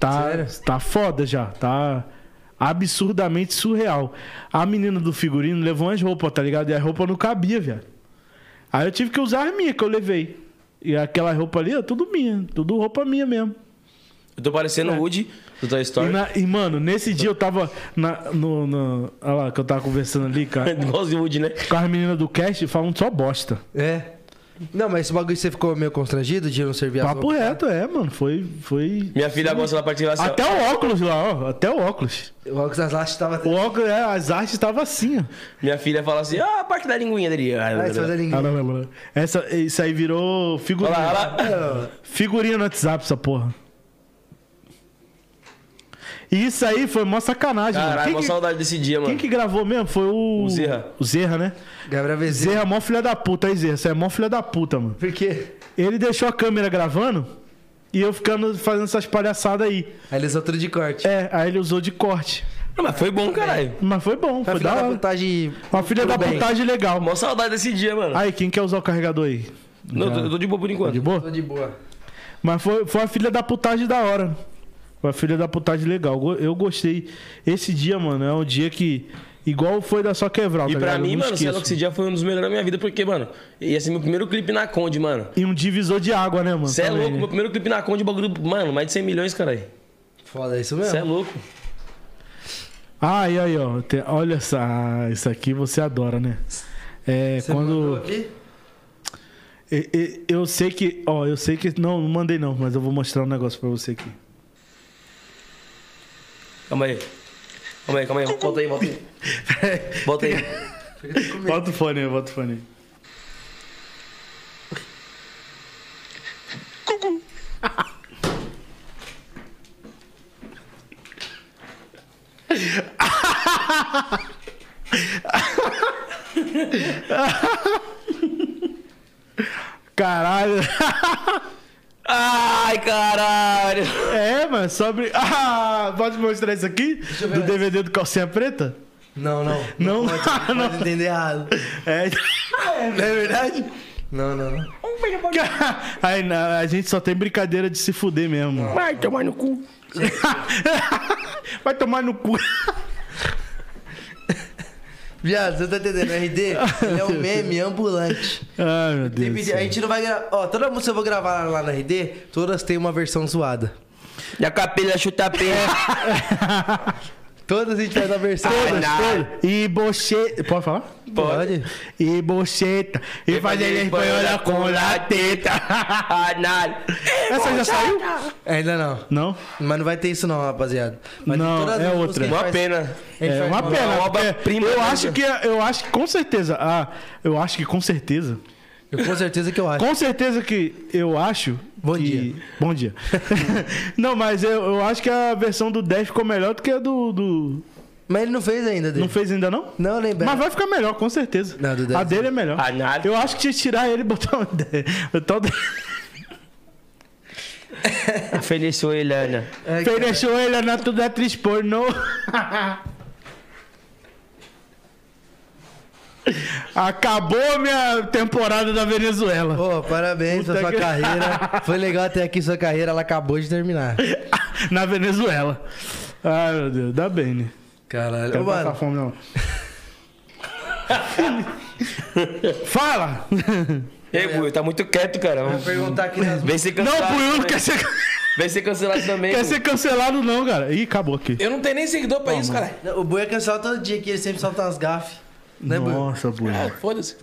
Speaker 3: tá,
Speaker 1: Sério?
Speaker 3: tá foda já, tá absurdamente surreal. A menina do figurino levou umas roupas, tá ligado? E a roupa não cabia, velho. Aí eu tive que usar as minhas que eu levei. E aquela roupa ali, ó, tudo minha, tudo roupa minha mesmo.
Speaker 5: Eu tô parecendo o Woody do Toy
Speaker 3: E,
Speaker 6: Tá
Speaker 5: Story.
Speaker 3: na- e, mano, nesse dia eu tava na, no, no- Olha lá, que eu tava conversando ali, cara.
Speaker 5: Igualzinho o Woody, né?
Speaker 3: com as meninas do cast falando só bosta.
Speaker 1: É. Não, mas esse bagulho você ficou meio constrangido de não servir a
Speaker 3: Papo
Speaker 1: sua-
Speaker 3: reto, é, mano. Foi. foi...
Speaker 5: Minha filha gosta da parte assim, ó.
Speaker 3: Até o óculos lá, ó. Até o óculos.
Speaker 1: O Alcos das Lastes tava...
Speaker 3: O óculos, é, as artes estavam assim, ó.
Speaker 5: Minha filha fala assim, ah, a parte da linguinha dele.
Speaker 1: Ah, isso faz a
Speaker 5: Olha
Speaker 1: língua.
Speaker 3: Essa, isso aí virou figurinha.
Speaker 5: lá, olha lá.
Speaker 3: Figurinha no WhatsApp, essa porra. E isso aí foi mó sacanagem, mano.
Speaker 5: Caralho,
Speaker 3: Quem
Speaker 5: uma
Speaker 3: que-
Speaker 5: saudade desse dia,
Speaker 3: Quem
Speaker 5: mano.
Speaker 3: que gravou mesmo? Foi o.
Speaker 5: O Zerra.
Speaker 3: O Zerra, né?
Speaker 1: Gabriel Vezê.
Speaker 3: Zerra, mó filha da puta, aí, Zerra. Você é mó filha da puta, mano.
Speaker 1: Por quê?
Speaker 3: Ele deixou a câmera gravando e eu ficando fazendo essas palhaçadas aí.
Speaker 1: Aí eles outro de corte.
Speaker 3: É, aí ele usou de corte.
Speaker 5: Ah, mas foi bom, caralho.
Speaker 3: Mas foi bom,
Speaker 1: Pra
Speaker 5: Tá
Speaker 3: foi da
Speaker 1: final da
Speaker 3: hora.
Speaker 1: contagem...
Speaker 3: Uma filha da putagem legal.
Speaker 5: Mó saudade desse dia, mano.
Speaker 3: Aí, quem quer usar o carregador aí?
Speaker 5: Não, eu tô- eu tô de boa por enquanto.
Speaker 3: De boa?
Speaker 1: Tô de boa.
Speaker 3: Mas foi, foi a filha da putagem da hora. Foi a filha da putagem legal. Go- Eu gostei. Esse dia, mano, é um dia que. Igual foi da só quebrar.
Speaker 5: E
Speaker 3: tá
Speaker 5: pra
Speaker 3: ligado? Eu
Speaker 5: mim,
Speaker 3: não
Speaker 5: mano, sei lá, que esse
Speaker 3: esqueço.
Speaker 5: dia foi um dos melhores da minha vida, porque, mano, ia ser meu primeiro clipe na Conde, mano.
Speaker 3: E um divisor de água, né, mano?
Speaker 5: Cê é
Speaker 3: Também,
Speaker 5: louco,
Speaker 3: né?
Speaker 5: meu primeiro clipe na Conde, bagulho, mano, mais de 100 milhões, caralho.
Speaker 1: Foda, é isso
Speaker 5: Cê é
Speaker 1: mesmo.
Speaker 5: louco.
Speaker 3: Ah, e aí, ó. Tem- olha essa, ah, isso aqui você adora, né? É,
Speaker 1: Você mandou
Speaker 3: quando.
Speaker 1: aqui?
Speaker 3: E- e- Eu sei que. Ó, eu sei que. Não, não mandei não, mas eu vou mostrar um negócio pra você aqui.
Speaker 5: Calma aí.
Speaker 4: Calma aí, calma aí. Volta aí, volta aí. Volta aí.
Speaker 3: Bota o fone aí, bota o fone aí. Caralho.
Speaker 4: Ai, caralho.
Speaker 3: É, mano, sobre. Ah, pode mostrar isso aqui? Do DVD do Calcinha Preta?
Speaker 1: Não, não.
Speaker 3: Não,
Speaker 1: pode,
Speaker 3: não.
Speaker 1: pode entender errado.
Speaker 3: É.
Speaker 1: Não é verdade? Não, não, não.
Speaker 3: Aí, na- a gente só tem brincadeira de se fuder mesmo. Vai tomar no cu. Vai tomar no cu.
Speaker 1: Viado, você tá entendendo? O RD ele é um meme ambulante.
Speaker 3: Ai, meu
Speaker 1: Tem
Speaker 3: Deus. do
Speaker 1: vídeo- a
Speaker 3: céu.
Speaker 1: gente não vai gravar. Ó, toda música que eu vou gravar lá na RD, todas têm uma versão zoada.
Speaker 4: E a capelha chuta a perna.
Speaker 1: Todas a gente faz a versão.
Speaker 3: Todas, todas. E bocheta. Pode falar?
Speaker 1: Pode.
Speaker 3: E bocheta. E fazer espanhola com lateta. Essa já saiu?
Speaker 1: Ainda não.
Speaker 3: Não?
Speaker 1: Mas não vai ter isso não, rapaziada. Mas
Speaker 3: Não,
Speaker 1: todas as
Speaker 3: é
Speaker 1: músicas
Speaker 3: outra.
Speaker 1: a gente
Speaker 3: Uma
Speaker 1: faz-
Speaker 4: Pena.
Speaker 1: a gente
Speaker 3: É
Speaker 1: faz-
Speaker 3: uma pena.
Speaker 4: uma
Speaker 3: porque
Speaker 4: obra-prima
Speaker 3: eu
Speaker 4: da
Speaker 3: acho que eu acho que com certeza, ah, eu acho que com certeza,
Speaker 1: Eu com certeza que eu acho.
Speaker 3: com certeza que eu acho
Speaker 1: Bom
Speaker 3: que-
Speaker 1: dia.
Speaker 3: Bom dia. não, mas eu, eu acho que a versão do 10 ficou melhor do que a do, do-
Speaker 1: Mas ele não fez ainda, dele.
Speaker 3: não fez ainda não?
Speaker 1: Não, lembra.
Speaker 3: Mas vai ficar melhor, com certeza.
Speaker 1: Não, do 10
Speaker 3: a dele é melhor.
Speaker 5: Ah, nada.
Speaker 3: Eu acho que tinha que tirar ele e botar o 10. Botar o 10.
Speaker 5: Felício Helena.
Speaker 1: É, cara.
Speaker 3: Deixou ele na tudo é atriz pornô. Acabou minha temporada da Venezuela.
Speaker 1: Pô, parabéns pela sua
Speaker 3: que-
Speaker 1: carreira. Foi legal até aqui sua carreira, ela acabou de terminar.
Speaker 3: na Venezuela. Ai, meu Deus, dá bem, né?
Speaker 1: Caralho.
Speaker 3: Quero
Speaker 1: Ô,
Speaker 3: passar
Speaker 1: mano,
Speaker 3: fome, não. Fala!
Speaker 4: Ei, Buio, tá muito quieto, cara. Vamos
Speaker 1: perguntar aqui nas
Speaker 4: Vem ser
Speaker 3: Não,
Speaker 4: cancelado.
Speaker 3: Puiu não
Speaker 4: também.
Speaker 3: quer ser,
Speaker 4: Vem ser cancelado também.
Speaker 3: quer
Speaker 4: Buio.
Speaker 3: ser cancelado, não, cara. Ih, acabou aqui.
Speaker 6: Eu não tenho nem seguidor pra isso, cara.
Speaker 1: O Boi é cancelado todo dia aqui, ele sempre solta umas gafes. Né, Boi?
Speaker 3: Nossa, Buiu.
Speaker 6: Ah, Foda-se.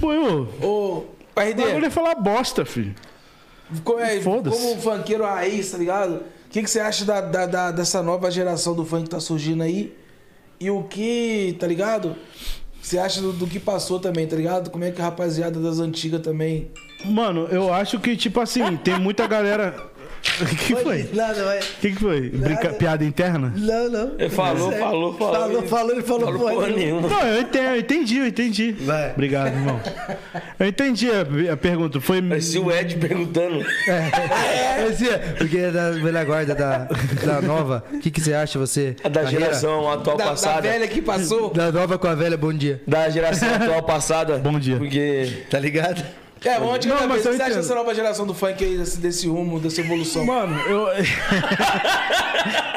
Speaker 3: Buiu,
Speaker 6: Ô,
Speaker 3: o bagulho é
Speaker 6: RD,
Speaker 3: falar bosta, filho.
Speaker 6: como, é,
Speaker 3: Foda-se.
Speaker 6: como um funkeiro raiz, tá ligado? O que, que você acha da, da- da- dessa nova geração do funk que tá surgindo aí? E o que, tá ligado? Você acha do, do que passou também, tá ligado? Como é que a rapaziada das antigas também.
Speaker 3: Mano, eu acho que, tipo assim, tem muita galera. O que foi? O
Speaker 1: Nada, vai.
Speaker 3: que, que foi? Brinca- Piada interna?
Speaker 1: Não, não.
Speaker 4: Ele falou,
Speaker 1: Sério.
Speaker 4: falou, falou.
Speaker 1: Falou, falou, ele falou,
Speaker 4: Falou porra nenhuma.
Speaker 3: Não, eu entendi, eu entendi, eu entendi.
Speaker 1: Vai.
Speaker 3: Obrigado, irmão. Eu entendi a, a pergunta. Foi.
Speaker 4: Parecia o Ed perguntando.
Speaker 1: Esse é, porque é da velha guarda da, da nova. O que, que você acha, você?
Speaker 4: A É da
Speaker 1: Carreira?
Speaker 4: geração atual
Speaker 6: Da, da
Speaker 4: passada.
Speaker 6: velha que passou.
Speaker 1: Da nova com a velha, bom dia.
Speaker 4: Da geração atual passada.
Speaker 3: Bom dia.
Speaker 4: Porque.
Speaker 1: Tá ligado?
Speaker 6: É, vamos de cada
Speaker 3: mas
Speaker 6: vez. O
Speaker 3: eu
Speaker 6: que você acha
Speaker 3: entendo.
Speaker 6: dessa nova geração do funk aí, desse, desse rumo, dessa evolução?
Speaker 3: Mano, eu.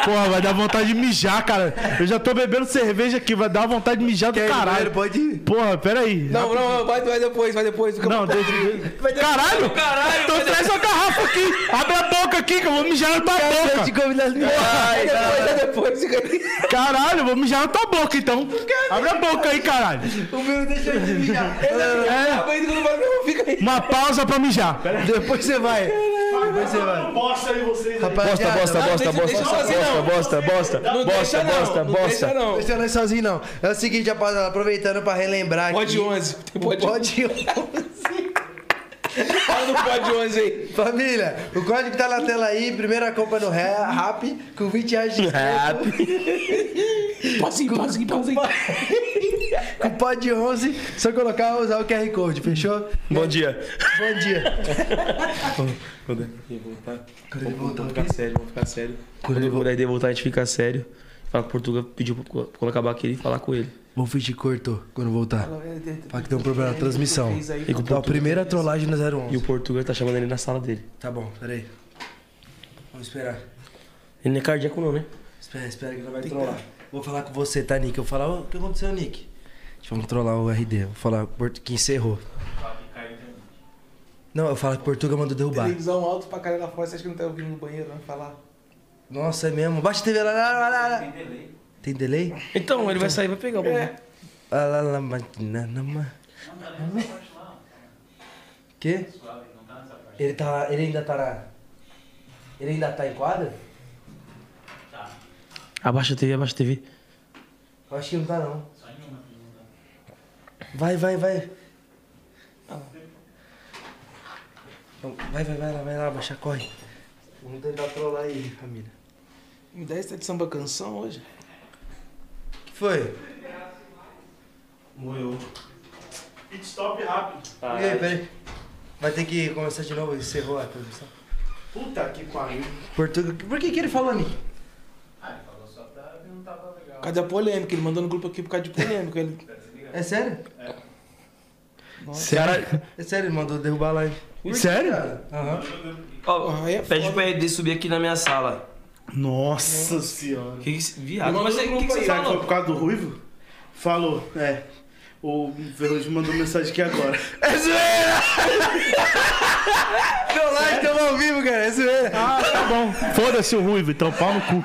Speaker 3: Porra, vai dar vontade de mijar, cara. Eu já tô bebendo cerveja aqui, vai dar vontade de mijar do caralho.
Speaker 1: Pode ir.
Speaker 3: Porra, peraí.
Speaker 6: Não, não, vai, vai depois, vai depois. Fica
Speaker 3: Não, deixa. Caralho!
Speaker 4: Caralho,
Speaker 3: Então traz sua garrafa aqui! Abre a boca aqui que eu vou mijar na tua
Speaker 1: Eu te
Speaker 3: É boca!
Speaker 1: convidar
Speaker 6: vai depois, vai depois. Fica aí.
Speaker 3: Caralho, eu vou mijar na tua boca então! Abre a boca aí, caralho!
Speaker 1: O meu deixa eu te mijar.
Speaker 3: É,
Speaker 6: Acaba indo que eu Tá então não falo, não, fica aí.
Speaker 3: uma pausa pra mijar.
Speaker 1: Depois você vai. Depois você vai.
Speaker 2: Bosta aí vocês.
Speaker 1: Rapaziada,
Speaker 4: Bosta,
Speaker 1: vai-
Speaker 4: bosta,
Speaker 6: deixa-
Speaker 4: bosta,
Speaker 6: deixa eu fazer,
Speaker 4: bosta,
Speaker 6: não.
Speaker 4: bosta, bosta,
Speaker 6: Não
Speaker 4: bosta,
Speaker 6: deixa não,
Speaker 4: bosta,
Speaker 6: não deixa
Speaker 4: bosta.
Speaker 6: não.
Speaker 1: Deixa nós sozinho não. É o seguinte, rapaziada, aproveitando pra relembrar
Speaker 6: Pode
Speaker 1: aqui.
Speaker 6: 11, tem
Speaker 1: O
Speaker 6: pode 11.
Speaker 1: Pode 11.
Speaker 6: Fala do pode 11 aí.
Speaker 1: Família, o código tá na tela aí. Primeira compra no Ra- Rap com 20 reais de desconto.
Speaker 6: Passa aí, passa aí, passa aí.
Speaker 1: Com Pode 11, só colocar usar o QR Code, fechou?
Speaker 5: Bom dia.
Speaker 1: Bom dia.
Speaker 4: Vamos ficar sério, vamos ficar sério. Quando eu puder voltar, a gente fica sério. Fala que o Portuga pediu pra co- colocar baqueira e falar com ele.
Speaker 1: Vou fingir que cortou quando voltar. Fala que tem um problema na transmissão. Então, a primeira trollagem no
Speaker 4: E o
Speaker 1: 011.
Speaker 4: Portuga tá chamando ele na sala dele.
Speaker 1: Tá bom, peraí. Vamos esperar.
Speaker 4: Ele não é cardíaco, não, né?
Speaker 1: Espera, espera que não vai trollar. Vou falar com você, tá, Nick? Eu vou falar, "Ô, o que aconteceu, Nick? Deixa eu trollar o RD. Vou falar Portu- que encerrou. Não, eu falo que Portuga mandou derrubar.
Speaker 6: Televisão alto pra caralho lá fora, você acha que não tá ouvindo no banheiro, não falar?
Speaker 1: Nossa, é mesmo. Baixa a TV lá, lá, lá, lá, lá. Tem delay?
Speaker 4: Então, ele vai sair e vai pegar o bagulho.
Speaker 1: Ah, lá, lá, ma- na- na- ma- Quê? Ele tá, ele ainda tá na... Ele ainda tá em quadra?
Speaker 4: Abaixa a TV, abaixa a TV.
Speaker 1: Eu acho que não tá, não. Vai, vai, vai. Ah lá. Então, Vai, vai, vai lá, vai lá, baixa, corre. Vamos tentar trollar aí, família.
Speaker 6: Me dá esse de samba canção hoje.
Speaker 1: que foi? Morreu.
Speaker 11: Pit stop rápido.
Speaker 1: E aí, peraí. Vai ter que começar de novo, encerrou a transmissão.
Speaker 11: Puta que pariu.
Speaker 1: Portugal. Por que que ele falou ali?
Speaker 6: Por causa da polêmica, ele mandou no grupo aqui por causa de polêmica. Ele...
Speaker 1: É sério?
Speaker 3: Cara,
Speaker 1: É sério, ele mandou derrubar a live.
Speaker 11: Sério?
Speaker 1: Aham.
Speaker 5: Ó,
Speaker 6: Porra, aí é
Speaker 5: pede
Speaker 6: foda.
Speaker 5: pra ele subir aqui na minha sala.
Speaker 11: Nossa,
Speaker 6: Hum.
Speaker 11: senhora.
Speaker 5: Que que, se- viado,
Speaker 6: Ele
Speaker 5: mas
Speaker 6: mandou
Speaker 5: aí, o que, que
Speaker 6: no grupo
Speaker 5: você
Speaker 6: aí,
Speaker 11: Será que foi
Speaker 5: falou?
Speaker 11: por causa do ruivo? Falou, é. O Ferrugem mandou mensagem aqui agora.
Speaker 1: É zoeira! Meu live, estamos ao vivo, cara. É zoeira.
Speaker 3: ah, tá bom. Foda-se o ruivo, então pau no cu.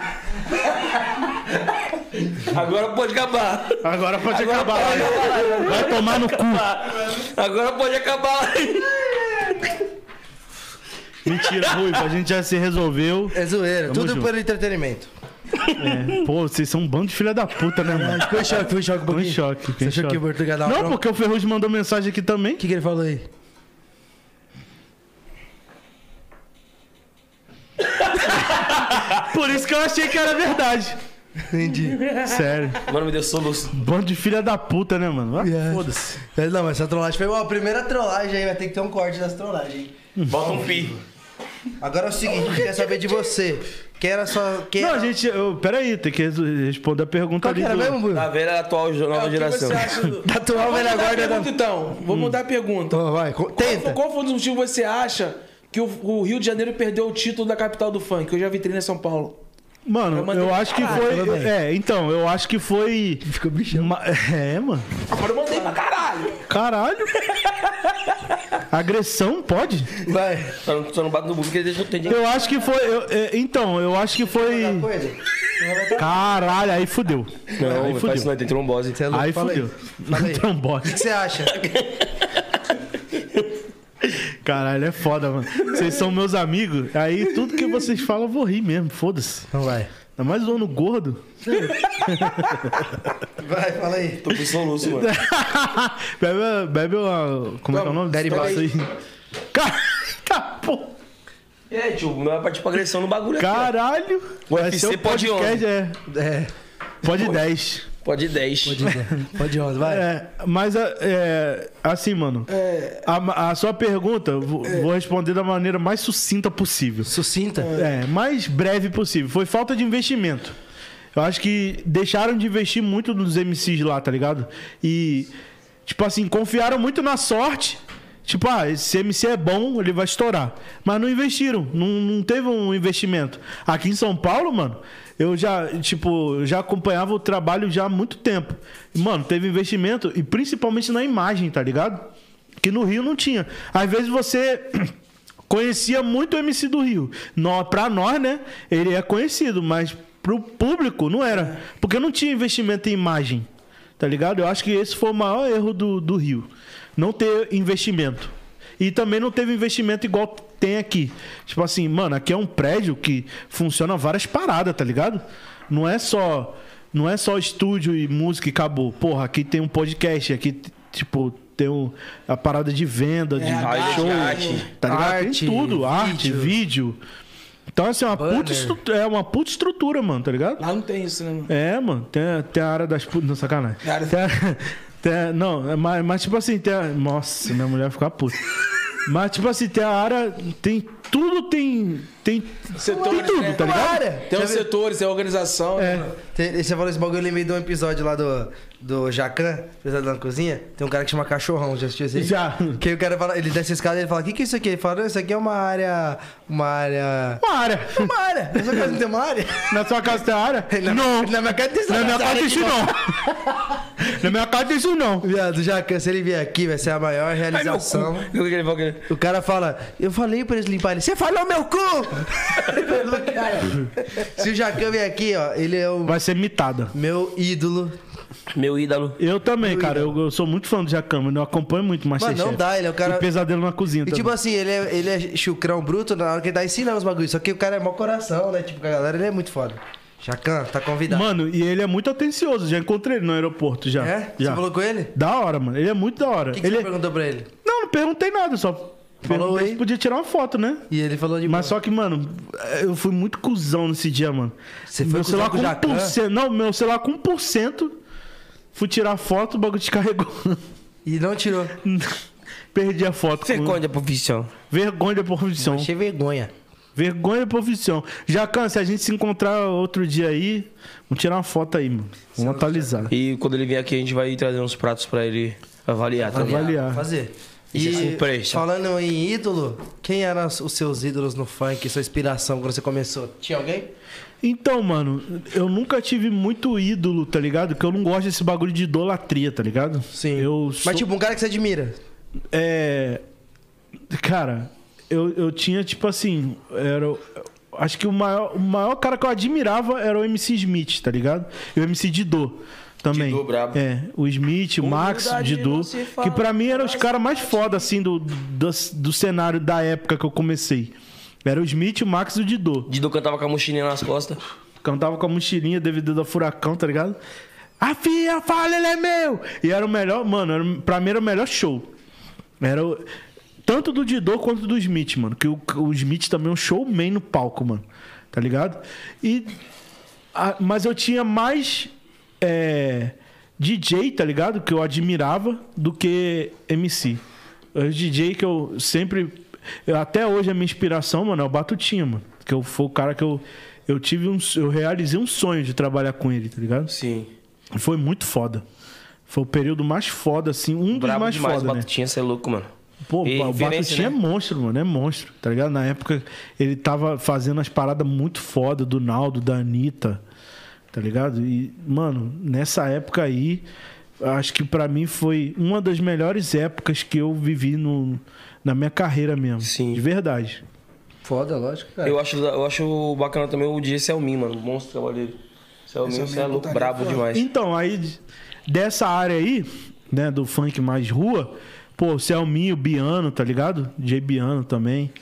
Speaker 5: Agora pode acabar.
Speaker 3: Agora pode acabar lá. Vai tomar no cu.
Speaker 5: Agora pode acabar.
Speaker 6: É
Speaker 3: Mentira, ruivo, a gente já se resolveu.
Speaker 1: É zoeira.
Speaker 3: Tamo
Speaker 1: Tudo
Speaker 3: junto.
Speaker 1: por entretenimento.
Speaker 3: É, Pô, vocês são um bando de filha da puta, né, mano?
Speaker 1: Ficou em choque, ficou em choque um
Speaker 3: Tô
Speaker 1: pouquinho.
Speaker 3: em choque.
Speaker 1: Você
Speaker 3: fiquei em
Speaker 1: achou que o
Speaker 3: choque.
Speaker 1: Portugal dá uma
Speaker 3: Não,
Speaker 1: bronca?
Speaker 3: porque o Ferrugem mandou mensagem aqui também.
Speaker 1: O que, que ele falou aí?
Speaker 3: Por isso que eu achei que era verdade.
Speaker 1: Entendi.
Speaker 3: Sério.
Speaker 5: Mano, me deu soluço.
Speaker 3: Bando de filha da puta, né, mano? Ah,
Speaker 1: Yeah.
Speaker 3: Foda-se.
Speaker 1: Mas É. Não, mas essa trollagem foi. Ó, a primeira trollagem aí vai ter que ter um corte das trollagens. hein?
Speaker 5: Bota um pi.
Speaker 1: Agora é o seguinte, a gente quer saber de você. Quem era sua. Quem
Speaker 3: Não,
Speaker 1: era...
Speaker 3: a gente. eu- peraí, tem que resu- responder a pergunta
Speaker 1: Qual
Speaker 3: ali.
Speaker 1: que era
Speaker 3: do-
Speaker 1: mesmo, Bruno?
Speaker 5: Tá vendo a atual jo- nova
Speaker 6: É, o que
Speaker 5: geração?
Speaker 6: você acha do...
Speaker 3: Tá
Speaker 1: Atual
Speaker 6: Vou
Speaker 1: velha
Speaker 6: mudar a
Speaker 3: né,
Speaker 1: guarda da.
Speaker 6: pergunta, então. Vou mudar a pergunta.
Speaker 1: Então, vai, co- tenta.
Speaker 6: Qual, qual foi um dos motivos que você acha que o, o Rio de Janeiro perdeu o título da capital do funk? Hoje a vitrine é São Paulo.
Speaker 3: Mano,
Speaker 6: mandei-
Speaker 3: eu acho que
Speaker 6: Ah,
Speaker 1: tudo bem.
Speaker 3: foi. É, então, eu acho que foi.
Speaker 1: Ficou bichão.
Speaker 3: Ma- É, mano.
Speaker 6: Agora eu mandei pra caralho.
Speaker 3: Caralho. Agressão pode?
Speaker 1: Vai.
Speaker 5: Só não, só não bate no bumbum que ele deixa eu ter dinheiro.
Speaker 3: Eu acho que foi. eu- é, então, eu acho que foi.
Speaker 1: Outra coisa.
Speaker 3: Caralho, aí fudeu.
Speaker 5: Não,
Speaker 3: aí
Speaker 5: não faz isso
Speaker 3: fudeu.
Speaker 5: não, tem trombose.
Speaker 1: Você é louco,
Speaker 3: Aí
Speaker 1: fala
Speaker 3: fudeu. Então,
Speaker 1: Fala aí. O
Speaker 3: Trombose.
Speaker 1: que você acha?
Speaker 3: Caralho, é foda, mano. Vocês são meus amigos, aí tudo que vocês falam eu vou rir mesmo, foda-se.
Speaker 1: Então vai.
Speaker 3: Ainda mais zoando gordo.
Speaker 1: Vai, fala aí.
Speaker 5: Tô com soluço, mano.
Speaker 3: bebe, bebe uma. Como é que é o nome?
Speaker 1: Derivado.
Speaker 3: Isso aí. Car- tá, pô.
Speaker 5: E aí, É, tio, não vai partir pra tipo agressão no bagulho é. aqui, ó.
Speaker 3: Caralho.
Speaker 5: O UFC pode
Speaker 3: podcast, é.
Speaker 1: É,
Speaker 3: Pode 10.
Speaker 5: Pode 10.
Speaker 1: pode ir. Pode ir, Onze, vai.
Speaker 3: É, mas a- é, assim, mano.
Speaker 5: É.
Speaker 3: A, a sua pergunta, eu vou, vou responder da maneira mais sucinta possível.
Speaker 1: Sucinta.
Speaker 3: É, mais breve possível. Foi falta de investimento. Eu acho que deixaram de investir muito nos MCs lá, tá ligado? E, tipo assim, confiaram muito na sorte. Tipo, ah, esse MC é bom, ele vai estourar. Mas não investiram, não, não teve um investimento. Aqui em São Paulo, mano, eu já, tipo, eu já acompanhava o trabalho já há muito tempo. E, Mano, teve investimento, e principalmente na imagem, tá ligado? Que no Rio não tinha. Às vezes você conhecia muito o MC do Rio. Nó- Pra nós, né? Ele é conhecido, mas pro público não era. Porque não tinha investimento em imagem. Tá ligado? Eu acho que esse foi o maior erro do, do Rio. Não ter investimento. E também não teve investimento igual tem aqui. Tipo assim, mano, aqui é um prédio que funciona várias paradas, tá ligado? Não é só. Não é só estúdio e música e acabou. Porra, aqui tem um podcast, aqui, t- tipo, tem um- a parada de venda, de
Speaker 5: Aí,
Speaker 3: show.
Speaker 5: chat.
Speaker 3: Tá ligado?
Speaker 1: Arte,
Speaker 3: tem tudo, arte, vídeo. Então, assim, é uma
Speaker 1: Banner.
Speaker 3: puta estrutura, é uma puta estrutura, mano, tá ligado?
Speaker 6: Lá não tem isso, né, mano?
Speaker 3: É, mano, tem, tem a área das putas. Não, sacanagem.
Speaker 6: A área-
Speaker 3: Tem a- tem a- não, é mais- mas tipo assim, tem a. Nossa, minha mulher vai ficar puta. Mas tipo assim, tem a área. Tem. Tudo tem. Tem, tem
Speaker 6: Setores,
Speaker 3: tudo,
Speaker 6: né?
Speaker 3: tá ligado?
Speaker 1: Para!
Speaker 6: Tem os setores, tem a organização.
Speaker 3: É.
Speaker 1: Tem- Você falou esse bagulho, eu lembrei de um episódio lá do, do Jacan, Pesadelo na Cozinha. Tem um cara que chama Cachorrão, já assistiu esse? aí?
Speaker 3: Já.
Speaker 1: Que o cara fala, ele desce a escada e ele fala: O que, que é isso aqui? Ele fala: "Não, Isso aqui é uma área. Uma área.
Speaker 3: Uma área.
Speaker 1: Uma área! Na sua casa não tem uma área?
Speaker 3: Na sua casa tem área?
Speaker 1: Na-
Speaker 3: não.
Speaker 1: Na minha casa tem essa
Speaker 3: Na minha
Speaker 1: área
Speaker 3: casa tem
Speaker 1: aqui,
Speaker 3: isso não. Na minha casa tem isso não.
Speaker 1: Viado, Jacan, se ele vier aqui, vai ser a maior realização.
Speaker 5: O que que ele falou que ele-
Speaker 1: O cara fala, eu falei pra eles limparem. Você falou meu cu! Cara, Se o Jacan vier aqui, ó, ele é o
Speaker 3: Vai ser mitada.
Speaker 1: meu ídolo.
Speaker 5: Meu ídolo.
Speaker 3: Eu também, cara. Eu, eu sou muito fã do Jacan, mas não acompanho muito mais
Speaker 1: Mano, não dá, ele é o cara.
Speaker 3: E pesadelo na cozinha
Speaker 1: E
Speaker 3: também.
Speaker 1: tipo assim, ele é, ele é chucrão bruto na hora que ele tá ensinando os bagulhos. Só que o cara é mau coração, né? Tipo, com a galera ele é muito foda. Chacan, tá convidado.
Speaker 3: Mano, e ele é muito atencioso. Já encontrei ele no aeroporto já.
Speaker 1: é?
Speaker 3: Já.
Speaker 1: Você falou com ele? O
Speaker 3: Da hora, mano. Ele é muito da hora.
Speaker 1: que, que
Speaker 3: ele...
Speaker 1: você perguntou pra ele?
Speaker 3: Não, não perguntei nada, só perguntei
Speaker 1: oi.
Speaker 3: se podia tirar uma foto, né?
Speaker 1: E ele falou de boa.
Speaker 3: Mas só que, mano, eh, eu fui muito cuzão nesse dia, mano.
Speaker 1: Você foi
Speaker 3: meu
Speaker 1: cuzão
Speaker 3: celular
Speaker 1: com
Speaker 3: com
Speaker 1: o
Speaker 3: 1%.
Speaker 1: Jacan?
Speaker 3: Não, meu celular com 1%. Fui tirar foto, o bagulho descarregou.
Speaker 1: E não tirou.
Speaker 3: Perdi a foto. com-
Speaker 5: Vergonha da profissão.
Speaker 3: Vergonha da profissão.
Speaker 1: Achei vergonha.
Speaker 3: Vergonha da profissão. Jacan, se a gente se encontrar outro dia aí, vamos tirar uma foto aí, mano.
Speaker 1: é
Speaker 3: Vamos atualizar.
Speaker 5: E quando ele vier aqui, a gente vai trazer uns pratos pra ele avaliar tá também.
Speaker 3: Avaliar.
Speaker 1: Fazer.
Speaker 5: Isso é
Speaker 1: E
Speaker 5: surpresa.
Speaker 1: falando em ídolo, quem eram os seus ídolos no funk, sua inspiração quando você começou? Tinha alguém?
Speaker 3: Então, mano, eu nunca tive muito ídolo, tá ligado? Que eu não gosto desse bagulho de idolatria, tá ligado? Eu sou...
Speaker 1: Mas tipo, um cara que você admira.
Speaker 3: É. Cara, eu, eu tinha, tipo assim. Era. o- Acho que o maior, o maior cara que eu admirava era o MC Smith, tá ligado? E o MC Didô também.
Speaker 12: Didô, brabo.
Speaker 3: É, o Smith, o Max, o
Speaker 12: Humildade
Speaker 3: Didô.
Speaker 12: não se fala,
Speaker 3: Que pra mim eram os caras mais foda, assim, do, do, do cenário da época que eu comecei. Era o Smith, o Max e o Didô.
Speaker 5: Dido cantava com a mochilinha nas costas.
Speaker 3: Cantava com a mochilinha devido ao furacão, tá ligado? A filha fala, ele é meu! E era o melhor, mano, era, pra mim era o melhor show. Era o- tanto do Didô quanto do Smith, mano. Que o, o Smith também é um showman no palco, mano. Tá ligado? E, a- Ah, mas eu tinha mais é, DJ, tá ligado? Que eu admirava do que MC. O DJ que eu sempre. eu- até hoje a minha inspiração, mano, é o Batutinha, mano. Que eu, foi o cara que eu. Eu tive um. Eu realizei um sonho de trabalhar com ele, tá ligado?
Speaker 5: Sim.
Speaker 3: E Foi muito foda. Foi o período mais foda, assim. Um dos
Speaker 5: Brabo
Speaker 3: mais
Speaker 5: demais,
Speaker 3: foda, né?
Speaker 5: Batutinha, você é louco, mano.
Speaker 3: Pô,
Speaker 5: E
Speaker 3: o
Speaker 5: referência,
Speaker 3: Batutinha
Speaker 5: né?
Speaker 3: é monstro, mano. É monstro, tá ligado? Na época, ele tava fazendo as paradas muito foda do Naldo, da Anitta, tá ligado? E, mano, nessa época aí, acho que pra mim foi uma das melhores épocas que eu vivi no, na minha carreira mesmo.
Speaker 5: Sim.
Speaker 3: De verdade.
Speaker 1: Foda, lógico, cara.
Speaker 5: Eu acho, eu acho bacana também o DJ Selmin, mano. O monstro do trabalho dele. Selmin, você é louco, brabo demais.
Speaker 3: Então, aí, de- dessa área aí, né, do funk mais rua, pô, Selminho, Biano, tá ligado? DJ Biano também.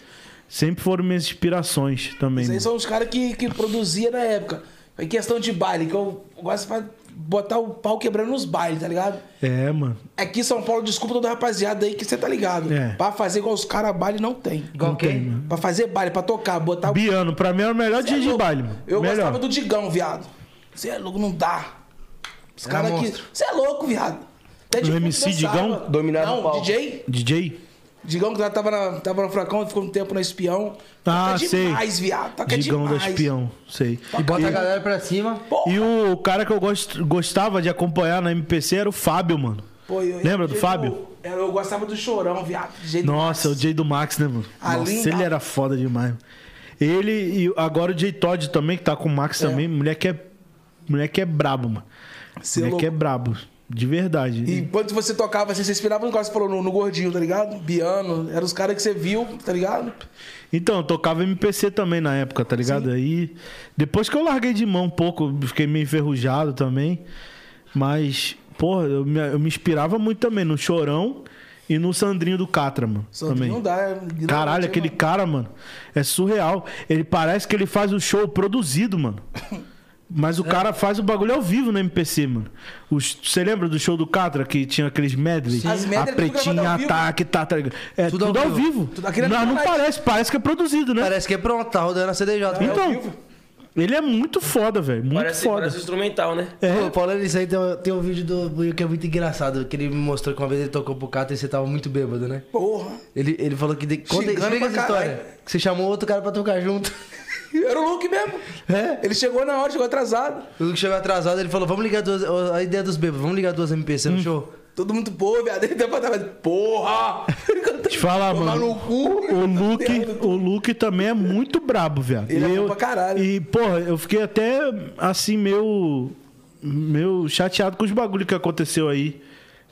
Speaker 3: Sempre foram minhas inspirações também.
Speaker 6: Esses aí
Speaker 3: mano.
Speaker 6: são os caras que, que produzia na época. Em questão de baile, que eu gosto pra botar o pau quebrando nos bailes, tá ligado?
Speaker 3: É, mano.
Speaker 6: Aqui em São Paulo, desculpa toda a rapaziada aí que você tá ligado.
Speaker 3: É.
Speaker 6: Pra fazer igual os caras baile não tem.
Speaker 1: Igual quem?
Speaker 6: Pra fazer baile, pra tocar, botar o.
Speaker 3: Biano, pra mim era o melhor
Speaker 6: Cê é
Speaker 3: dia de
Speaker 6: louco.
Speaker 3: baile, mano.
Speaker 6: Eu
Speaker 3: melhor.
Speaker 6: gostava do Digão, viado. Você é louco, não dá. Os
Speaker 1: Era
Speaker 6: caras aqui.
Speaker 1: monstro.
Speaker 6: Você é louco, viado. Até
Speaker 3: O MC Digão
Speaker 5: dominava o
Speaker 6: Não,
Speaker 5: palco.
Speaker 6: DJ?
Speaker 3: DJ?
Speaker 6: Digão que lá tava, na, tava no Fracão, ficou um tempo na Espião.
Speaker 3: Ah,
Speaker 6: Toca
Speaker 3: sei.
Speaker 6: demais, viado. Toca
Speaker 3: Digão
Speaker 6: demais.
Speaker 3: da Espião, sei.
Speaker 1: E bota a galera pra cima.
Speaker 3: E o cara que eu gost- gostava de acompanhar na MPC era o Fábio, mano.
Speaker 6: Pô, eu-
Speaker 3: Lembra do
Speaker 6: eu-
Speaker 3: Fábio?
Speaker 6: Eu, eu gostava do Chorão, viado. do jeito
Speaker 3: Nossa, o
Speaker 6: mais.
Speaker 3: DJ do Max, né, mano?
Speaker 6: A
Speaker 3: Nossa,
Speaker 6: linda-
Speaker 3: ele era foda demais. mano. Ele e agora o DJ Todd também, que tá com o Max também. Moleque é, moleque é brabo, mano.
Speaker 6: Cê é
Speaker 3: moleque é
Speaker 6: louco.
Speaker 3: brabo, de verdade.
Speaker 6: E Enquanto você tocava, assim, você inspirava no que você falou, no, no gordinho, tá ligado? Biano, eram os caras que você viu, tá ligado?
Speaker 3: Então, eu tocava MPC também na época, tá ligado? Aí, depois que eu larguei de mão um pouco, fiquei meio enferrujado também. Mas, porra, eu me, eu me inspirava muito também no Chorão e no Sandrinho do Catra, mano.
Speaker 6: Só que
Speaker 3: também.
Speaker 6: Não dá. é-
Speaker 3: Caralho, aquele cara, mano, é surreal. Ele parece que ele faz o show produzido, mano. Mas
Speaker 6: É.
Speaker 3: o cara faz o bagulho ao vivo no MPC, mano. Os- Você lembra do show do Catra que tinha aqueles medley?
Speaker 6: As medley é
Speaker 3: a
Speaker 6: tudo gravado
Speaker 3: pretinha,
Speaker 6: ao vivo. né?
Speaker 3: ataque, tá, tá ligado? É tudo, ao vivo.
Speaker 6: Tudo- aquilo é
Speaker 3: não, não
Speaker 6: verdade.
Speaker 3: parece, parece que é produzido, né?
Speaker 1: Parece que é pronto, tá rodando a CDJ.
Speaker 3: Então, ele é muito foda, velho. Muito
Speaker 5: Parece,
Speaker 3: foda.
Speaker 5: parece instrumental, né?
Speaker 1: É. Paulo, isso aí tem, tem um vídeo do Buiu que é muito engraçado, que ele me mostrou que uma vez ele tocou pro Cato e você tava muito bêbado, né?
Speaker 6: Porra.
Speaker 1: Ele, ele falou que... De, conta,
Speaker 6: Xingando
Speaker 1: explica
Speaker 6: pra
Speaker 1: essa história. Que você chamou outro cara pra tocar junto.
Speaker 6: Era o Luke mesmo.
Speaker 1: É?
Speaker 6: Ele chegou na hora, chegou atrasado.
Speaker 1: O Luke chegou atrasado, ele falou, vamos ligar duas... ó, A ideia dos bêbados, vamos ligar duas MPC no show.
Speaker 6: Todo mundo, pô, viado. Ele tava, tava porra!
Speaker 3: Te falar,
Speaker 6: Tomar
Speaker 3: mano.
Speaker 6: no cu.
Speaker 3: O Luke, o Luke também é muito brabo, velho.
Speaker 6: Ele é
Speaker 3: E
Speaker 6: bom
Speaker 3: eu-
Speaker 6: pra caralho.
Speaker 3: E, porra, eu fiquei até assim, meio. meio chateado com os bagulhos que aconteceu aí.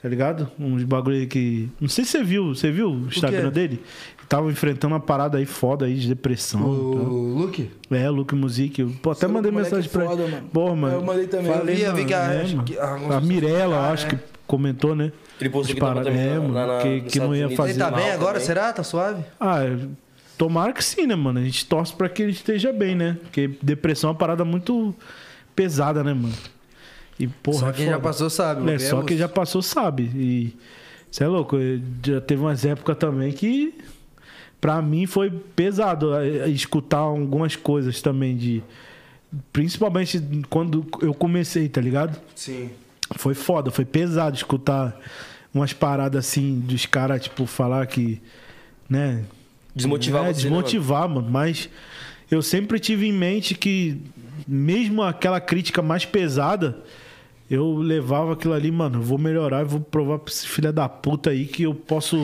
Speaker 3: Tá ligado? Uns bagulho aí que. Não sei se você viu. Você viu o Instagram
Speaker 1: quê?
Speaker 3: dele? Tava enfrentando uma parada aí foda aí de depressão.
Speaker 1: O Luke?
Speaker 3: É, Luke Music. eu- Pô, até
Speaker 6: Esse
Speaker 3: mandei
Speaker 6: moleque é
Speaker 3: mensagem pra
Speaker 6: foda,
Speaker 3: ele.
Speaker 6: mano.
Speaker 3: Porra, mano.
Speaker 6: Eu mandei também.
Speaker 3: Falei,
Speaker 1: Eu vi, eu vi
Speaker 3: mano,
Speaker 1: que a-
Speaker 3: é,
Speaker 1: acho
Speaker 3: mano.
Speaker 1: que a-
Speaker 3: a, Mirella, acho que comentou, né?
Speaker 5: Ele postou
Speaker 3: As
Speaker 5: que tava
Speaker 3: paradas,
Speaker 5: também
Speaker 3: é,
Speaker 5: lá
Speaker 3: mano,
Speaker 5: na-
Speaker 3: que-
Speaker 5: nos
Speaker 3: que não
Speaker 5: Estados
Speaker 3: ia
Speaker 5: Unidos.
Speaker 3: fazer
Speaker 1: Ele tá
Speaker 5: Mal
Speaker 1: bem agora,
Speaker 5: também.
Speaker 1: será? Tá suave?
Speaker 3: Ah, eu- Tomara que sim, né, mano? A gente torce pra que ele esteja bem, né? Porque depressão é uma parada muito pesada, né, mano? E, porra,
Speaker 1: Só
Speaker 3: é
Speaker 1: quem já
Speaker 3: foda.
Speaker 1: passou sabe,
Speaker 3: É,
Speaker 1: mano.
Speaker 3: só quem já passou sabe. E você é louco, eu- já teve umas épocas também que pra mim foi pesado eh, eh, escutar algumas coisas também de principalmente quando eu comecei, tá ligado?
Speaker 1: Sim.
Speaker 3: Foi foda, foi pesado escutar umas paradas assim dos caras tipo falar que né,
Speaker 5: Desmotivar
Speaker 3: é,
Speaker 5: você, né,
Speaker 3: desmotivar, mano. Mas eu sempre tive em mente que, mesmo aquela crítica mais pesada, eu levava aquilo ali, mano. Eu vou melhorar, eu vou provar pra esse filho da puta aí que eu posso.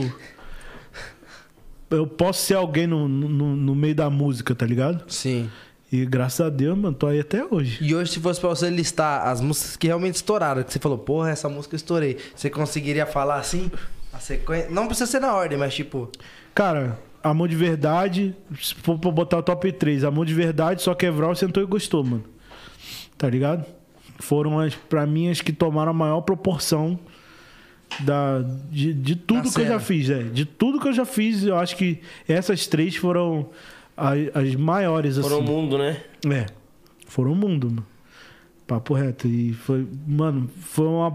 Speaker 3: Eu posso ser alguém no, no, no meio da música, tá ligado?
Speaker 1: Sim.
Speaker 3: E graças a Deus, mano, tô aí até hoje.
Speaker 1: E hoje, se fosse pra você listar as músicas que realmente estouraram, que você falou, porra, essa música eu estourei, você conseguiria falar assim? A sequência. Não precisa ser na ordem, mas tipo.
Speaker 3: Cara, Amor de Verdade, se for pra botar o top 3, Amor de Verdade, Só Quebrar, Sentou e Gostou, mano. Tá ligado? Foram as, pra mim, as que tomaram a maior proporção da, de, de tudo
Speaker 1: Da
Speaker 3: que eu
Speaker 1: cena.
Speaker 3: já fiz, é. De tudo que eu já fiz, eu acho que essas três foram a- as, maiores,
Speaker 5: Foram o
Speaker 3: assim.
Speaker 5: mundo, né?
Speaker 3: É. Foram o mundo, mano. Papo reto. E foi, mano, foi uma.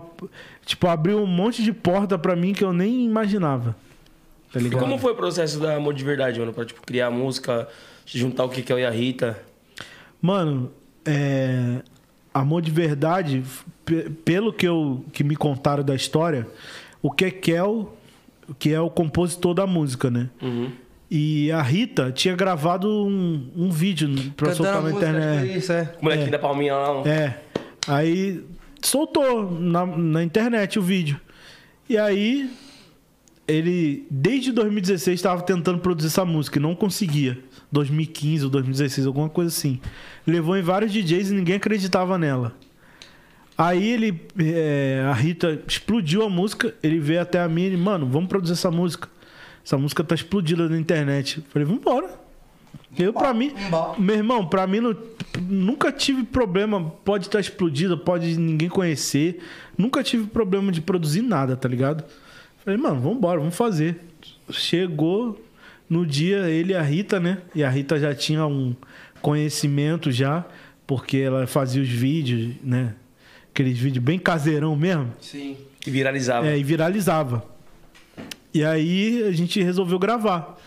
Speaker 3: Tipo, abriu um monte de porta pra mim que eu nem imaginava. Tá
Speaker 5: E
Speaker 3: ligado?
Speaker 5: como foi o processo da Amor de Verdade, mano? Pra, tipo, criar a música, juntar o Kekel e a Rita.
Speaker 3: Mano, é, amor de verdade, pe- pelo que, eu, que me contaram da história, é o Kekel, que é o compositor da música, né? E a Rita tinha gravado um, um vídeo pra soltar na
Speaker 1: acho que
Speaker 3: internet.
Speaker 1: foi isso, é.
Speaker 5: O molequinho da Palminha lá, um ó.
Speaker 3: É. Aí soltou na, na internet o vídeo. E aí ele desde 2016 estava tentando produzir essa música e não conseguia. 2015 ou 2016, alguma coisa assim. Levou em vários DJs e ninguém acreditava nela. Aí ele, é, a Rita explodiu a música, ele veio até a mim e ele, mano, vamos produzir essa música. Essa música tá explodida na internet. Eu falei, vambora. Eu, pra mim, meu irmão, pra mim não- nunca tive problema. Pode estar explodida, pode ninguém conhecer. Nunca tive problema de produzir nada, tá ligado? Falei, mano, vambora, vamos fazer. Chegou no dia ele e a Rita, né? E a Rita já tinha um conhecimento já, porque ela fazia os vídeos, né? Aqueles vídeos bem caseirão mesmo.
Speaker 4: Sim.
Speaker 5: Que viralizava.
Speaker 3: É, e viralizava. E aí a gente resolveu gravar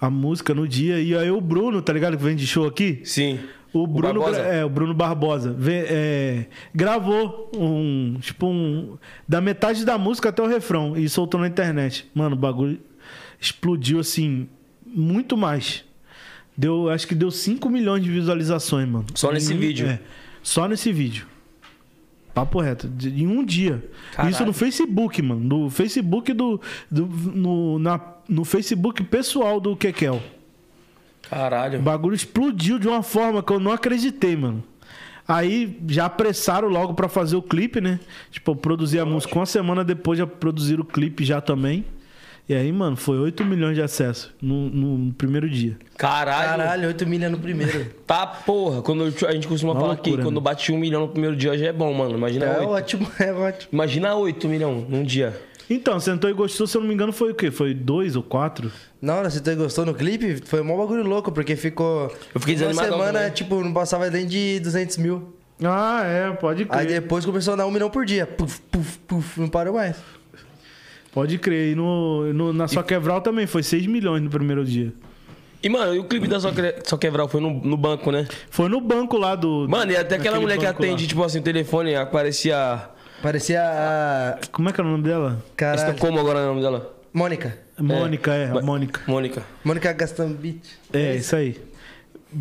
Speaker 3: a música no dia. E aí o Bruno, tá ligado? Que vem de show aqui.
Speaker 5: Sim.
Speaker 3: O Bruno,
Speaker 5: Barbosa?
Speaker 3: é, o Bruno Barbosa vê- é, gravou um, tipo um, da metade da música até o refrão e soltou na internet. Mano, o bagulho explodiu assim, muito mais. Deu, acho que deu 5 milhões de visualizações, mano.
Speaker 5: Só nesse
Speaker 3: Em um-
Speaker 5: vídeo?
Speaker 3: É, só nesse vídeo. Papo reto, de- em um dia.
Speaker 5: Caralho.
Speaker 3: Isso no Facebook, mano. No Facebook do. do- no, na- no Facebook pessoal do Kekel. O
Speaker 5: Caralho.
Speaker 3: bagulho explodiu de uma forma que eu não acreditei, mano. Aí já apressaram logo pra fazer o clipe, né? Tipo, eu produzi a música uma semana depois, já produziram o clipe já também. E aí, mano, foi 8 milhões de acessos no, no primeiro dia.
Speaker 5: Caralho.
Speaker 1: Caralho, 8 milha no primeiro.
Speaker 5: Tá porra. Quando eu- a gente costuma
Speaker 3: Uma
Speaker 5: falar
Speaker 3: loucura,
Speaker 5: que
Speaker 3: né?
Speaker 5: quando bate um milhão no primeiro dia já é bom, mano. Imagina
Speaker 1: É
Speaker 5: oito.
Speaker 1: ótimo, é ótimo.
Speaker 5: Imagina oito milhão num dia.
Speaker 3: Então, sentou e gostou, se eu não me engano, foi o quê? Foi dois ou quatro?
Speaker 1: Na hora, se tu gostou no clipe, foi um bagulho louco, porque ficou.
Speaker 5: Eu fiquei
Speaker 1: Uma
Speaker 5: desanimadão
Speaker 1: semana,
Speaker 5: também.
Speaker 1: tipo, não passava nem de 200 mil.
Speaker 3: Ah, é, pode crer.
Speaker 1: Aí depois começou a dar um milhão por dia. Puf, puf, puf, não parou mais.
Speaker 3: Pode crer. E no, no- na Só Quebral também foi 6 milhões no primeiro dia.
Speaker 5: E, mano, e o clipe da Só, Cre- Só Quebral foi no, no banco, né?
Speaker 3: Foi no banco lá do.
Speaker 5: Mano, e até aquela
Speaker 3: naquele
Speaker 5: mulher que
Speaker 3: banco lá.
Speaker 5: atende, tipo assim, o telefone, aparecia.
Speaker 1: Parecia ah, a.
Speaker 3: Como é que é o nome dela?
Speaker 1: Cara.
Speaker 5: Estou como agora é o nome dela?
Speaker 1: Mônica.
Speaker 3: Mônica, é, a Mônica.
Speaker 5: Mônica.
Speaker 1: Mônica Gastambit.
Speaker 3: É, isso aí.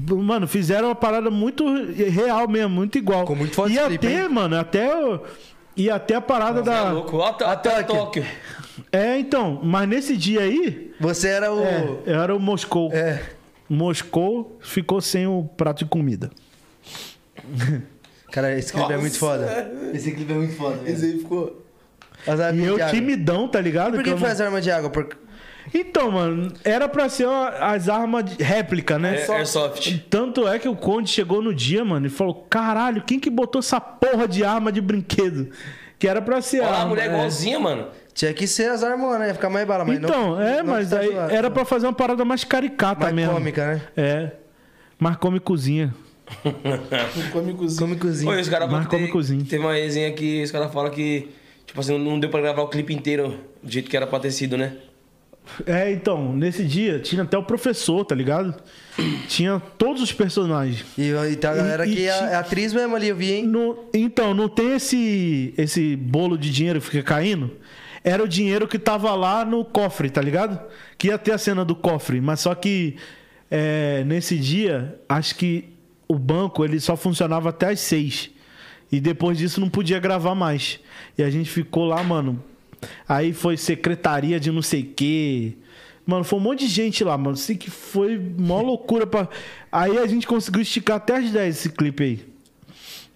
Speaker 3: Mano, fizeram uma parada muito real mesmo, muito igual.
Speaker 1: Ficou muito foda
Speaker 3: E
Speaker 1: esse
Speaker 3: até,
Speaker 1: clipe, hein?
Speaker 3: mano, até o- E até a parada
Speaker 5: Tá
Speaker 3: da.
Speaker 5: louco. Até, até Tóquio.
Speaker 3: É, então, mas nesse dia aí,
Speaker 1: Você era o.
Speaker 3: é, era o Moscou.
Speaker 1: É.
Speaker 3: Moscou ficou sem o prato de comida.
Speaker 1: Cara, esse clipe é muito foda. Esse clipe é muito foda,
Speaker 6: Esse aí ficou.
Speaker 1: As
Speaker 3: E
Speaker 1: armas
Speaker 3: eu
Speaker 1: de água.
Speaker 3: timidão, tá ligado?
Speaker 1: Por
Speaker 3: Que eu
Speaker 1: que
Speaker 3: não-
Speaker 1: foi as armas de água? Por-
Speaker 3: Então, mano, era pra ser uma- as armas de réplica, né?
Speaker 5: É,
Speaker 3: Só-
Speaker 5: Airsoft.
Speaker 3: Tanto é que o Conde chegou no dia, mano, e falou: caralho, quem que botou essa porra de arma de brinquedo? Que era pra ser
Speaker 5: Olha lá, a
Speaker 3: arma,
Speaker 5: mulher
Speaker 3: né?
Speaker 5: igualzinha, mano.
Speaker 1: Tinha que ser as armas, né? Ia ficar mais bala, mas não-
Speaker 3: então, é,
Speaker 1: não
Speaker 3: mas
Speaker 1: tá
Speaker 3: aí
Speaker 1: zoado.
Speaker 3: era pra fazer uma parada mais caricata
Speaker 1: Mais
Speaker 3: mesmo.
Speaker 1: cômica, né?
Speaker 3: É. Mais comicozinha.
Speaker 6: Cômicozinho.
Speaker 1: Cômicozinho.
Speaker 5: Oi, os caras
Speaker 3: Marca
Speaker 5: teve-
Speaker 3: uma cozinha.
Speaker 5: Teve uma resenha que os caras falam que, tipo assim, não deu pra gravar o clipe inteiro do jeito que era pra ter sido, né?
Speaker 3: É, então, nesse dia tinha até o professor, tá ligado? Tinha todos os personagens.
Speaker 1: E, e tá a
Speaker 3: E-
Speaker 1: galera
Speaker 3: e
Speaker 1: que é
Speaker 3: ti-
Speaker 1: é atriz mesmo ali, eu vi, hein?
Speaker 3: Não- então, não tem esse, esse bolo de dinheiro que fica caindo? Era o dinheiro que tava lá no cofre, tá ligado? Que ia ter a cena do cofre, mas só que é, nesse dia, acho que o banco ele só funcionava até às seis. E depois disso não podia gravar mais. E a gente ficou lá, mano. Aí foi secretaria de não sei o quê. Mano, foi um monte de gente lá, mano. Sei que foi mó loucura. Pra... Aí a gente conseguiu esticar até as 10 esse clipe aí.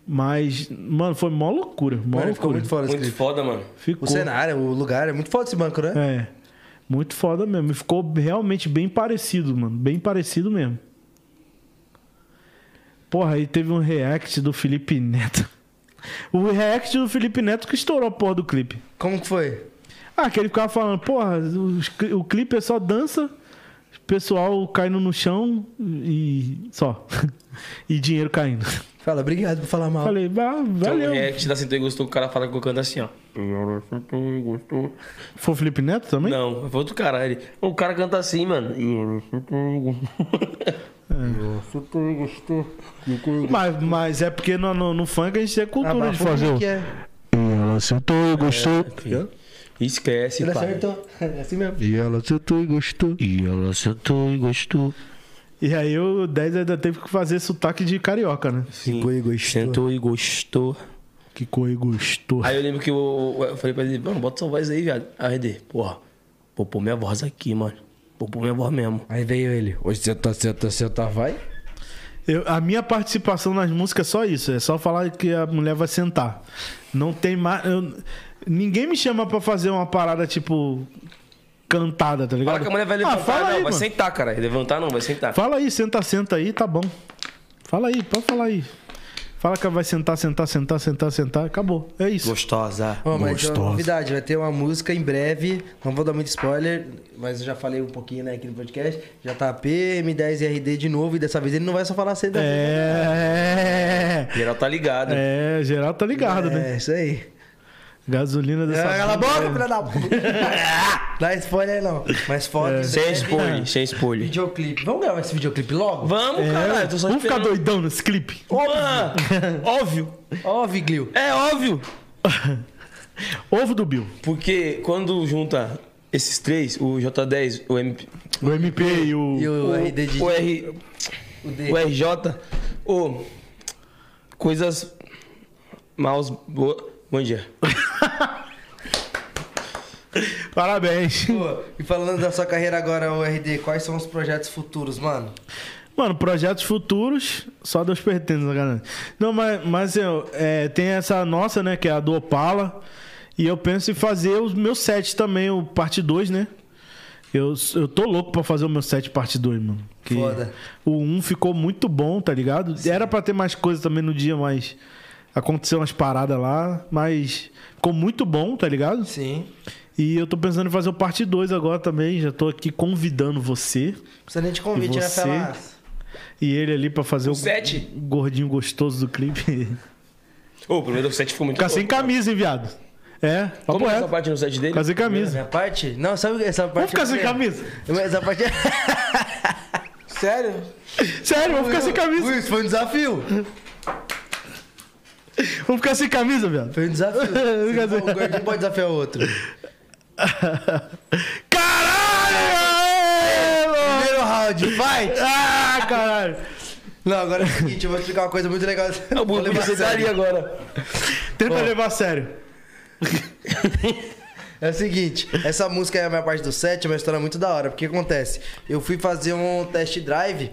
Speaker 3: Mas, mano, foi mó loucura. Mó
Speaker 1: Mano,
Speaker 3: loucura.
Speaker 1: ficou muito foda esse
Speaker 5: Muito
Speaker 1: clipe.
Speaker 5: foda, mano.
Speaker 3: Ficou.
Speaker 1: O cenário, o lugar, é muito foda esse banco, né?
Speaker 3: É. Muito foda mesmo. E ficou realmente bem parecido, mano. Bem parecido mesmo. Porra, aí teve um react do Felipe Neto. O react do Felipe Neto que estourou a porra do clipe.
Speaker 1: Como que foi?
Speaker 3: Ah, que ele ficava falando, porra, os cli- o clipe é só dança, pessoal caindo no chão e só. e dinheiro caindo.
Speaker 1: Fala, obrigado por falar mal.
Speaker 3: Falei, ah,
Speaker 5: Então, o
Speaker 1: é-
Speaker 3: valeu.
Speaker 5: react da Sentou e Gostou, o cara fala colocando assim, ó.
Speaker 3: Foi o Felipe Neto também?
Speaker 5: Não, foi outro cara. Ele, o cara canta assim, mano.
Speaker 3: Mas, mas é porque no, no, no funk a gente tem cultura de
Speaker 1: Abafa,
Speaker 3: fazer.
Speaker 1: como
Speaker 3: o-
Speaker 1: que é?
Speaker 13: Ela sentou e gostou.
Speaker 5: Esquece,
Speaker 1: Ele
Speaker 5: pai.
Speaker 1: acertou. É assim mesmo.
Speaker 13: E ela sentou e gostou. E ela sentou e gostou.
Speaker 3: E aí o 10 ainda teve que fazer sotaque de carioca, né?
Speaker 5: Sim.
Speaker 1: Ficou e gostou.
Speaker 5: Sentou e gostou.
Speaker 3: Que coisa gostou.
Speaker 5: Aí eu lembro que eu, eu falei pra ele, mano, bota sua voz aí, viado. Aí ele, porra, vou pôr minha voz aqui, mano. Vou pôr minha voz mesmo.
Speaker 1: Aí veio ele. Hoje senta, senta, senta, vai.
Speaker 3: Eu- a minha participação nas músicas é só isso. É só falar que a mulher vai sentar. Não tem mais. eu- ninguém me chama pra fazer uma parada tipo. cantada, tá ligado?
Speaker 5: Fala que a mulher vai
Speaker 3: ah,
Speaker 5: levantar,
Speaker 3: fala
Speaker 5: não,
Speaker 3: aí,
Speaker 5: vai
Speaker 3: mano.
Speaker 5: sentar, cara. Levantar não, vai sentar.
Speaker 3: Fala aí, senta, senta aí, tá bom. Fala aí, pode falar aí. Fala que ela vai sentar, sentar, sentar, sentar, sentar. Acabou. É isso.
Speaker 5: Gostosa.
Speaker 1: Ó, mas tem uma
Speaker 3: Gostosa.
Speaker 1: novidade, vai ter uma música em breve. Não vou dar muito spoiler, mas eu já falei um pouquinho né, aqui no podcast. Já tá P, M10 e RD de novo, e dessa vez ele não vai só falar né? senta.
Speaker 3: É.
Speaker 5: Geral tá ligado.
Speaker 3: É, geral tá ligado, né?
Speaker 1: É, isso aí.
Speaker 3: Gasolina dessa.
Speaker 1: Ah, Cala a
Speaker 3: vida.
Speaker 1: boca, filha da puta. Dá spoiler não. Mas foda.
Speaker 3: É.
Speaker 1: em
Speaker 5: Sem
Speaker 1: breve,
Speaker 3: Ah.
Speaker 5: spoiler, sem spoiler.
Speaker 1: Videoclipe. Vamos gravar esse videoclipe logo?
Speaker 5: Vamos,
Speaker 3: É.
Speaker 5: cara. Eu tô só
Speaker 3: Vamos ficar
Speaker 5: esperando.
Speaker 3: Um doidão nesse clipe.
Speaker 5: Mano, óbvio.
Speaker 1: Ó, Viglio.
Speaker 5: É óbvio.
Speaker 3: Ovo do Bill.
Speaker 5: Porque quando junta esses três, o J10, o MP.
Speaker 3: O MP e o.
Speaker 1: E o, RD de...
Speaker 5: o R.
Speaker 1: o D.
Speaker 5: O RJ, ô. Coisas. Maus. Boa. Bom dia.
Speaker 3: Parabéns.
Speaker 1: Pô, E falando da sua carreira agora, o RD, quais são os projetos futuros, mano?
Speaker 3: Mano, projetos futuros, só Deus pertence, né, galera? Não, mas, mas eu, é, tem essa nossa, né, que é a do Opala. E eu penso em fazer os meus sets também, o parte 2, né? Eu, eu tô louco pra fazer o meu set parte 2, mano. Que
Speaker 1: Foda.
Speaker 3: O 1 um ficou muito bom, tá ligado? Era pra ter mais coisa também no dia, mas aconteceu umas paradas lá. Mas ficou muito bom, tá ligado?
Speaker 1: Sim.
Speaker 3: E eu tô pensando em fazer o parte 2 agora também. Já tô aqui convidando você.
Speaker 1: Não precisa nem de convite,
Speaker 3: E
Speaker 1: né,
Speaker 3: você?
Speaker 1: Felas?
Speaker 3: E ele ali pra fazer o,
Speaker 5: sete?
Speaker 3: gordinho gostoso do clipe.
Speaker 5: Ô, o primeiro set ficou muito
Speaker 3: Ficar sem camisa, hein, viado? É, papo
Speaker 5: Como é essa
Speaker 3: reto.
Speaker 5: parte no set dele?
Speaker 3: Ficar sem camisa.
Speaker 1: Minha parte? Não, sabe essa parte?
Speaker 3: Vamos ficar sem
Speaker 1: é-
Speaker 3: camisa.
Speaker 1: Mas Essa parte é.
Speaker 6: Sério?
Speaker 3: Sério, vamos ficar sem camisa.
Speaker 1: Luiz, foi um desafio.
Speaker 3: Vamos ficar sem camisa, viado.
Speaker 1: Foi um desafio.
Speaker 3: Fica
Speaker 1: Se
Speaker 3: assim.
Speaker 1: for, o gordinho pode desafiar o outro.
Speaker 3: Caralho! mano!
Speaker 1: Primeiro round, fight!
Speaker 3: Ah, caralho.
Speaker 1: Não, agora é o seguinte, eu vou explicar uma coisa muito legal.
Speaker 3: É
Speaker 5: O Bubu
Speaker 1: Vou levar a sério.
Speaker 5: sentaria agora.
Speaker 3: Tenta levar a sério.
Speaker 1: É o seguinte, essa música é a minha parte do set, é uma história muito da hora. Porque o que acontece? Eu fui fazer um test drive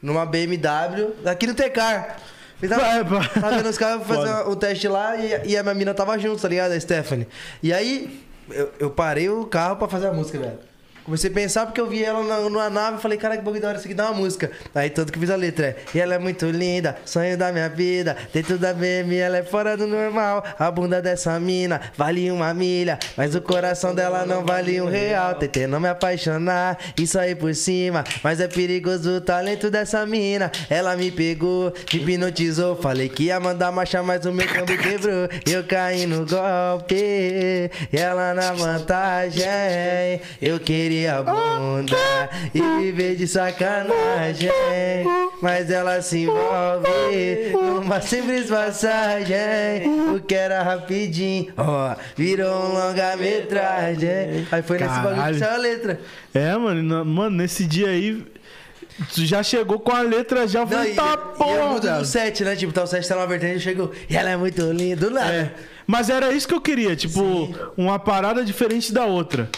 Speaker 1: numa BMW aqui no Tecar. E Tava,
Speaker 3: Vai, vai.
Speaker 1: tava vendo os caras
Speaker 3: Foda.
Speaker 1: fazer o teste lá e, e a minha mina tava junto, tá ligado? A Stephanie. E aí, eu, eu parei o carro pra fazer a música, velho. Comecei a pensar porque eu vi ela na, numa nave e falei, cara, que bagulho da hora isso aqui dá uma música. Aí tanto que fiz a letra é. E ela é muito linda, sonho da minha vida. Dentro da BM, ela é fora do normal. A bunda dessa mina vale uma milha. Mas o coração dela não vale um real. Tentei não me apaixonar, isso aí por cima. Mas é perigoso o talento dessa mina. Ela me pegou, me hipnotizou. Falei que ia mandar marchar, mas o meu câmbio quebrou. Eu caí no golpe, e ela na vantagem. Eu queria bunda e viver de sacanagem. Mas ela se envolve numa simples passagem. O que era rapidinho, ó, virou um longa-metragem. Aí foi nesse bagulho
Speaker 3: Caralho.
Speaker 1: que saiu a letra.
Speaker 3: É, mano, na- mano, nesse dia aí, tu já chegou com a letra já, eu
Speaker 1: Não,
Speaker 3: falei,
Speaker 1: e, é
Speaker 3: tá
Speaker 1: e eu mudo
Speaker 3: porra.
Speaker 1: do set, né? Tipo, tá o set, tá numa vertente, eu chego, e ela é muito linda, do nada.
Speaker 3: É, mas era isso que eu queria, tipo, uma parada diferente da outra.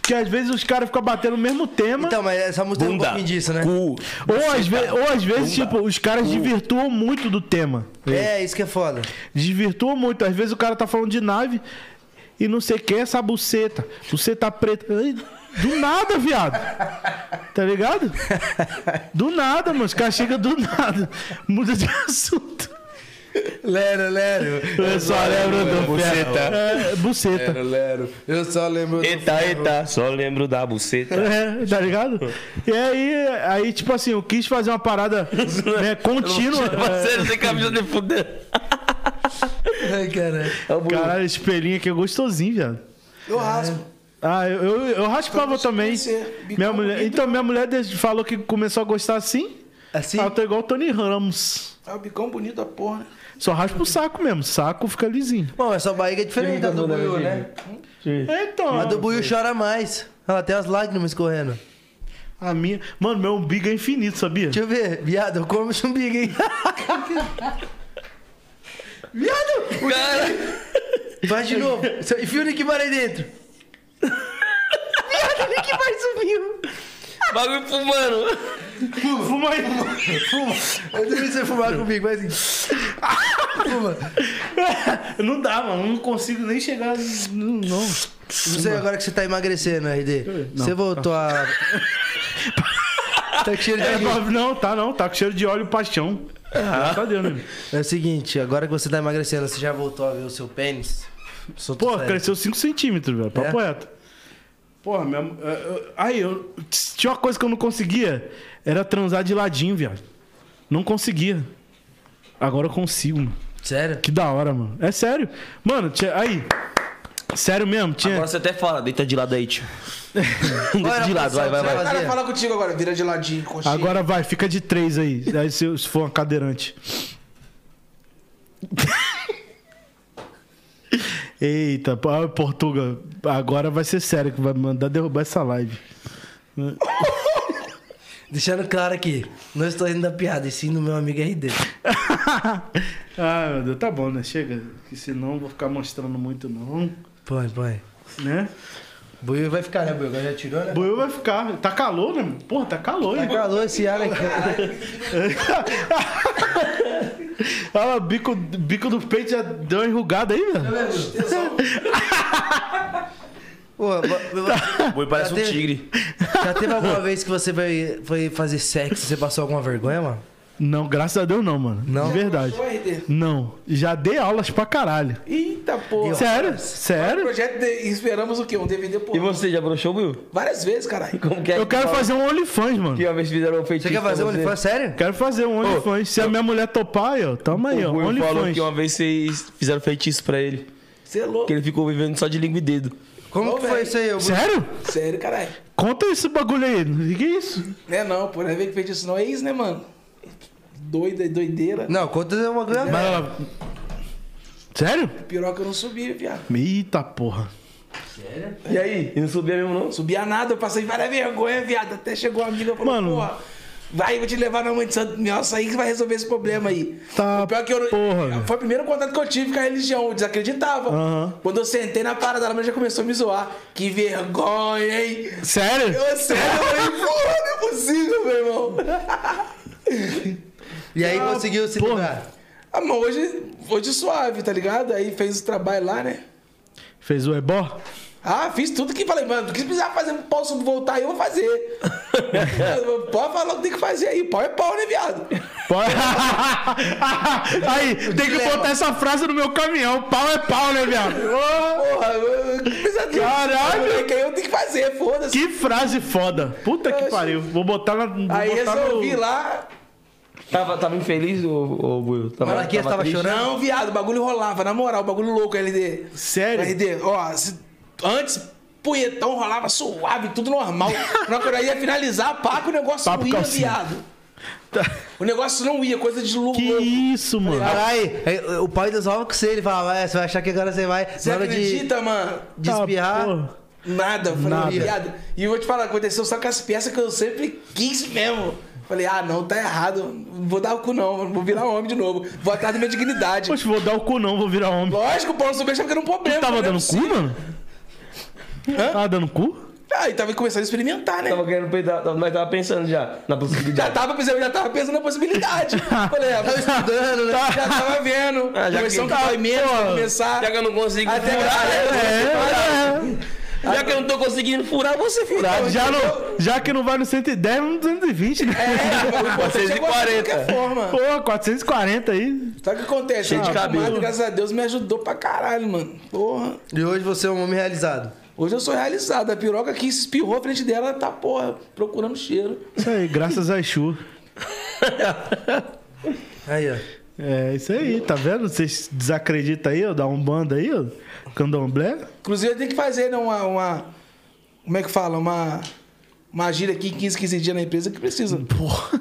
Speaker 3: Porque às vezes os caras ficam batendo o mesmo tema.
Speaker 1: Então, mas essa música tem um pouquinho disso, né?
Speaker 5: cu,
Speaker 3: ou, às ve- ou às vezes, tipo, os caras desvirtuam muito do tema.
Speaker 1: É, isso que é foda.
Speaker 3: Desvirtua muito. Às vezes o cara tá falando de nave e não sei quem é essa buceta. Buceta preta. Ai, Do nada, viado. Tá ligado? Do nada, mano. Os caras chegam do nada. Muda de assunto.
Speaker 1: Lero, lero.
Speaker 3: Eu só lembro do buceta. É, buceta.
Speaker 1: lero. Eu só lembro.
Speaker 5: Eita, eita, só lembro da buceta.
Speaker 3: É, tá ligado? E aí, aí, tipo assim, eu quis fazer uma parada né, contínua.
Speaker 5: Parceiro, sem camisa de fuder.
Speaker 1: Ai, caralho.
Speaker 3: Caralho, espelhinho aqui é gostosinho, viado.
Speaker 6: Eu raspo.
Speaker 3: Ah, eu, eu, eu raspava
Speaker 6: Então,
Speaker 3: também.
Speaker 6: isso é bicão
Speaker 3: Minha mulher,
Speaker 6: bonito.
Speaker 3: então, minha mulher des- falou que começou a gostar assim.
Speaker 1: Assim?
Speaker 3: Ah, eu tô igual o Tony Ramos.
Speaker 6: É o bicão bonito da porra, né?
Speaker 3: Só raspa o saco mesmo. Saco fica lisinho.
Speaker 1: Bom, essa barriga é diferente da do Buiu, né?
Speaker 3: Então,
Speaker 1: A do Buiu chora mais. Ela tem as lágrimas escorrendo.
Speaker 3: a minha. Mano, meu umbigo é infinito, sabia?
Speaker 1: Deixa eu ver. Viado, eu como esse umbigo, hein? Viado! o- Faz de novo. E fio o Nick Bar aí dentro. Viado, o Nick Bar sumiu.
Speaker 5: Bagulho fumando.
Speaker 3: Fuma aí.
Speaker 1: Eu devia você fumar comigo, mas assim. Fuma.
Speaker 3: Não dá, mano. Não consigo nem chegar. Não. não.
Speaker 1: Não sei agora que você tá emagrecendo, RD. Você voltou a. tá com cheiro de
Speaker 3: É,
Speaker 1: amigo.
Speaker 3: não, tá não. Tá com cheiro de óleo paixão. Ah. Tá dando, né?
Speaker 1: É o seguinte, agora que você tá emagrecendo, você já voltou a ver o seu pênis? Sou
Speaker 3: Pô,
Speaker 1: sério.
Speaker 3: cresceu 5 centímetros, velho. Papo
Speaker 1: É?
Speaker 3: reto. Porra, minha. eh, eu- Aí, eu. Tinha uma coisa que eu não conseguia. Era transar de ladinho, viado. Não conseguia. Agora eu consigo, mano.
Speaker 1: Sério?
Speaker 3: Que da hora, mano. É sério. Mano, tinha- aí. Sério mesmo, tinha.
Speaker 5: Agora você até fala, deita de lado aí, tio. Deita Então de lado, vai, vai, vai.
Speaker 6: O cara fala contigo agora, vira de ladinho, coxinha.
Speaker 3: Agora vai, fica de três aí. aí se, eu- se for uma cadeirante. Eita, pô, ah, Portuga, agora vai ser sério que vai mandar derrubar essa live.
Speaker 1: Deixando claro aqui, não estou rindo da piada, e sim do meu amigo RD.
Speaker 3: ah, meu Deus, tá bom, né? Chega, que senão eu vou ficar mostrando muito não,
Speaker 1: Põe, põe.
Speaker 3: né?
Speaker 1: Buiu vai ficar, né, Buiu? Agora já tirou, né?
Speaker 3: Boiô vai ficar. Tá calor, né? mano? Porra, tá calor,
Speaker 1: Tá
Speaker 3: hein?
Speaker 1: calor esse ar aqui.
Speaker 3: Olha lá, o bico, bico do peito já deu uma enrugada aí, velho.
Speaker 1: Pô, bo- bo-
Speaker 5: Boi parece
Speaker 1: Já
Speaker 5: um
Speaker 1: teve-
Speaker 5: tigre.
Speaker 1: já teve alguma vez que você foi, foi fazer sexo e você passou alguma vergonha, mano?
Speaker 3: Não, graças a Deus não, mano.
Speaker 1: Não?
Speaker 3: De é verdade.
Speaker 6: Ô, RD.
Speaker 3: Não, já dei aulas pra caralho.
Speaker 6: Eita porra.
Speaker 3: Sério? Sério?
Speaker 6: Projeto de- esperamos o quê? Um DVD por
Speaker 5: E você, já broxou, Will?
Speaker 6: várias vezes, caralho.
Speaker 5: Como que é?
Speaker 3: Eu quero fazer um OnlyFans, mano.
Speaker 5: Que uma vez fizeram um feitiço.
Speaker 1: Você quer fazer
Speaker 5: pra
Speaker 1: um OnlyFans? Sério?
Speaker 3: Quero fazer um OnlyFans. Se a minha mulher topar, eu, tamo aí, ó.
Speaker 5: O Will falou
Speaker 3: OnlyFans.
Speaker 5: que uma vez vocês fizeram feitiço pra ele.
Speaker 6: Você é louco.
Speaker 5: Que ele ficou vivendo só de língua e dedo.
Speaker 1: Como
Speaker 6: Ô,
Speaker 1: que foi
Speaker 6: velho.
Speaker 1: isso aí? Eu...
Speaker 3: Sério?
Speaker 6: Sério, caralho.
Speaker 3: Conta esse bagulho aí. O que é isso?
Speaker 6: Né não, pô. Não é ver que fez isso não. É isso, né, mano? Doida, doideira.
Speaker 1: Não, conta uma coisa.
Speaker 3: Mas ela... Sério?
Speaker 6: Piroca eu não subia, viado.
Speaker 3: Eita porra.
Speaker 5: E aí? E não subia mesmo, não?
Speaker 6: Subia nada, eu passei várias vergonhas, viado. Até chegou uma amiga e falou,
Speaker 3: Mano.
Speaker 6: porra, vai, eu vou te levar na mãe de santo nossa aí que vai resolver esse problema aí.
Speaker 3: Tá,
Speaker 6: o pior é que eu não-
Speaker 3: porra, velho.
Speaker 6: Foi o primeiro contato que eu tive com a religião, eu desacreditava.
Speaker 3: Aham.
Speaker 6: Quando eu sentei na parada, ela já começou a me zoar. Que vergonha, hein?
Speaker 3: Sério?
Speaker 6: Eu, sério, eu falei, porra, não é possível, meu irmão.
Speaker 1: E aí conseguiu se livrar.
Speaker 6: Ah, mas hoje, hoje suave, tá ligado? Aí fez o trabalho lá, né?
Speaker 3: Fez o ebó?
Speaker 6: Ah, fiz tudo que falei, mano, o que precisar fazer, posso voltar aí, eu vou fazer. Pode falar o que tem que fazer aí. Pau é pau, né, viado?
Speaker 3: Pode- Aí, tem que botar essa frase no meu caminhão. Pau é pau, né, viado? Ô,
Speaker 6: Porra, eu- eu- que precisa de-
Speaker 3: Caralho!
Speaker 6: Eu falei que aí eu tenho que fazer, foda-se.
Speaker 3: Que frase foda. Puta que
Speaker 6: Eu-
Speaker 3: pariu. Vou botar na. vou
Speaker 6: Aí
Speaker 3: botar
Speaker 6: resolvi
Speaker 3: no...
Speaker 6: lá.
Speaker 5: Tava, tava infeliz, ô, ô Buiu? Tava,
Speaker 1: Malaquias tava
Speaker 5: triste?
Speaker 1: chorando?
Speaker 6: Não, viado, o bagulho rolava, na moral, o bagulho louco, LD.
Speaker 3: Sério?
Speaker 6: LD, ó, se- antes, punhetão rolava suave, tudo normal. Na hora que eu ia finalizar, pá, que o negócio
Speaker 3: Papo
Speaker 6: não ia,
Speaker 3: calcinha. Tá.
Speaker 6: viado. O negócio não ia, coisa de louco.
Speaker 3: Que
Speaker 6: um-
Speaker 3: isso, mano.
Speaker 1: Caralho, é, o pai resolve com você, ele fala, é, você vai achar que agora você vai.
Speaker 6: Você
Speaker 1: na hora de,
Speaker 6: acredita, mano?
Speaker 1: de
Speaker 3: Tá,
Speaker 1: espirrar.
Speaker 3: porra.
Speaker 6: Nada, eu falei,
Speaker 3: Nada.
Speaker 6: viado. E eu vou te falar, aconteceu só com as peças que eu sempre quis mesmo. Falei, ah, não, tá errado. Não Vou dar o cu, não. Vou virar homem de novo. Vou atrás da minha dignidade.
Speaker 3: Poxa, vou dar o cu não, vou virar homem.
Speaker 6: Lógico, o Paulo Silveira achava que era um problema.
Speaker 3: Tu tava
Speaker 6: né?
Speaker 3: dando cu, mano? Tava dando cu?
Speaker 6: Ah, e tava começando a experimentar, né?
Speaker 5: Tava querendo peidar, tava- mas tava pensando já na
Speaker 6: Já
Speaker 5: possibilidade.
Speaker 6: tava, pensando, já tava pensando na possibilidade. Falei, ah,
Speaker 1: Tava estudando, né?
Speaker 6: já tava vendo.
Speaker 5: Ah, já
Speaker 6: começando
Speaker 5: que-
Speaker 6: com o movimento, pra começar.
Speaker 5: Já que eu não consigo
Speaker 6: Até
Speaker 5: furar,
Speaker 3: É,
Speaker 5: já que eu não tô conseguindo furar, você furar.
Speaker 6: Tá,
Speaker 3: é. Já, não, já que não vai no 110, vai no 220, né?
Speaker 6: É,
Speaker 5: 440.
Speaker 6: De qualquer forma.
Speaker 3: Pô, 440 aí.
Speaker 6: Sabe o que acontece?
Speaker 5: Cheio de
Speaker 6: Ah,
Speaker 5: cabelo.
Speaker 6: mas, Graças a Deus me ajudou pra caralho, mano. Porra.
Speaker 1: E hoje você é um homem realizado.
Speaker 6: Hoje eu sou realizado. A piroca que se espirrou à frente dela tá, porra, procurando cheiro.
Speaker 3: Isso aí, graças a Exu.
Speaker 1: Aí, ó.
Speaker 3: É, isso aí, tá vendo? Vocês desacreditam aí, ó, da Umbanda aí, ó, Candomblé.
Speaker 6: Inclusive, eu tenho que fazer né, uma, uma- Como é que fala? Uma. Uma gira aqui, 15, 15 dias na empresa que precisa.
Speaker 3: Porra.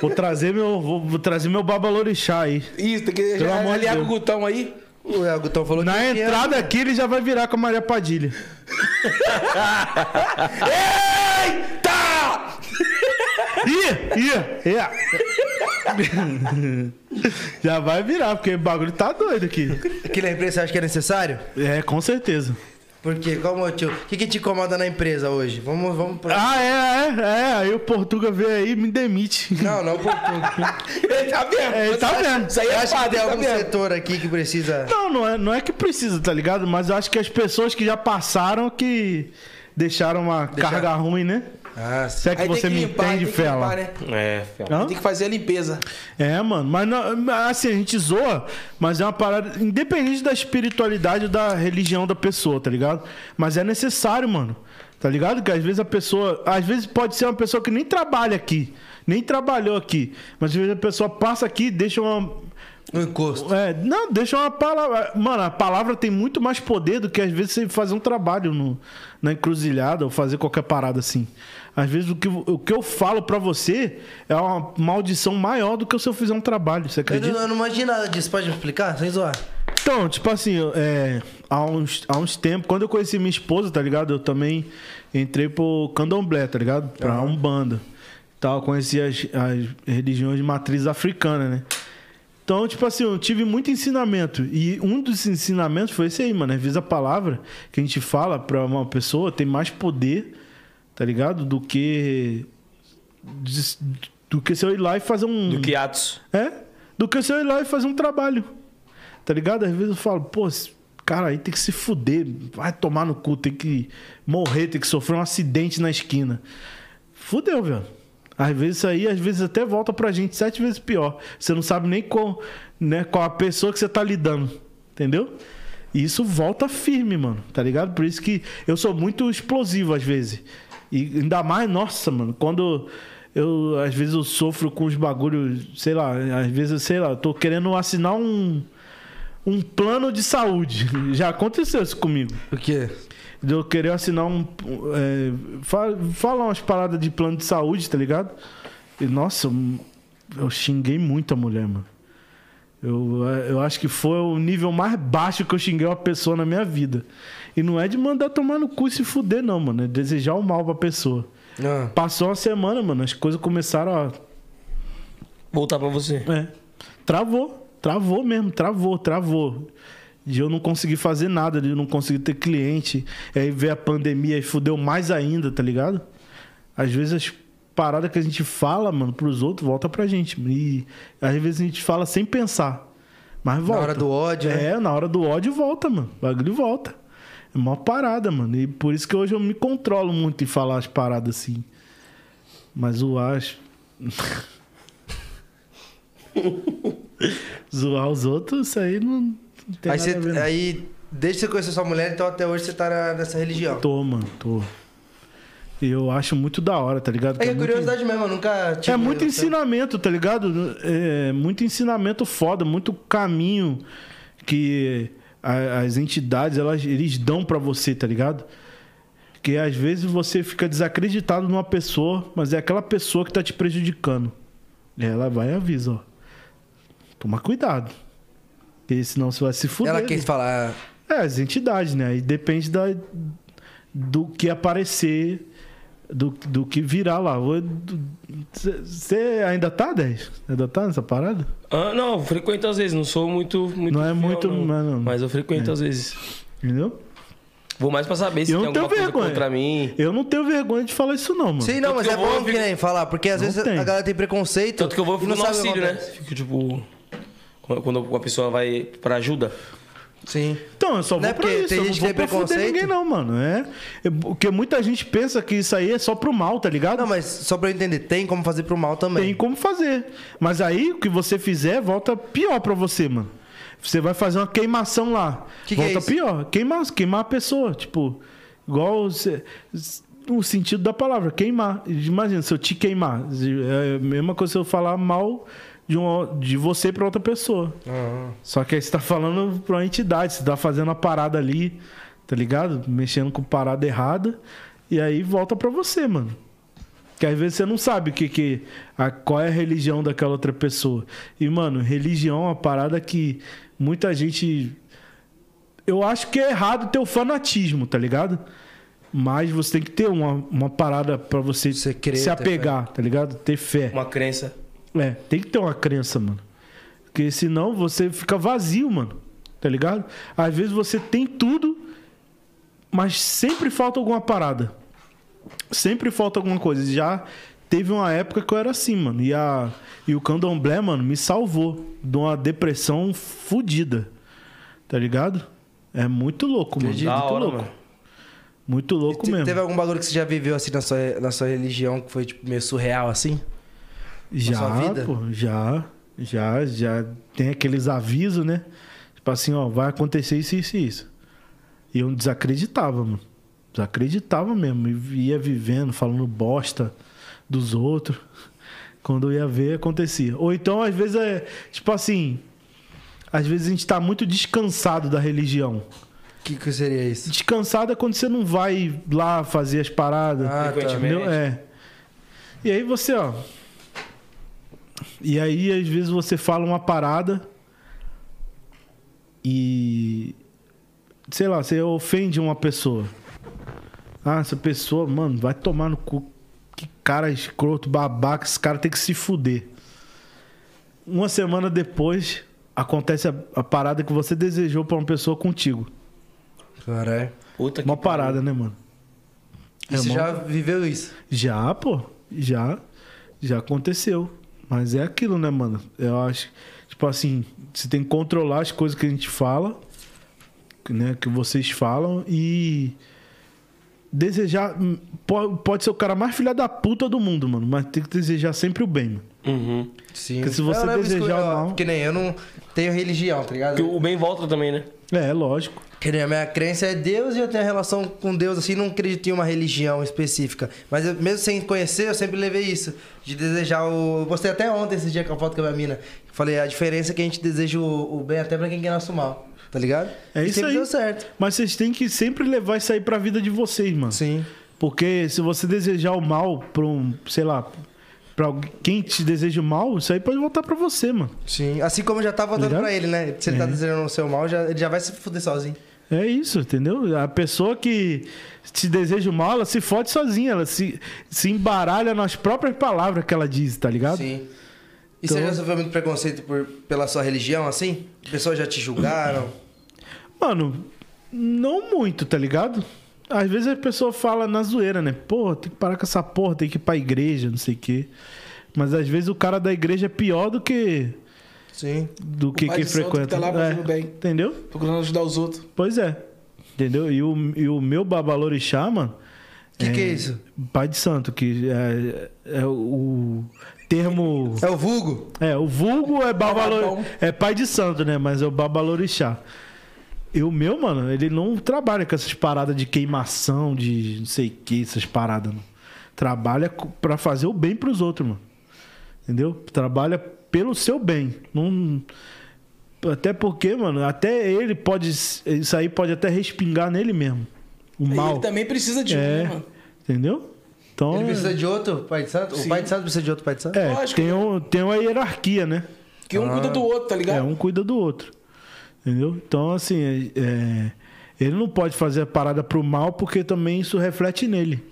Speaker 3: vou trazer meu, vou, vou trazer meu babalorixá aí.
Speaker 6: Isso, tem que
Speaker 3: Pelo amor de
Speaker 6: aliar com
Speaker 3: Deus.
Speaker 6: o Gutão aí.
Speaker 1: O Elgutão falou
Speaker 3: Na
Speaker 1: que tinha-
Speaker 3: entrada aqui ele já vai virar com a Maria Padilha.
Speaker 6: Tá!
Speaker 3: Ih, ih, ih. Já vai virar, porque o bagulho tá doido aqui.
Speaker 1: Aquilo na empresa você acha que é necessário?
Speaker 3: É, com certeza.
Speaker 1: Por quê? Qual o motivo? O que, que te incomoda na empresa hoje? Vamos, vamos pra...
Speaker 3: Ah, é, é, é. Aí o Portuga veio aí e me demite.
Speaker 1: Não, não por tudo.
Speaker 6: Ele tá vendo?
Speaker 3: É, ele tá vendo.
Speaker 6: Isso aí
Speaker 1: Eu
Speaker 6: é
Speaker 1: acho que
Speaker 6: fato,
Speaker 1: tem
Speaker 6: ele tá
Speaker 1: algum
Speaker 6: vendo?
Speaker 1: setor aqui que precisa.
Speaker 3: Não, não é, não é que precisa, tá ligado? Mas eu acho que as pessoas que já passaram que deixaram uma carga ruim, né?
Speaker 1: Ah, sim.
Speaker 3: Se é que
Speaker 6: Aí tem
Speaker 3: você me
Speaker 6: limpar,
Speaker 3: entende,
Speaker 6: tem que
Speaker 3: Fela.
Speaker 6: limpar, né?
Speaker 5: É, fiel.
Speaker 3: Hã?
Speaker 6: Tem que fazer a limpeza.
Speaker 3: É, mano, mas não- assim, a gente zoa, mas é uma parada. Independente da espiritualidade ou da religião da pessoa, tá ligado? Mas é necessário, mano. Tá ligado? Que às vezes a pessoa. Às vezes pode ser uma pessoa que nem trabalha aqui. Nem trabalhou aqui. Mas às vezes a pessoa passa aqui, deixa uma.
Speaker 1: Um encosto.
Speaker 3: É, não, deixa uma palavra. Mano, a palavra tem muito mais poder do que às vezes você fazer um trabalho no, na encruzilhada ou fazer qualquer parada assim. Às vezes o que, o que eu falo pra você é uma maldição maior do que se eu fizer um trabalho, você
Speaker 1: Eu
Speaker 3: acredita?
Speaker 1: não, eu não imagino nada disso. Pode me explicar? Sem zoar.
Speaker 3: Então, tipo assim, eu, é, há, uns, há uns tempos, quando eu conheci minha esposa, tá ligado? Eu também entrei pro candomblé, tá ligado? Pra Umbanda. Tal, conheci as, as religiões de matriz africana, né? Então, tipo assim, eu tive muito ensinamento. E um dos ensinamentos foi esse aí, mano. Às vezes a palavra que a gente fala pra uma pessoa tem mais poder, tá ligado? Do que. Do que se eu ir lá e fazer um.
Speaker 5: Do que Atos.
Speaker 3: É, do que se eu ir lá e fazer um trabalho. Tá ligado? Às vezes eu falo, pô, esse cara aí tem que se fuder, vai tomar no cu, tem que morrer, tem que sofrer um acidente na esquina. Fudeu, velho. Às vezes isso aí, às vezes até volta pra gente sete vezes pior. Você não sabe nem com, né, com a pessoa que você tá lidando. Entendeu? E isso volta firme, mano. Tá ligado? Por isso que eu sou muito explosivo às vezes. E ainda mais, nossa, mano, quando eu às vezes eu sofro com os bagulhos, sei lá, às vezes, eu sei lá, eu tô querendo assinar um um plano de saúde. Já aconteceu isso comigo.
Speaker 1: O quê?
Speaker 3: De eu querer assinar um. É, fa- falar umas paradas de plano de saúde, tá ligado? E, nossa, um, eu xinguei muito a mulher, mano. Eu, eu acho que foi o nível mais baixo que eu xinguei uma pessoa na minha vida. E não é de mandar tomar no cu e se fuder, não, mano. É desejar o mal pra pessoa.
Speaker 1: Ah.
Speaker 3: Passou uma semana, mano, as coisas começaram a
Speaker 5: Voltar pra você.
Speaker 3: é. Travou. Travou mesmo, travou, travou. De eu não conseguir fazer nada, de eu não conseguir ter cliente. Aí veio a pandemia e fudeu mais ainda, tá ligado? Às vezes as paradas que a gente fala, mano, pros outros, volta pra gente. E às vezes a gente fala sem pensar. Mas volta.
Speaker 1: hora do ódio, né?
Speaker 3: É, na hora do ódio volta, mano. O bagulho volta. É uma parada, mano. E por isso que hoje eu me controlo muito em falar as paradas assim. Mas o acho. Zoar os outros, isso aí não, não tem
Speaker 1: Aí,
Speaker 3: nada
Speaker 1: você,
Speaker 3: a ver, não.
Speaker 1: aí, desde que você conheceu sua mulher, então até hoje você tá na- nessa religião.
Speaker 3: Tô, mano, tô. E eu acho muito da hora, tá ligado?
Speaker 1: É que é
Speaker 3: muito-
Speaker 1: curiosidade mesmo, eu nunca tive.
Speaker 3: É muito
Speaker 1: eu-
Speaker 3: ensinamento, tá ligado? É muito ensinamento foda, muito caminho que a- as entidades elas eles dão pra você, tá ligado? Que às vezes você fica desacreditado numa pessoa, mas é aquela pessoa que tá te prejudicando. E ela vai e avisa, ó. Toma cuidado. Porque senão você vai se fuder.
Speaker 1: Ela quis falar.
Speaker 3: É, as entidades, né? Aí depende da, do que aparecer, do, do que virar lá. Você ainda tá, 10? Ainda tá nessa parada?
Speaker 5: Ah, não, eu frequento às vezes, não sou muito. muito
Speaker 3: Não é muito, mas não.
Speaker 5: Mas eu frequento às vezes.
Speaker 3: Entendeu?
Speaker 5: Vou mais pra saber se
Speaker 3: Eu
Speaker 5: tem
Speaker 3: não tenho
Speaker 5: alguma coisa
Speaker 3: vergonha.
Speaker 5: contra mim.
Speaker 3: Eu não tenho vergonha de falar isso, não, mano.
Speaker 1: Sim, não, mas
Speaker 5: que
Speaker 1: é
Speaker 5: eu vou,
Speaker 1: bom
Speaker 5: eu
Speaker 1: que
Speaker 5: fico-
Speaker 1: nem falar, porque às
Speaker 3: Não
Speaker 1: vezes
Speaker 3: tem.
Speaker 1: a galera tem preconceito.
Speaker 5: Tanto que eu vou
Speaker 1: e
Speaker 5: fico
Speaker 1: não
Speaker 5: no
Speaker 1: sabe o que
Speaker 5: auxílio, né?
Speaker 1: acontece.
Speaker 5: Fico tipo. Quando uma pessoa vai pra ajuda.
Speaker 1: né? Sim.
Speaker 3: Então, eu só vou
Speaker 1: Não é
Speaker 3: pra
Speaker 1: porque
Speaker 3: isso.
Speaker 1: tem
Speaker 3: eu
Speaker 1: gente que
Speaker 3: não
Speaker 1: tem
Speaker 3: vou pra fuder
Speaker 1: preconceito?
Speaker 3: ninguém, não, mano. É, é porque muita gente pensa que isso aí é só pro mal, tá ligado?
Speaker 1: Não, mas só pra eu entender, tem como fazer pro mal também.
Speaker 3: Tem como fazer. Mas aí o que você fizer volta pior pra você, mano. Você vai fazer uma queimação lá.
Speaker 1: Que que
Speaker 3: volta
Speaker 1: é isso?
Speaker 3: pior. Queimar, queimar a pessoa, tipo, igual você- o sentido da palavra, queimar. Imagina se eu te queimar, é a mesma coisa se eu falar mal de, um, de você pra outra pessoa.
Speaker 1: Ah.
Speaker 3: Só que aí você tá falando pra uma entidade, você tá fazendo uma parada ali, tá ligado? Mexendo com parada errada. E aí volta pra você, mano. Que às vezes você não sabe o que, que a, qual é a religião daquela outra pessoa. E, mano, religião é uma parada que muita gente. Eu acho que é errado ter o fanatismo, tá ligado? Mas você tem que ter uma, uma parada pra você,
Speaker 1: Você crer, ter
Speaker 3: se apegar, tá ligado? Ter fé.
Speaker 5: Uma crença.
Speaker 3: É, tem que ter uma crença, mano. Porque senão você fica vazio, mano. Tá ligado? Às vezes você tem tudo, mas sempre falta alguma parada. Sempre falta alguma coisa. Já teve uma época que eu era assim, mano. E, a, e o candomblé, mano, me salvou de uma depressão fodida. Tá ligado? É muito louco, mano.
Speaker 5: Da
Speaker 3: muito
Speaker 5: hora,
Speaker 3: louco.
Speaker 5: mano.
Speaker 3: Muito louco
Speaker 1: Te-
Speaker 3: mesmo.
Speaker 1: Teve algum bagulho que você já viveu assim na sua, na sua religião que foi tipo, meio surreal assim?
Speaker 3: Já,
Speaker 1: sua vida?
Speaker 3: pô, já, já, já tem aqueles avisos, né? Tipo assim, ó, vai acontecer isso, isso e isso. E eu desacreditava, mano. Desacreditava mesmo. E ia vivendo, falando bosta dos outros. Quando eu ia ver, acontecia. Ou então, às vezes, é tipo assim. Às vezes a gente tá muito descansado da religião.
Speaker 1: O que, que seria isso?
Speaker 3: Descansado é quando você não vai lá fazer as paradas.
Speaker 1: Ah, tá.
Speaker 3: Entendeu? É. E aí você, ó. E aí, às vezes, você fala uma parada e. Sei lá, você ofende uma pessoa. Ah, essa pessoa, mano, vai tomar no cu. Que cara escroto, babaca, esse cara tem que se fuder. Uma semana depois, acontece a, a parada que você desejou pra uma pessoa contigo.
Speaker 1: Caralho.
Speaker 5: Puta que
Speaker 3: Uma parada, né, mano? É
Speaker 1: E você já viveu isso?
Speaker 3: Já, pô. Já. Já aconteceu. Mas é aquilo, né, mano? Eu acho. Tipo assim, você tem que controlar as coisas que a gente fala, né? Que vocês falam e. Desejar. hum, po- Pode ser o cara mais filha da puta do mundo, mano. Mas tem que desejar sempre o bem, mano.
Speaker 5: Uhum.
Speaker 1: Sim.
Speaker 3: Porque se você desejar o mal-
Speaker 1: Que nem eu não tenho religião, tá ligado?
Speaker 5: Porque o bem volta também, né?
Speaker 3: É, lógico.
Speaker 1: Que nem a minha crença é Deus e eu tenho a relação com Deus, assim, não acredito em uma religião específica. Mas eu- mesmo sem conhecer, eu sempre levei isso. De desejar o. Eu postei até ontem esse dia com a foto com a minha mina. Eu Falei, a diferença é que a gente deseja o, o bem até pra quem quer nosso mal. Tá ligado? e
Speaker 3: É isso
Speaker 1: sempre
Speaker 3: aí.
Speaker 1: deu certo.
Speaker 3: Mas vocês têm que sempre levar isso aí pra vida de vocês, mano.
Speaker 1: Sim.
Speaker 3: Porque se você desejar o mal pra um, sei lá, pra alguém- quem te deseja o mal, isso aí pode voltar pra você, mano.
Speaker 1: Sim. Assim como já tá voltando
Speaker 3: Ligado?
Speaker 1: pra ele, né? Se ele tá desejando o seu mal, já, ele já vai se fuder sozinho.
Speaker 3: É isso, entendeu? A pessoa que te deseja o mal, ela se fode sozinha, ela se, se embaralha nas próprias palavras que ela diz, tá ligado?
Speaker 1: Sim. E
Speaker 3: Então-
Speaker 1: você já sofreu muito preconceito por, pela sua religião, assim? Pessoas já te julgaram?
Speaker 3: Mano, não muito, tá ligado? Às vezes a pessoa fala na zoeira, né? Porra, tem que parar com essa porra, tem que ir pra igreja, não sei o quê. Mas às vezes o cara da igreja é pior do que
Speaker 1: Sim.
Speaker 3: do que
Speaker 6: pai
Speaker 3: quem
Speaker 6: de santo que
Speaker 3: frequenta.
Speaker 6: tá lá
Speaker 3: é,
Speaker 6: fazendo bem.
Speaker 3: Entendeu?
Speaker 6: Procurando ajudar os outros.
Speaker 3: Pois é. Entendeu? E o, e o meu babalorixá, mano.
Speaker 1: O que, que é isso?
Speaker 3: Pai de santo, que é, é o termo.
Speaker 1: É o vulgo?
Speaker 3: É, o vulgo é babalor... É pai de santo, né? Mas é o babalorixá. E o meu, mano, ele não trabalha com essas paradas de queimação, de não sei o que, essas paradas, não. Trabalha co- pra fazer o bem pros outros, mano. Entendeu? Trabalha pelo seu bem. Não... Até porque, mano, até ele pode. Isso aí pode até respingar nele mesmo. O
Speaker 6: E
Speaker 3: mal.
Speaker 6: Ele também precisa de um, né,
Speaker 3: É.
Speaker 6: mano?
Speaker 3: Entendeu? Então.
Speaker 1: Ele precisa de outro pai de santo? O pai de santo precisa de outro pai de santo?
Speaker 3: É,
Speaker 6: Lógico.
Speaker 3: tem, um, tem uma hierarquia, né?
Speaker 6: Que um cuida do outro, tá ligado?
Speaker 3: É, um cuida do outro. Entendeu? Então, assim, é- é, ele não pode fazer a parada pro mal porque também isso reflete nele.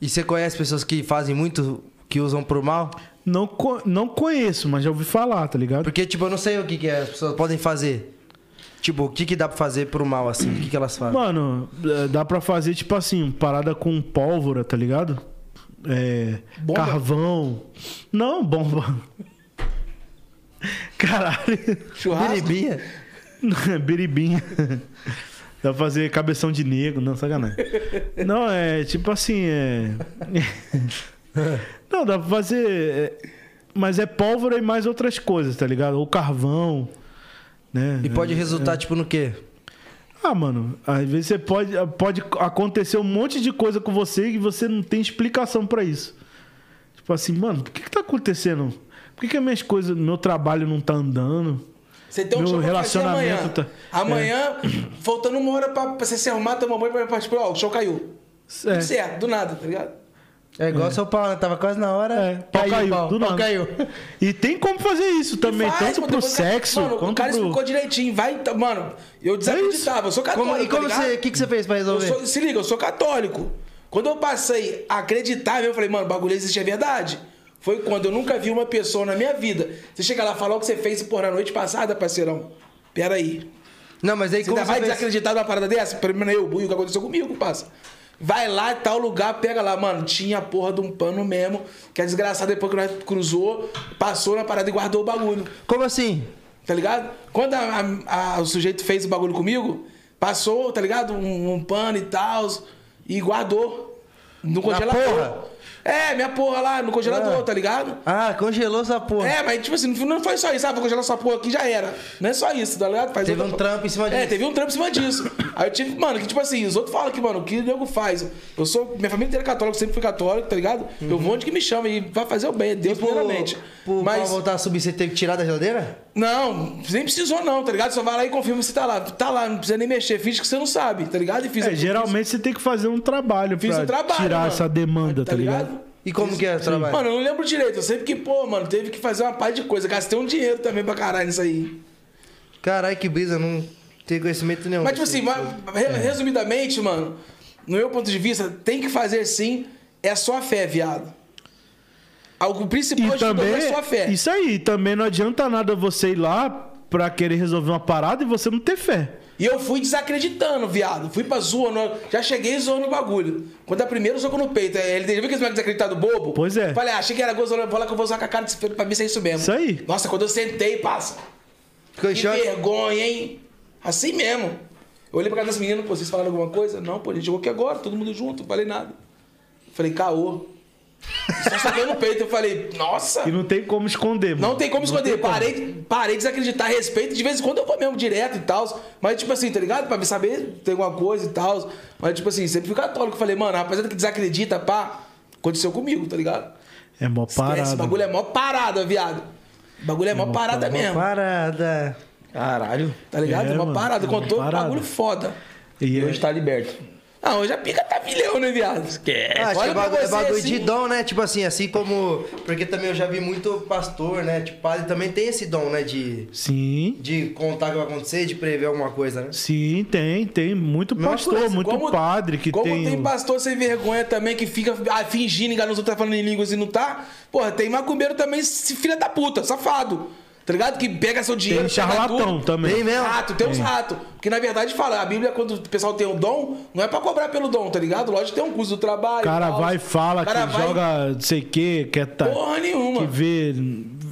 Speaker 1: E você conhece pessoas que fazem muito, que usam pro mal?
Speaker 3: Não, co- não conheço, mas já ouvi falar, tá ligado?
Speaker 1: Porque, tipo, eu não sei o que, que é, as pessoas podem fazer. Tipo, o que, que dá pra fazer pro mal, assim? O que, que elas fazem?
Speaker 3: Mano, é, dá pra fazer, tipo assim, parada com pólvora, tá ligado? É, carvão. Não, bomba. Caralho.
Speaker 6: Churrasco.
Speaker 1: Biribinha?
Speaker 3: Biribinha. Dá pra fazer cabeção de negro, não, sacanagem. Não, é tipo assim, é. Não, dá pra fazer. é, Mas é pólvora e mais outras coisas, tá ligado? Ou carvão, né?
Speaker 1: E pode resultar, tipo, no quê?
Speaker 3: Ah, mano, às vezes você pode, pode acontecer um monte de coisa com você e você não tem explicação pra isso. Tipo assim, mano, por que, que tá acontecendo? Por que, que as minhas coisas, meu trabalho não tá andando?
Speaker 6: Você tem um
Speaker 3: Meu
Speaker 6: show pra fazer
Speaker 3: relacionamento
Speaker 6: amanhã.
Speaker 3: tá- é.
Speaker 6: Amanhã, faltando uma hora pra, pra você se arrumar, tomar banho pra participar. Ó, o show caiu.
Speaker 3: É.
Speaker 6: Tudo certo, do nada, tá ligado?
Speaker 1: É igual São Paulo, né? Tava quase na hora.
Speaker 3: É, pau caiu,
Speaker 1: pau,
Speaker 3: do
Speaker 1: pau
Speaker 3: nada.
Speaker 1: caiu.
Speaker 3: E tem como fazer isso também,
Speaker 6: Faz,
Speaker 3: tanto
Speaker 6: mano,
Speaker 3: pro
Speaker 6: depois o cara-
Speaker 3: sexo
Speaker 6: Mano,
Speaker 3: quanto
Speaker 6: o cara
Speaker 3: pro... É
Speaker 6: explicou direitinho. Vai, então, mano, eu desacreditava. eu sou católico.
Speaker 1: Como- e como
Speaker 6: tá
Speaker 1: você. O
Speaker 6: ligado?
Speaker 1: que, que você fez pra
Speaker 6: Eu
Speaker 1: resolver?
Speaker 6: sou- se liga, eu sou católico. Quando eu passei a acreditar mesmo, eu falei, mano, o bagulho existe, é verdade. Foi quando eu nunca vi uma pessoa na minha vida. Você chega lá e fala o que você fez, pô, na noite passada, parceirão. Pera aí.
Speaker 1: Não, mas aí
Speaker 6: Você
Speaker 1: como
Speaker 6: ainda vai
Speaker 1: você fez?
Speaker 6: desacreditar numa parada dessa? Pelo menos eu, Buio, o que aconteceu comigo, passa. Vai lá, tal lugar, pega lá. Mano, tinha a porra de um pano mesmo, que a desgraçada depois que nós cruzou, passou na parada e guardou o bagulho.
Speaker 1: Como assim?
Speaker 6: Tá ligado? Quando a- a- a- o sujeito fez o bagulho comigo, passou, tá ligado? Um, um pano e tal, e guardou no congelador.
Speaker 1: porra?
Speaker 6: É, minha porra lá no congelador, tá ligado?
Speaker 1: Ah, congelou essa porra.
Speaker 6: É, mas tipo assim, não foi só isso, ah, vou congelar essa porra aqui já era. Não é só isso, tá ligado? Faz
Speaker 1: Teve
Speaker 6: outra
Speaker 1: um
Speaker 6: porra.
Speaker 1: trampo em cima
Speaker 6: É,
Speaker 1: disso.
Speaker 6: teve um trampo em cima disso. Aí eu tive, mano, que tipo assim, os outros falam que, mano, o que o nego faz? Eu sou, minha família inteira é católica, sempre fui católico, tá ligado? Eu vou onde que me chama e vai fazer o bem, é Deus primeiramente.
Speaker 1: Por, pra
Speaker 6: mas,
Speaker 1: Tipo, voltar a subir, você teve que tirar da geladeira?
Speaker 6: não, nem precisou não, tá ligado? Só vai lá e confirma se tá lá. Tá lá, não precisa nem mexer, finge que você não sabe, tá ligado? E fiz
Speaker 3: É, geralmente você tem que fazer um trabalho
Speaker 6: Fiz
Speaker 3: pra
Speaker 6: o trabalho,
Speaker 3: tirar
Speaker 6: mano.
Speaker 3: essa demanda, tá, ligado?
Speaker 1: E como que é o trabalho?
Speaker 6: Mano, eu não lembro direito. Eu sei que, pô, mano, teve que fazer uma par de coisa. Gastei um dinheiro também pra caralho nisso aí.
Speaker 1: Caralho, que brisa, eu não tenho conhecimento nenhum.
Speaker 6: Mas, tipo assim, mas,
Speaker 3: É.
Speaker 6: re- resumidamente, mano, no meu ponto de vista, tem que fazer sim. É só a fé, viado. Algo principal
Speaker 3: E
Speaker 6: de tudo
Speaker 3: também,
Speaker 6: é só a fé.
Speaker 3: isso aí, também não adianta nada você ir lá pra querer resolver uma parada e você não ter fé.
Speaker 6: E eu fui desacreditando, viado. Fui pra zoando. Já cheguei zoando o bagulho. Quando é primeiro, soco no peito. Aí Ele viu que esse moleque desacreditado bobo?
Speaker 3: Pois é.
Speaker 6: Falei, ah, achei que era gozando. Vou lá que eu vou usar com a cara desse filho pra mim se é isso mesmo.
Speaker 3: Isso aí.
Speaker 6: Nossa, quando eu sentei, passa.
Speaker 1: Ficou em
Speaker 6: Que
Speaker 1: choque?
Speaker 6: vergonha, hein? Assim mesmo. Eu olhei pra casa das meninas, pô, vocês falaram alguma coisa? Não, pô, a gente chegou aqui agora, todo mundo junto, não falei nada. Falei, caô. Só soquei no peito. Eu falei, nossa.
Speaker 3: E não tem como esconder, mano.
Speaker 6: Não tem como esconder. Parei, parei de desacreditar a respeito. De vez em quando eu vou mesmo direto e tal. Mas, tipo assim, tá ligado? Pra me saber tem alguma coisa e tal. Mas, tipo assim, sempre fui católico. Falei, mano, rapaziada que desacredita, pá, aconteceu comigo, tá ligado?
Speaker 3: É mó
Speaker 6: Esquece,
Speaker 3: parada.
Speaker 6: o bagulho é mó parada, viado. O bagulho é mó
Speaker 3: Tá
Speaker 6: parada mesmo.
Speaker 1: Parada.
Speaker 5: Caralho.
Speaker 6: Tá ligado?
Speaker 3: É,
Speaker 6: mó
Speaker 3: mano,
Speaker 6: parada.
Speaker 3: é
Speaker 6: Contou um
Speaker 3: parada.
Speaker 6: bagulho foda.
Speaker 3: E
Speaker 5: E
Speaker 3: é-
Speaker 5: hoje tá liberto.
Speaker 6: Ah, hoje a pica tá milhão, né, viado?
Speaker 5: Esquece.
Speaker 1: Ah, acho que
Speaker 6: olha
Speaker 1: é
Speaker 6: pra
Speaker 1: bagulho, é
Speaker 6: você,
Speaker 1: bagulho
Speaker 6: assim.
Speaker 1: de dom, né? Tipo assim, assim como. Porque também eu já vi muito pastor, né? Tipo, padre também tem esse dom, né? De,
Speaker 3: Sim,
Speaker 1: de contar o que vai acontecer, de prever alguma coisa, né?
Speaker 3: sim, tem. Tem muito
Speaker 1: Mesma
Speaker 3: pastor,
Speaker 1: coisa,
Speaker 3: muito padre que
Speaker 6: como
Speaker 3: tem... um-
Speaker 6: tem
Speaker 3: o-
Speaker 6: pastor sem vergonha também que fica ah, fingindo enganar os outros tá falando em línguas e não tá. Porra, tem macumbeiro também, esse filha da puta, safado. Tá ligado? Que pega seu dinheiro.
Speaker 3: Tem charlatão também.
Speaker 1: Tem mesmo?
Speaker 6: Rato, tem né? uns ratos. Porque na verdade fala, a Bíblia, quando o pessoal tem o dom, não é pra cobrar pelo dom, tá ligado? Lógico que tem um custo do trabalho.
Speaker 3: O cara
Speaker 6: tal.
Speaker 3: vai e fala
Speaker 6: O cara
Speaker 3: que
Speaker 6: vai-
Speaker 3: joga não sei o que, quer tá,
Speaker 6: Porra nenhuma.
Speaker 3: que vê...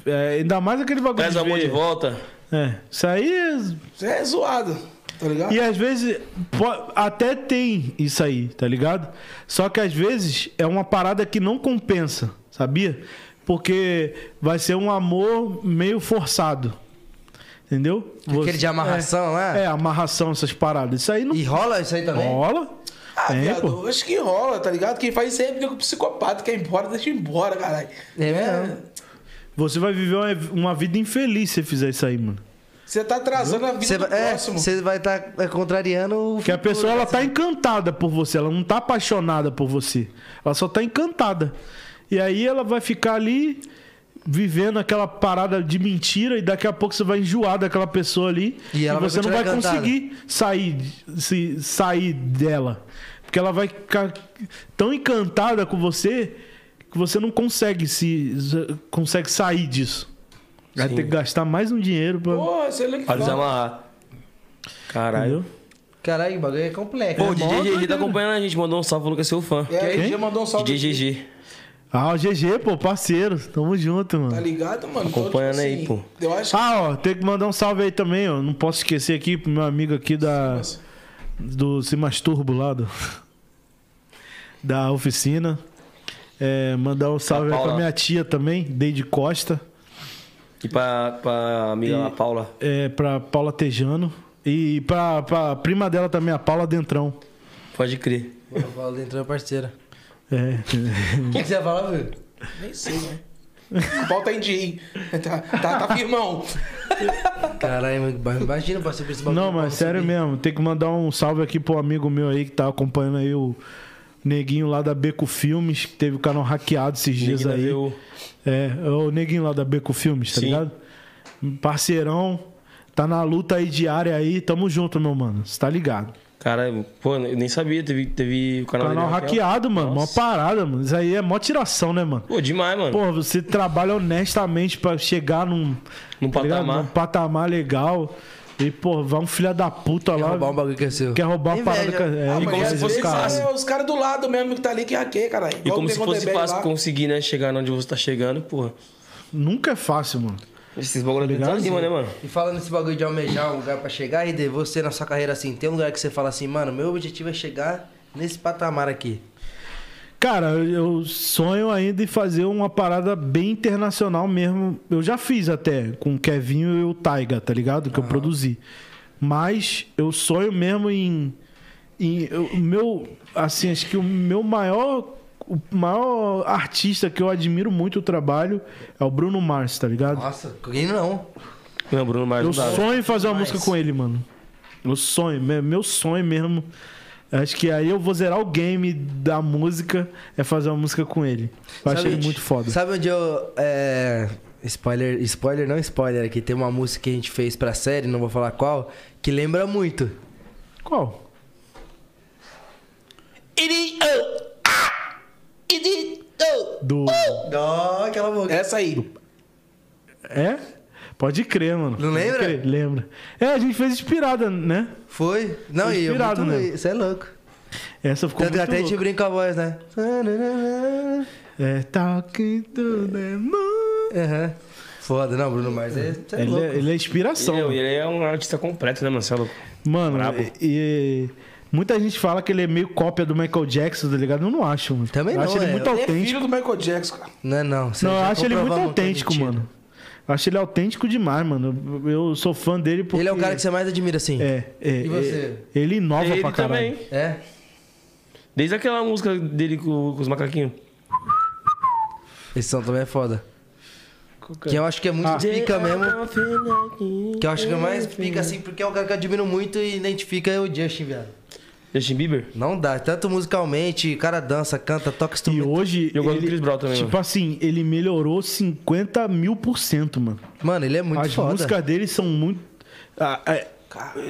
Speaker 3: é, ainda mais aquele bagulho
Speaker 5: Traz a mão
Speaker 3: ver-
Speaker 5: de volta.
Speaker 3: É, isso aí é
Speaker 6: Isso é zoado. Tá ligado?
Speaker 3: E às vezes, po- até tem isso aí, tá ligado? Só que às vezes é uma parada que não compensa, sabia? Porque vai ser um amor meio forçado. Entendeu?
Speaker 1: Aquele de amarração lá?
Speaker 3: É, é, amarração, essas paradas. Isso aí não
Speaker 1: E rola isso aí também?
Speaker 3: rola.
Speaker 6: Ah,
Speaker 3: Tem,
Speaker 6: viado,
Speaker 3: pô.
Speaker 6: acho que rola, tá ligado? Quem faz isso aí é porque o psicopata quer ir embora, deixa eu ir embora, caralho.
Speaker 1: É mesmo.
Speaker 3: Você vai viver uma, uma vida infeliz se fizer isso aí, mano.
Speaker 6: Você tá atrasando a vida
Speaker 1: Você
Speaker 6: do
Speaker 1: vai, é,
Speaker 6: próximo.
Speaker 1: você vai estar contrariando o.
Speaker 3: Porque a
Speaker 1: futuro,
Speaker 3: pessoa
Speaker 1: né?
Speaker 3: ela tá encantada por você, ela não tá apaixonada por você. Ela só tá encantada. E aí ela vai ficar ali vivendo aquela parada de mentira e daqui a pouco você vai enjoar daquela pessoa ali
Speaker 1: E ela vai
Speaker 3: você não vai
Speaker 1: continuar encantada.
Speaker 3: conseguir sair se sair dela. Porque ela vai ficar tão encantada com você que você não consegue se consegue sair disso. Vai ter que gastar mais um dinheiro pra
Speaker 6: Pô, você lembra que
Speaker 5: Pra
Speaker 6: fala.
Speaker 5: desamarrar. Caralho.
Speaker 1: Caralho, o bagulho é complexo.
Speaker 5: Pô, o DJ GG tá acompanhando a gente, mandou um salve, falou que é seu fã.
Speaker 6: É,
Speaker 3: Quem?
Speaker 6: ele já mandou um salve.
Speaker 5: DJ GG.
Speaker 3: Ah, o GG, pô, parceiro. Tamo junto, mano.
Speaker 6: Tá ligado, mano?
Speaker 5: Acompanhando aí,
Speaker 6: pô. Eu acho que
Speaker 3: Ah, ó, tem que mandar um salve aí também, ó. Não posso esquecer aqui pro meu amigo aqui da. Do Se Masturbo lá, do, da oficina. É, mandar um salve aí pra
Speaker 5: Paula.
Speaker 3: minha tia também, Deide Costa.
Speaker 5: E pra, pra amiga lá, Paula.
Speaker 3: É, pra Paula Tejano. E pra, pra prima dela também, a Paula Dentrão.
Speaker 5: Pode crer.
Speaker 1: Eu falo dentro da parceira.
Speaker 3: É.
Speaker 1: O que que você ia falar, viu?
Speaker 6: nem sei, né? A Pauta em dia, hein? Tá, tá, tá firmão.
Speaker 1: Caralho, imagina passar por esse bagulho.
Speaker 3: Não, mas sério mesmo, tem que mandar um salve aqui pro amigo meu aí que tá acompanhando aí o neguinho lá da Beco Filmes, que teve o canal hackeado esses dias
Speaker 5: Neguinho da
Speaker 3: aí.
Speaker 5: VU.
Speaker 3: É, é o neguinho lá da Beco Filmes, tá
Speaker 5: Sim.
Speaker 3: ligado? Parceirão, tá na luta aí diária aí, tamo junto, meu mano. Você tá ligado?
Speaker 5: Caralho, pô, eu nem sabia, teve, teve o canal
Speaker 3: Canal
Speaker 5: dele, né? Raquel.
Speaker 3: hackeado, mano, mó parada, mano. Isso aí é mó tiração, né, mano?
Speaker 5: Pô, demais, mano.
Speaker 3: Pô, você trabalha honestamente pra chegar num,
Speaker 5: Num
Speaker 3: tá ligado?
Speaker 5: patamar.
Speaker 3: num patamar legal. E, pô, vai um filho da puta lá.
Speaker 1: Roubar um bagulho que é seu.
Speaker 3: Quer roubar a
Speaker 1: Inveja.
Speaker 3: parada que é,
Speaker 6: Ah, mas
Speaker 3: igual
Speaker 6: às
Speaker 3: esses
Speaker 6: vezes
Speaker 3: caras.
Speaker 6: é os caras do lado mesmo que tá ali que hackeia, caralho.
Speaker 5: e como se fosse fácil conseguir, né? Chegar onde você tá chegando, porra.
Speaker 3: Nunca é fácil, mano.
Speaker 5: Esses bagulho
Speaker 3: Tá Ligado?
Speaker 5: desanima, né, mano?
Speaker 1: E falando nesse bagulho de almejar um lugar pra chegar, RD, você na sua carreira assim, tem um lugar que você fala assim, mano, meu objetivo é chegar nesse patamar aqui.
Speaker 3: Cara, eu sonho ainda em fazer uma parada bem internacional mesmo. Eu já fiz até com o Kevinho e o Taiga, tá ligado? Que eu produzi. Mas eu sonho mesmo em. em eu- o meu. Assim, acho que o meu maior. O maior artista que eu admiro muito o trabalho é o Bruno Mars, tá ligado?
Speaker 1: Nossa, quem não?
Speaker 5: Não, é Bruno, mas
Speaker 3: Eu
Speaker 5: não dá.
Speaker 3: sonho em fazer uma música com ele, mano. Meu sonho, me- meu sonho mesmo. Acho que aí eu vou zerar o game da música, é fazer uma música com ele. Eu achei ele muito foda.
Speaker 1: Sabe onde eu. É, spoiler, spoiler não spoiler aqui. Tem uma música que a gente fez pra série, não vou falar qual, que lembra muito.
Speaker 3: Qual? Do.
Speaker 1: ah. Não, aquela música.
Speaker 6: Essa aí.
Speaker 3: É? Pode crer, mano.
Speaker 1: Não
Speaker 3: Pode
Speaker 1: lembra?
Speaker 3: crer, Lembra. É, a gente fez inspirada, né?
Speaker 1: Foi? Não, e eu.
Speaker 3: Inspirado,
Speaker 1: muito-
Speaker 3: né?
Speaker 1: Isso é louco.
Speaker 3: Essa ficou
Speaker 1: Tanto que
Speaker 3: muito
Speaker 1: até a gente
Speaker 3: louca.
Speaker 1: brinca com a voz, né?
Speaker 3: É, talking to the moon.
Speaker 1: Aham. Foda, não, Bruno Mars. É, isso é
Speaker 3: né? Ele
Speaker 1: louco.
Speaker 3: é, ele é inspiração.
Speaker 5: Ele é-
Speaker 3: mano.
Speaker 5: ele é um artista completo, né, mano? Você é louco.
Speaker 3: Mano,
Speaker 5: Brabo.
Speaker 3: e, e- muita gente fala que ele é meio cópia do Michael Jackson, tá ligado? Eu não acho, mano.
Speaker 1: Também
Speaker 3: eu
Speaker 1: não,
Speaker 3: acho ele
Speaker 1: é.
Speaker 3: muito
Speaker 6: Ele é
Speaker 3: autêntico.
Speaker 6: filho do Michael Jackson, cara.
Speaker 1: Não é não. você
Speaker 3: Não, eu
Speaker 1: já
Speaker 3: acho ele muito
Speaker 1: comprovamos que é
Speaker 3: autêntico,
Speaker 1: mentira.
Speaker 3: mano. Eu acho ele autêntico demais, mano. Eu eu sou fã dele porque...
Speaker 1: Ele é o cara que você mais admira, assim.
Speaker 3: É, é,
Speaker 1: E você?
Speaker 3: é, ele inova
Speaker 5: ele
Speaker 3: pra caralho.
Speaker 5: também.
Speaker 1: É?
Speaker 5: Desde aquela música dele com, com os macaquinhos.
Speaker 1: Esse som também é foda. Que eu acho que é muito
Speaker 3: Ah.
Speaker 1: pica mesmo. Que eu acho que é mais pica assim, porque é um cara que eu admiro muito e identifica é o Justin, viado.
Speaker 5: Justin Bieber?
Speaker 1: Não dá, é tanto musicalmente, o cara dança, canta, toca
Speaker 3: E
Speaker 1: instrumento.
Speaker 3: hoje...
Speaker 5: Eu gosto do
Speaker 3: ele-
Speaker 5: Chris Brown também,
Speaker 3: Tipo
Speaker 5: mano.
Speaker 3: assim, ele melhorou 50 mil por cento, mano.
Speaker 1: Mano, ele é muito
Speaker 3: As
Speaker 1: foda.
Speaker 3: músicas dele são muito... ah, é,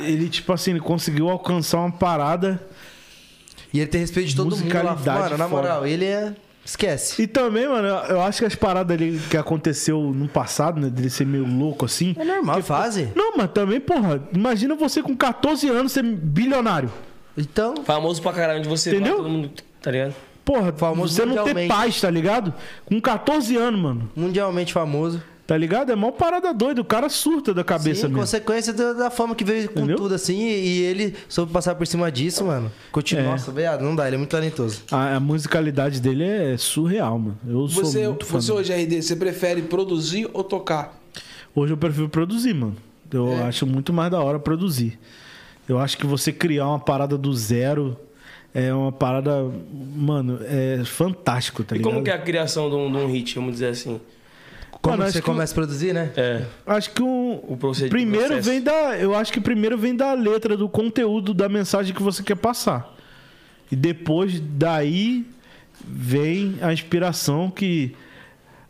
Speaker 3: ele, tipo assim, ele conseguiu alcançar uma parada...
Speaker 1: E ele tem respeito de todo mundo lá
Speaker 3: Musicalidade
Speaker 1: fora, na
Speaker 3: foda.
Speaker 1: moral. Ele é. Esquece.
Speaker 3: E também, mano, eu- eu acho que as paradas ali que aconteceu no passado, né? Dele ser meio louco assim.
Speaker 1: É normal, fase.
Speaker 3: Não, mas também, porra, imagina você com 14 anos ser bilionário.
Speaker 1: Então,
Speaker 5: Famoso pra caralho onde você vai,
Speaker 3: Entendeu?
Speaker 5: todo mundo, tá ligado?
Speaker 3: Porra,
Speaker 1: Famoso
Speaker 3: você não ter
Speaker 1: mundialmente.
Speaker 3: paz, tá ligado? Com 14 anos, mano.
Speaker 1: mundialmente famoso.
Speaker 3: Tá ligado? É mó parada doida. O cara surta da cabeça
Speaker 1: Sim,
Speaker 3: mesmo.
Speaker 1: consequência da, da fama que veio com
Speaker 3: Entendeu?
Speaker 1: tudo, assim, e, e ele soube passar por cima disso, mano. Continua,
Speaker 3: É.
Speaker 1: nossa, viado, não dá, ele é muito talentoso.
Speaker 3: A, a musicalidade dele é surreal, mano. Eu
Speaker 6: Você,
Speaker 3: sou muito fã.
Speaker 6: você
Speaker 3: dele.
Speaker 6: hoje, RD, você prefere produzir ou tocar?
Speaker 3: Hoje eu prefiro produzir, mano. Eu
Speaker 5: É.
Speaker 3: acho muito mais da hora produzir. Eu acho que você criar uma parada do zero é uma parada, mano, é fantástico, tá
Speaker 5: E
Speaker 3: ligado?
Speaker 5: como que é a criação de um, de um hit, vamos dizer assim?
Speaker 1: Como
Speaker 3: Mano, acho
Speaker 1: você
Speaker 3: que o-
Speaker 1: começa a produzir, né?
Speaker 5: É.
Speaker 3: Acho que um,
Speaker 5: O proced-
Speaker 3: primeiro
Speaker 5: processo.
Speaker 3: vem da, eu acho que primeiro vem da letra do conteúdo da mensagem que você quer passar. E depois daí vem a inspiração que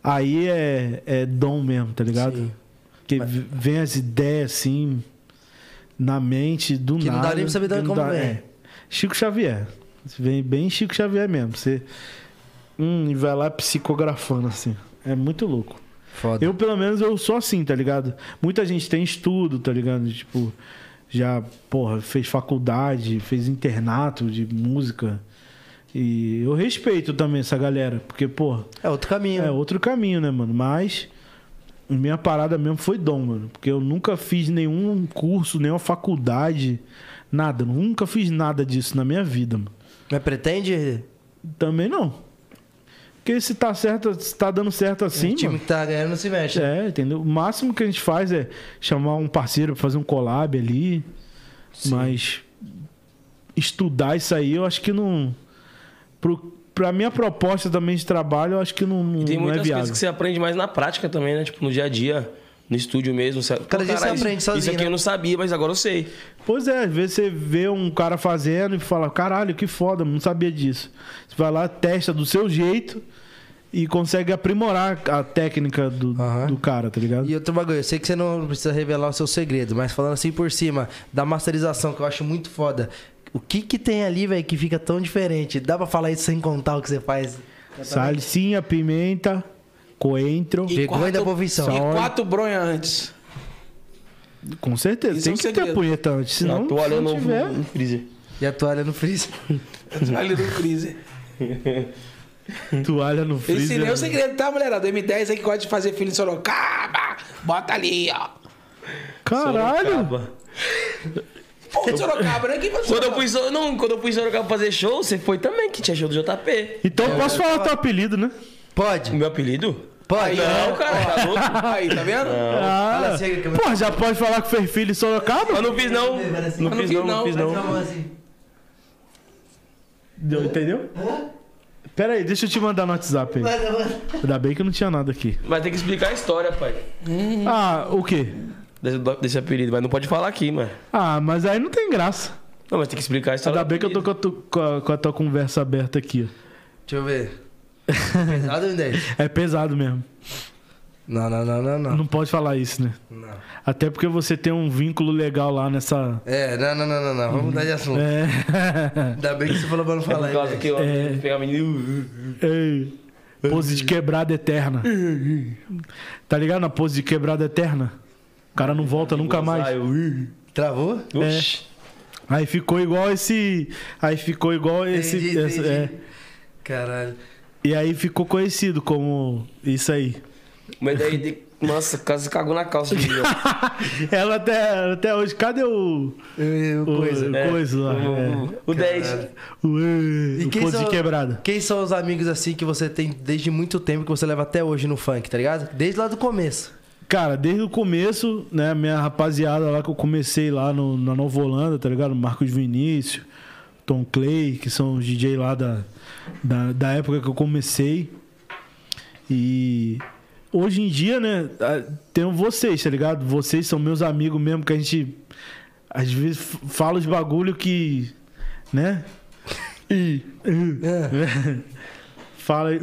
Speaker 3: aí é, é dom mesmo, tá ligado? Que v- vem as ideias assim na mente do
Speaker 1: Que não
Speaker 3: nada.
Speaker 1: dá nem pra saber de
Speaker 3: que não é.
Speaker 1: como vem.
Speaker 3: Chico Xavier. Vem bem Chico Xavier mesmo. Você hum, e vai lá psicografando assim. É muito louco.
Speaker 1: Foda.
Speaker 3: Eu, pelo menos, eu sou assim, tá ligado? Muita gente tem estudo, tá ligado? Tipo, já, porra, fez faculdade, fez internato de música. E eu respeito também essa galera, porque, porra,
Speaker 1: É outro caminho.
Speaker 3: é outro caminho, né, mano? Mas minha parada mesmo foi dom, mano. Porque eu nunca fiz nenhum curso, nenhuma faculdade, nada. Nunca fiz nada disso na minha vida, mano.
Speaker 1: Mas pretende?
Speaker 3: Também não. Porque se tá certo, se tá dando certo assim,
Speaker 1: o time
Speaker 3: mano.
Speaker 1: que tá ganhando não se mexe.
Speaker 3: É, entendeu? O máximo que a gente faz é chamar um parceiro pra fazer um collab ali. Mas estudar isso aí, eu acho que não. Pro, pra minha proposta também de trabalho, eu acho que não, não,
Speaker 5: E tem
Speaker 3: não é
Speaker 5: muitas
Speaker 3: viável.
Speaker 5: coisas que você aprende mais na prática também, né? Tipo, no dia a dia, no estúdio mesmo. Você... Pô,
Speaker 1: dia você
Speaker 5: caralho,
Speaker 1: aprende sozinho,
Speaker 5: Isso aqui
Speaker 1: né?
Speaker 5: eu não sabia, mas agora eu sei.
Speaker 3: Pois é, às vezes você vê um cara fazendo e fala, caralho, que foda, não sabia disso. Você vai lá, testa do seu jeito e consegue aprimorar a técnica do,
Speaker 1: Aham.
Speaker 3: do cara, tá ligado?
Speaker 1: E outro bagulho, eu sei que você não precisa revelar o seu segredo, mas falando assim por cima, da masterização, que eu acho muito foda. O que que tem ali, velho, que fica tão diferente? Dá pra falar isso sem contar o que você faz?
Speaker 3: Salsinha, pimenta, coentro.
Speaker 1: Vergonha
Speaker 6: quatro-
Speaker 1: da profissão.
Speaker 6: E
Speaker 3: Saúde.
Speaker 6: quatro bronhas antes.
Speaker 3: Com certeza,
Speaker 6: Isso
Speaker 3: tem
Speaker 6: é um
Speaker 3: que ter
Speaker 6: segredo.
Speaker 3: a punheta antes,
Speaker 5: Na
Speaker 3: senão
Speaker 5: toalha
Speaker 3: se
Speaker 5: eu
Speaker 3: não
Speaker 5: não
Speaker 3: tiver...
Speaker 5: um freezer.
Speaker 1: E a toalha no freezer.
Speaker 6: Ali do freezer.
Speaker 3: Toalha no
Speaker 6: Ele
Speaker 3: freezer.
Speaker 5: é
Speaker 3: né?
Speaker 6: ensinou o segredo, tá, mulherada? O M10 aí que gosta de fazer filho em Sorocaba. Bota ali, ó.
Speaker 3: Caralho!
Speaker 6: Pô, de Sorocaba, né? Quem foi de
Speaker 5: Quando eu
Speaker 6: Sorocaba?
Speaker 5: fui, em Sor- não, quando eu fui em Sorocaba fazer show, você foi também, que tinha show do JP.
Speaker 3: Então eu posso falar teu apelido, né?
Speaker 5: O
Speaker 1: Pode,
Speaker 5: meu apelido?
Speaker 1: pode.
Speaker 5: Não, cara, tá louco?
Speaker 6: Aí, tá vendo?
Speaker 1: Fala
Speaker 3: Ah,
Speaker 1: assim, que eu-
Speaker 3: pô, já pode falar que fez filho em Sorocaba?
Speaker 5: Eu não fiz não. Não fiz não, não fiz não.
Speaker 3: Deu, entendeu? Pera aí, deixa eu te mandar no WhatsApp aí. Ainda bem que não tinha nada aqui.
Speaker 5: Vai ter que explicar a história, pai.
Speaker 3: Ah, o quê?
Speaker 5: Desse, desse apelido, mas não pode falar aqui, mano.
Speaker 3: Ah, mas aí não tem graça.
Speaker 5: Não, mas tem que explicar a história.
Speaker 3: Ainda bem que eu tô com a, tu- com a- com a tua conversa aberta aqui. ó.
Speaker 1: Deixa eu ver. Pesado ou ideia?
Speaker 3: É pesado mesmo.
Speaker 1: Não, não, não, não, não.
Speaker 3: Não pode falar isso, né?
Speaker 1: Não.
Speaker 3: Até porque você tem um vínculo legal lá nessa.
Speaker 1: É, não, não, não, não, não. Vamos mudar de assunto.
Speaker 3: É.
Speaker 1: Ainda bem que você falou pra não falar.
Speaker 5: Por causa
Speaker 1: hein,
Speaker 5: que
Speaker 1: velho.
Speaker 5: eu pegar a menina.
Speaker 3: Ei, Pose de quebrada eterna. Tá ligado na pose de quebrada eterna? O cara não volta nunca mais.
Speaker 1: Travou?
Speaker 3: é.
Speaker 5: Oxi.
Speaker 3: Aí ficou igual esse. Aí ficou igual esse.
Speaker 1: Entendi,
Speaker 3: esse-
Speaker 1: entendi.
Speaker 3: é.
Speaker 1: Caralho.
Speaker 3: E aí ficou conhecido como isso aí.
Speaker 5: Mas daí, de... nossa, quase cagou na calça. de mim, ó.
Speaker 3: Ela até, até hoje, cadê o.
Speaker 1: Eu- eu-
Speaker 3: o
Speaker 1: coisa. É.
Speaker 3: o coisa lá?
Speaker 5: O- o- O 10.
Speaker 3: É. O,
Speaker 1: E
Speaker 3: o
Speaker 1: quem
Speaker 3: pose
Speaker 1: são-
Speaker 3: de quebrada.
Speaker 1: Quem são os amigos assim que você tem desde muito tempo que você leva até hoje no funk, tá ligado? Desde lá do começo.
Speaker 3: Cara, desde o começo, né, minha rapaziada lá que eu comecei lá no, na Nova Holanda, tá ligado? Marcos Vinícius, Tom Clay, que são os DJ lá da, da, da época que eu comecei. E hoje em dia, né, a- tenho vocês, tá ligado? Vocês são meus amigos mesmo, que a gente às vezes f- fala os bagulho que, né? E, fala aí.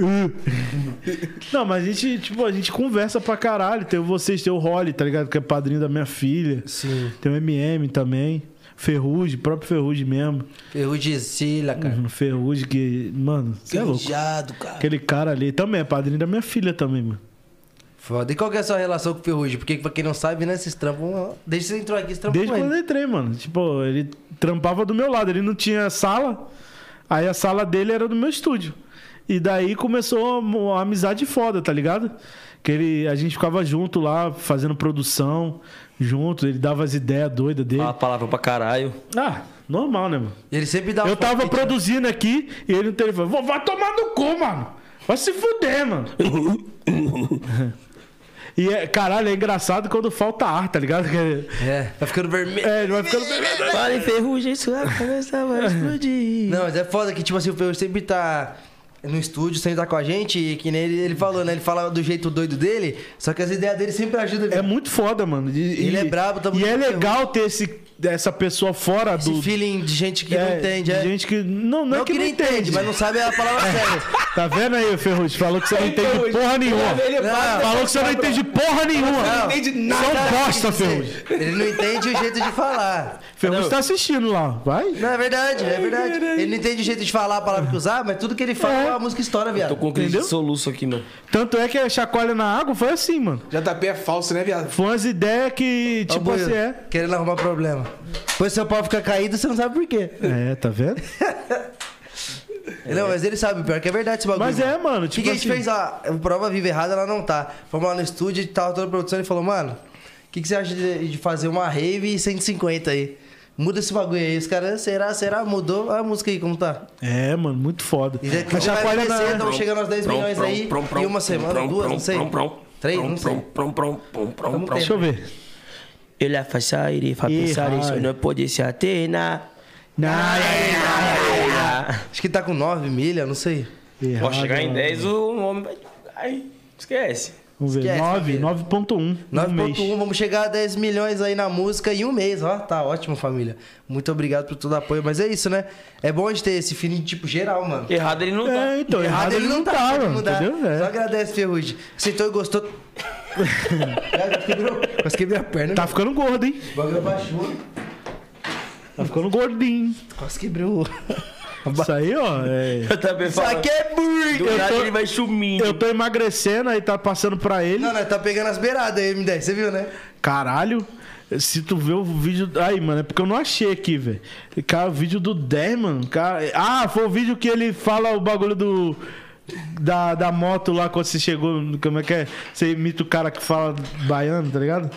Speaker 3: Não, mas a gente, tipo, a gente conversa pra caralho. Tem vocês, tem o Rolly, tá ligado? Que é padrinho da minha filha.
Speaker 1: Sim.
Speaker 3: Tem o MM também. Ferrugem, próprio Ferrugem mesmo.
Speaker 1: Eu de Sila, cara.
Speaker 3: Uhum, Ferrugem que, mano, você é louco.
Speaker 6: Viado, cara.
Speaker 3: Aquele cara ali também é padrinho da minha filha também, mano.
Speaker 1: Foda. E qual que é a sua relação com o Ferrugem? Porque pra quem não sabe, né, esses trampos... Desde que você entrou aqui, esse trampo
Speaker 3: Desde
Speaker 1: foi.
Speaker 3: quando eu entrei, mano. Tipo, ele trampava do meu lado. Ele não tinha sala. Aí a sala dele era do meu estúdio. E daí começou uma amizade foda, tá ligado? Que ele, a gente ficava junto lá, fazendo produção, junto, ele dava as ideias doidas dele.
Speaker 5: Fala palavra pra caralho.
Speaker 3: Ah, normal, né, mano?
Speaker 1: Ele sempre dá
Speaker 3: Eu
Speaker 1: um
Speaker 3: tava
Speaker 1: palpite,
Speaker 3: produzindo aqui e ele no telefone, "Vó, vai tomar no cu, mano. Vai se fuder, mano. e, é, caralho, é engraçado quando falta ar, tá ligado? Que-
Speaker 1: né? É, tá ficando vermelho.
Speaker 3: É, ele vai ficando...
Speaker 5: Fala em ferrugem, sua cabeça vai explodir.
Speaker 1: Não, mas é foda que, tipo assim, o Peu sempre tá no estúdio, sempre tá com a gente, e que nem ele, ele falou, né? Ele fala do jeito doido dele, só que as ideias dele sempre ajudam.
Speaker 3: É
Speaker 1: velho.
Speaker 3: muito foda, mano. E,
Speaker 1: Ele
Speaker 3: e-
Speaker 1: é brabo, tá
Speaker 3: E
Speaker 1: muito
Speaker 3: é
Speaker 1: ferrugem.
Speaker 3: legal ter esse, essa pessoa fora
Speaker 1: Esse
Speaker 3: do...
Speaker 1: feeling de gente que não
Speaker 3: É,
Speaker 1: entende, é.
Speaker 3: Gente que... Não, não,
Speaker 1: não
Speaker 3: é que não entende,
Speaker 1: mas não sabe a palavra certa.
Speaker 3: Tá vendo aí, Ferrugem? Falou que você não entende porra nenhuma. Falou que você não entende porra nenhuma.
Speaker 1: Não.
Speaker 3: entende nada. Só bosta, Ferrugem.
Speaker 1: Ele não entende o jeito de falar.
Speaker 3: Ferrugem tá assistindo lá, vai.
Speaker 1: Não, é verdade, é verdade. Ele não entende o jeito de falar a palavra que usar, mas tudo que ele fala é, uma música história, viado.
Speaker 5: Tô com um crise
Speaker 3: Entendeu?
Speaker 5: de soluço aqui, mano.
Speaker 3: Tanto é que a chacoalha na água foi assim, mano.
Speaker 6: JP é falso, né, viado?
Speaker 3: Foi umas ideias que,
Speaker 1: Ó o
Speaker 3: tipo,
Speaker 1: boi,
Speaker 3: assim, é.
Speaker 1: Querendo arrumar problema. Pois seu pau fica caído, você não sabe por quê.
Speaker 3: É, tá vendo?
Speaker 1: Não, mas ele sabe, pior que é verdade esse bagulho.
Speaker 3: Mas é, mano,
Speaker 1: O que,
Speaker 3: tipo
Speaker 1: que a gente
Speaker 3: assim-
Speaker 1: fez? A prova viva errada, ela não tá. Fomos lá no estúdio, tava toda a produção, ele falou, mano, o que, que você acha de, de fazer uma rave e 150 aí? Muda esse bagulho aí. Os caras, será, será? Mudou? Olha a música aí, como tá?
Speaker 3: É, mano, muito foda.
Speaker 1: E daqui
Speaker 3: A
Speaker 1: a pouco vai
Speaker 3: chacoalha
Speaker 1: descendo,
Speaker 3: na
Speaker 1: vamos chegando aos 10 milhões aí. E uma semana, duas, não sei. Três, não sei. Tamo tempo.
Speaker 3: Deixa eu ver.
Speaker 5: Ele afasta, ele fa
Speaker 3: Ih,
Speaker 5: pensar,
Speaker 3: ai.
Speaker 5: isso não pode se atenar.
Speaker 3: Na-
Speaker 1: Acho que tá com 9 milha, não sei.
Speaker 5: Ó, chegar em
Speaker 3: Errado.
Speaker 5: 10, o homem vai. Ai, esquece.
Speaker 3: Vamos ver,
Speaker 1: Esquece,
Speaker 3: 9,
Speaker 1: família.
Speaker 3: 9.1 no mês.
Speaker 1: 9.1, vamos chegar a 10 milhões aí na música em um mês, ó. Tá ótimo, família. Muito obrigado por todo o apoio. Mas é isso, né? É bom a gente ter esse feeling, tipo, geral, mano.
Speaker 5: Errado ele não
Speaker 3: É,
Speaker 5: tá.
Speaker 3: então, errado, ele não tá,
Speaker 1: pode
Speaker 3: mano,
Speaker 1: mudar.
Speaker 3: entendeu? É.
Speaker 1: Só agradece, Ferrugem. Sentou e gostou. Cara, quebrou. Quase quebrei a perna.
Speaker 3: Tá ficando gordo, hein?
Speaker 1: O bagulho baixou.
Speaker 3: Tá ficando gordinho.
Speaker 1: Quase quebrou.
Speaker 3: Isso aí, ó, é...
Speaker 5: Eu também
Speaker 1: Isso
Speaker 5: falo.
Speaker 1: aqui é burro.
Speaker 5: Do
Speaker 3: eu
Speaker 5: nada
Speaker 3: tô-
Speaker 5: ele vai sumindo.
Speaker 3: Eu tô emagrecendo, aí tá passando pra ele.
Speaker 1: Não, não, tá pegando as beiradas aí, M10. Você viu, né?
Speaker 3: Caralho, se tu vê o vídeo. Aí, mano, é porque eu não achei aqui, velho. Cara, o vídeo do 10, mano. Cara... Ah, foi o vídeo que ele fala o bagulho do. Da, da moto lá quando você chegou. Como é que é? Você imita o cara que fala baiano, tá ligado?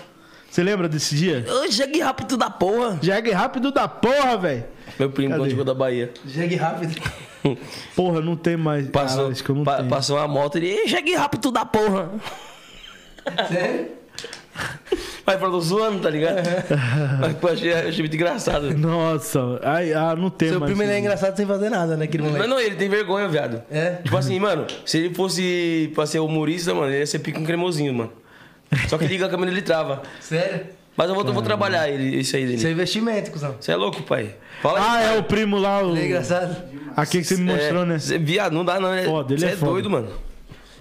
Speaker 3: Você lembra desse dia?
Speaker 5: Eu cheguei rápido da porra.
Speaker 3: Jegue rápido da porra, velho.
Speaker 5: Meu primo,
Speaker 3: Cadê?
Speaker 5: quando chegou da Bahia.
Speaker 1: Jegue rápido.
Speaker 3: Porra, não tem mais.
Speaker 5: Passou,
Speaker 3: Cara, acho que eu não
Speaker 5: pa-
Speaker 3: tenho.
Speaker 5: passou uma moto e ele. Cheguei rápido da porra.
Speaker 1: Sério?
Speaker 5: Mas falou zoando, tá ligado? Mas pô, achei, achei muito engraçado.
Speaker 3: Nossa, ai, ah, não tem
Speaker 1: Seu
Speaker 3: mais.
Speaker 1: primo ele é engraçado sem fazer nada, né, aquele
Speaker 5: Mas
Speaker 1: moleque?
Speaker 5: não, ele tem vergonha, viado.
Speaker 1: É?
Speaker 5: Tipo assim, mano, se ele fosse pra ser humorista, mano, ele ia ser pica um cremosinho, mano. Só que liga a câmera e ele trava.
Speaker 1: Sério?
Speaker 5: Mas eu vou, eu vou trabalhar ele, isso aí
Speaker 1: Seu
Speaker 5: dele.
Speaker 1: investimento, cuzão.
Speaker 5: Você é louco, pai. Fala aí.
Speaker 3: Ah, é o primo lá, o.
Speaker 1: Ele é engraçado.
Speaker 3: Aqui que você me mostrou,
Speaker 5: É,
Speaker 3: né?
Speaker 5: cê- viado, não dá não. Ele,
Speaker 3: Foda, ele
Speaker 5: cê
Speaker 3: é
Speaker 5: é,
Speaker 3: foda.
Speaker 5: doido, mano.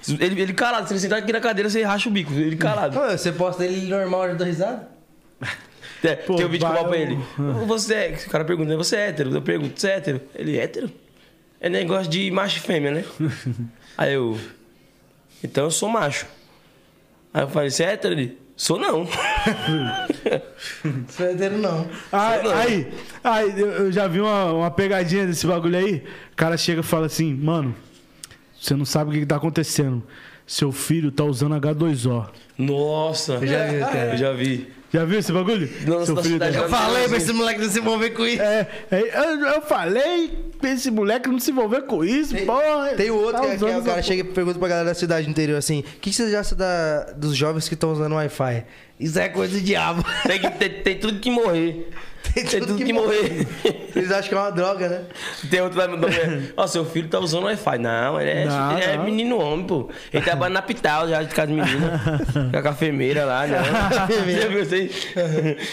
Speaker 5: Ele, ele calado, se ele sentar aqui na cadeira, você racha o bico. Ele calado.
Speaker 1: Ô, você posta ele normal, ele dá risada?
Speaker 5: É, tem um vídeo que eu falo pra
Speaker 3: vai
Speaker 5: ele. Você é, o cara pergunta, né? Você é hétero? Eu pergunto, você é hétero? Ele é hétero? É negócio de macho e fêmea, né? Aí eu. Então eu sou macho. Aí eu falei, você é hétero? Ele, sou não.
Speaker 1: Sou hétero, não.
Speaker 3: Ah, aí, aí, eu- eu já vi uma, uma pegadinha desse bagulho aí. O cara chega e fala assim, mano, você não sabe o que, que tá acontecendo. Seu filho tá usando H2O.
Speaker 5: Nossa, eu já vi, cara. Eu já vi.
Speaker 3: Já viu esse bagulho?
Speaker 5: Nossa,
Speaker 3: Seu
Speaker 5: na
Speaker 3: filho tá-
Speaker 5: cidade-
Speaker 1: Eu falei pra esse moleque não se envolver com isso.
Speaker 3: É, é, eu, eu falei pra esse moleque não se envolver com isso, porra.
Speaker 1: Tem o outro
Speaker 3: Tá
Speaker 1: que, é- que é o
Speaker 3: usando
Speaker 1: cara
Speaker 3: essa
Speaker 1: chega e pergunta pra galera da cidade inteira assim: O que, que vocês acham da- dos jovens que estão usando Wi-Fi? Isso é coisa do diabo.
Speaker 5: Tem, que- tem- tem tudo que morrer.
Speaker 1: Tem
Speaker 5: Tem tudo que morrer.
Speaker 1: Eles acham que é uma droga, né?
Speaker 5: Tem outro lá mandou. Ó, seu filho tá usando Wi-Fi. Não, ele é,
Speaker 3: Não,
Speaker 5: ele é
Speaker 3: não.
Speaker 5: menino homem, pô. Ele trabalha na Pital já de casa de menina. com a cafemeira lá, não. Já viu isso aí?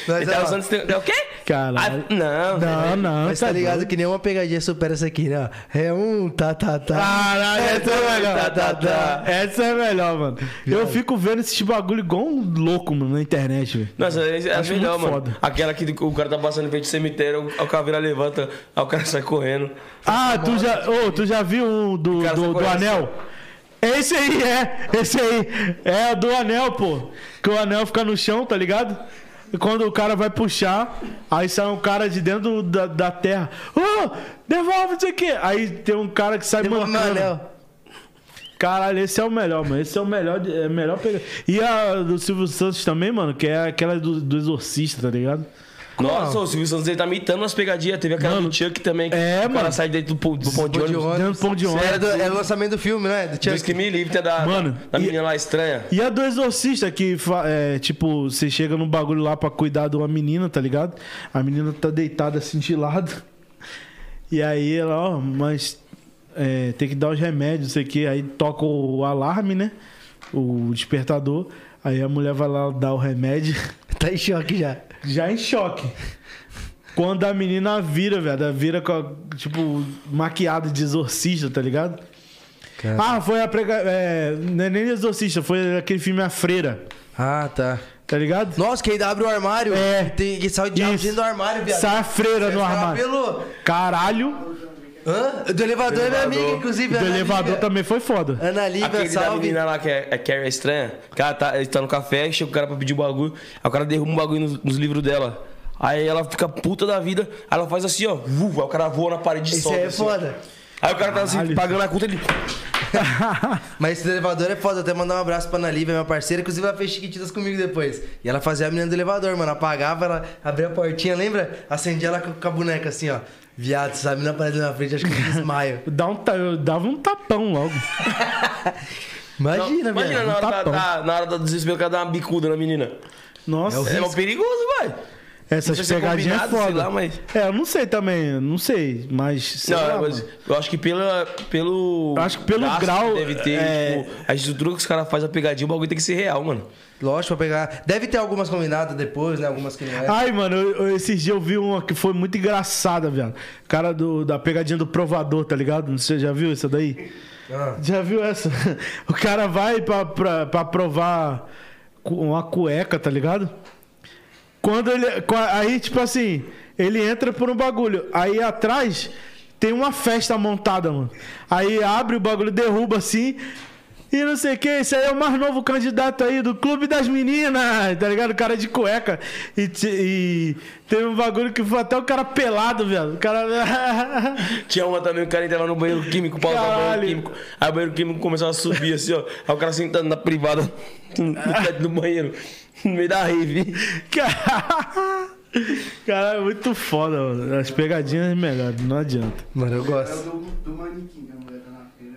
Speaker 1: Mas,
Speaker 5: ele tá
Speaker 1: ó.
Speaker 5: usando. esse- É o quê?
Speaker 3: Caralho.
Speaker 5: Ah, não,
Speaker 3: Não, não,
Speaker 1: Mas tá
Speaker 3: tá
Speaker 1: ligado que nenhuma pegadinha supera essa aqui, né? É um tá, tá, tá.
Speaker 3: Ah, Caralho, essa é melhor.
Speaker 5: Tá, tá, tá.
Speaker 3: Essa é melhor, mano. Eu fico vendo esse bagulho igual um louco, mano, na internet, velho.
Speaker 5: Nossa, esse é a
Speaker 3: Acho
Speaker 5: melhor,
Speaker 3: muito
Speaker 5: mano.
Speaker 3: foda.
Speaker 5: Aquela que o cara tá passando em frente do cemitério, a caveira levanta, aí o cara sai correndo.
Speaker 3: Ah, tu já, ô, tu já viu um do,
Speaker 5: cara
Speaker 3: do,
Speaker 5: só
Speaker 3: do
Speaker 5: conhece.
Speaker 3: anel? Esse aí é, esse aí. É do anel, pô. Que o anel fica no chão, tá ligado? E quando o cara vai puxar, aí sai um cara de dentro da, da terra. Ô, devolve isso aqui. Aí tem um cara que sai
Speaker 1: Devolve meu
Speaker 3: mancando.
Speaker 1: anel.
Speaker 3: Caralho, esse é o melhor, mano. Esse é o melhor. de- É a melhor pegar. E a do Silvio Santos também, mano, que é aquela do, do Exorcista, tá ligado?
Speaker 5: Nossa, o Silvio Santos ele tá mitando umas pegadinhas. Teve aquela do Chuck também. Que
Speaker 3: é,
Speaker 5: o cara
Speaker 3: mano.
Speaker 5: sai dentro do, pão- do pão de
Speaker 1: Pão de
Speaker 5: ônibus.
Speaker 1: ônibus.
Speaker 3: Dentro do pão de ônibus.
Speaker 1: Era, é do- era o lançamento do filme, né? Do
Speaker 5: Diz que
Speaker 1: Chuck.
Speaker 5: me livre, tem da,
Speaker 3: Mano,
Speaker 5: da
Speaker 3: e-
Speaker 5: menina lá estranha.
Speaker 3: E a do Exorcista, que fa- é, tipo, você chega num bagulho lá pra cuidar de uma menina, tá ligado? A menina tá deitada assim de lado. E aí ela, ó, mas é, tem que dar os remédios, não sei o que. Aí toca o alarme, né? O despertador. Aí a mulher vai lá dar o remédio.
Speaker 1: Tá em choque já.
Speaker 3: já em choque. Quando a menina vira, velho, ela vira com a, tipo maquiada de exorcista, tá ligado? Ah, foi a prega... é, não é nem exorcista, foi aquele filme A Freira,
Speaker 1: Ah, tá.
Speaker 3: tá ligado?
Speaker 1: Nossa, quem abre o armário.
Speaker 3: É.
Speaker 1: Tem que sair o diabo
Speaker 3: Isso.
Speaker 1: dentro do armário, viado.
Speaker 3: Sai a freira no
Speaker 5: tá
Speaker 1: Ela
Speaker 3: armário.
Speaker 1: Pelo...
Speaker 3: Caralho,
Speaker 1: Hã? Do elevador tá- é minha amiga, inclusive.
Speaker 3: do
Speaker 1: Ana
Speaker 3: elevador
Speaker 1: Lívia.
Speaker 3: também foi foda.
Speaker 5: É,
Speaker 1: Ana Lívia,
Speaker 5: Aquele da
Speaker 1: salve.
Speaker 5: menina lá que é, é Carrie a estranha. O cara tá, ele tá no café, chega o cara pra pedir o bagulho. Aí o cara derruba um bagulho nos, nos livros dela. Aí ela fica puta da vida. Aí ela faz assim, ó. Vu, aí o cara voa na parede e
Speaker 1: Isso
Speaker 5: solta.
Speaker 1: aí é
Speaker 5: assim.
Speaker 1: foda.
Speaker 5: Aí o cara tá assim, pagando a conta, ele. né?
Speaker 1: Mas esse do elevador é foda. Até mandar um abraço pra Ana Lívia, minha parceira. Inclusive, ela fez chiquititas comigo depois. E ela fazia a menina do elevador, mano. Apagava, ela abria a portinha, lembra? Acendia ela com com a boneca assim, ó. Viado, se a menina aparece na frente, acho que eu desmaio.
Speaker 3: Dá um, ta- eu dava um tapão logo.
Speaker 5: Não,
Speaker 1: Imagina, velho.
Speaker 5: Imagina na
Speaker 3: um
Speaker 5: hora, da,
Speaker 3: tapão.
Speaker 5: da- na hora da desespero, o cara dá uma bicuda na menina.
Speaker 3: Nossa,
Speaker 5: É mó perigoso, vai.
Speaker 3: essas
Speaker 5: Deixa ser
Speaker 3: pegadinhas é
Speaker 5: combinado,
Speaker 3: foda.
Speaker 5: sei lá, mas-
Speaker 3: É, eu não sei também, não sei, mas. sei
Speaker 5: Não,
Speaker 3: lá,
Speaker 5: mas
Speaker 3: mano.
Speaker 5: eu acho que pela, pelo.
Speaker 3: Eu acho que pelo
Speaker 5: gasto
Speaker 3: grau,
Speaker 5: Deve ter,
Speaker 3: é-
Speaker 5: tipo, a estrutura que os caras fazem a pegadinha, o bagulho tem que ser real, mano.
Speaker 1: Lógico, pra pegar. Deve ter algumas combinadas depois, né? Algumas que não é.
Speaker 3: Ai, mano, eu- eu- esses dias eu vi uma que foi muito engraçada, velho. Cara do, da pegadinha do provador, tá ligado? Você já viu essa daí?
Speaker 1: Ah.
Speaker 3: Já viu essa? O cara vai pra, pra, pra provar cu- uma cueca, tá ligado? Quando ele. qua- Aí, tipo assim, ele entra por um bagulho. Aí atrás tem uma festa montada, mano. Aí abre o bagulho, derruba assim. E não sei o que, esse aí é o mais novo candidato aí do Clube das Meninas, tá ligado? O cara de cueca. E, te- e teve um bagulho que foi até o cara pelado, velho. O cara.
Speaker 5: Tinha uma também, o cara entrava no banheiro químico, pra usar o
Speaker 3: Caralho.
Speaker 5: banheiro químico. Aí o banheiro químico começava a subir assim, ó. Aí o cara sentando na privada no teto do banheiro, no meio da rave.
Speaker 3: Cara- Cara, é muito foda, mano. As pegadinhas é melhor, não adianta.
Speaker 1: Mano, eu gosto.
Speaker 7: Do, do manequim que a mulher tá na feira.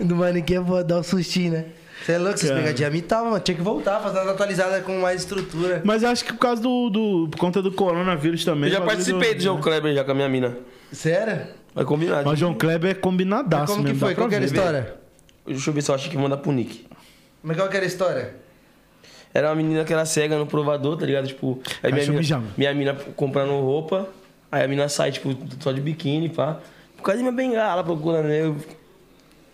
Speaker 1: Do manequim eu vou dar um sustinho, né? Você é louco, essas
Speaker 3: Cara.
Speaker 1: pegadinhas me tava, mano. Tinha que voltar, fazer uma atualizada com mais estrutura.
Speaker 3: Mas acho que por causa do. do- por conta do coronavírus também.
Speaker 5: Eu já
Speaker 3: o bagulho
Speaker 5: participei do João Kleber já com a minha mina.
Speaker 1: Sério?
Speaker 5: Vai combinar.
Speaker 3: Mas João Kleber é combinadaço,
Speaker 1: Como que
Speaker 3: mesmo, dá
Speaker 1: foi?
Speaker 3: pra
Speaker 1: Qual que era a
Speaker 3: ver.
Speaker 1: história?
Speaker 5: Deixa eu ver se eu acho que manda pro Nick.
Speaker 1: Mas qual que era a história?
Speaker 5: Era uma menina que era cega no provador, tá ligado? Tipo, aí minha
Speaker 3: Cachorro
Speaker 5: mina,
Speaker 3: mijando.
Speaker 5: minha mina comprando roupa, aí a mina sai, tipo, só de biquíni, pá. Por causa de minha bengala procurando né? eu.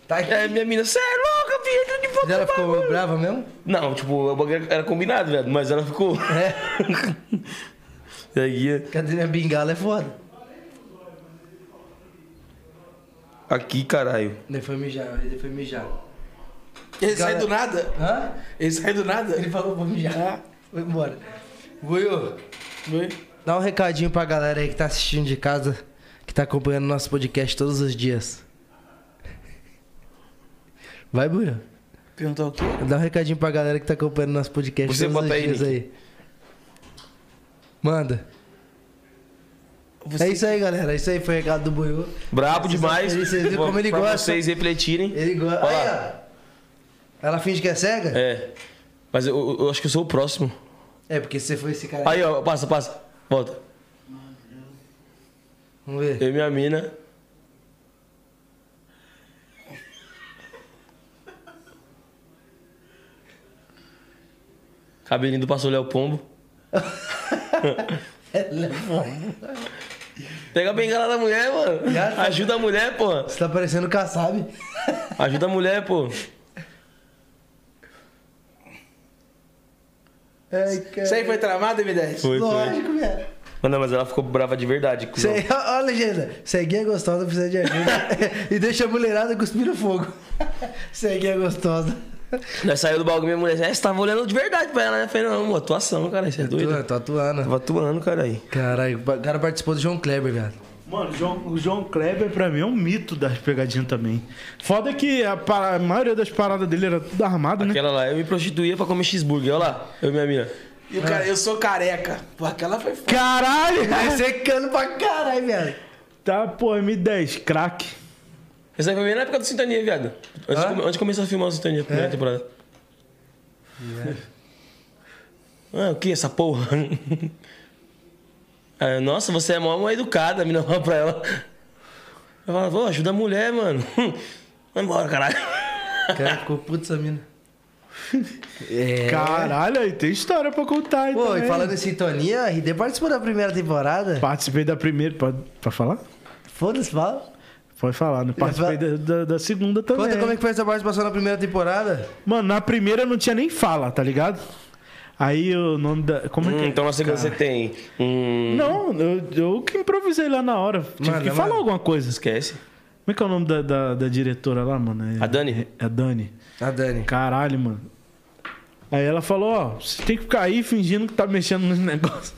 Speaker 1: Tá aqui.
Speaker 5: Aí minha mina, cê é louca, filha, entra de volta
Speaker 1: Ela
Speaker 5: pro
Speaker 1: ficou
Speaker 5: bagulho."
Speaker 1: brava mesmo?
Speaker 5: Não, tipo, o bagulho era combinado, velho, mas ela ficou.
Speaker 3: É.
Speaker 5: e aí,
Speaker 1: É. Cadê minha bengala? É foda.
Speaker 5: aqui, caralho.
Speaker 1: Ele foi mijar, ele foi mijar.
Speaker 6: Ele sai
Speaker 1: Galera-
Speaker 6: do nada?
Speaker 1: Hã?
Speaker 6: Ele sai do nada?
Speaker 1: Ele falou, vou mijar.
Speaker 3: Ah.
Speaker 1: Foi embora. Buiu,
Speaker 6: Vê?
Speaker 1: dá um recadinho pra galera aí que tá assistindo de casa, que tá acompanhando nosso podcast todos os dias. Vai, Buiu.
Speaker 6: Perguntar o quê?
Speaker 1: Dá um recadinho pra galera que tá acompanhando nosso podcast
Speaker 5: Você
Speaker 1: todos os
Speaker 5: bota aí,
Speaker 1: dias
Speaker 5: Nick.
Speaker 1: aí. Manda.
Speaker 6: Você-
Speaker 1: É isso aí, galera. Isso aí foi o recado do Buiu.
Speaker 5: Brabo
Speaker 1: Vocês-
Speaker 5: demais.
Speaker 1: Vocês viram como ele
Speaker 5: pra
Speaker 1: gosta.
Speaker 5: vocês refletirem.
Speaker 1: Ele gosta.
Speaker 5: Olha
Speaker 1: Olha. Ela finge que é cega?
Speaker 5: É. Mas eu, eu- eu acho que eu sou o próximo.
Speaker 1: É, porque você foi esse cara.
Speaker 5: Aí, ó, passa, passa. Volta.
Speaker 1: Vamos ver.
Speaker 5: Eu e minha mina. Cabelinho do pastor Léo Pombo. É. Pega a bengala da mulher, mano.
Speaker 1: Já-
Speaker 5: Ajuda a mulher, pô.
Speaker 1: Você tá parecendo o Kassab.
Speaker 5: Ajuda a mulher, pô.
Speaker 1: Ai, cara.
Speaker 6: Isso aí foi tramado, M10?
Speaker 5: Foi, foi.
Speaker 1: Lógico, velho.
Speaker 5: Mas não, mas ela ficou brava de verdade.
Speaker 1: Isso
Speaker 5: cuzão.
Speaker 1: aí- Ó, ó, a legenda. Ceguinha gostosa precisa de ajuda. e deixa a mulherada cuspir no fogo. Ceguinha gostosa.
Speaker 5: Nós saiu do bagulho, minha mulher, é, você tava olhando de verdade pra ela, né? Eu falei, não, amor, atuação, cara, você é doido.
Speaker 1: Tô, tô atuando.
Speaker 5: Tava atuando, cara, aí.
Speaker 1: Caralho, o cara participou do João Kleber, velho.
Speaker 3: Mano, João- o João Kleber pra mim é um mito das pegadinhas também. Foda que a, para- a maioria das paradas dele era tudo armado, né?
Speaker 5: Aquela lá, eu me prostituía pra comer cheeseburger. Olha lá, eu e minha mina.
Speaker 6: E o cara, eu sou careca. Pô, aquela foi
Speaker 5: é-
Speaker 6: foda.
Speaker 3: Caralho!
Speaker 1: Vai secando pra caralho, viado.
Speaker 3: Tá, pô, M10, craque.
Speaker 5: Essa aí foi bem na época do Sintonia, viado. Antes, de, antes de começar a filmar o Sintonia, a primeira temporada. Ah, o que é essa porra? Ah, eu, Nossa, você é mó mó educada, a mina fala pra ela. Eu falava, "Pô, ajuda a mulher, mano. Vai embora, caralho.
Speaker 1: O cara ficou puto essa mina. É.
Speaker 3: Caralho, aí tem história pra contar então,
Speaker 1: Pô,
Speaker 3: aí também.
Speaker 1: e falando em sintonia, a RD participou da primeira temporada.
Speaker 3: Participei da primeira... Pra, pra falar?
Speaker 1: Foda-se, fala.
Speaker 3: Pode falar, né? Participei da, da- da segunda também.
Speaker 1: Conta como é que foi essa participação na primeira temporada.
Speaker 3: Mano, na primeira não tinha nem fala, tá ligado? Aí o nome da... Como é que
Speaker 5: Hum,
Speaker 3: é?
Speaker 5: então na segunda você tem. Hum,
Speaker 3: Não, eu, eu que improvisei lá na hora. Tive
Speaker 1: Mano, é
Speaker 3: que
Speaker 1: mano.
Speaker 3: falar alguma coisa.
Speaker 5: esquece.
Speaker 3: Como é que é o nome da, da- da diretora lá, mano? É-
Speaker 5: A Dani?
Speaker 3: É a Dani.
Speaker 1: A Dani.
Speaker 3: Caralho, mano. Aí ela falou, ó, você tem que ficar aí fingindo que tá mexendo nos negócios.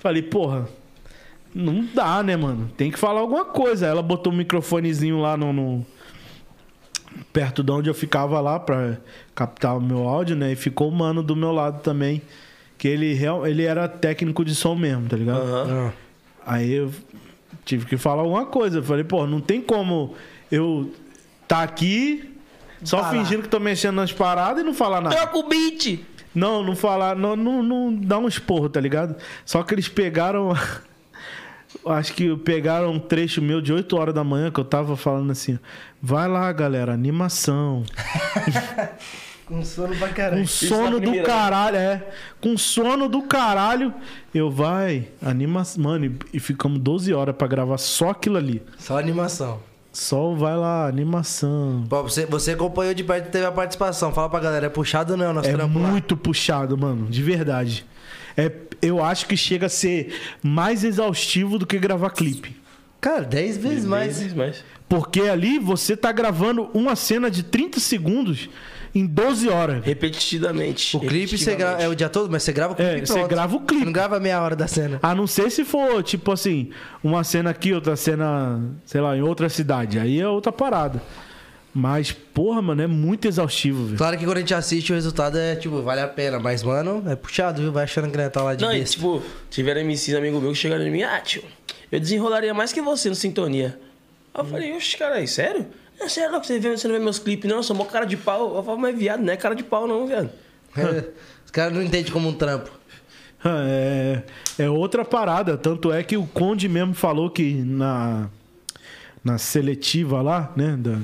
Speaker 3: Falei, porra, não dá, né, mano? Tem que falar alguma coisa. Aí Ela botou um microfonezinho lá no, no- perto de onde eu ficava lá pra captar o meu áudio, né? E ficou o mano do meu lado também. Que ele, real- ele era técnico de som mesmo, tá ligado?
Speaker 1: Ah.
Speaker 3: Aí eu tive que falar alguma coisa. Eu falei, pô, não tem como eu tá aqui só fingindo que tô mexendo nas paradas e não falar nada.
Speaker 5: Troca o beat!
Speaker 3: Não, não falar, não, não, não dá um esporro, tá ligado? Só que eles pegaram. Acho que pegaram um trecho meu de 8 horas da manhã que eu tava falando assim: vai lá, galera, animação.
Speaker 1: Com sono pra
Speaker 3: Com
Speaker 1: caralho.
Speaker 3: sono do caralho, é. Com sono do caralho. Eu vai, animação. Mano, e- e ficamos 12 horas pra gravar só aquilo ali.
Speaker 1: Só animação.
Speaker 3: Só o vai lá, animação.
Speaker 1: Bom, você, você acompanhou de perto, teve a participação. Fala pra galera, é puxado ou não é o nosso
Speaker 3: É
Speaker 1: trampo lá?
Speaker 3: muito puxado, mano, de verdade. É, eu acho que chega a ser mais exaustivo do que gravar clipe.
Speaker 1: Cara, 10 vezes mais.
Speaker 5: Mas, mas.
Speaker 3: Porque ali você tá gravando uma cena de 30 segundos em 12 horas.
Speaker 5: Repetidamente.
Speaker 1: O clipe você grava, é o dia todo, mas você grava o clipe
Speaker 3: É,
Speaker 1: e
Speaker 3: você
Speaker 1: pronto.
Speaker 3: grava o clipe.
Speaker 1: Não grava meia hora da cena.
Speaker 3: A não ser se for, tipo assim, uma cena aqui, outra cena, sei lá, em outra cidade. Aí é outra parada. Mas, porra, mano, é muito exaustivo, velho.
Speaker 1: Claro que quando a gente assiste, o resultado é, tipo, vale a pena. Mas, mano, é puxado, viu? Vai achando que não tá lá de
Speaker 5: Não, e,
Speaker 1: besta.
Speaker 5: tipo, tiveram MCs amigo meu que chegaram em mim, ah, tio, eu desenrolaria mais que você no Sintonia. Aí eu falei, oxe, cara, aí, sério? Não, você é louco, você, vê, você não vê meus clipes, não, eu sou mó cara de pau. Eu falo, mas viado, não é cara de pau, não, viado. tipo,
Speaker 1: Os caras não entendem como um trampo.
Speaker 3: É, é outra parada. Tanto é que o Conde mesmo falou que na, na seletiva lá, né? Da,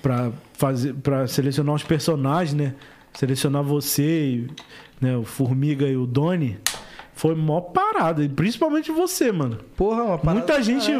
Speaker 3: pra, fazer, pra selecionar os personagens, né? Selecionar você, e, né, o Formiga e o Doni. Foi mó parada. E principalmente você, mano.
Speaker 1: Porra, uma parada.
Speaker 3: muita gente.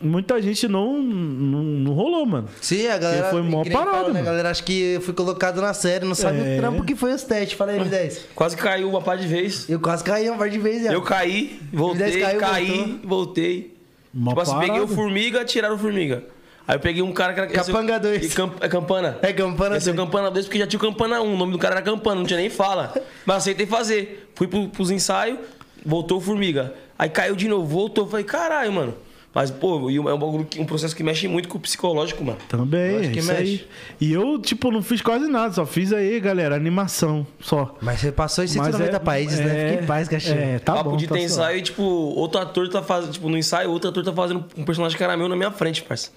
Speaker 3: Muita gente não, não, não rolou, mano.
Speaker 1: Sim, a galera.
Speaker 3: Porque foi mó
Speaker 1: que nem
Speaker 3: parada,
Speaker 1: né? A
Speaker 3: mano.
Speaker 1: galera acha que eu fui colocado na série, não sabe
Speaker 3: É.
Speaker 1: o trampo que foi os testes. Falei, M10.
Speaker 5: Quase caiu uma pá de vez.
Speaker 1: Eu quase caí um par de vezes.
Speaker 5: Eu caí, voltei,
Speaker 1: caiu,
Speaker 5: caí,
Speaker 1: voltou.
Speaker 5: voltei.
Speaker 3: Mó
Speaker 5: tipo assim, peguei o
Speaker 3: parada.
Speaker 5: formiga, tiraram o formiga. Aí eu peguei um cara que era.
Speaker 1: Capanga dois.
Speaker 5: E Camp, é campana.
Speaker 1: É Campana
Speaker 5: Esse é o
Speaker 1: dois.
Speaker 5: Campana 2 porque já tinha o Campana 1. O nome do cara era Campana, não tinha nem fala. Mas aceitei fazer. Fui pro, pros ensaios, voltou o Formiga. Aí caiu de novo, voltou. Falei, caralho, mano. Mas, pô, e um- é um, bagulho que- um processo que mexe muito com o psicológico, mano.
Speaker 1: Tá,
Speaker 3: Também,
Speaker 1: Lógico
Speaker 3: é
Speaker 1: que
Speaker 3: isso
Speaker 1: mexe.
Speaker 3: aí. E eu, tipo, não fiz quase nada, só fiz aí, galera, animação só.
Speaker 1: Mas você passou em 190 países, né? Fique em paz, cachê.
Speaker 3: É, tá
Speaker 5: Papo
Speaker 3: bom.
Speaker 5: de
Speaker 3: tá
Speaker 5: ter
Speaker 3: suave.
Speaker 5: ensaio e, tipo, outro ator tá fazendo. Tipo, no ensaio, outro ator tá fazendo um personagem que era meu na minha frente, parça.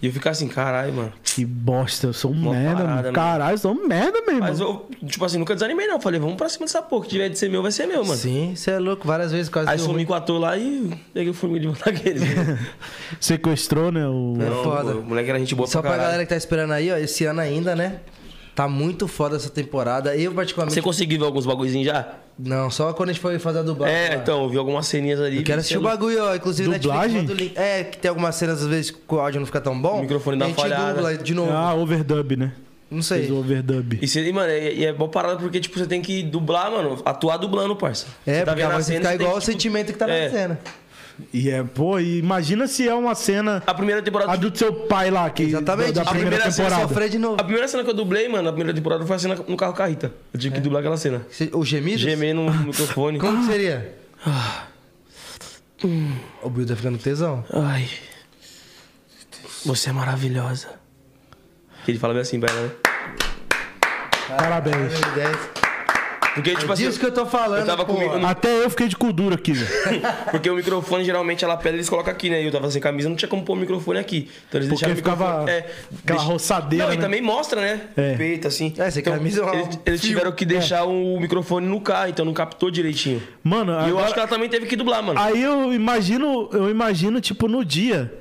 Speaker 5: E eu ficar assim, caralho, mano.
Speaker 3: Que bosta, eu sou um
Speaker 5: Uma
Speaker 3: merda,
Speaker 5: parada,
Speaker 3: mano.
Speaker 5: mano.
Speaker 3: Caralho, eu sou um merda mesmo.
Speaker 5: Mas eu, tipo assim, nunca desanimei, não. Falei, vamos pra cima dessa porra. Que tiver de ser meu, vai ser meu, mano.
Speaker 1: Sim, você é louco. Várias vezes quase
Speaker 5: Aí
Speaker 1: deu
Speaker 5: sumi
Speaker 1: ruim.
Speaker 5: com o ator lá e peguei o formiga de volta aquele.
Speaker 3: Sequestrou, né? O...
Speaker 1: É foda.
Speaker 5: O moleque era gente boa
Speaker 1: Só pra
Speaker 5: pra caralho.
Speaker 1: galera que tá esperando aí, ó, esse ano ainda, né? Tá muito foda essa temporada. Eu, particularmente.
Speaker 5: Você conseguiu ver alguns bagulhozinhos já?
Speaker 1: Não, só quando a gente foi fazer a dublagem.
Speaker 5: é,
Speaker 1: lá.
Speaker 5: então, eu vi algumas ceninhas ali.
Speaker 1: Eu quero assistir o bagulho, ó. Inclusive,
Speaker 3: Dublagem?
Speaker 1: Netflix manda o link. É, que tem algumas cenas, às vezes, que o áudio não fica tão bom.
Speaker 5: O microfone dá
Speaker 1: a gente
Speaker 5: falhada.
Speaker 1: dubla de novo.
Speaker 3: Ah, overdub, né?
Speaker 1: não
Speaker 3: Fez o
Speaker 1: sei.
Speaker 3: overdub.
Speaker 5: E, você, e, mano, é, e é boa parada porque, tipo, você tem que dublar, mano. Atuar dublando, parça.
Speaker 1: É,
Speaker 5: você tá
Speaker 1: porque a voz
Speaker 5: cena,
Speaker 1: ficar
Speaker 5: você tem
Speaker 1: igual o
Speaker 5: que, tipo,
Speaker 1: sentimento que tá
Speaker 5: é.
Speaker 1: na cena.
Speaker 3: E é, pô, e imagina se é uma cena.
Speaker 5: A primeira temporada...
Speaker 3: A do seu pai lá, que.
Speaker 1: Exatamente.
Speaker 3: Da, da
Speaker 1: A
Speaker 3: primeira,
Speaker 5: primeira cena
Speaker 3: temporada.
Speaker 1: Sofrer de novo.
Speaker 5: A primeira cena que eu dublei, mano, na primeira temporada foi a cena no carro carrita.
Speaker 1: É.
Speaker 5: Eu tive que dublar aquela cena.
Speaker 1: O gemido?
Speaker 5: Gemer no microfone.
Speaker 3: Ah.
Speaker 1: Como que seria? O Bill tá ficando com tesão.
Speaker 5: Ai. Você é maravilhosa. Ele fala bem assim pra ela, né?
Speaker 3: Parabéns.
Speaker 5: Porque, tipo assim,
Speaker 1: É Disso que eu tô falando,
Speaker 5: eu tava
Speaker 1: pô.
Speaker 5: comigo no-
Speaker 3: Até eu fiquei de cu duro aqui, velho.
Speaker 5: Porque o microfone, geralmente, ela pede, eles colocam aqui, né? E eu tava sem camisa, não tinha como pôr o microfone aqui. Então eles
Speaker 3: Porque
Speaker 5: deixaram o
Speaker 3: ficava
Speaker 5: microfone...
Speaker 3: aquela roçadeira,
Speaker 5: Não, e
Speaker 3: né?
Speaker 5: também mostra, né?
Speaker 3: É.
Speaker 5: Peito, assim.
Speaker 1: É, sem camisa é um
Speaker 5: eles, eles tiveram que deixar o microfone no carro, então não captou direitinho.
Speaker 3: Mano,
Speaker 5: E eu
Speaker 3: agora-
Speaker 5: acho que ela também teve que dublar, mano.
Speaker 3: Aí eu imagino, eu imagino, tipo, no dia.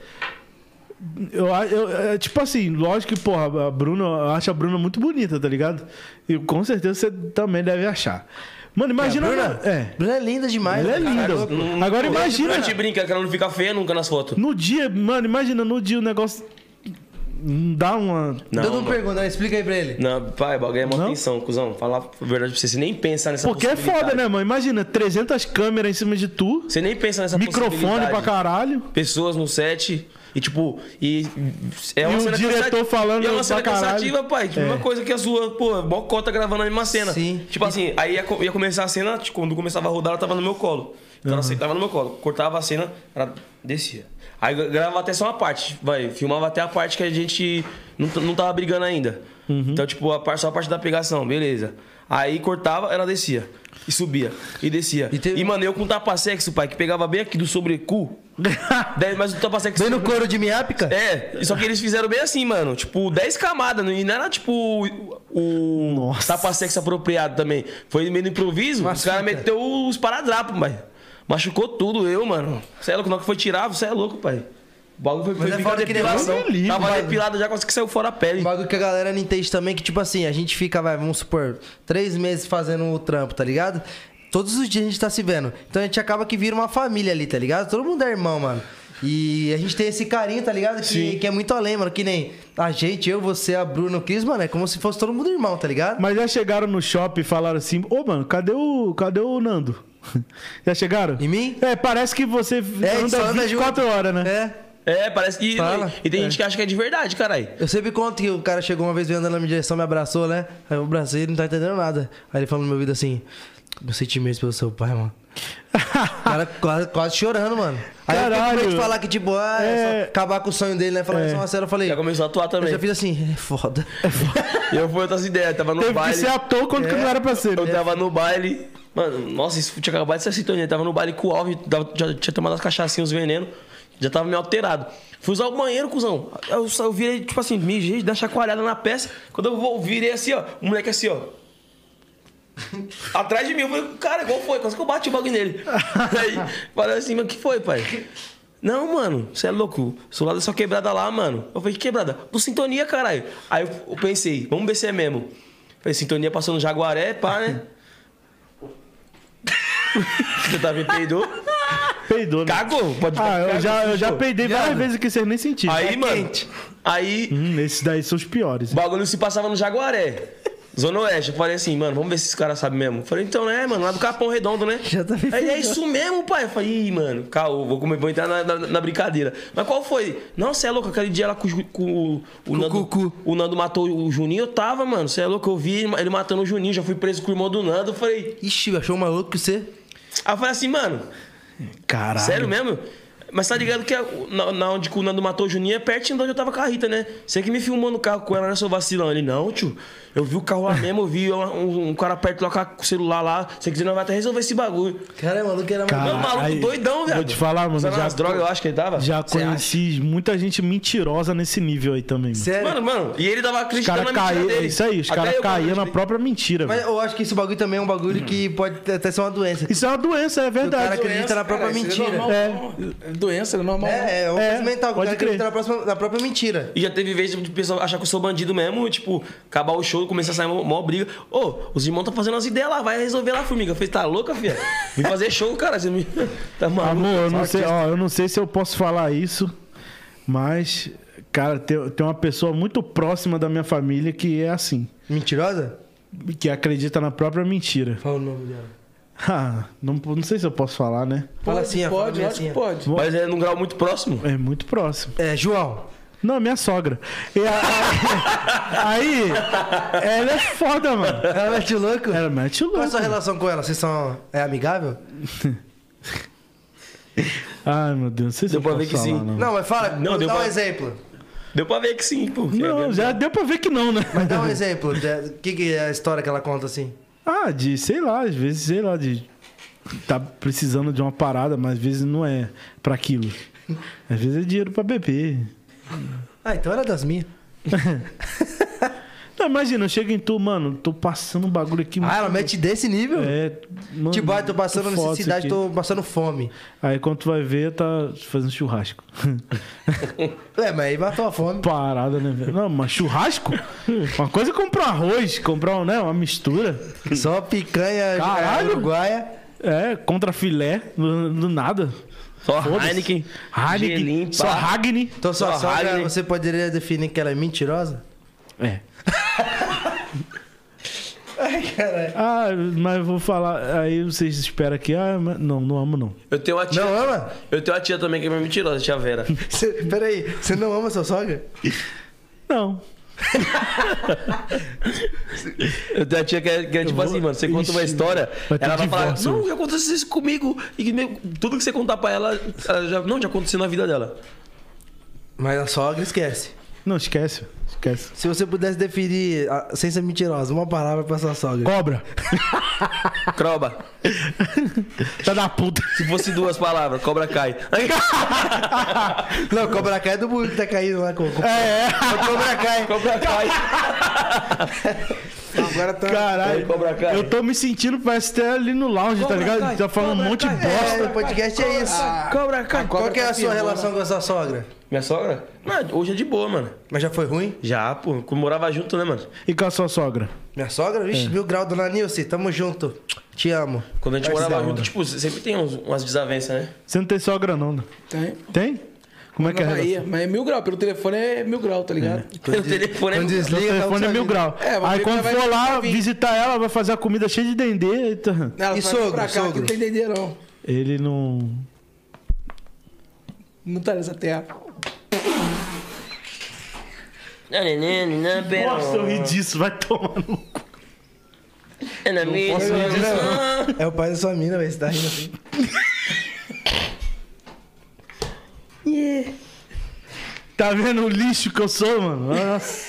Speaker 3: Eu, a- eu- é, tipo assim, lógico que, porra, a Bruna, eu acho a Bruna muito bonita, tá ligado? E com certeza você também deve achar. Mano, imagina.
Speaker 1: Bruna?
Speaker 3: É.
Speaker 1: Bruna é linda demais.
Speaker 3: Ela é
Speaker 1: cara.
Speaker 3: linda.
Speaker 5: Não-
Speaker 3: Agora
Speaker 5: não- tipo,
Speaker 3: imagina.
Speaker 5: A gente brinca que ela não fica feia nunca nas fotos.
Speaker 3: No dia, mano, imagina, no dia o negócio. Não dá uma.
Speaker 1: Todo
Speaker 5: Não,
Speaker 1: mundo
Speaker 5: mano.
Speaker 1: pergunta, né? explica aí pra ele.
Speaker 5: Não, pai, o bagulho é mó
Speaker 3: Não?
Speaker 5: atenção, cuzão. Falar a verdade pra você, você nem pensa nessa
Speaker 3: Porque é foda,
Speaker 5: possibilidade.
Speaker 3: né, mano? Imagina, 300 câmeras em cima de tu,
Speaker 5: Você nem pensa nessa
Speaker 3: microfone
Speaker 5: possibilidade.
Speaker 3: pra caralho.
Speaker 5: pessoas no set. E tipo, e. É
Speaker 3: E o diretor
Speaker 5: cansati-
Speaker 3: falando
Speaker 5: E é uma
Speaker 3: pra
Speaker 5: cena
Speaker 3: caralho.
Speaker 5: cansativa, pai. Que mesma coisa que a sua, pô, mocota gravando a mesma cena.
Speaker 1: É. Sim.
Speaker 5: Tipo assim, aí ia, co- ia começar a cena, tipo, quando começava a rodar, ela tava no meu colo. Então ela sentava no meu colo. Cortava a cena, ela descia. Aí gra- gravava até só uma parte, vai, filmava até a parte que a gente não, t- não tava brigando ainda.
Speaker 1: Uhum.
Speaker 5: Então, tipo, a parte, só a parte da pegação, beleza. Aí cortava, ela descia. E subia. E descia.
Speaker 1: E
Speaker 5: E,
Speaker 1: teve-
Speaker 5: mano, eu com tapa sexo, pai, que pegava bem aqui do sobrecu. Daí, mas o tapa sexo.
Speaker 1: Vem no couro de miápica?
Speaker 5: É, só que eles fizeram bem assim, mano. Tipo, 10 camadas. não- E não era tipo o- o
Speaker 3: Nossa.
Speaker 5: tapa sexo apropriado também. Foi meio no improviso, os caras meteu os paradrapos, pai. Machucou tudo, eu, mano. Você é louco, não que foi tirar, você é louco, pai. O bagulho foi, foi
Speaker 1: é
Speaker 5: ficar
Speaker 1: foda que negócio
Speaker 5: depilação.
Speaker 3: é livre,
Speaker 5: Tava
Speaker 3: mano.
Speaker 5: depilado já, quase que saiu fora a pele.
Speaker 1: Um bagulho que a galera não entende também, que tipo assim, a gente fica, vai, vamos supor, três meses fazendo o trampo, tá ligado? Todos os dias a gente tá se vendo. Então a gente acaba que vira uma família ali, tá ligado? Todo mundo é irmão, mano. E a gente tem esse carinho, tá ligado? Que, que é muito além, mano. Que nem a gente, eu, você, a Bruno, o Cris, mano, é como se fosse todo mundo irmão, tá ligado?
Speaker 3: Mas já chegaram no shopping e falaram assim: Ô, mano, cadê o, cadê o Nando? Já chegaram?
Speaker 1: Em mim?
Speaker 3: É, parece que você
Speaker 1: É,
Speaker 3: anda
Speaker 1: só anda
Speaker 3: 24
Speaker 1: junto.
Speaker 3: horas, né?
Speaker 1: É.
Speaker 5: É, parece que.
Speaker 1: Fala.
Speaker 5: E tem gente que acha que é de verdade, caralho.
Speaker 1: Eu sempre conto que o cara chegou uma vez veio andando na minha direção, me abraçou, né? Aí eu abracei, ele não tá entendendo nada. Aí ele falou no meu ouvido assim: Meus sentimentos pelo seu pai, mano. O cara quase, quase chorando, mano. Aí eu fiquei com medo de
Speaker 3: Caralho.
Speaker 1: falar que, tipo, ah, é
Speaker 3: É.
Speaker 1: só acabar com o sonho dele, né? Falar isso é uma série, eu falei.
Speaker 5: Já começou a atuar
Speaker 1: Eu
Speaker 5: também.
Speaker 1: já fiz assim, é foda.
Speaker 5: Eu fui outras ideias, tava no
Speaker 3: Teve
Speaker 5: baile.
Speaker 3: que ser ator quando que não era pra ser.
Speaker 5: É.
Speaker 3: né?
Speaker 5: Eu tava no baile. Mano, nossa, isso tinha acabado de ser sintonia. Tava no baile com o Alves, tava- já tinha tomado as cachaçinhas, os venenos. Já tava meio alterado. Fui usar o banheiro, cuzão. Eu, sa- eu virei, tipo assim, mijei, dá chacoalhada na peça. Quando eu vou, virei assim, ó. O moleque assim, ó. Atrás de mim, eu falei, cara, qual foi? Quase que eu bati o bagulho nele. Aí, falei assim, mano, que foi, pai? Não, mano, você é louco. Sou lá dessa quebrada lá, mano. Eu falei, que quebrada? Do sintonia, caralho. Aí eu eu pensei, vamos ver se é mesmo. Falei, sintonia passou no Jaguaré, pá, né? Você tá me peidou?
Speaker 3: Peidou, né?
Speaker 5: Cagou, pode
Speaker 3: Ah, eu
Speaker 5: cagou,
Speaker 3: já, eu já
Speaker 5: fechou.
Speaker 3: peidei várias vezes que vocês nem sentiram. Tá
Speaker 5: Aí, mano, aí
Speaker 3: Hum, esses daí são os piores.
Speaker 5: o bagulho se passava no Jaguaré. Zona Oeste, eu falei assim, mano, vamos ver se esses caras sabem mesmo. Eu falei, então, né, mano, lá do Capão Redondo, né?
Speaker 1: Já tá me
Speaker 5: Aí ele, é isso mesmo, pai. Eu falei, ih, mano, calma, vou, comer, vou entrar na, na- na brincadeira. Mas qual foi? Não, você é louco, aquele dia lá com, o Ju- com o, o, Nando, o Nando matou o Juninho, eu tava, mano, você é louco, eu vi ele, ele matando o Juninho, já fui preso com o irmão do Nando. Eu falei,
Speaker 1: Ixi, achou um maluco que você.
Speaker 5: aí eu falei assim, mano,
Speaker 3: Caralho.
Speaker 5: Sério mesmo? Mas tá ligado que a- na, na onde que o Nando matou o Juninho é pertinho de onde eu tava com a Rita, né? Você que me filmou no carro com ela, né, seu vacilão? Ele, não, tio. Eu vi o carro lá mesmo, eu vi uma- um, um cara perto lá com o celular lá. Você quiser, nós vai até resolver esse bagulho.
Speaker 1: Cara, o maluco era
Speaker 3: Cara,
Speaker 5: Meu maluco
Speaker 3: aí,
Speaker 5: doidão, velho.
Speaker 3: vou te falar, mano,
Speaker 5: Sabe
Speaker 3: já-
Speaker 5: nas drogas, eu acho que ele tava.
Speaker 3: Já
Speaker 5: Cê acha?
Speaker 3: conheci muita gente mentirosa nesse nível aí também, mano.
Speaker 1: Sério.
Speaker 5: Mano, mano, e ele tava
Speaker 3: Os
Speaker 5: acreditando
Speaker 3: caras
Speaker 5: na mentira
Speaker 3: caíram. É
Speaker 5: dele.
Speaker 3: isso aí, os
Speaker 5: Até
Speaker 3: caras
Speaker 5: eu, quando
Speaker 3: caíam
Speaker 5: eu
Speaker 3: na
Speaker 5: te-
Speaker 3: próprio mentira,
Speaker 1: Mas
Speaker 3: velho.
Speaker 1: eu acho que esse bagulho também é um bagulho que pode até ser uma doença.
Speaker 3: Isso é uma doença, é
Speaker 1: o cara
Speaker 3: verdade.
Speaker 1: acredita na própria
Speaker 6: Cara, isso é
Speaker 1: mentira.
Speaker 6: normal.
Speaker 3: É.
Speaker 6: É Doença, é normal.
Speaker 1: É, é um
Speaker 3: É,
Speaker 1: é, mental. que O
Speaker 3: pode
Speaker 1: cara acredita
Speaker 3: crer.
Speaker 1: na, próxima- na própria mentira.
Speaker 5: E já teve vez de pessoa achar que eu sou bandido mesmo, tipo, acabar o show, começar a sair mó, mó briga. Ô, os irmãos tá fazendo as ideias lá, vai resolver lá, formiga. Eu falei, tá louca, filha? Vim fazer show, cara. Você me. Tá maluco?
Speaker 3: Amor, eu não, sei, ó, eu não sei se eu posso falar isso, mas, cara, tem, tem uma pessoa muito próxima da minha família que é assim,
Speaker 1: Mentirosa?
Speaker 3: que acredita na própria mentira.
Speaker 1: Fala é o nome dela.
Speaker 3: Ah, não, não sei se eu posso falar, né?
Speaker 1: Fala assim, ó, fala
Speaker 6: Pode,
Speaker 1: bem
Speaker 6: lógico
Speaker 1: assim,
Speaker 6: que
Speaker 1: ó.
Speaker 6: pode.
Speaker 5: Mas é num grau muito próximo.
Speaker 3: É muito próximo.
Speaker 1: É, João.
Speaker 3: Não, é minha sogra. E a- a- aí, ela é foda, mano.
Speaker 1: Ela mete o louco?
Speaker 3: Ela mete o
Speaker 1: Qual é a
Speaker 3: louco.
Speaker 1: sua relação com ela? Vocês são. É amigável?
Speaker 3: Ai, meu Deus, não sei se
Speaker 5: Deu
Speaker 3: eu
Speaker 5: pra
Speaker 3: posso
Speaker 5: ver que
Speaker 3: falar,
Speaker 5: sim.
Speaker 3: Não,
Speaker 1: Não, mas fala,
Speaker 5: Não, deu
Speaker 1: dá um
Speaker 5: pra-
Speaker 1: exemplo.
Speaker 5: Deu pra ver que sim, pô.
Speaker 3: não já deu pra ver que não, né?
Speaker 1: Mas dá um exemplo. O que, que é a história que ela conta assim?
Speaker 3: Ah, de, sei lá, às vezes, sei lá, de. Tá precisando de uma parada, mas às vezes não é pra aquilo. Às vezes é dinheiro pra beber.
Speaker 1: Ah, então era das minhas.
Speaker 3: Não, imagina, eu chego em tu, mano, tô passando um bagulho aqui.
Speaker 1: Ah, ela mete desse nível?
Speaker 3: É, mano,
Speaker 1: tipo, ah, tô passando
Speaker 3: foda isso
Speaker 1: necessidade,
Speaker 3: aqui.
Speaker 1: tô passando fome.
Speaker 3: Aí quando tu vai ver, tá fazendo churrasco.
Speaker 1: É, mas aí matou a fome.
Speaker 3: Parada, né, velho? Não, mas churrasco? Uma coisa é comprar arroz, comprar né, uma mistura.
Speaker 1: Só picanha
Speaker 3: Caralho!
Speaker 1: uruguaia.
Speaker 3: É, contra filé, do, do nada.
Speaker 5: Só
Speaker 3: Foda-se.
Speaker 5: Heineken.
Speaker 3: Hagni,
Speaker 5: gelinho,
Speaker 3: só
Speaker 5: pá.
Speaker 3: Hagni.
Speaker 1: Então sua
Speaker 5: Só né?
Speaker 1: sogra,
Speaker 5: Hagner.
Speaker 1: você poderia definir que ela é mentirosa?
Speaker 3: É.
Speaker 1: Ai, caralho.
Speaker 3: Ah, mas eu vou falar. Aí vocês esperam que. Ah, mas- não, não amo, não.
Speaker 5: Eu tenho uma tia.
Speaker 1: Não ama?
Speaker 5: Eu tenho uma tia também que é minha mentirosa, tia Vera.
Speaker 1: Você, peraí, você não ama sua sogra?
Speaker 3: Não.
Speaker 5: Eu tenho uma tia que é, que é tipo assim, mano. Você conta uma
Speaker 3: Ixi,
Speaker 5: história,
Speaker 3: vai ter
Speaker 5: ela vai falar,
Speaker 3: divórcio.
Speaker 5: não, já aconteceu isso comigo. E meu- tudo que você contar pra ela, ela já, não, já aconteceu na vida dela.
Speaker 1: Mas a sogra esquece.
Speaker 3: Não, esquece. Esquece.
Speaker 1: Se você pudesse definir, ah, sem ser mentirosa, uma palavra pra sua sogra.
Speaker 3: Cobra.
Speaker 5: Croba.
Speaker 3: Tá da puta.
Speaker 5: Se fosse duas palavras, cobra cai. Aí,
Speaker 1: Não, Cobra Kai é do burro que tá caindo lá com... com... É, é. Cobra Kai.
Speaker 5: cobra cai.
Speaker 6: Agora tá.
Speaker 3: Caralho.
Speaker 5: Aí, Cobra Kai.
Speaker 3: Eu tô me sentindo, parece até ali no lounge, tá ligado? tá falando um monte de bosta.
Speaker 1: É, o podcast é isso.
Speaker 6: Ah,
Speaker 5: Cobra cai.
Speaker 1: Qual
Speaker 6: tá
Speaker 1: que é a sua
Speaker 6: né?
Speaker 1: relação com a sua sogra?
Speaker 5: Minha sogra? Não, hoje é de boa, mano.
Speaker 1: Mas já foi ruim?
Speaker 5: Já, pô. quando Morava junto, né, mano?
Speaker 3: E com a sua sogra?
Speaker 1: Minha sogra?
Speaker 3: É.
Speaker 1: Vixe, mil grau, dona Nilce, tamo junto. Te amo.
Speaker 5: Quando a gente
Speaker 1: Vai se
Speaker 5: morava
Speaker 1: dar
Speaker 5: junto,
Speaker 1: onda.
Speaker 5: tipo, sempre tem uns- umas desavenças, né?
Speaker 3: Você não tem sogra, não, né?
Speaker 6: Tem.
Speaker 3: Tem? Como é que é a
Speaker 6: Na Bahia,
Speaker 3: relação?
Speaker 6: mas é mil grau. Pelo telefone é mil grau, tá ligado?
Speaker 5: O telefone é
Speaker 1: Quando
Speaker 3: O
Speaker 5: muito-
Speaker 1: desliga, tá
Speaker 3: telefone é
Speaker 1: outra
Speaker 3: mil
Speaker 1: vida.
Speaker 3: grau.
Speaker 6: É, vamos
Speaker 3: Aí
Speaker 6: ver
Speaker 3: quando
Speaker 6: que vai-
Speaker 3: for lá
Speaker 6: vai vir.
Speaker 3: visitar ela, vai fazer a comida cheia de dendê. Eita.
Speaker 6: Ela
Speaker 1: E
Speaker 6: fala, "Vem
Speaker 1: sogro,
Speaker 6: pra cá,
Speaker 1: sogro?
Speaker 6: Que não tem dendê, não.
Speaker 3: Ele não.
Speaker 6: Não tá nessa terra.
Speaker 14: Não, não, não, não, não, pera.
Speaker 3: Nossa, eu ri disso, vai tomar no cu.
Speaker 14: É na mesma.
Speaker 1: É o pai da sua mina, velho. Você tá rindo assim.
Speaker 3: Tá vendo o lixo que eu sou, mano? Nossa.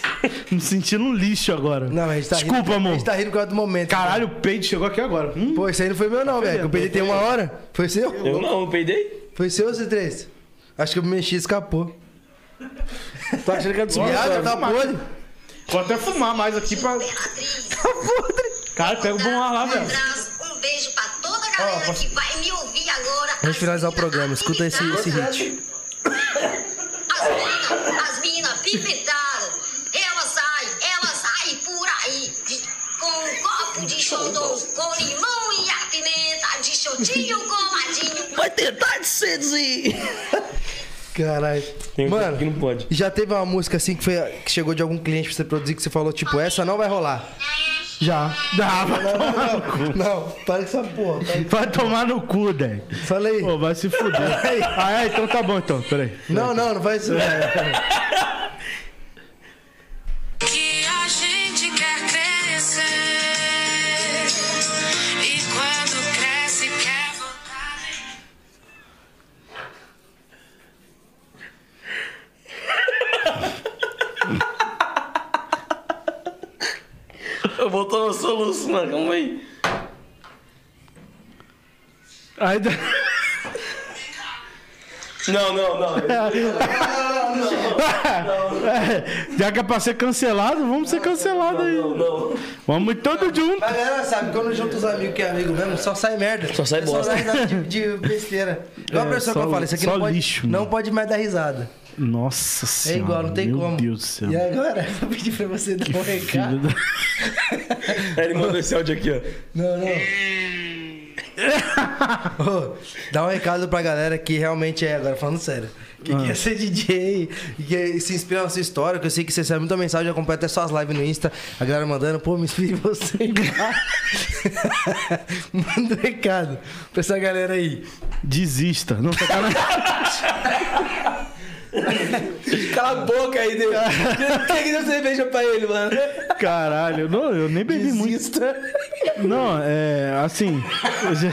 Speaker 3: me sentindo um lixo agora.
Speaker 1: Não, mas a gente tá rindo.
Speaker 3: Desculpa,
Speaker 1: A
Speaker 3: amor.
Speaker 1: gente tá rindo por causa do momento.
Speaker 3: Caralho, o peito chegou aqui agora. Hum?
Speaker 1: Pô, isso aí não foi meu, não, velho. que Eu perdi tem uma hora. Foi seu?
Speaker 5: Eu não, eu peidei.
Speaker 1: Foi seu ou você três? Acho que eu me mexi e escapou.
Speaker 6: Tô achando que é do segundo
Speaker 1: Viado,
Speaker 6: grau.
Speaker 1: tá podre.
Speaker 3: Vou até fumar mais aqui pra. Cara, pega o bom ar lá, velho.
Speaker 9: Um beijo pra toda a galera que vai me ouvir agora.
Speaker 1: Vamos finalizar o programa. Escuta esse, esse hit.
Speaker 9: As minas, as minas pipetaram. Ela sai, ela sai por aí. de- com um copo de xodô, com limão e a pimenta, de xotinho coladinho.
Speaker 14: Vai tentar de seduzir.
Speaker 1: Caralho.
Speaker 3: um
Speaker 5: Tem
Speaker 1: Mano,
Speaker 5: que não pode.
Speaker 1: e já teve uma música assim que, foi, que chegou de algum cliente pra você produzir que você falou, tipo, essa não vai rolar.
Speaker 3: Já. Dá, vai tomar no cu.
Speaker 1: Não, não, para com essa porra. para
Speaker 3: Vai tomar no cu, Dé.
Speaker 1: Fala aí.
Speaker 3: Pô, vai se fuder. Ah, é? Então tá bom, então. Peraí.
Speaker 1: Não, não, não faz isso.
Speaker 3: É.
Speaker 1: não.
Speaker 15: que a gente quer crescer. E quando cresce, quer voltar.
Speaker 5: Eu voltou no soluço, mano. Calma aí.
Speaker 3: Aí. dá-
Speaker 5: Não, não, não.
Speaker 3: É, já que é pra ser cancelado, vamos ser cancelados aí.
Speaker 5: Não.
Speaker 3: Vamos todo junto.
Speaker 1: A galera sabe, quando junta os amigos que é amigo mesmo, só sai merda. É
Speaker 5: Só sai
Speaker 1: Só
Speaker 5: bosta.
Speaker 1: sai nada de, de besteira. Igual a
Speaker 3: É,
Speaker 1: pessoa
Speaker 3: só-
Speaker 1: que eu falo, isso aqui
Speaker 3: só
Speaker 1: não pode,
Speaker 3: lixo,
Speaker 1: não
Speaker 3: mano.
Speaker 1: pode mais dar risada.
Speaker 3: Nossa
Speaker 1: É
Speaker 3: senhora.
Speaker 1: igual, não tem
Speaker 3: meu
Speaker 1: como.
Speaker 3: Deus do céu.
Speaker 1: E agora? Eu pedi pra você dar um recado.
Speaker 3: Filho da-
Speaker 5: Aí ele mandou esse áudio aqui, ó.
Speaker 1: Não, não.
Speaker 3: Hum.
Speaker 1: Ô, dá um recado pra galera que realmente é, agora falando sério, que
Speaker 3: Ah.
Speaker 1: quer ser DJ e que se inspira na sua história, que eu sei que você recebe muita mensagem, acompanha até suas lives no Insta, a galera mandando, pô, me inspire em você igual. Manda um recado pra essa galera aí.
Speaker 3: Desista. Não, tá sacanagem.
Speaker 5: Cala a boca aí, Deus. Quem que deu cerveja pra ele, mano?
Speaker 3: Caralho. Não, eu nem bebi muito. Não, é. Assim. eu já-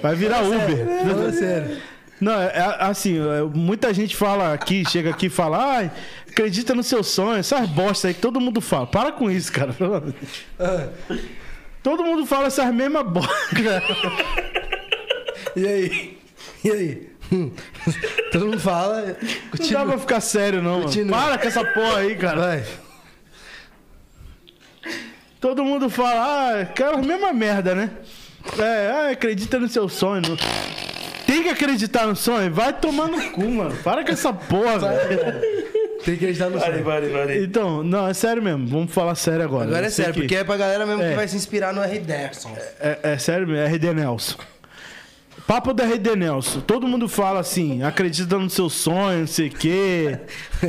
Speaker 3: Vai virar Uber.
Speaker 1: Ah. Fala sério.
Speaker 3: Não, é, é, assim, é, muita gente fala aqui, chega aqui e fala, ah, acredita no seu sonho, essas bosta aí que todo mundo fala. Para com isso, cara. pelo amor de Deus.
Speaker 1: Ah.
Speaker 3: Todo mundo fala essas mesmas bosta.
Speaker 1: E aí? E aí? Hum. Todo mundo fala.
Speaker 3: Não dá
Speaker 1: Continua.
Speaker 3: pra ficar sério, não. mano.
Speaker 1: Continua.
Speaker 3: Para com essa porra aí, cara.
Speaker 1: Vai.
Speaker 3: Todo mundo fala, ah, aquela mesma merda, né? É, ah, acredita no seu sonho. Tem que acreditar no sonho? Vai tomar no cu, mano. Para com essa porra, velho.
Speaker 1: Tem que acreditar no sonho.
Speaker 5: Vale, vale.
Speaker 3: Então, não, é sério mesmo. Vamos falar sério agora.
Speaker 1: Agora
Speaker 3: Eu
Speaker 1: é
Speaker 3: sei
Speaker 1: sério,
Speaker 3: que-
Speaker 1: porque é pra galera mesmo
Speaker 3: É.
Speaker 1: que vai se inspirar no R. Derson.
Speaker 3: É, é sério mesmo, RD Nelson. Papo da RD Nelson. Todo mundo fala assim, acredita no seu sonho, não sei o quê.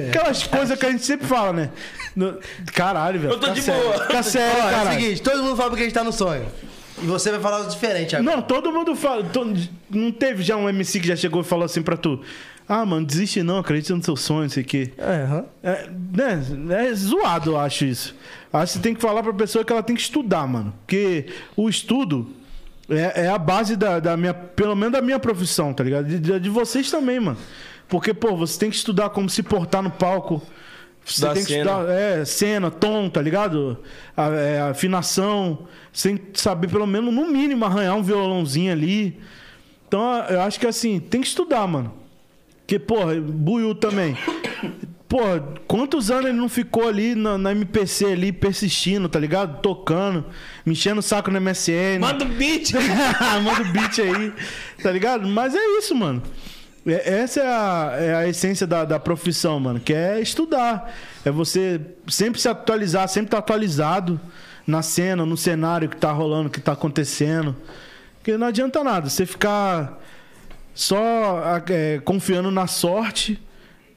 Speaker 3: Aquelas coisas que a gente sempre fala, né? No- Caralho, velho.
Speaker 5: Eu tô
Speaker 3: fica
Speaker 5: de
Speaker 3: sério.
Speaker 5: boa.
Speaker 3: Fica sério,
Speaker 1: Ó, É o
Speaker 3: caralho.
Speaker 1: seguinte, todo mundo fala porque a gente tá no sonho. E você vai falar diferente agora.
Speaker 3: Não, todo mundo fala. to- não teve já um MC que já chegou e falou assim pra tu: Ah, mano, desiste não, acredita no seu sonho, não sei o quê.
Speaker 1: É, aham.
Speaker 3: É, né, é zoado, eu acho isso. Acho que você tem que falar pra pessoa que ela tem que estudar, mano. Porque o estudo é, é a base da, da minha, pelo menos da minha profissão, tá ligado? De, de- de vocês também, mano. Porque, pô, você tem que estudar como se portar no palco. Você
Speaker 5: Estudar
Speaker 3: tem que
Speaker 5: cena.
Speaker 3: estudar é, cena, tom, tá ligado? A, é, afinação. Você tem que saber, pelo menos, no mínimo, arranhar um violãozinho ali. Então, eu acho que assim, tem que estudar, mano. Porque, porra, Buiu também. Porra, quantos anos ele não ficou ali na, na MPC ali, persistindo, tá ligado? Tocando, me enchendo o saco no MSN.
Speaker 5: Manda o beat!
Speaker 3: Manda o beat aí, tá ligado? Mas é isso, mano. É- Essa é a, é a essência da, da profissão, mano, que é estudar. É você sempre se atualizar, sempre estar atualizado na cena, no cenário que tá rolando, que tá acontecendo. Porque não adianta nada você ficar só a- é, confiando na sorte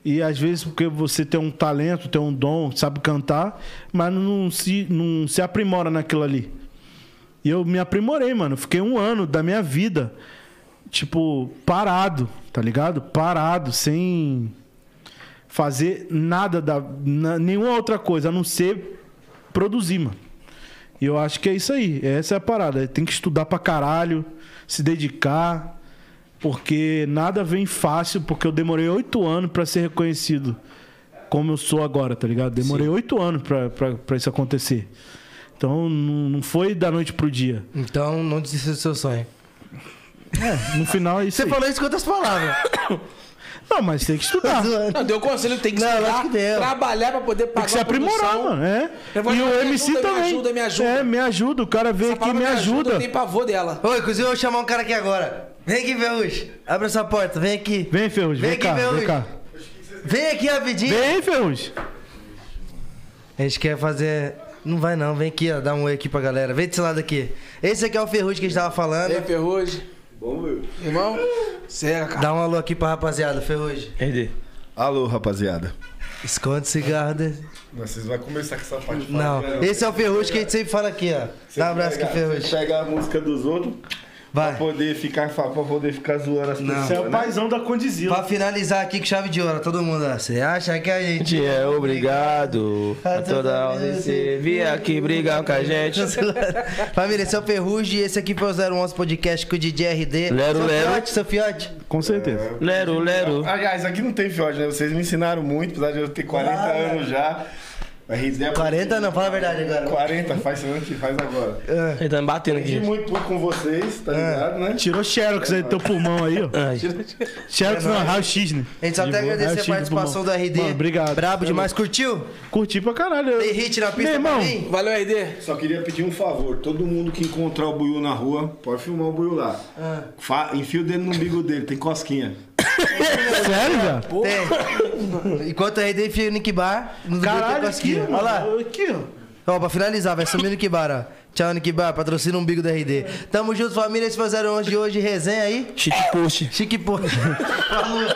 Speaker 3: e às vezes porque você tem um talento, tem um dom, sabe cantar, mas não se, não se aprimora naquilo ali. E eu me aprimorei, mano. Fiquei um ano da minha vida, tipo, parado, tá ligado? Parado, sem fazer nada da. na- nenhuma outra coisa, a não ser produzir, mano. E eu acho que é isso aí. Essa é a parada. Tem que estudar pra caralho, se dedicar, porque nada vem fácil, porque eu demorei oito anos pra ser reconhecido como eu sou agora, tá ligado? Demorei oito anos pra- pra pra isso acontecer. Então não, não foi da noite pro dia.
Speaker 1: Então não desista do seu sonho.
Speaker 3: No final é isso.
Speaker 1: Você
Speaker 3: aí.
Speaker 1: falou isso com outras palavras.
Speaker 3: Não, mas tem que
Speaker 1: Tá
Speaker 3: estudar. tem
Speaker 6: Não, deu conselho, tem que
Speaker 1: Não,
Speaker 6: estudar,
Speaker 1: lógico que deu.
Speaker 6: trabalhar pra poder pagar
Speaker 1: ah,
Speaker 3: que se
Speaker 6: a
Speaker 3: aprimorar,
Speaker 6: produção.
Speaker 3: mano. É.
Speaker 6: Eu vou
Speaker 3: E
Speaker 6: falar,
Speaker 3: o
Speaker 6: me
Speaker 3: MC
Speaker 6: ajuda, me
Speaker 3: também.
Speaker 6: ajuda, me ajuda.
Speaker 3: É, me ajuda. O cara veio
Speaker 6: Essa
Speaker 3: aqui e
Speaker 6: palavra
Speaker 3: me ajuda.
Speaker 6: Eu tenho pavor dela.
Speaker 1: Ô, inclusive eu vou chamar um cara aqui agora. Vem aqui, Ferrugem. Abre essa porta, vem aqui.
Speaker 3: Vem, Ferrugem, vem,
Speaker 1: aqui,
Speaker 3: cá, vem
Speaker 1: Ferrugem.
Speaker 3: cá.
Speaker 1: Vem aqui rapidinho.
Speaker 3: Vem, Ferrugem.
Speaker 1: A gente quer fazer. Não vai não, vem aqui, ó. Dá um oi aqui pra galera. Vem desse lado aqui. Esse aqui é o Ferrugem que a gente tava falando.
Speaker 6: Ei, Ferrugem. Bom, meu. Irmão, cega, cara.
Speaker 1: Dá um alô aqui pra rapaziada, Ferrugem.
Speaker 5: RD.
Speaker 8: Alô, rapaziada.
Speaker 1: Esconde o cigarro dele.
Speaker 8: Vocês vão começar com essa parte né?
Speaker 1: Não, esse é o Ferrugem que a gente sempre fala aqui, ó. Dá um abraço aqui, Ferrugem.
Speaker 8: Pega a música dos outros pra
Speaker 1: Vai.
Speaker 8: poder ficar, pra poder ficar zoando as
Speaker 1: Não.
Speaker 3: Você é
Speaker 8: pessoas.
Speaker 3: o
Speaker 8: né?
Speaker 3: paizão da Condizila.
Speaker 1: Pra finalizar aqui com chave de ouro, todo mundo, ó. Você acha que a gente.
Speaker 5: Gente, é obrigado a toda a audiência vir aqui brigar com a gente.
Speaker 1: Família, esse é o Ferrugem e esse aqui foi o 011 Podcast com o DJ RD.
Speaker 5: Lero,
Speaker 1: seu
Speaker 5: lero.
Speaker 1: Fiote, seu Fiote.
Speaker 3: Com certeza.
Speaker 5: Lero, lero.
Speaker 8: Aliás, Ah, aqui não tem fiote, né? Vocês me ensinaram muito, apesar de eu ter 40 anos já. RZ é
Speaker 1: 40 não, fala a verdade agora.
Speaker 8: 40, faz ano que faz agora.
Speaker 5: Ele tá me batendo
Speaker 8: Aprendi
Speaker 5: aqui.
Speaker 8: muito com vocês, tá ligado, né?
Speaker 3: Tirou Xerox aí do teu pulmão aí, ó.
Speaker 5: Ai.
Speaker 3: Xerox não, raio-x, né?
Speaker 1: A gente só
Speaker 3: De
Speaker 1: até
Speaker 3: boa,
Speaker 1: agradecer a
Speaker 3: raio-x do
Speaker 1: participação do
Speaker 3: pulmão.
Speaker 1: RD.
Speaker 3: Mano, obrigado.
Speaker 1: Brabo demais. Curtiu?
Speaker 3: Curti pra caralho.
Speaker 1: Tem hit na pista
Speaker 3: Meu
Speaker 1: pra
Speaker 3: irmão,
Speaker 1: mim?
Speaker 6: Valeu, RD.
Speaker 8: Só queria pedir um favor, todo mundo que encontrar o Buiu na rua, pode filmar o Buiu lá. Fa- Enfia o dedo no umbigo dele, tem cosquinha.
Speaker 3: Sério, velho?
Speaker 1: Tem. Enquanto a RD enfia o Nick Bar. No
Speaker 3: Caralho, aqui,
Speaker 1: Olha lá.
Speaker 3: mano. Aqui, ó.
Speaker 1: Ó, pra finalizar, vai sumir o Nick Bar, ó. Tchau, Nick Bar. Patrocina o umbigo da RD. Tamo junto, família. Esse foi o 011 de hoje. Resenha aí.
Speaker 5: Chique post.
Speaker 1: Chique pô. Falou.